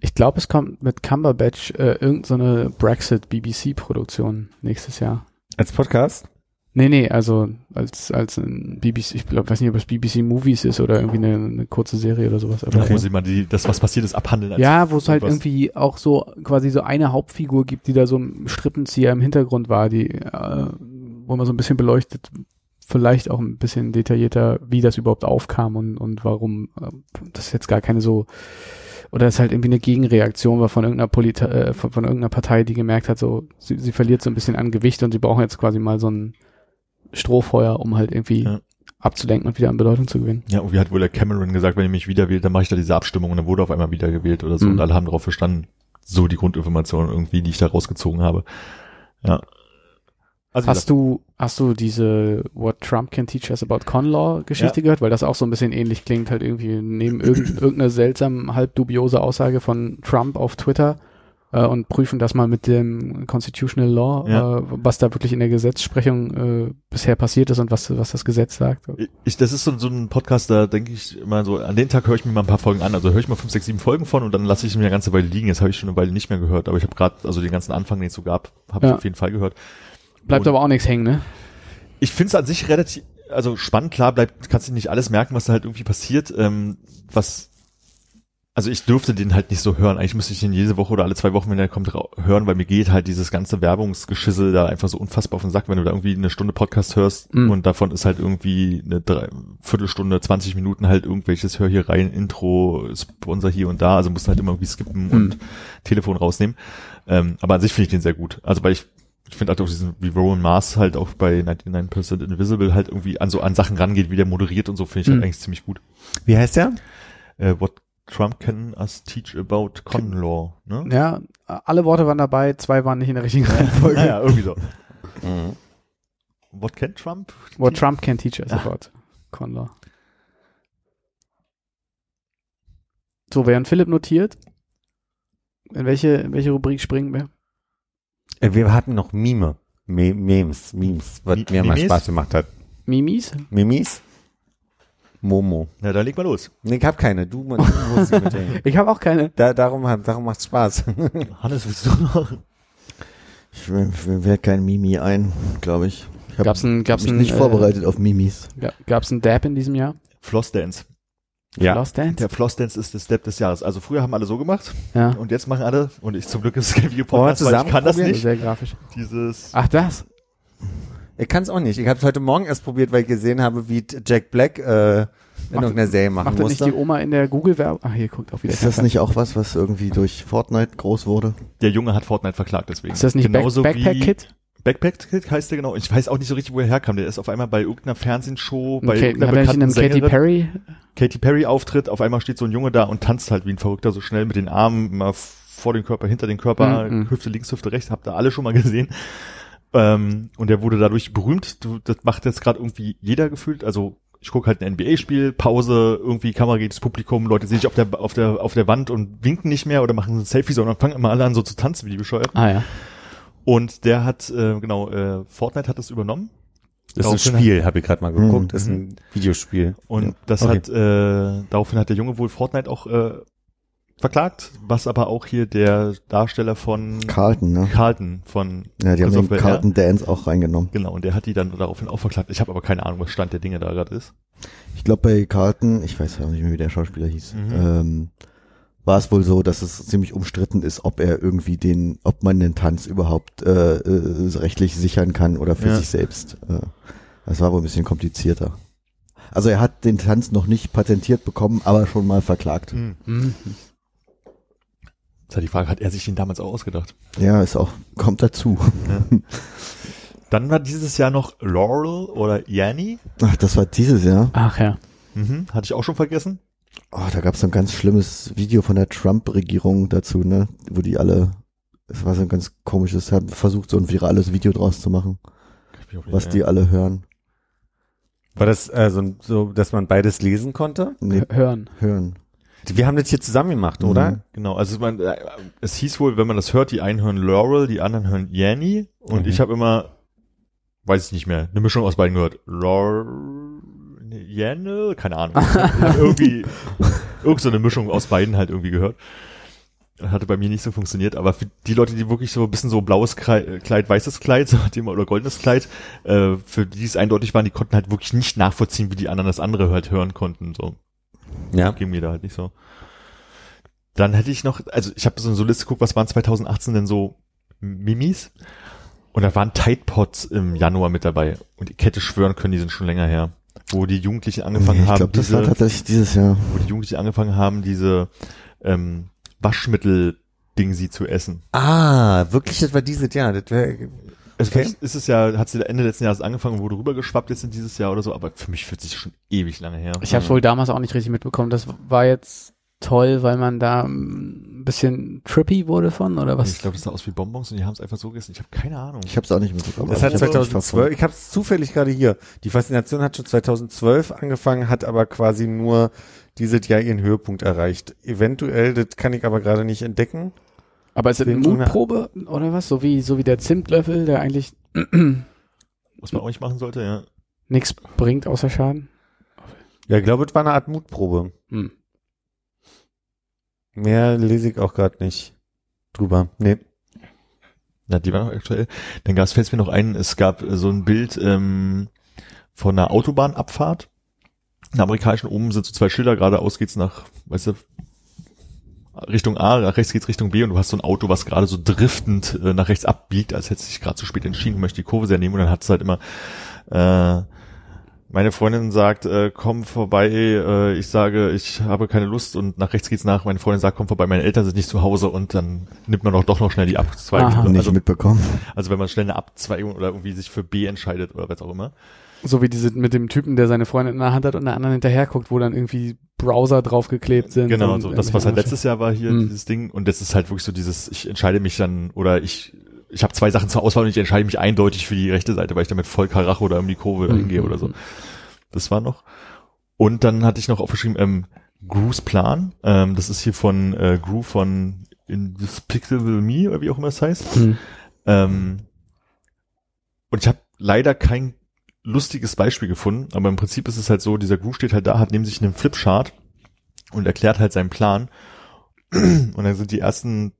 E: Ich glaube, es kommt mit Cumberbatch äh, irgendeine Brexit-BBC-Produktion nächstes Jahr.
D: Als Podcast?
E: Nee, nee, also als, als ein BBC, ich glaub, weiß nicht, ob es BBC Movies ist oder irgendwie eine, eine kurze Serie oder sowas. Aber
C: Da muss ich mal die, das, was passiert ist, abhandeln. als
E: Ja, wo es halt
C: irgendwas.
E: irgendwie auch so quasi so eine Hauptfigur gibt, die da so ein Strippenzieher im Hintergrund war, die, äh, wo man so ein bisschen beleuchtet, vielleicht auch ein bisschen detaillierter, wie das überhaupt aufkam und, und warum äh, das jetzt gar keine so oder es halt irgendwie eine Gegenreaktion war von irgendeiner Polita äh, von, von irgendeiner Partei, die gemerkt hat, so sie, sie verliert so ein bisschen an Gewicht und sie brauchen jetzt quasi mal so ein Strohfeuer, um halt irgendwie
C: Ja.
E: abzulenken und wieder an Bedeutung zu gewinnen.
C: Ja, irgendwie hat wohl der Cameron gesagt, wenn ihr mich wiederwählt, dann mache ich da diese Abstimmung und dann wurde auf einmal wiedergewählt oder so
E: Mhm.
C: und alle haben darauf verstanden. So die Grundinformationen irgendwie, die ich da rausgezogen habe. Ja. Also wie
E: Hast du, hast du diese What Trump Can Teach Us About Con Law Geschichte gehört? Weil das auch so ein bisschen ähnlich klingt, halt irgendwie neben irgend, irgendeiner seltsamen, halb dubiose Aussage von Trump auf Twitter äh, und prüfen das mal mit dem Constitutional Law,
C: Ja.
E: äh, was da wirklich in der Gesetzesprechung äh, bisher passiert ist und was, was das Gesetz sagt.
C: Ich, das ist so, so ein Podcast, da denke ich immer so, an den Tag höre ich mir mal ein paar Folgen an. Also höre ich mal fünf, sechs, sieben Folgen von und dann lasse ich ihn mir eine ganze Weile liegen. Jetzt habe ich schon eine Weile nicht mehr gehört, aber ich habe gerade, also den ganzen Anfang, den es so gab, habe
E: Ja.
C: ich auf jeden Fall gehört.
E: Bleibt
C: Und-
E: aber auch nichts hängen, ne?
C: Ich finde es an sich relativ, also spannend, klar bleibt, kannst du nicht alles merken, was da halt irgendwie passiert, ähm, was Also ich dürfte den halt nicht so hören. Eigentlich müsste ich den jede Woche oder alle zwei Wochen, wenn er kommt, ra- hören, weil mir geht halt dieses ganze Werbungsgeschissel da einfach so unfassbar auf den Sack, wenn du da irgendwie eine Stunde Podcast hörst
E: Mm.
C: und davon ist halt irgendwie eine drei, Viertelstunde, 20 Minuten halt irgendwelches Hör hier rein, Intro, Sponsor hier und da, also musst du halt immer irgendwie skippen und Telefon rausnehmen. Ähm, aber an sich finde ich den sehr gut. Also weil ich ich finde halt auch diesen, wie Rowan Mars halt auch bei 99% Invisible halt irgendwie an so an Sachen rangeht, wie der moderiert und so, finde ich
E: Mm.
C: halt eigentlich ziemlich gut.
D: Wie heißt der?
C: Äh, what Trump can us teach about con law, ne?
E: Ja, alle Worte waren dabei, zwei waren nicht in der richtigen Reihenfolge.
C: Ja, ja, irgendwie so.
F: Mhm.
C: What can Trump?
E: What Trump can teach us about. Conlaw. So, während Philipp notiert, in welche, in welche Rubrik springen wir?
D: Äh, Wir hatten noch Mime. Me Memes, Memes, was
C: Mi-
D: mir mal
C: Mimes?
D: Spaß gemacht hat.
E: Mimis?
D: Mimis? Momo.
C: Na, dann leg mal los.
D: Nee, ich hab keine. Du, du musst sie mitdenken.
E: Ich habe auch keine.
D: Da, darum, hat- darum macht's Spaß.
C: Hannes, willst du noch?
B: Ich werde kein Mimi ein, glaube ich. Ich habe
E: Gab's ein, gab's
B: mich
E: ein,
B: nicht vorbereitet auf Mimis.
E: Äh, ga- gab's ein Dab in diesem Jahr?
C: Flossdance.
D: ja.
E: Lost Dance?
C: Der Flossdance ist der Step des Jahres. Also früher haben alle so gemacht
E: Ja.
C: und jetzt machen alle, und ich zum Glück ist kein
D: Wollen wir
C: Videopodcast, weil ich kann das
D: zusammen
C: nicht.
E: Sehr grafisch.
C: Dieses,
E: Ach, das?
D: Ich kann's auch nicht. Ich hab's heute Morgen erst probiert, weil ich gesehen habe, wie Jack Black äh, in irgendeiner Serie machen
E: Macht das nicht die
D: musste.
E: Oma in der Google-Werbung? Ach, hier guckt auch wieder.
B: Ist das nicht auch was, was irgendwie durch Fortnite groß wurde?
C: der Junge hat Fortnite verklagt, deswegen.
E: Ist das nicht Back
C: Genauso wie-
E: Backpack-Kit?
C: Backpack Kid heißt der genau. Ich weiß auch nicht so richtig, wo er herkam. Der ist auf einmal bei irgendeiner Fernsehshow, bei
E: Okay,
C: irgendeiner
E: hat er nicht in
C: bekannten
E: einem Katy
C: Sängerin,
E: Perry?
C: Katy Perry Auftritt, auf einmal steht so ein Junge da und tanzt halt wie ein Verrückter so schnell mit den Armen, mal vor den Körper, hinter den Körper,
E: Mhm.
C: Hüfte links, Hüfte rechts, habt ihr alle schon mal gesehen. Ähm, und der wurde dadurch berühmt. Du, das macht jetzt gerade irgendwie jeder gefühlt. Also ich gucke halt ein NBA-Spiel, Pause, irgendwie Kamera geht ins Publikum, Leute sehen sich auf der, auf der, auf der Wand und winken nicht mehr oder machen ein Selfie, sondern fangen immer alle an so zu tanzen wie die Bescheuerten.
E: Ah ja.
C: Und der hat, äh, genau, äh, Fortnite hat das übernommen.
D: Das ist ein
E: ne?
C: Daraufhin
D: Spiel, habe ich gerade mal geguckt. Das ist ein Videospiel.
C: Und das
D: Okay.
C: hat, äh, daraufhin hat der Junge wohl Fortnite auch äh, verklagt, was aber auch hier der Darsteller von
B: Carlton, ne?
C: Carlton von
B: Ja, die haben
C: Christoph
B: den
C: Bell,
B: Carlton Dance auch reingenommen.
C: genau, und der hat die dann daraufhin auch verklagt. Ich habe aber keine Ahnung, was Stand der Dinge da gerade ist.
B: Ich glaube, bei Carlton, ich weiß auch nicht mehr, wie der Schauspieler hieß,
C: Mhm.
B: ähm, war es wohl so, dass es ziemlich umstritten ist, ob er irgendwie den, ob man den Tanz überhaupt äh, äh, rechtlich sichern kann oder für
C: Ja.
B: sich selbst. Äh, das war wohl ein bisschen komplizierter. Also er hat den Tanz noch nicht patentiert bekommen, aber schon mal verklagt.
E: Hm.
C: Jetzt hat halt die Frage, hat er sich den damals auch ausgedacht?
B: Ja, ist auch, kommt dazu.
C: Dann war dieses Jahr noch Laurel oder Yanni.
B: Ach, das war dieses Jahr.
E: Ach ja.
C: Mhm. Hatte ich auch schon vergessen.
B: Oh, da gab es so ein ganz schlimmes Video von der Trump-Regierung dazu, ne? Wo die alle, es war so ein ganz komisches, haben versucht, so ein virales Video draus zu machen, was die alle hören.
D: War das äh, so, ein- so, dass man beides lesen konnte?
B: Nee,
E: Hören.
B: hören.
D: Wir haben das hier zusammen gemacht, oder?
B: Mhm.
C: Genau, also man, äh, es hieß wohl, wenn man das hört, die einen hören Laurel, die anderen hören Yanni und
D: Mhm.
C: ich habe immer, weiß ich nicht mehr, eine Mischung aus beiden gehört. Laurel, nee, Yanni, keine Ahnung. Ich hab irgendwie, irgend so eine Mischung aus beiden halt irgendwie gehört. Hatte bei mir nicht so funktioniert, aber für die Leute, die wirklich so ein bisschen so blaues Krei- Kleid, weißes Kleid, so hat jemand- oder goldenes Kleid, äh, für die es eindeutig waren, die konnten halt wirklich nicht nachvollziehen, wie die anderen das andere halt hören konnten, so
D: Mhm. Ja.
C: ging mir da halt nicht so. Dann hätte ich noch, also ich habe so eine so Liste geguckt, was waren 2018 denn so Mimis? Und da waren Tide Pods im Januar mit dabei. Und ich hätte schwören können, die sind schon länger her. Wo die Jugendlichen angefangen
B: Nee, ich
C: haben,
B: glaube, das war
C: diese,
B: tatsächlich dieses Jahr.
C: wo die Jugendlichen angefangen haben, diese ähm, Waschmittel-Ding sie zu essen.
D: Ah, wirklich, das war dieses Jahr. Das wär,
C: Also
D: Okay.
C: vielleicht ist es ja, hat sie Ende letzten Jahres angefangen, und wurde rübergeschwappt jetzt in dieses Jahr oder so, aber für mich fühlt sich schon ewig lange her.
E: Ich habe wohl damals auch nicht richtig mitbekommen. Das war jetzt toll, weil man da mm, ein bisschen trippy wurde von, oder was?
C: ich glaube, das sah aus wie Bonbons und die haben es einfach so gegessen. Ich habe keine Ahnung.
B: Ich habe es auch nicht mitbekommen.
D: das
C: also
B: aber
D: hat
B: ich hab's nicht
D: 2012, ich habe es zufällig gerade hier. Die Faszination hat schon 2012 angefangen, hat aber quasi nur dieses Jahr ihren Höhepunkt erreicht. Eventuell, das kann ich aber gerade nicht entdecken.
E: Aber ist das eine
D: Wegen irgendeiner-
E: Mutprobe oder was? So wie, so wie der Zimtlöffel, der eigentlich
C: Was man auch nicht machen sollte, ja.
E: nichts bringt außer Schaden.
D: Ja, ich glaube, das war eine Art Mutprobe.
C: Mhm.
E: Hm.
D: Mehr lese ich auch gerade nicht drüber. Nee.
C: Na, die war noch aktuell. Dann gab's, fällt mir noch ein, es gab äh, so ein Bild ähm, von einer Autobahnabfahrt. In der amerikanischen oben sind so zwei Schilder, geradeaus geht's nach, weißt du, Richtung A, nach rechts geht's Richtung B und du hast so ein Auto, was gerade so driftend äh, nach rechts abbiegt, als hätte es sich gerade zu spät entschieden und möchte die Kurve sehr nehmen und dann hat's halt immer äh, meine Freundin sagt, äh, komm vorbei, äh, ich sage, ich habe keine Lust und nach rechts geht's nach. Meine Freundin sagt, komm vorbei, meine Eltern sind nicht zu Hause und dann nimmt man doch doch noch schnell die Abzweigung.
E: Aha.
B: Nicht
C: Also,
B: mitbekommen.
C: also wenn man schnell eine Abzweigung oder irgendwie sich für B entscheidet oder was auch immer.
E: So wie diese mit dem Typen, der seine Freundin in der Hand hat und der anderen hinterher guckt, wo dann irgendwie Browser draufgeklebt sind.
C: Genau,
E: und
C: so, das was halt
E: irgendwelche
C: letztes Jahr war hier,
E: Mhm.
C: dieses Ding. Und das ist halt wirklich so dieses, ich entscheide mich dann oder ich, ich habe zwei Sachen zur Auswahl und ich entscheide mich eindeutig für die rechte Seite, weil ich damit voll Karacho oder um die Kurve
E: Mhm.
C: hingehe oder so. Das war noch. Und dann hatte ich noch aufgeschrieben, ähm, Grooves Plan. Ähm, das ist hier von äh, Groove von Indispicable Me oder wie auch immer es heißt.
E: Hm.
C: Ähm, und ich habe leider kein lustiges Beispiel gefunden, aber im Prinzip ist es halt so, dieser Groove steht halt da, hat neben sich einen Flipchart und erklärt halt seinen Plan. Und dann sind die ersten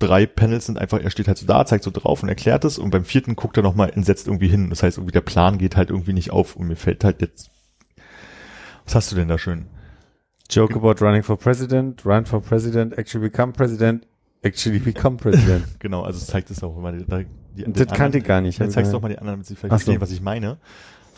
C: drei Panels sind einfach, er steht halt so da, zeigt so drauf und erklärt es und beim vierten guckt er nochmal entsetzt irgendwie hin. Das heißt, irgendwie der Plan geht halt irgendwie nicht auf und mir fällt halt jetzt, was hast du denn da schön?
D: Joke about running for president, run for president, actually become president, actually become president.
C: Genau, also es zeigt es auch immer. Die, die, den
D: das
C: anderen-
D: kannte ich gar nicht.
C: Jetzt
B: Äh,
C: zeigst du halt doch
D: mal.
C: mal die anderen, damit sie vielleicht
D: Ach so.
C: verstehen, was ich meine.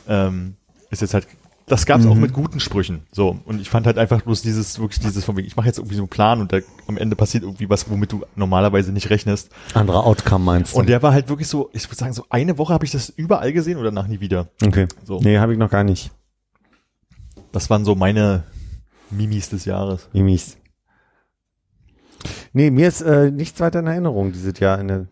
C: Ähm, ist jetzt halt, das gab's auch
B: Mhm.
C: mit guten Sprüchen. So. Und ich fand halt einfach bloß dieses, wirklich dieses von wegen, ich mache jetzt irgendwie so einen Plan und da, am Ende passiert irgendwie was, womit du normalerweise nicht rechnest.
D: Anderer Outcome meinst
C: Und der war halt wirklich so, ich würde sagen, so eine Woche habe ich das überall gesehen oder nach nie wieder.
D: okay.
C: So.
D: Nee, habe ich noch gar nicht.
C: Das waren so meine Mimis des Jahres.
D: Wie mies. Nee, mir ist äh, nichts weiter in Erinnerung dieses Jahr in der,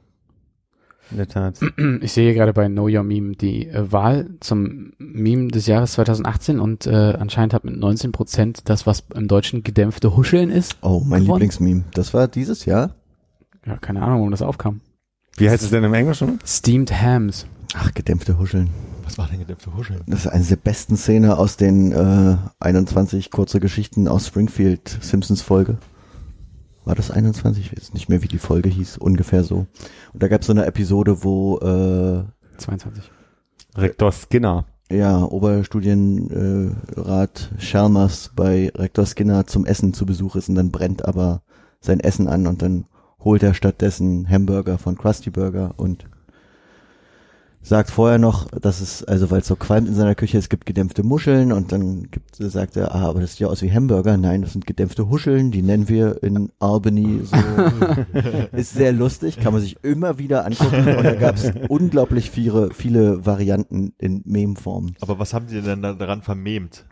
D: in der Tat.
E: Ich sehe hier gerade bei Know Your Meme die äh, Wahl zum Meme des Jahres 2018 und äh, anscheinend hat mit 19 Prozent das, was im Deutschen gedämpfte Huscheln ist.
B: Oh, mein
E: gewonnen.
B: Lieblingsmeme. Das war dieses Jahr.
E: Ja, keine Ahnung, warum das aufkam.
D: Wie heißt es denn im Englischen?
E: Steamed Hams.
B: Ach, gedämpfte Huscheln.
C: Was war denn gedämpfte Huscheln?
B: Das ist eine der besten Szene aus den äh, 21 kurze Geschichten aus Springfield Simpsons Folge. War das 21? Ich weiß nicht mehr, wie die Folge hieß. Ungefähr so. Und da gab es so eine Episode, wo äh,
E: 22.
D: Rektor Skinner.
B: ja, Oberstudienrat Schermers bei Rektor Skinner zum Essen zu Besuch ist und dann brennt aber sein Essen an und dann holt er stattdessen Hamburger von Krusty Burger und sagt vorher noch, dass es, also weil es so qualmt in seiner Küche, es gibt gedämpfte Muscheln und dann gibt, sagt er, ah, aber das sieht ja aus wie Hamburger. Nein, das sind gedämpfte Huscheln, die nennen wir in Albany so. Ist sehr lustig, kann man sich immer wieder angucken und da gab es unglaublich viele, viele Varianten in Memform.
C: Aber was haben die denn da- daran vermehmt?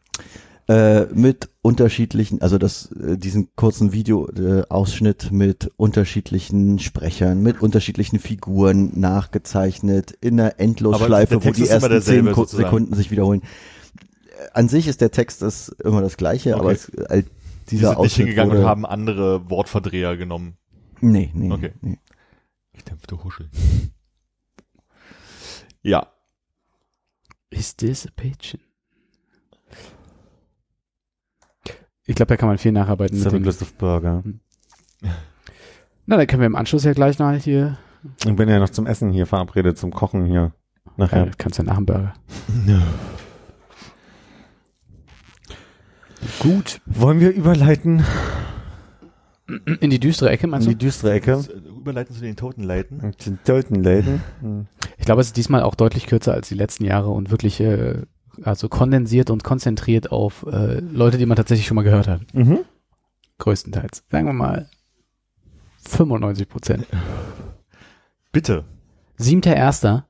B: Äh, mit unterschiedlichen, also das, äh, diesen kurzen Videoausschnitt äh, Ausschnitt mit unterschiedlichen Sprechern, mit unterschiedlichen Figuren nachgezeichnet, in einer Endlosschleife,
C: Aber
B: wo
C: der Text
B: die
C: ist immer
B: ersten
C: derselbe
B: zehn Ku-
C: sozusagen.
B: Sekunden sich wiederholen. Äh, An sich ist der Text das immer das gleiche, aber es, äh,
C: Die
B: dieser
C: sind nicht
B: Ausschnitt
C: hingegangen
B: wurde,
C: und haben andere Wortverdreher genommen.
B: Nee, nee,
C: Okay.
B: nee.
C: Gedämpfte Huscheln. Ja,
E: Is this a pigeon? Ich glaube, da kann man viel nacharbeiten. Mit
D: Seven
E: dem.
D: Lust of Burger.
E: Na, dann können wir im Anschluss ja gleich noch hier.
D: Ich bin ja noch zum Essen hier verabredet, zum Kochen hier.
E: Ja.
D: Nachher.
E: Äh, kannst ja nach dem Burger.
D: Gut. Wollen wir überleiten
E: In die düstere Ecke, meinst
D: in
E: du?
D: die düstere Ecke?
C: Das, äh, überleiten zu den toten Leiten.
D: Und Den Dalton Laden.
E: Ich glaube, es ist diesmal auch deutlich kürzer als die letzten Jahre und wirklich äh, also kondensiert und konzentriert auf äh, Leute, die man tatsächlich schon mal gehört hat.
D: Mhm.
E: Größtenteils. Sagen wir mal 95 Prozent.
C: Bitte.
E: Siebter Erster,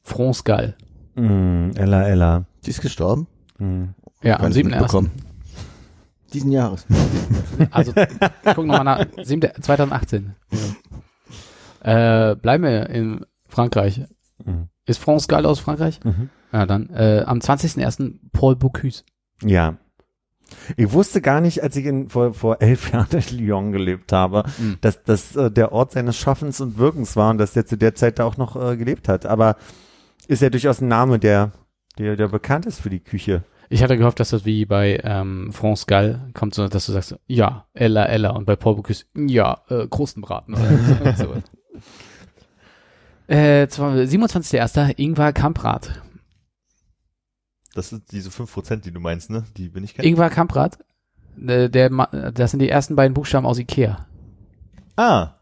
E: France Gall.
D: Mm, Ella, Ella.
B: Die ist gestorben.
D: Mm.
E: Ja,
B: Gar
E: am
B: nicht
E: siebten Ersten.
B: mitbekommen. Diesen Jahres.
E: Also, guck nochmal nach. Siebter, 2018. Äh, bleiben wir in Frankreich.
D: Mhm.
E: Ist France Gall aus Frankreich?
D: Mhm.
E: Ja, dann. Äh, am 20.01. Paul Bocuse.
D: Ja. Ich wusste gar nicht, als ich in, vor, vor elf Jahren in Lyon gelebt habe,
E: Mhm.
D: dass das äh, der Ort seines Schaffens und Wirkens war und dass der zu der Zeit da auch noch äh, gelebt hat. Aber ist ja durchaus ein Name, der, der, der bekannt ist für die Küche.
E: Ich hatte gehofft, dass das wie bei ähm, France Gall kommt, so, dass du sagst, ja, Ella, Ella. Und bei Paul Bocuse, ja, äh, Krustenbraten. Oder so, sowas. äh, zwar- 27.01. Ingvar Kamprad.
C: Das sind diese 5%, die du meinst, ne? Die bin ich kennen.
E: Ingvar Kamprad, äh, der, Ma- das sind die ersten beiden Buchstaben aus Ikea.
C: Ah,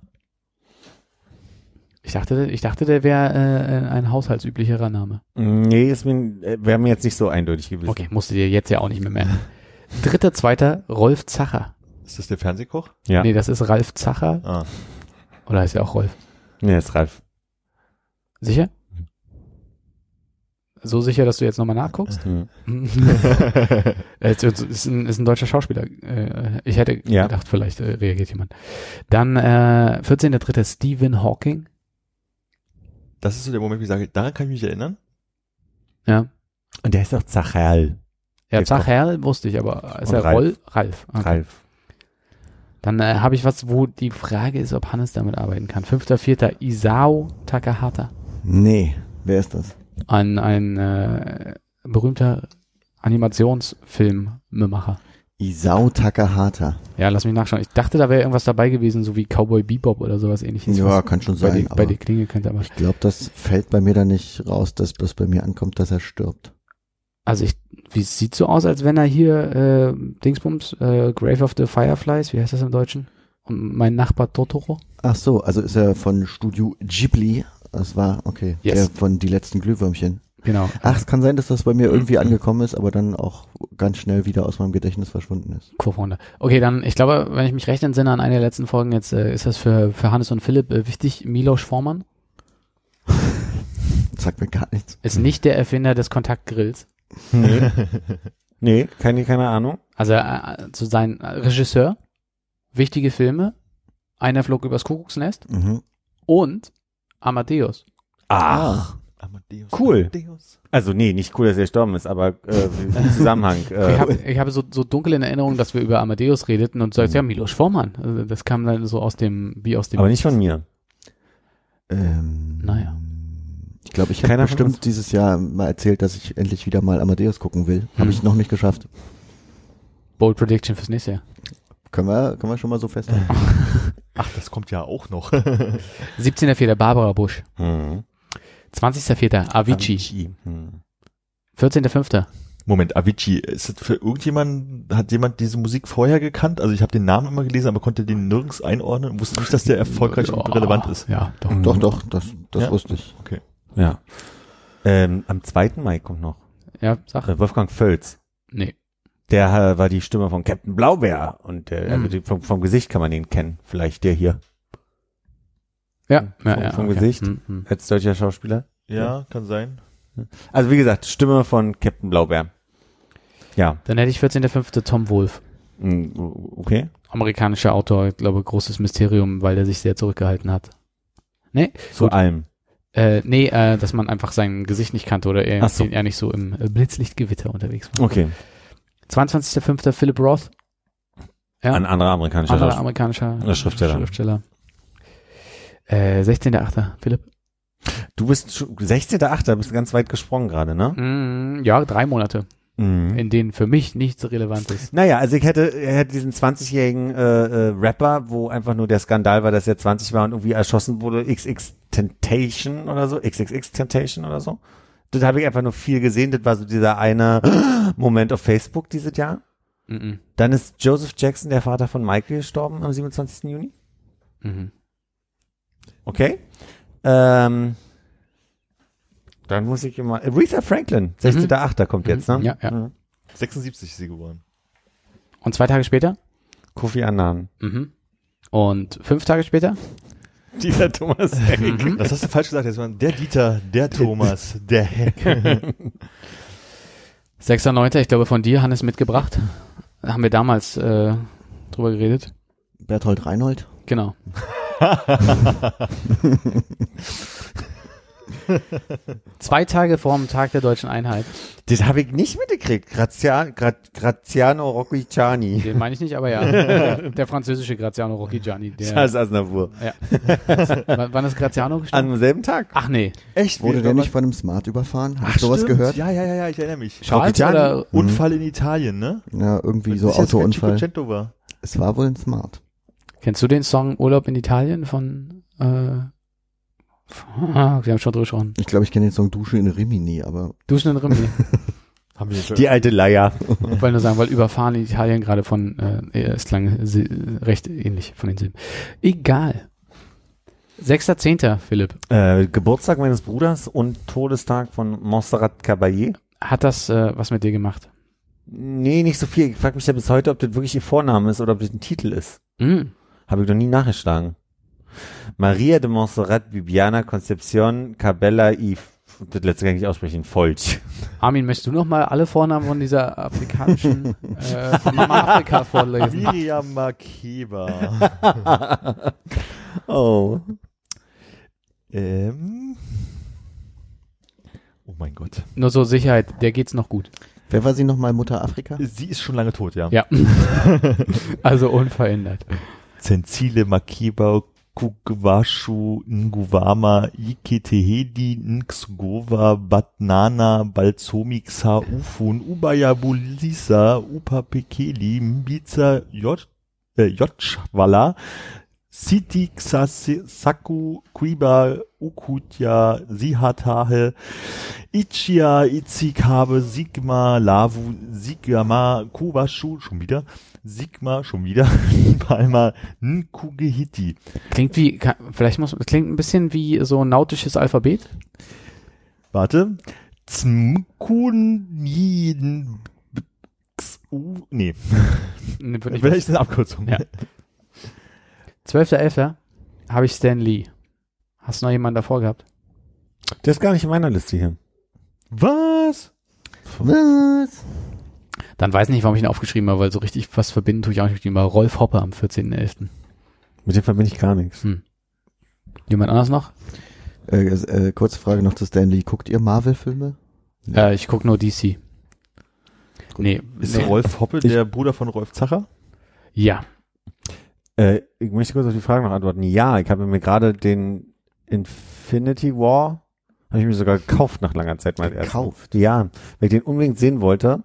E: Ich dachte, ich dachte, der wäre äh, ein haushaltsüblicherer Name.
D: Mm, Nee, ist mir, äh, wäre mir jetzt nicht so eindeutig gewesen.
E: Okay, musst du dir jetzt ja auch nicht mehr merken. Dritter, zweiter, Rolf Zacher.
C: ist das der Fernsehkoch?
D: Ja.
E: Nee, das ist Ralf Zacher.
C: Ah.
E: Oder heißt er auch Rolf?
D: Nee, ist Ralf.
E: Sicher? So sicher, dass du jetzt nochmal nachguckst?
D: Mhm.
E: Äh, es ist, ein, ist ein deutscher Schauspieler. Äh, Ich hätte
D: Ja.
E: gedacht, vielleicht äh, reagiert jemand. Dann äh, 14.3. Stephen Hawking.
C: Das ist so der Moment, wo ich sage, daran kann ich mich erinnern.
E: Ja.
D: Und der ist auch Zacherl.
E: Ja,
D: Geht
E: Zacherl wusste ich, aber ist
D: Und
E: er
D: Ralf.
E: Rolf? Ralf. Okay.
D: Ralf.
E: Dann äh, habe ich was, wo die Frage ist, ob Hannes damit arbeiten kann. 5.4. Isao Takahata.
B: Nee, wer ist das?
E: Ein, ein äh, berühmter Animationsfilmemacher.
B: Isao Takahata.
E: Ja, lass mich nachschauen. Ich dachte, da wäre irgendwas dabei gewesen, so wie Cowboy Bebop oder sowas ähnliches.
B: Ja,
E: was
B: kann schon
E: bei,
B: sein.
E: die, bei
B: aber
E: die Klinge könnte aber.
B: ich glaube, das fällt bei mir da nicht raus, dass das bei mir ankommt, dass er stirbt.
E: Also ich, wie es sieht so aus, als wenn er hier äh, Dingsbums, äh, Grave of the Fireflies, wie heißt das im Deutschen? Und mein Nachbar Totoro.
B: Ach so, also ist er von Studio Ghibli. Das war, okay,
E: Yes.
B: der von Die letzten Glühwürmchen.
E: Genau.
B: Ach, es kann sein, dass das bei mir irgendwie angekommen ist, aber dann auch ganz schnell wieder aus meinem Gedächtnis verschwunden ist.
E: Co-Founder. Okay, dann, ich glaube, wenn ich mich recht entsinne an eine der letzten Folgen, jetzt äh, ist das für, für Hannes und Philipp äh, wichtig. Miloš Forman
B: Sagt mir gar nichts.
E: ist
C: Mhm.
E: nicht der Erfinder des Kontaktgrills.
D: Nee, keine, keine Ahnung.
E: Also äh, zu sein äh, Regisseur, wichtige Filme, einer flog übers Kuckucksnest
B: Mhm.
E: und Amadeus.
C: Ah.
D: Ach.
C: Amadeus.
D: Cool.
C: Amadeus.
D: Also nee, nicht cool, dass er gestorben ist, aber äh, im Zusammenhang.
E: Ich habe
D: Äh,
E: ich hab so, so dunkel in Erinnerung, dass wir über Amadeus redeten und sagst,
C: Mhm.
E: ja, Miloš Forman. Also das kam dann so aus dem, wie aus dem.
D: aber nicht von mir.
B: Ähm,
E: Naja.
B: Ich glaube, ich habe
D: Keiner von
B: bestimmt dieses Jahr mal erzählt, dass ich endlich wieder mal Amadeus gucken will. Hab
E: Hm.
B: Habe ich noch nicht geschafft.
E: Bold Prediction fürs nächste Jahr.
B: Können wir, können wir schon mal so festhalten.
C: Ach, das kommt ja auch noch.
E: 17.04. Barbara Busch.
D: Mhm.
E: 20.04. Avicii.
D: Mhm.
E: 14.05.
C: Moment, Avicii, ist das für irgendjemand, hat jemand diese Musik vorher gekannt? Also ich habe den Namen immer gelesen, aber konnte den nirgends einordnen und wusste nicht, dass der erfolgreich und
E: Ja,
C: relevant ist.
E: Oh, Ja, doch.
B: Doch, doch, das, das
C: Ja.
B: wusste ich.
D: Ja. Ähm, am 2. Mai kommt noch
E: Ja, sag.
D: äh, Wolfgang Völz.
E: Nee.
D: Der äh, war die Stimme von Captain Blaubeer und der,
E: Mhm.
D: also die, vom, vom Gesicht kann man den kennen. Vielleicht der hier
E: Ja, ja,
D: Vom-
E: ja
D: vom Gesicht?
E: Hm, hm.
D: als deutscher Schauspieler.
C: Ja, kann sein.
D: Also wie gesagt, Stimme von Captain Blaubeer. Ja,
E: Dann hätte ich 14.05. Tom Wolf.
D: mm, o- okay.
E: Amerikanischer Autor, ich glaube, großes Mysterium, weil der sich sehr zurückgehalten hat.
D: Zu
E: Gut.
D: allem.
E: Äh, nee, äh, dass man einfach sein Gesicht nicht kannte oder er,
D: Ach so.
E: er nicht so im äh, Blitzlichtgewitter unterwegs war.
D: Okay.
E: 22.05. Philip Roth, Ja.
D: Ein anderer amerikanischer
E: anderer
D: Schauspieler.
E: amerikanischer
D: Oder Schriftsteller.
E: Schriftsteller. Äh, 16.08. Philipp.
D: Du bist schon- 16.8., bist ganz weit gesprungen gerade, ne?
E: Mm, ja, drei Monate,
D: Mhm.
E: in denen für mich nichts relevant ist.
D: Naja, also ich hätte, er hätte diesen 20-jährigen äh, äh, Rapper, wo einfach nur der Skandal war, dass er 20 war und irgendwie erschossen wurde, XX Temptation oder so, XXX Temptation oder so. Das habe ich einfach nur viel gesehen. Das war so dieser eine Moment auf Facebook dieses Jahr.
E: Mhm.
D: Dann ist Joseph Jackson, der Vater von Michael, gestorben am 27. Juni.
E: Mhm.
D: Okay. Ähm, dann muss ich immer. Aretha Franklin, 16.8. kommt jetzt, ne?
E: Mhm. Ja, ja.
D: Mhm.
C: 76 ist sie geworden.
E: Und zwei Tage später?
D: Kofi Annan.
E: Mhm. Und fünf Tage später? Mhm.
D: Dieser Thomas Heck.
C: Das hast du falsch gesagt. Jetzt waren der Dieter, der Thomas, der Heck.
E: 6.9., ich glaube von dir, Hannes, mitgebracht. Da haben wir damals äh, drüber geredet.
B: Berthold Reinhold.
E: Genau. Zwei Tage vor dem Tag der deutschen Einheit.
D: Das habe ich nicht mitgekriegt. Grazian, Gra, Graziano Rocchiciani.
E: Den meine ich nicht, aber ja. Der französische Graziano Rocchigiani. Der,
D: Das Aznavour.
E: wann wann ist Graziano gestorben?
D: Am selben Tag.
E: Ach nee.
C: Echt?
B: Wurde
C: Wie-
B: der nicht von einem Smart überfahren? Hast du sowas
C: stimmt.
B: gehört? Ja,
C: Ja, ja, ja, ja, ich erinnere mich. mhm.
E: Schwarz
D: Rocchigiani?
E: oder
C: Unfall in Italien, ne?
B: irgendwie
C: Das
B: so
C: ist jetzt kein
B: Autounfall.
C: Cinquecento war.
B: Es war wohl ein Smart.
E: Kennst du den Song Urlaub in Italien von äh, ah, wir haben schon drüber gesprochen.
B: Ich glaube, ich kenne den Song Dusche in Rimini, aber
E: Duschen in Rimini.
F: Haben wir schon.
D: Die alte Leier.
E: Ich wollte nur sagen, weil überfahren in Italien gerade von, äh, es klang si- recht ähnlich von den Silben. Egal. 6.10. Philipp.
D: Äh, Geburtstag meines Bruders und Todestag von Montserrat Caballé.
E: Hat das äh, was mit dir gemacht?
D: Nee, nicht so viel. Ich frage mich ja bis heute, ob das wirklich ihr Vorname ist oder ob das ein Titel ist.
E: Mm.
D: Habe ich noch nie nachgeschlagen. Maria de Montserrat Bibiana Concepcion Cabella y das letzte kann ich nicht aussprechen, Folch.
E: Armin, möchtest du nochmal alle Vornamen von dieser afrikanischen, äh, von Mama Afrika vorlesen?
C: Miriam Makeba.
D: Oh.
C: ähm. Oh mein Gott.
E: Nur so Sicherheit, der geht's noch gut.
B: Wer war sie nochmal, Mutter Afrika?
C: Sie ist schon lange tot, ja.
E: Ja. also unverändert.
C: Zenzile Makeba Kugwashu Nguwama Iketehedi Nxugova Batnana Balsomiksa Ufun Ubayabulisa Upapekeli Mbiza Jot- äh, Jotschwala Siti Xasi- Saku Kuiba Ukutya Sihatahe Ichia Itzikabe Sigma Lavu Sigma Kubashu schon wieder Sigma schon wieder Palma Nkugehiti.
E: Klingt wie, ka- vielleicht muss, klingt ein bisschen wie so nautisches Alphabet.
C: Warte. Zmkunien. Xu- Nee,
E: Nee, wird nicht
C: vielleicht eine Abkürzung.
E: Ja. 12.11. habe ich Stan Lee. Hast du noch jemanden davor gehabt?
D: Der ist gar nicht in meiner Liste hier.
C: Was?
B: Was?
E: Dann weiß ich nicht, warum ich ihn aufgeschrieben habe, weil so richtig was verbinden tue ich auch nicht mit ihm. Aber Rolf Hopper am 14.11.
D: Mit dem verbinde ich gar nichts.
E: Jemand anders noch?
B: Äh, äh, kurze Frage noch zu Stanley. Guckt ihr Marvel-Filme? Ja.
E: Äh, ich gucke nur DC. Nee,
C: Ist
E: nee.
C: Rolf Hoppe der Bruder von Rolf Zacher?
E: Ja.
D: Äh, ich möchte kurz auf die Frage noch antworten. Ja, ich habe mir gerade den Infinity War, habe ich mir sogar gekauft nach langer Zeit mal erst.
B: Gekauft?
D: Ja, weil ich den unbedingt sehen wollte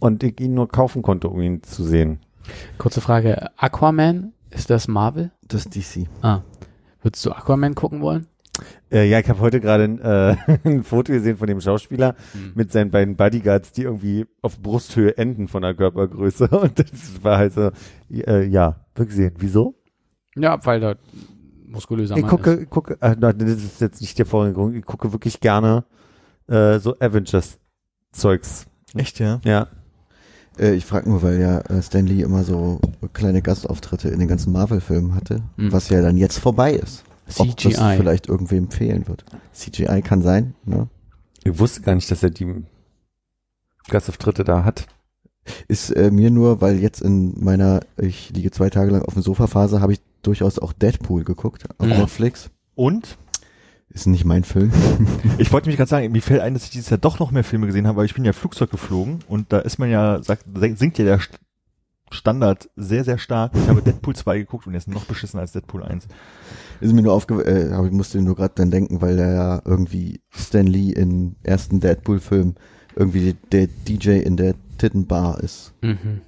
D: und ich ihn nur kaufen konnte, um ihn zu sehen.
E: Kurze Frage. Aquaman, ist das Marvel?
B: Das DC.
E: Würdest du Aquaman gucken wollen?
D: Äh, ja, ich habe heute gerade ein, äh, ein Foto gesehen von dem Schauspieler mit seinen beiden Bodyguards, die irgendwie auf Brusthöhe enden von der Körpergröße. Und das war halt so, äh, ja, wir gesehen. Wieso?
E: Ja, weil da muskulöser
D: Ich
E: Mann
D: gucke,
E: ist.
D: ich gucke, äh, nein, das ist jetzt nicht der vorige Grund. Ich gucke wirklich gerne äh, so Avengers-Zeugs.
C: Echt, ja?
D: Ja.
B: Äh, ich frage nur, weil ja äh, Stan Lee immer so kleine Gastauftritte in den ganzen Marvel-Filmen hatte,
E: Mhm.
B: was ja dann jetzt vorbei ist. Ob das
E: CGI.
B: vielleicht irgendwem fehlen wird. CGI kann sein, ne?
D: Ich wusste gar nicht, dass er die Gastauftritte da hat.
B: Ist äh, mir nur, weil jetzt in meiner, ich liege zwei Tage lang auf dem Sofa-Phase, habe ich durchaus auch Deadpool geguckt auf
E: Mhm.
B: Netflix.
C: Und?
B: Ist nicht mein Film.
C: Ich wollte mich gerade sagen, mir fällt ein, dass ich dieses Jahr doch noch mehr Filme gesehen habe, weil ich bin ja Flugzeug geflogen und da ist man ja, sagt, sinkt ja der St- Standard sehr, sehr stark. Ich habe Deadpool 2 geguckt und der ist noch beschissen als Deadpool 1.
B: Ist mir nur aufge... Äh, aber ich musste nur gerade dann denken, weil der ja irgendwie Stan Lee im ersten Deadpool-Film irgendwie der DJ in der Tittenbar ist,
E: Mhm.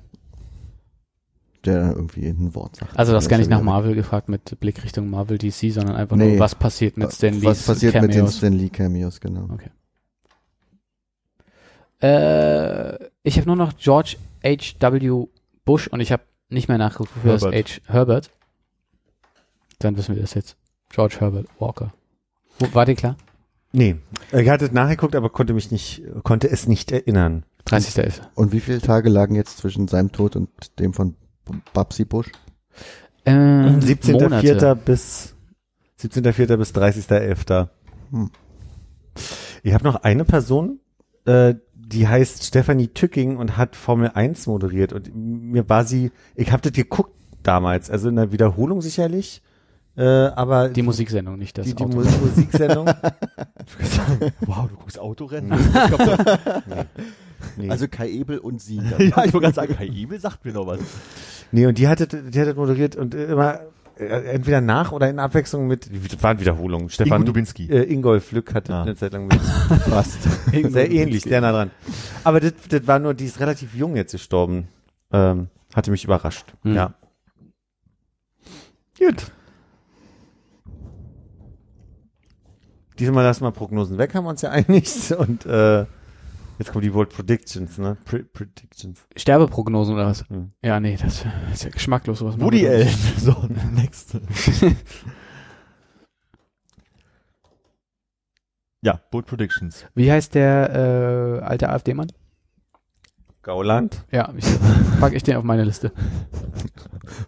B: der dann irgendwie ein Wort sagt.
E: Also das
B: ist
E: gar nicht
B: ja
E: nach
B: wieder-
E: Marvel gefragt mit Blick Richtung Marvel DC, sondern einfach
B: Nee.
E: nur, was passiert mit Stan Lees
B: Was passiert
E: Cameos.
B: mit den Stan Lee Cameos, genau.
E: Äh, ich habe nur noch George H.W. Bush und ich habe nicht mehr nachgeguckt, wofür das H.
C: Herbert.
E: Herbert. Dann wissen wir das jetzt. George Herbert Walker. Wo, war dir klar?
D: Nee. Ich hatte es nachgeguckt, aber konnte mich nicht, konnte es nicht erinnern.
E: 30.11.
B: Und wie viele Tage lagen jetzt zwischen seinem Tod und dem von B- Babsi Bush?
E: Ähm,
D: 17.04. bis 17.04. bis 30.11.
B: Hm.
D: Ich habe noch eine Person, äh, die heißt Stefanie Tücking und hat Formel 1 moderiert und mir war sie, ich habe das geguckt damals, also in der Wiederholung sicherlich, äh, aber
E: Die Musiksendung, nicht das
D: die, die
E: Auto.
D: Mu- Musiksendung.
C: Wow, du guckst Autorennen? Ich glaub, da-
D: nee.
B: Also Kai Ebel und sie. genau.
C: ja, ich wollte gerade sagen, Kai Ebel sagt mir noch was.
D: Nee, und die hatte, die hatte moderiert und immer äh, entweder nach oder in Abwechslung mit, das waren Wiederholungen. Stefan
C: Ingo Dubinski.
D: Äh, Ingolf Lück hatte
C: Ah.
D: eine Zeit lang mit. Fast. sehr ähnlich, sehr nah dran. Aber das, das war nur, die ist relativ jung jetzt gestorben. Ähm, hatte mich überrascht.
E: Hm.
D: Ja. Gut. Diesmal lassen wir Prognosen weg, haben wir uns ja einig. Und äh, Jetzt kommen die World Predictions, ne? Pre Predictions.
E: Sterbeprognosen oder was?
D: Hm.
E: Ja, nee, das ist ja geschmacklos. Sowas machen
C: Woody
E: wir
C: Allen.
E: nicht.
C: So, next. ja, Bold Predictions.
E: Wie heißt der äh, alte AfD-Mann?
D: Gauland?
E: Ja, ich, pack ich den auf meine Liste.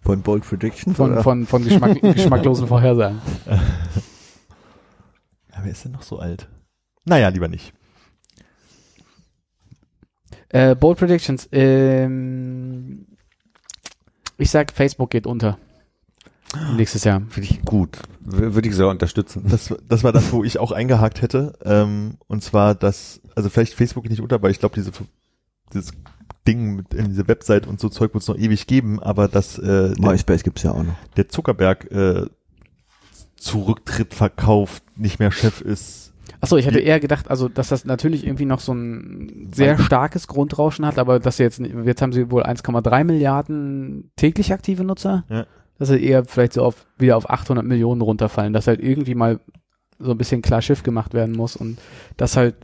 B: Von Bold Prediction?
E: Von,
B: oder?
E: von, von Geschmack, geschmacklosen Vorhersagen.
C: Ja, wer ist denn noch so alt? Naja, lieber nicht.
E: Äh, Bold Predictions. Ähm, ich sag, Facebook geht unter. Nächstes Jahr.
D: Finde ich gut. W würde ich sogar unterstützen.
C: Das, das war das, wo ich auch eingehakt hätte. Ähm, und zwar, dass, also vielleicht Facebook nicht unter, weil ich glaube, diese, dieses Ding mit in diese Website und so Zeug wird es noch ewig geben, aber dass äh, der,
B: MySpace gibt's ja auch noch.
C: der Zuckerberg äh, Zurücktritt verkauft, nicht mehr Chef ist.
E: Achso, ich hatte eher gedacht, also dass das natürlich irgendwie noch so ein sehr starkes Grundrauschen hat, aber dass sie jetzt jetzt haben sie wohl 1,3 Milliarden täglich aktive Nutzer,
C: Ja.
E: dass sie eher vielleicht so auf wieder auf 800 Millionen runterfallen, dass halt irgendwie mal so ein bisschen klar Schiff gemacht werden muss und das halt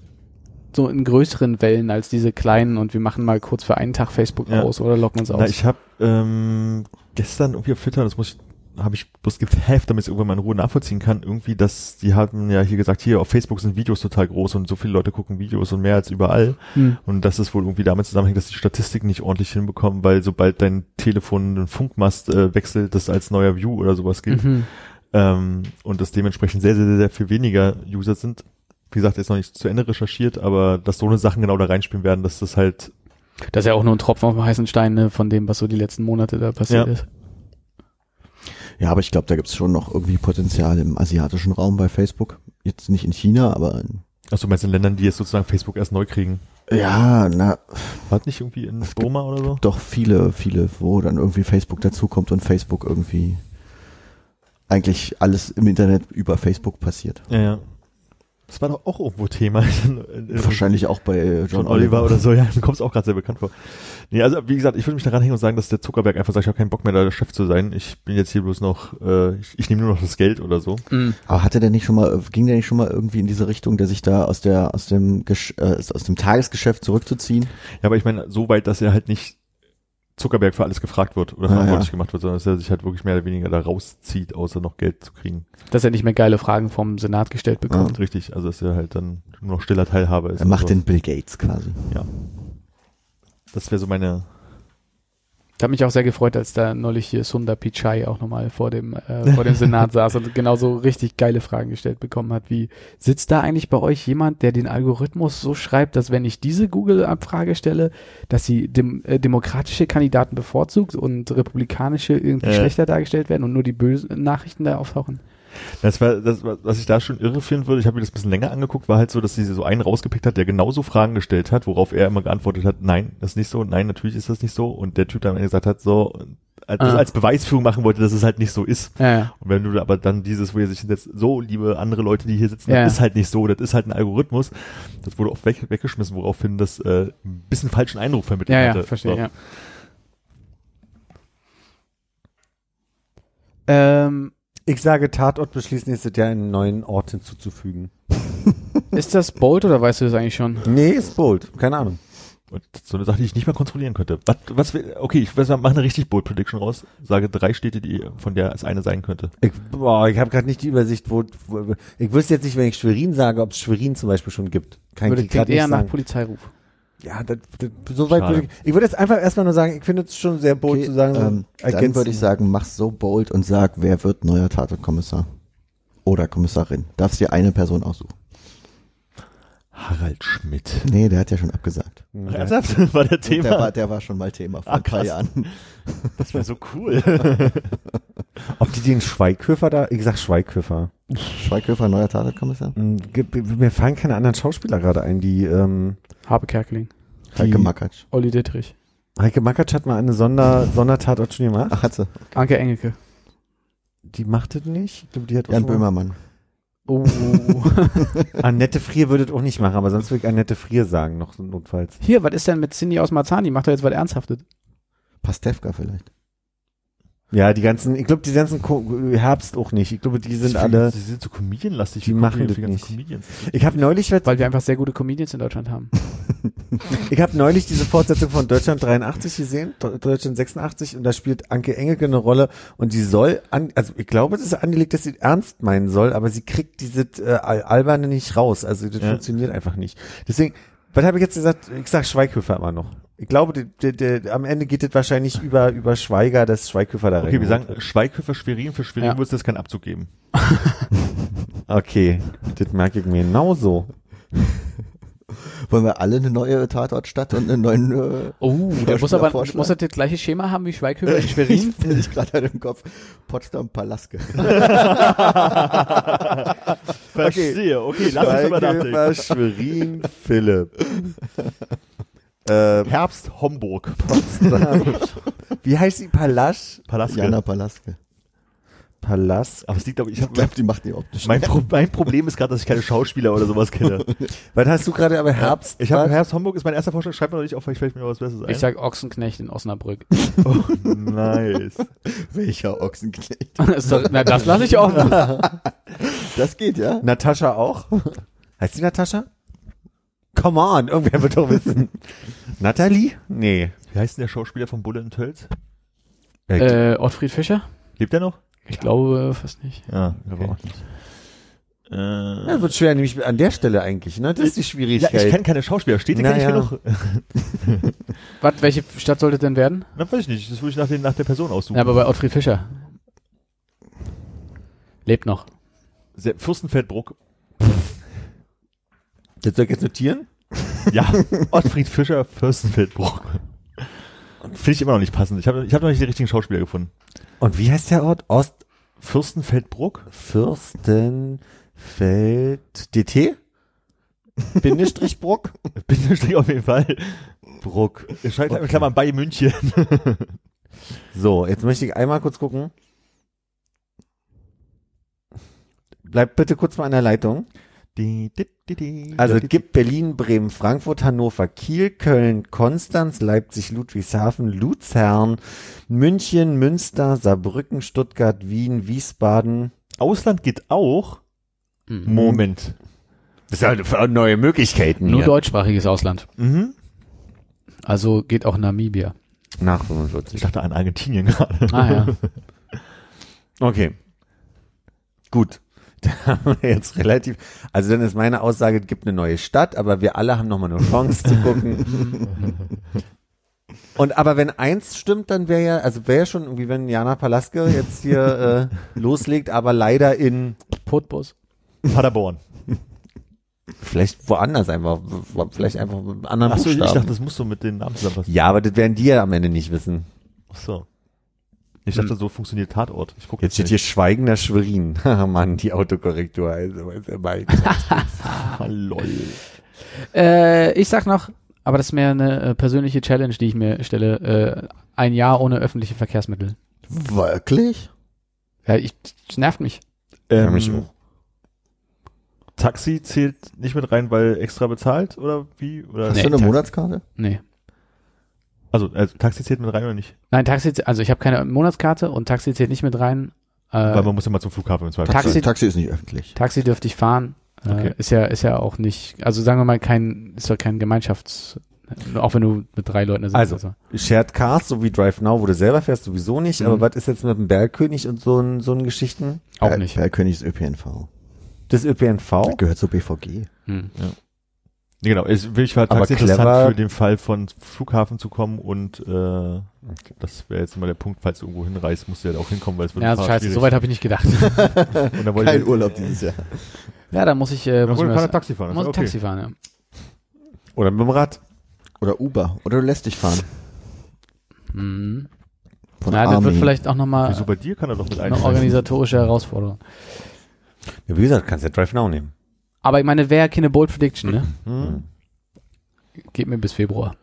E: so in größeren Wellen als diese kleinen und wir machen mal kurz für einen Tag Facebook
C: Ja.
E: aus oder locken uns aus.
C: Na, ich habe ähm, gestern irgendwie auf Twitter, das muss ich habe ich bloß gepfeift, damit ich es irgendwann mal in Ruhe nachvollziehen kann, irgendwie, dass, die haben ja hier gesagt, hier auf Facebook sind Videos total groß und so viele Leute gucken Videos und mehr als überall.
E: hm.
C: Und das ist wohl irgendwie damit zusammenhängt, dass die Statistiken nicht ordentlich hinbekommen, weil sobald dein Telefon einen Funkmast äh, wechselt, das als neuer View oder sowas gilt.
E: mhm.
C: Ähm, und das dementsprechend sehr, sehr, sehr, sehr viel weniger User sind. Wie gesagt, jetzt noch nicht zu Ende recherchiert, aber dass so eine Sachen genau da reinspielen werden, dass das halt,
E: Das ist ja auch nur ein Tropfen auf dem heißen Stein ne, von dem, was so die letzten Monate da passiert
C: Ja.
E: ist.
B: Ja, aber ich glaube, da gibt's schon noch irgendwie Potenzial im asiatischen Raum bei Facebook. Jetzt nicht in China, aber in,
C: ach so, also meinst du in Ländern, die jetzt sozusagen Facebook erst neu kriegen?
B: ja, na,
C: War das nicht irgendwie in
B: Es gibt-
C: Burma oder so?
B: doch viele, viele, wo dann irgendwie Facebook dazukommt und Facebook irgendwie eigentlich alles im Internet über Facebook passiert.
C: Ja, ja. Das war doch auch irgendwo Thema. In, in, in-
B: Wahrscheinlich auch bei äh,
C: John Oliver oder so, ja, mir kommt's auch gerade sehr bekannt vor. Nee, also wie gesagt, ich würde mich daran hängen und sagen, dass der Zuckerberg einfach sagt, ich habe keinen Bock mehr, da der Chef zu sein. Ich bin jetzt hier bloß noch, äh, ich, ich nehme nur noch das Geld oder so.
E: Mhm.
B: Aber hatte der nicht schon mal, äh, ging der nicht schon mal irgendwie in diese Richtung, der sich da aus der, aus dem, Gesch äh, aus dem Tagesgeschäft zurückzuziehen?
C: Ja, aber ich meine, so weit, dass er halt nicht Zuckerberg für alles gefragt wird oder
B: Ja,
C: verantwortlich
B: ja.
C: gemacht wird, sondern dass er sich halt wirklich mehr oder weniger da rauszieht, außer noch Geld zu kriegen.
E: Dass er nicht mehr geile Fragen vom Senat gestellt bekommt.
C: Und richtig, also dass er halt dann nur noch stiller Teilhaber ist.
B: Er macht
C: also,
B: den Bill Gates quasi.
C: Das wäre so meine,
E: Ich habe mich auch sehr gefreut, als da neulich hier Sundar Pichai auch nochmal vor dem, äh, vor dem Senat saß und genauso richtig geile Fragen gestellt bekommen hat, wie sitzt da eigentlich bei euch jemand, der den Algorithmus so schreibt, dass wenn ich diese Google-Abfrage stelle, dass sie dem, äh, demokratische Kandidaten bevorzugt und republikanische irgendwie
C: Ja.
E: schlechter dargestellt werden und nur die bösen Nachrichten da auftauchen?
C: Das war, das war, was ich da schon irre finden würde, ich habe mir das ein bisschen länger angeguckt, war halt so, dass sie so einen rausgepickt hat, der genauso Fragen gestellt hat, worauf er immer geantwortet hat, nein, das ist nicht so, nein, natürlich ist das nicht so. Und der Typ dann am Ende gesagt hat, so, als,
E: Ah.
C: als Beweisführung machen wollte, dass es halt nicht so ist.
E: Ja,
C: Und wenn du da aber dann dieses, wo ihr sich hinsetzt, so, liebe andere Leute, die hier sitzen,
E: Ja.
C: das ist halt nicht so, das ist halt ein Algorithmus. Das wurde oft weg, weggeschmissen, woraufhin das äh, ein bisschen falschen Eindruck vermittelt
E: ja, ja,
C: hatte.
E: verstehe,
C: so.
E: ja. Ähm,
D: Ich sage, Tatort beschließt nächstes Jahr einen neuen Ort hinzuzufügen.
E: ist das bold oder weißt du das eigentlich schon?
D: Nee, ist bold. Keine Ahnung.
C: Und so eine Sache, die ich nicht mal kontrollieren könnte. Was, was, wir- okay, ich weiß, mache eine richtig bold Prediction raus. Sage drei Städte, die, von der es eine sein könnte.
D: Ich, boah, ich habe gerade nicht die Übersicht, wo, wo ich wüsste jetzt nicht, wenn ich Schwerin sage, ob es Schwerin zum Beispiel schon gibt. Kann
E: Würde
D: ich gerade
E: klingt
D: nicht
E: eher nach
D: sagen.
E: Polizeiruf.
D: Ja, das, das, so weit
C: Schade.
D: würde ich, ich würde jetzt einfach erstmal nur sagen, ich finde es schon sehr bold
B: Okay,
D: zu sagen.
B: ähm, dann
D: ergänzen.
B: würde ich sagen, mach's so bold und sag, wer wird neuer Tatortkommissar? Oder Kommissarin. Darfst dir eine Person aussuchen.
C: Harald Schmidt.
B: Nee, der hat ja schon abgesagt.
D: hm.
C: Ernsthaft? War der
B: Der
C: Thema?
B: war, der war schon mal Thema vor
C: Ah,
B: ein paar
C: krass.
B: Jahren.
C: das wäre so cool.
D: Ob die den Schweighöfer da, ich sag Schweighöfer.
B: Schweighöfer, neuer Tatortkommissar?
D: Hm, ge- b- Mir fallen keine anderen Schauspieler gerade ein, die, ähm,
E: Habe Kerkeling.
B: Heike Makatsch.
E: Olli Dittrich.
D: Heike Makatsch hat mal eine Sonder, Sondertatort schon gemacht.
B: Ach, hat sie.
E: Anke Engelke.
D: Die macht das nicht. Ich glaub, Die hat auch
B: Jan
D: schon mal-
B: Böhmermann.
E: Oh.
D: Annette Frier würde das auch nicht machen, aber sonst würde ich Annette Frier sagen, noch notfalls.
E: Hier, was ist denn mit Cindy aus Marzani? Macht doch jetzt was Ernsthaftes.
B: Pastewka vielleicht.
D: Ja, die ganzen, ich glaube, die ganzen Ko Herbst auch nicht. Ich glaube, die sind alle.
C: Sie sind so Comedian-lastig.
D: Die
C: Wir
D: machen
C: gucken
D: das
C: die ganzen
D: nicht.
C: Comedians.
D: Ich habe neulich,
E: Weil wir einfach sehr gute Comedians in Deutschland haben.
D: ich habe neulich diese Fortsetzung von Deutschland 83 gesehen, Do- Deutschland 86, und da spielt Anke Engelke eine Rolle und die soll, an, also ich glaube, es ist angelegt, dass sie ernst meinen soll, aber sie kriegt diese äh, Al- Alberne nicht raus. Also das
C: Ja.
D: funktioniert einfach nicht. Deswegen, was habe ich jetzt gesagt? Ich sag Schweighöfer immer noch. Ich glaube, die, die, die, am Ende geht es wahrscheinlich über über Schweiger, dass Schweighöfer da
C: Okay, wir
D: reingeholt
C: sagen Schweighöfer Schwerin. Für Schwerin
E: Ja.
C: wird es keinen Abzug geben.
D: Okay, das merke ich mir genauso.
B: Wollen wir alle eine neue Tatortstadt und einen neuen. Äh,
E: Oh, der muss
B: Schauspieler
E: aber
B: vorschlagen?
E: muss er das gleiche Schema haben wie Schweighöfer in Schwerin?
B: Bin ich gerade im Kopf. Potsdam Palaske.
C: Verstehe. Okay, lass uns drüber nachdenken.
D: Schweighöfer, Schwerin, Philipp. äh,
C: Herbst Homburg.
D: wie heißt die Palasch?
C: Palast.
B: Jana Palaske.
D: Palast.
C: Aber es liegt, glaube ich, ich
B: Ich
C: hab,
B: glaube, die macht die optisch.
C: mein, Pro mein Problem ist gerade, dass ich keine Schauspieler oder sowas kenne.
D: Was hast du gerade aber Herbst?
C: Ich habe
D: was?
C: Herbst Homburg ist mein erster Vorschlag. Schreibt mir doch nicht auf, vielleicht fällt mir noch was Besseres ein.
E: Ich sag Ochsenknecht in Osnabrück.
C: nice.
B: Welcher Ochsenknecht?
E: Das ist doch- Na, das lasse ich offen.
B: Das geht, ja?
D: Natascha auch. Heißt die Natascha? Come on, irgendwer wird doch wissen. Natalie? Nee.
C: Wie heißt denn der Schauspieler von Bulle und Tölz?
E: Äh, Ottfried Fischer?
C: Lebt er noch?
E: Ich glaube fast nicht.
C: Ja,
D: aber auch
C: nicht.
D: Ja,
C: Äh,
D: wird schwer, nämlich an der Stelle eigentlich, ne? Das ist die
C: ja,
D: Schwierigkeit.
C: ich kenne keine Schauspieler. Steht die
D: Naja.
C: kenn ich genug?
E: Was, welche Stadt sollte denn werden?
C: Na, weiß ich nicht. Das würde ich nach, den, nach der Person aussuchen.
E: Na, aber bei Ottfried Fischer. Lebt noch.
C: Se- Fürstenfeldbruck.
D: das soll ich jetzt notieren?
C: Ja, Ottfried Fischer, Fürstenfeldbruck. Finde ich immer noch nicht passend. Ich habe ich hab noch nicht den richtigen Schauspieler gefunden.
D: Und wie heißt der Ort? Ost
C: Fürstenfeldbruck?
D: Fürstenfeld DT? Bindestrich Bruck?
C: Bindestrich auf jeden Fall. Bruck. Schreibt okay. in
D: Okay.
C: Klammern bei München.
D: So, jetzt möchte ich einmal kurz gucken. Bleibt bitte kurz mal an der Leitung.
C: Di, di, di, di.
D: Also
C: Di,
D: es
C: di,
D: gibt Berlin, Bremen, Frankfurt, Hannover, Kiel, Köln, Konstanz, Leipzig, Ludwigshafen, Luzern, München, Münster, Saarbrücken, Stuttgart, Wien, Wiesbaden.
C: Ausland geht auch.
D: Hm.
C: Hm.
E: Mhm.
C: Moment.
D: Das sind ja neue Möglichkeiten
E: Nur deutschsprachiges Ausland.
C: Mhm.
E: Also geht auch Namibia.
D: Nach
C: Ich
D: 45.
C: dachte an Argentinien gerade.
E: Ah ja.
D: Okay. Gut. Da haben wir jetzt relativ. Also dann ist meine Aussage, es gibt eine neue Stadt, aber wir alle haben nochmal eine Chance zu gucken. Und aber wenn eins stimmt, dann wäre ja, also wäre ja schon irgendwie, wenn Jana Palaske jetzt hier äh, loslegt, aber leider in
E: Putbus.
C: Paderborn.
D: vielleicht woanders einfach, w- vielleicht einfach mit einem anderen
C: Achso, ich
D: Buchstaben.
C: dachte, das musst du mit den Namen zusammenfassen.
D: ja, aber das werden die ja am Ende nicht wissen.
C: Achso. Ich dachte, so funktioniert Tatort. Ich guck
D: Hm. Jetzt steht hier schweigender Schwerin. Haha, Mann, die Autokorrektur. Also, ist ja mein.
C: Ah, lol.
E: Äh, ich sag noch, aber das ist mehr eine äh, persönliche Challenge, die ich mir stelle. Äh, ein Jahr ohne öffentliche Verkehrsmittel.
B: Wirklich?
E: Ja, ich, das nervt mich.
D: Ja, mich auch.
C: Taxi zählt nicht mit rein, weil extra bezahlt oder wie? Oder
B: Hast
E: Nee,
B: du eine
E: Taxi.
B: Monatskarte?
E: Nee.
C: Also, also Taxi zählt mit rein oder nicht?
E: Nein, Taxi, also ich habe keine Monatskarte und Taxi zählt nicht mit rein. Äh,
C: Weil man muss ja mal zum Flughafen im Zweifel.
E: Taxi-
B: Taxi ist nicht öffentlich.
E: Taxi dürfte ich fahren. Äh,
C: Okay.
E: Ist ja, ist ja auch nicht, also sagen wir mal, kein, ist doch kein Gemeinschafts, auch wenn du mit drei Leuten da sitzt.
D: Also, Shared Cars, so wie Drive Now, wo du selber fährst, sowieso nicht.
E: Mhm.
D: Aber was ist jetzt mit dem Bergkönig und so n- so n Geschichten?
E: auch
C: Äh,
B: Herr-
E: nicht. Oh.
B: Herr König ist ÖPNV.
D: Das ÖPNV?
B: Gehört zur BVG.
E: Hm.
C: Nee, genau, es will ich war
D: Aber
C: Taxi interessant
D: clever-
C: für den Fall von Flughafen zu kommen und äh, das wäre jetzt immer der Punkt, falls du irgendwo hinreist, musst du ja halt auch hinkommen, weil es wird
E: Ja, also
C: ein paar
E: scheiße,
C: schwierig.
E: so weit habe ich nicht gedacht.
C: Und dann wollte
B: Kein
C: ich,
B: Urlaub dieses Jahr.
E: ja, da muss ich, äh,
C: dann
E: muss ich
C: wollte
E: mir
C: keiner
E: was,
C: Taxi fahren. das
E: muss
C: ist okay.
E: Taxi fahren, ja.
D: Oder mit dem Rad?
B: Oder Uber. Oder du lässt dich fahren.
E: Hm.
B: Von
E: Na, das wird
B: Armin.
E: vielleicht auch nochmal
C: Wieso bei dir kann er doch mit
E: eine
C: einsteigen?
E: organisatorische Herausforderung.
D: Ja, wie gesagt, kannst ja Drive Now nehmen.
E: Aber ich meine, wäre keine Bold Prediction, ne?
C: Hm?
E: Geht mir bis Februar.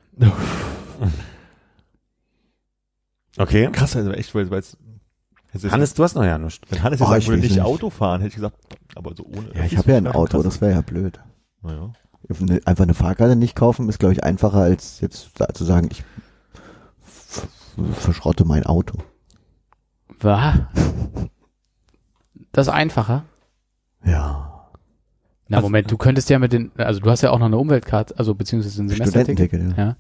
D: Okay.
C: Krass, also echt, weil weil es hättest du jetzt-
D: Hannes, du hast noch ja nichts.
C: wenn Hannes
B: Oh,
C: jetzt sagen
B: ich
C: würde,
B: weiß
C: nicht
B: nicht.
C: Auto fahren, hätte ich gesagt, aber so ohne.
B: Ja, ich habe ja ein Auto,
C: Krass.
B: das wäre ja blöd.
C: Naja.
B: Ne- Einfach eine Fahrkarte nicht kaufen ist, glaube ich, einfacher als jetzt da zu sagen, ich f- f- verschrotte mein Auto.
E: War das einfacher?
B: Ja.
E: Na
C: Also-
E: Moment, du könntest ja mit den, also du hast ja auch noch eine Umweltkarte, also beziehungsweise ein Semesterticket.
B: Studententicket, ja.
E: Ja.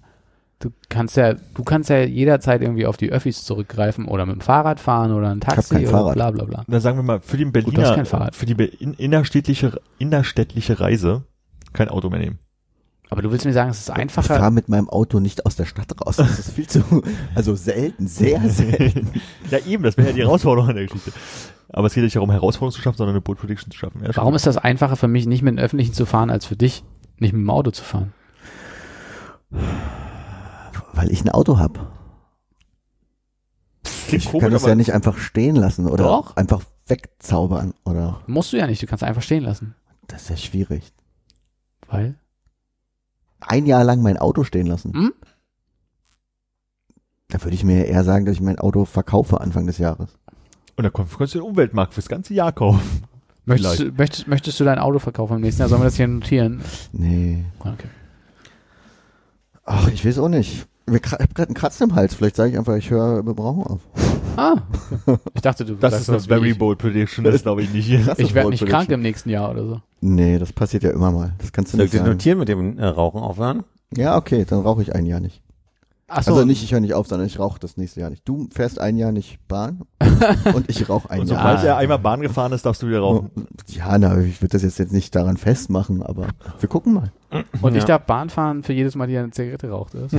E: Du kannst ja, du kannst ja jederzeit irgendwie auf die Öffis zurückgreifen oder mit dem Fahrrad fahren oder ein Taxi
B: kein
E: oder
B: Fahrrad.
E: bla bla bla.
C: Na, sagen wir mal, für den
E: du hast
C: Berliner,
E: kein Fahrrad.
C: für die Be- in, innerstädtliche, innerstädtliche Reise kein Auto mehr nehmen.
E: Aber du willst mir sagen, es ist
B: Ich
E: einfacher.
B: fahre Äh, mit meinem Auto nicht aus der Stadt raus. Das ist viel zu, also selten, sehr selten.
C: ja, eben, das wäre ja die Herausforderung an der Geschichte. Aber es geht nicht darum, Herausforderungen zu schaffen, sondern eine Bold Prediction zu schaffen. Ja, schon.
E: Warum ist das einfacher für mich, nicht mit dem Öffentlichen zu fahren, als für dich, nicht mit dem Auto zu fahren?
B: Weil ich ein Auto habe.
C: Klingt
B: Ich kann das ja nicht einfach stehen lassen oder
E: Doch.
B: einfach wegzaubern oder.
E: Musst du ja nicht, du kannst einfach stehen lassen.
B: Das ist ja schwierig.
E: Weil?
B: Ein Jahr lang mein Auto stehen lassen.
E: Hm?
B: Da würde ich mir eher sagen, dass ich mein Auto verkaufe Anfang des Jahres.
C: Und dann kannst du den Umweltmarkt fürs ganze Jahr kaufen.
E: Möchtest, du, möchtest, möchtest du dein Auto verkaufen im nächsten Jahr? Sollen wir das hier notieren?
B: Nee.
E: Okay.
B: Ach, ich weiß auch nicht. Wir kra- ich hab gerade einen Kratzen im Hals. Vielleicht sage ich einfach, ich höre mit dem Rauchen auf.
E: Ah, ich dachte, du
C: Das
E: sagst
C: ist eine
E: sowas wie
C: very
E: ich,
C: bold prediction, das glaube ich nicht.
E: ich werde nicht krank im nächsten Jahr oder so.
B: Nee, das passiert ja immer mal. Das kannst du
D: Soll ich
B: nicht
D: das
B: sagen.
D: notieren mit dem äh, Rauchen aufhören?
B: Ja, okay, dann rauche ich ein Jahr nicht.
E: Ach so,
B: Also nicht, ich höre nicht auf, sondern ich rauche das nächste Jahr nicht. Du fährst ein Jahr nicht Bahn und ich rauche ein
C: Und
B: Jahr.
C: sobald er einmal Bahn gefahren ist, darfst du wieder rauchen.
B: Ja, na, ich würde das jetzt, jetzt nicht daran festmachen, aber wir gucken mal.
E: und ich
D: Ja.
E: darf Bahn fahren für jedes Mal, die eine Zigarette raucht. Oder? so?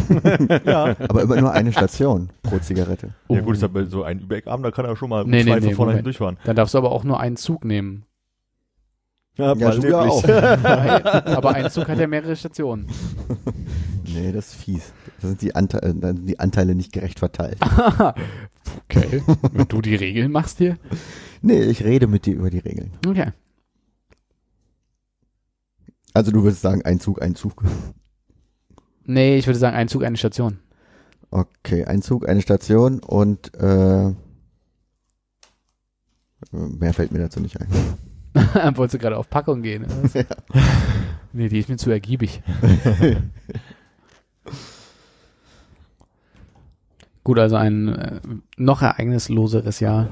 C: Ja. Oh.
B: Aber immer nur eine Station pro Zigarette.
C: Ja gut, ist aber so ein Übereckarm, da kann er schon mal
E: Nee,
C: zwei
E: nee,
C: von
E: nee,
C: vorne
E: Moment.
C: durchfahren.
E: Dann darfst du aber auch nur einen Zug nehmen.
B: Ja, du ja auch.
E: aber ein Zug hat ja mehrere Stationen.
B: Nee, das ist fies. Da sind die, Ante äh, da sind die Anteile nicht gerecht verteilt.
E: Okay, wenn du die Regeln machst hier.
B: Nee, ich rede mit dir über die Regeln.
E: Okay.
B: Also du würdest sagen, ein Zug, ein Zug.
E: Nee, ich würde sagen, ein Zug, eine Station.
B: Okay, ein Zug, eine Station und äh, mehr fällt mir dazu nicht ein.
E: Wolltest du gerade auf Packung gehen? Oder? was? Nee, die ist mir zu ergiebig. Gut, also ein äh, noch ereignisloseres Jahr.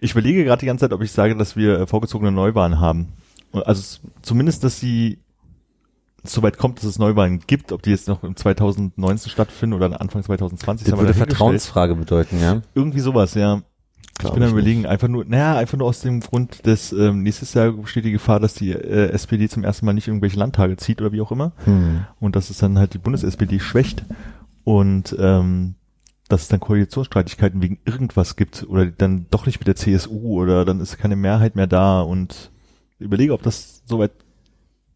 C: Ich überlege gerade die ganze Zeit, ob ich sage, dass wir äh, vorgezogene Neuwahlen haben. Und Also s- zumindest, dass sie so weit kommt, dass es Neuwahlen gibt, ob die jetzt noch im 2019 stattfinden oder Anfang 2020.
D: Das
C: haben wir
D: würde
C: dahingestellt.
D: Vertrauensfrage bedeuten, ja?
C: Irgendwie sowas, ja. ich
B: Glaub
C: bin am
B: ich
C: überlegen, einfach nur, naja, einfach nur aus dem Grund, dass ähm, nächstes Jahr besteht die Gefahr, dass die äh, SPD zum ersten Mal nicht irgendwelche Landtage zieht oder wie auch immer.
B: Hm.
C: und dass es dann halt die Bundes-SPD schwächt und ähm, dass es dann Koalitionsstreitigkeiten wegen irgendwas gibt oder dann doch nicht mit der CSU oder dann ist keine Mehrheit mehr da und überlege, ob das so weit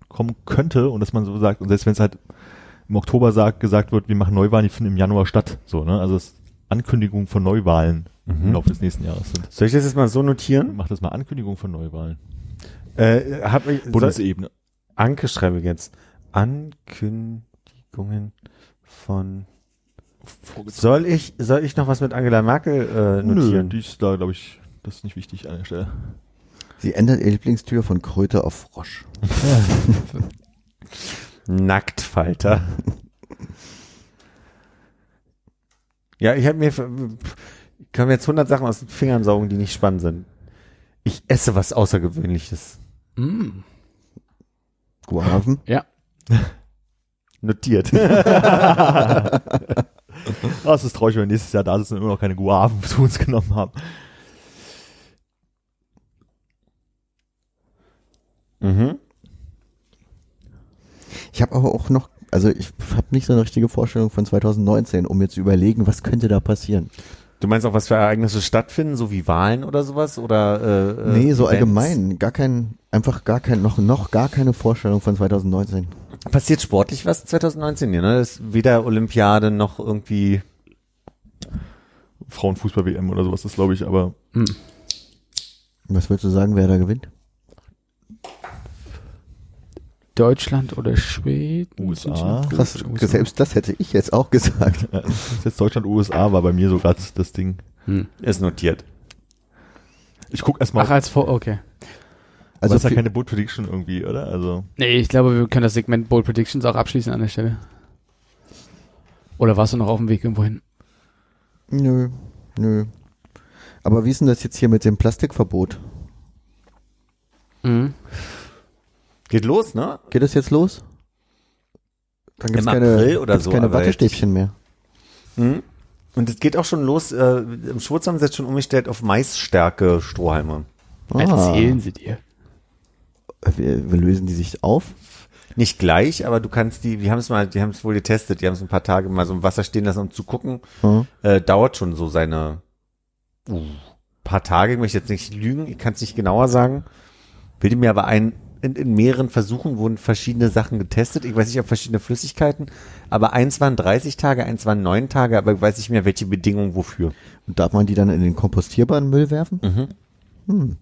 C: kommen könnte und dass man so sagt, und selbst wenn es halt im Oktober sagt, gesagt wird, wir machen Neuwahlen, die finden im Januar statt, so, ne, also es Ankündigung von Neuwahlen
D: Mhm.
C: im Laufe des nächsten Jahres sind.
D: Soll ich das jetzt mal so notieren?
C: Macht das mal Ankündigung von Neuwahlen.
D: Äh, hab ich, soll,
C: Bundesebene.
D: Anke schreibe ich jetzt. Ankündigungen von. Soll ich, soll ich noch was mit Angela Merkel äh,
C: Nö,
D: notieren?
C: die ist da, glaube ich, das ist nicht wichtig an der Stelle.
B: Sie ändert ihre Lieblingstür von Kröte auf Frosch.
D: Nacktfalter. ja, ich habe mir, ich kann mir jetzt 100 Sachen aus den Fingern saugen, die nicht spannend sind. Ich esse was Außergewöhnliches.
E: Mm.
B: Guaven?
D: Notiert.
C: Ah, es ist traurig, wenn wir nächstes Jahr da sitzen und immer noch keine Guaven zu uns genommen haben.
D: mhm.
B: Ich habe aber auch noch, also ich habe nicht so eine richtige Vorstellung von 2019, um mir zu überlegen, was könnte da passieren.
D: Du meinst auch, was für Ereignisse stattfinden, so wie Wahlen oder sowas? Oder, äh, äh,
B: nee, so
D: Events?
B: allgemein, gar kein, einfach gar kein, noch, noch gar keine Vorstellung von 2019.
D: Passiert sportlich was 2019 hier, ne? Das ist weder Olympiade noch irgendwie.
C: Frauenfußball-WM oder sowas ist, glaube ich, aber
E: Hm.
B: Was würdest du sagen, wer da gewinnt?
E: Deutschland oder Schweden?
C: USA.
B: Krass, selbst das hätte ich jetzt auch gesagt.
C: Ja, das ist jetzt Deutschland, USA war bei mir so gerade das Ding.
E: Hm.
D: Ist notiert.
C: Ich guck erstmal,
E: Ach,
C: mal,
E: als vor, okay.
C: also
B: Also
C: ist ja
B: für,
C: keine Boot Prediction irgendwie, oder? Also
E: Nee, ich glaube, wir können das Segment Bold Predictions auch abschließen an der Stelle. Oder warst du noch auf dem Weg irgendwo hin?
B: nö, nö. Aber wie ist denn das jetzt hier mit dem Plastikverbot?
E: Mhm.
D: Geht los, ne?
B: Geht das jetzt los? Dann gibt es
D: Im
B: keine,
D: April oder
B: gibt's
D: so,
B: keine
D: aber jetzt-
B: Wattestäbchen mehr.
D: Mhm. Und es geht auch schon los, äh, im Schwurz haben sie jetzt schon umgestellt auf Maisstärke Strohhalme.
E: Ah. Erzählen sie dir.
B: Ah. Äh, Wir, wir lösen die sich auf.
D: Nicht gleich, aber du kannst die, die haben es mal, die haben es wohl getestet, die haben es ein paar Tage mal so im Wasser stehen lassen, um zu gucken.
B: Hm.
D: Äh, dauert schon so seine uh, paar Tage, ich möchte jetzt nicht lügen, ich kann es nicht genauer sagen. Bilde mir aber ein, in, in mehreren Versuchen wurden verschiedene Sachen getestet. Ich weiß nicht, ob verschiedene Flüssigkeiten, aber eins waren 30 Tage, eins waren 9 Tage, aber ich weiß nicht mehr, welche Bedingungen wofür.
B: Und darf man die dann in den kompostierbaren Müll werfen?
D: Mhm.
B: Hm.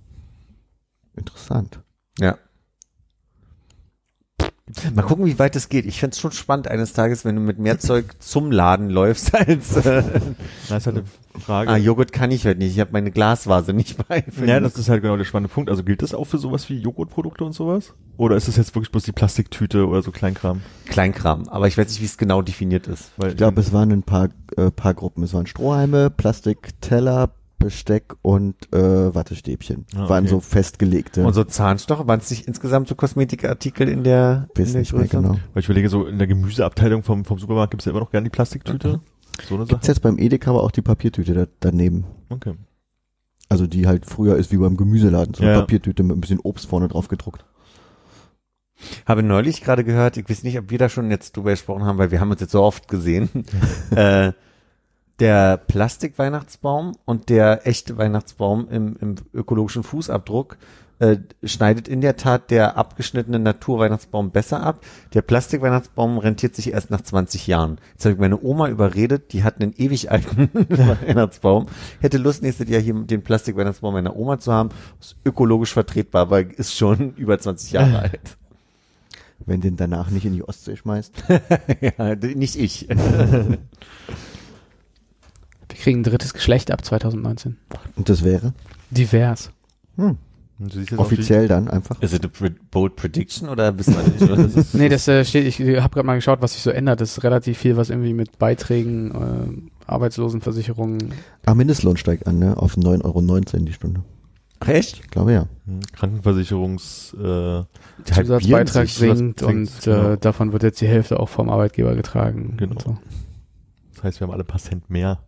B: Interessant.
D: Ja. Mal gucken, wie weit es geht. Ich find's schon spannend eines Tages, wenn du mit mehr Zeug zum Laden läufst als äh,
C: Das ist halt eine Frage.
D: Ah, Joghurt kann ich heute nicht. Ich habe meine Glasvase nicht bei.
C: ja, das ist halt genau der spannende Punkt. Also gilt das auch für sowas wie Joghurtprodukte und sowas? Oder ist es jetzt wirklich bloß die Plastiktüte oder so Kleinkram?
D: Kleinkram. Aber ich weiß nicht, wie es genau definiert ist.
C: Weil
B: Ich glaube, es waren ein paar, äh, paar Gruppen. Es waren Strohhalme, Plastikteller, Besteck und äh, Wattestäbchen.
C: Ah,
B: Waren
C: okay.
B: so festgelegte.
D: Und so Zahnstocher, waren es nicht insgesamt so Kosmetikartikel in der, in
B: Wissen
D: der
B: nicht mehr
D: Größe?
B: genau.
C: Weil ich überlege, so in der Gemüseabteilung vom, vom Supermarkt gibt's ja immer noch gerne die Plastiktüte. So eine
B: Gibt's
C: Sache.
B: jetzt beim Edeka aber auch die Papiertüte da, daneben.
C: Okay.
B: Also die halt früher ist wie beim Gemüseladen. So eine
C: Ja.
B: Papiertüte mit ein bisschen Obst vorne drauf gedruckt.
D: Habe neulich gerade gehört, ich weiß nicht, ob wir da schon jetzt drüber gesprochen haben, weil wir haben uns jetzt so oft gesehen. äh, der Plastikweihnachtsbaum und der echte Weihnachtsbaum im, im ökologischen Fußabdruck äh, schneidet in der Tat der abgeschnittene Naturweihnachtsbaum besser ab. Der Plastikweihnachtsbaum rentiert sich erst nach 20 Jahren. Jetzt habe ich meine Oma überredet, die hat einen ewig alten Weihnachtsbaum. Hätte Lust, nächstes Jahr hier den Plastikweihnachtsbaum meiner Oma zu haben. Ist ökologisch vertretbar, aber ist schon über 20 Jahre alt.
B: Wenn den danach nicht in die Ostsee schmeißt.
D: Ja, d- nicht ich.
E: Wir kriegen ein drittes Geschlecht ab 2019.
B: Und das wäre
E: Divers.
C: Und du siehst jetzt auch die-
B: offiziell dann einfach.
D: Is it a pre- bold prediction oder wissen wir nicht? Das
E: Nee, das äh, steht, ich habe gerade mal geschaut, was sich so ändert. Das ist relativ viel, was irgendwie mit Beiträgen, äh, Arbeitslosenversicherungen.
B: Ah, Mindestlohn steigt an, ne? Auf 9,19 Euro die Stunde.
D: Ach, echt?
B: Ich glaube ja.
C: Hm, Krankenversicherungs äh, die halbieren
E: Zusatzbeitrag
C: sich, sowas
E: sinkt
C: sinkt,
E: und
C: genau.
E: äh, davon wird jetzt die Hälfte auch vom Arbeitgeber getragen.
C: Genau.
E: und So.
C: Das heißt, wir haben alle ein paar Cent mehr.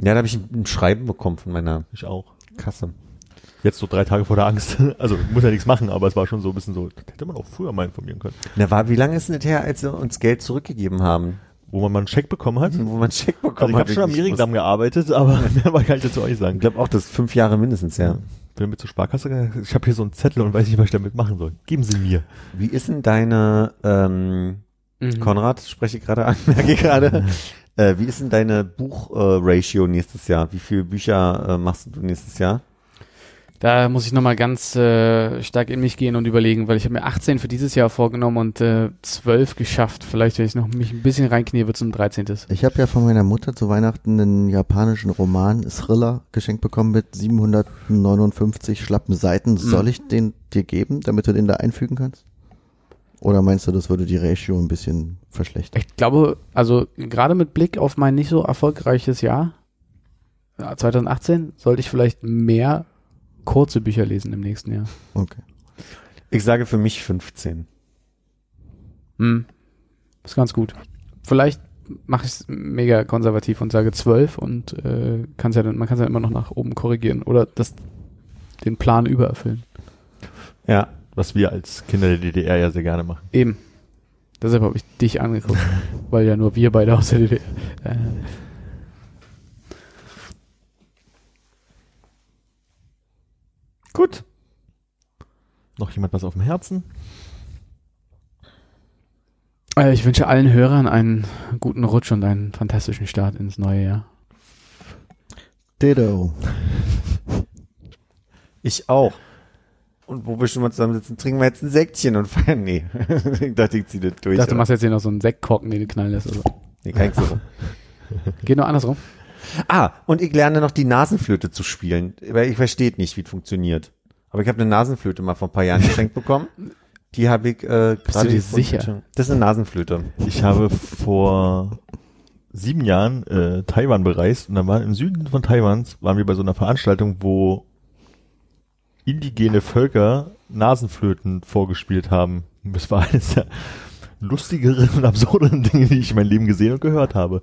D: Ja, da habe ich ein ein Schreiben bekommen von meiner
C: Ich auch.
D: Kasse.
C: Jetzt so drei Tage vor der Angst. Also muss ja nichts machen, aber es war schon so ein bisschen so, das hätte man auch früher mal informieren können.
D: Na, war, wie lange ist denn das her, als sie uns Geld zurückgegeben haben?
C: Wo man mal einen Scheck bekommen
E: Mhm.
C: hat.
D: Wo man einen Scheck
C: Also
D: bekommen
C: ich
D: hat.
C: habe schon am Mirigendamm gearbeitet, aber mehr war ich halt dazu auch nicht
D: Ich
C: sagen.
D: glaube auch, das ist fünf Jahre mindestens, ja.
C: Bin mit zur Sparkasse gegangen, ich habe hier so einen Zettel und weiß nicht, was ich damit machen soll. Geben Sie mir.
D: Wie ist denn deine, ähm,
E: Mhm.
D: Konrad, spreche ich gerade an, merke ich gerade. Äh, wie ist denn deine Buch-Ratio nächstes Jahr? Wie viele Bücher äh, machst du nächstes Jahr?
E: Da muss ich nochmal ganz äh, stark in mich gehen und überlegen, weil ich habe mir 18 für dieses Jahr vorgenommen und äh, 12 geschafft. Vielleicht, wenn ich noch mich ein bisschen reinknie, wird es ein 13.
B: Ich habe ja von meiner Mutter zu Weihnachten einen japanischen Roman, Thriller, geschenkt bekommen mit 759 schlappen Seiten. Soll ich den dir geben, damit du den da einfügen kannst? Oder meinst du, das würde die Ratio ein bisschen verschlechtern?
E: Ich glaube, also gerade mit Blick auf mein nicht so erfolgreiches Jahr ja, 2018 sollte ich vielleicht mehr kurze Bücher lesen im nächsten Jahr.
B: Okay.
D: Ich sage für mich 15.
E: Hm. Ist ganz gut. Vielleicht mache ich es mega konservativ und sage 12 und äh, kann's ja dann, man kann es ja immer noch nach oben korrigieren oder das, den Plan übererfüllen.
D: Ja.
C: Was wir als Kinder der DDR ja sehr gerne machen.
E: Eben. Deshalb habe ich dich angeguckt, weil ja nur wir beide aus der DDR. Äh,
D: Gut.
C: Noch jemand was auf dem Herzen?
E: äh, ich wünsche allen Hörern einen guten Rutsch und einen fantastischen Start ins neue Jahr.
B: Ditto.
D: Ich auch. Und wo wir schon mal zusammensitzen, trinken wir jetzt ein Säckchen und feiern. Nee, ich dachte, ich ziehe das durch.
E: Ich dachte, du
D: aber-
E: machst jetzt hier noch so einen Sektkorken, den du knallen lässt. Also.
D: nee, kann ich so.
E: Geht noch andersrum.
D: Ah, und ich lerne noch die Nasenflöte zu spielen, weil ich verstehe nicht, wie es funktioniert. Aber ich habe eine Nasenflöte mal vor ein paar Jahren geschenkt bekommen. Die habe ich äh, gerade
E: dir
D: gefunden.
E: sicher?
D: Das ist eine Nasenflöte.
C: Ich habe vor sieben Jahren äh, Taiwan bereist und dann waren im Süden von Taiwans waren wir bei so einer Veranstaltung, wo indigene Völker Nasenflöten vorgespielt haben. Das war eines der lustigeren und absurderen Dinge, die ich in meinem Leben gesehen und gehört habe.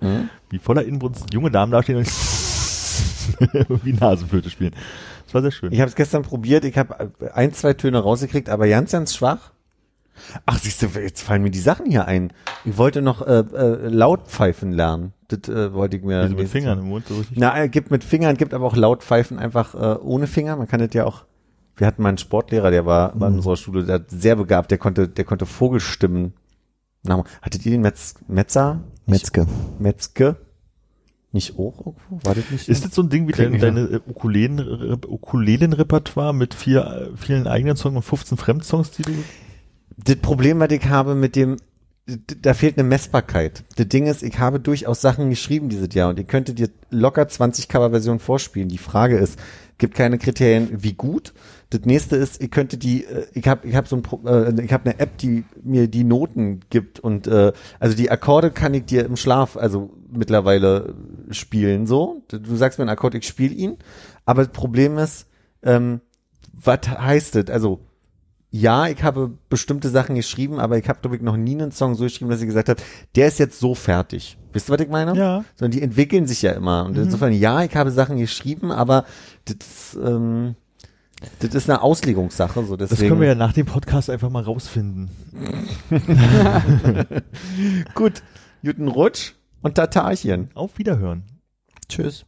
C: Wie voller Inbrunst junge Damen dastehen und wie Nasenflöte spielen. Das war sehr schön.
D: Ich habe es gestern probiert, ich habe äh, ein, zwei Töne rausgekriegt, aber ganz, ganz schwach. Ach, siehst du, jetzt fallen mir die Sachen hier ein. Ich wollte noch äh, äh, laut pfeifen lernen. Das äh, wollte ich mir.
C: also mit Fingern im Mund so richtig.
D: Na, äh, gibt mit Fingern, gibt aber auch laut pfeifen einfach äh, ohne Finger. Man kann das ja auch. Wir hatten mal einen Sportlehrer, der war bei unserer Schule, der hat sehr begabt, der konnte, der konnte Vogelstimmen. nachmachen. Hattet ihr den Metz, Metzer?
B: Metzke.
D: Nicht- Metzke? Nicht auch irgendwo? War das nicht?
C: Ist das so ein Ding wie dein, deine äh, Ukulelen, Ukulelen-Repertoire mit vier, äh, vielen eigenen Songs und 15 Fremdsongs, die du.
D: das Problem, was ich habe mit dem, d- da fehlt eine Messbarkeit. Das Ding ist, ich habe durchaus Sachen geschrieben dieses Jahr und ich könnte dir locker 20 Coverversionen vorspielen. Die Frage ist, gibt keine Kriterien, wie gut. Das nächste ist, ich könnte die, äh, ich habe, ich habe so ein, Pro- äh, ich habe eine App, die mir die Noten gibt und äh, also die Akkorde kann ich dir im Schlaf, also mittlerweile spielen so. Du- Du sagst mir einen Akkord, ich spiele ihn. Aber das Problem ist, ähm, was heißt das? Also ja, ich habe bestimmte Sachen geschrieben, aber ich habe, glaube ich, noch nie einen Song so geschrieben, dass ich gesagt habe, der ist jetzt so fertig. Wisst ihr, was ich meine?
C: Ja. Mhm.
D: Sondern die entwickeln sich ja immer. Und insofern, ja, ich habe Sachen geschrieben, aber das, ähm, das ist eine Auslegungssache. So deswegen.
C: Das können wir ja nach dem Podcast einfach mal rausfinden.
D: Gut, Juten Rutsch und Tatarchen.
C: Auf Wiederhören.
B: Tschüss.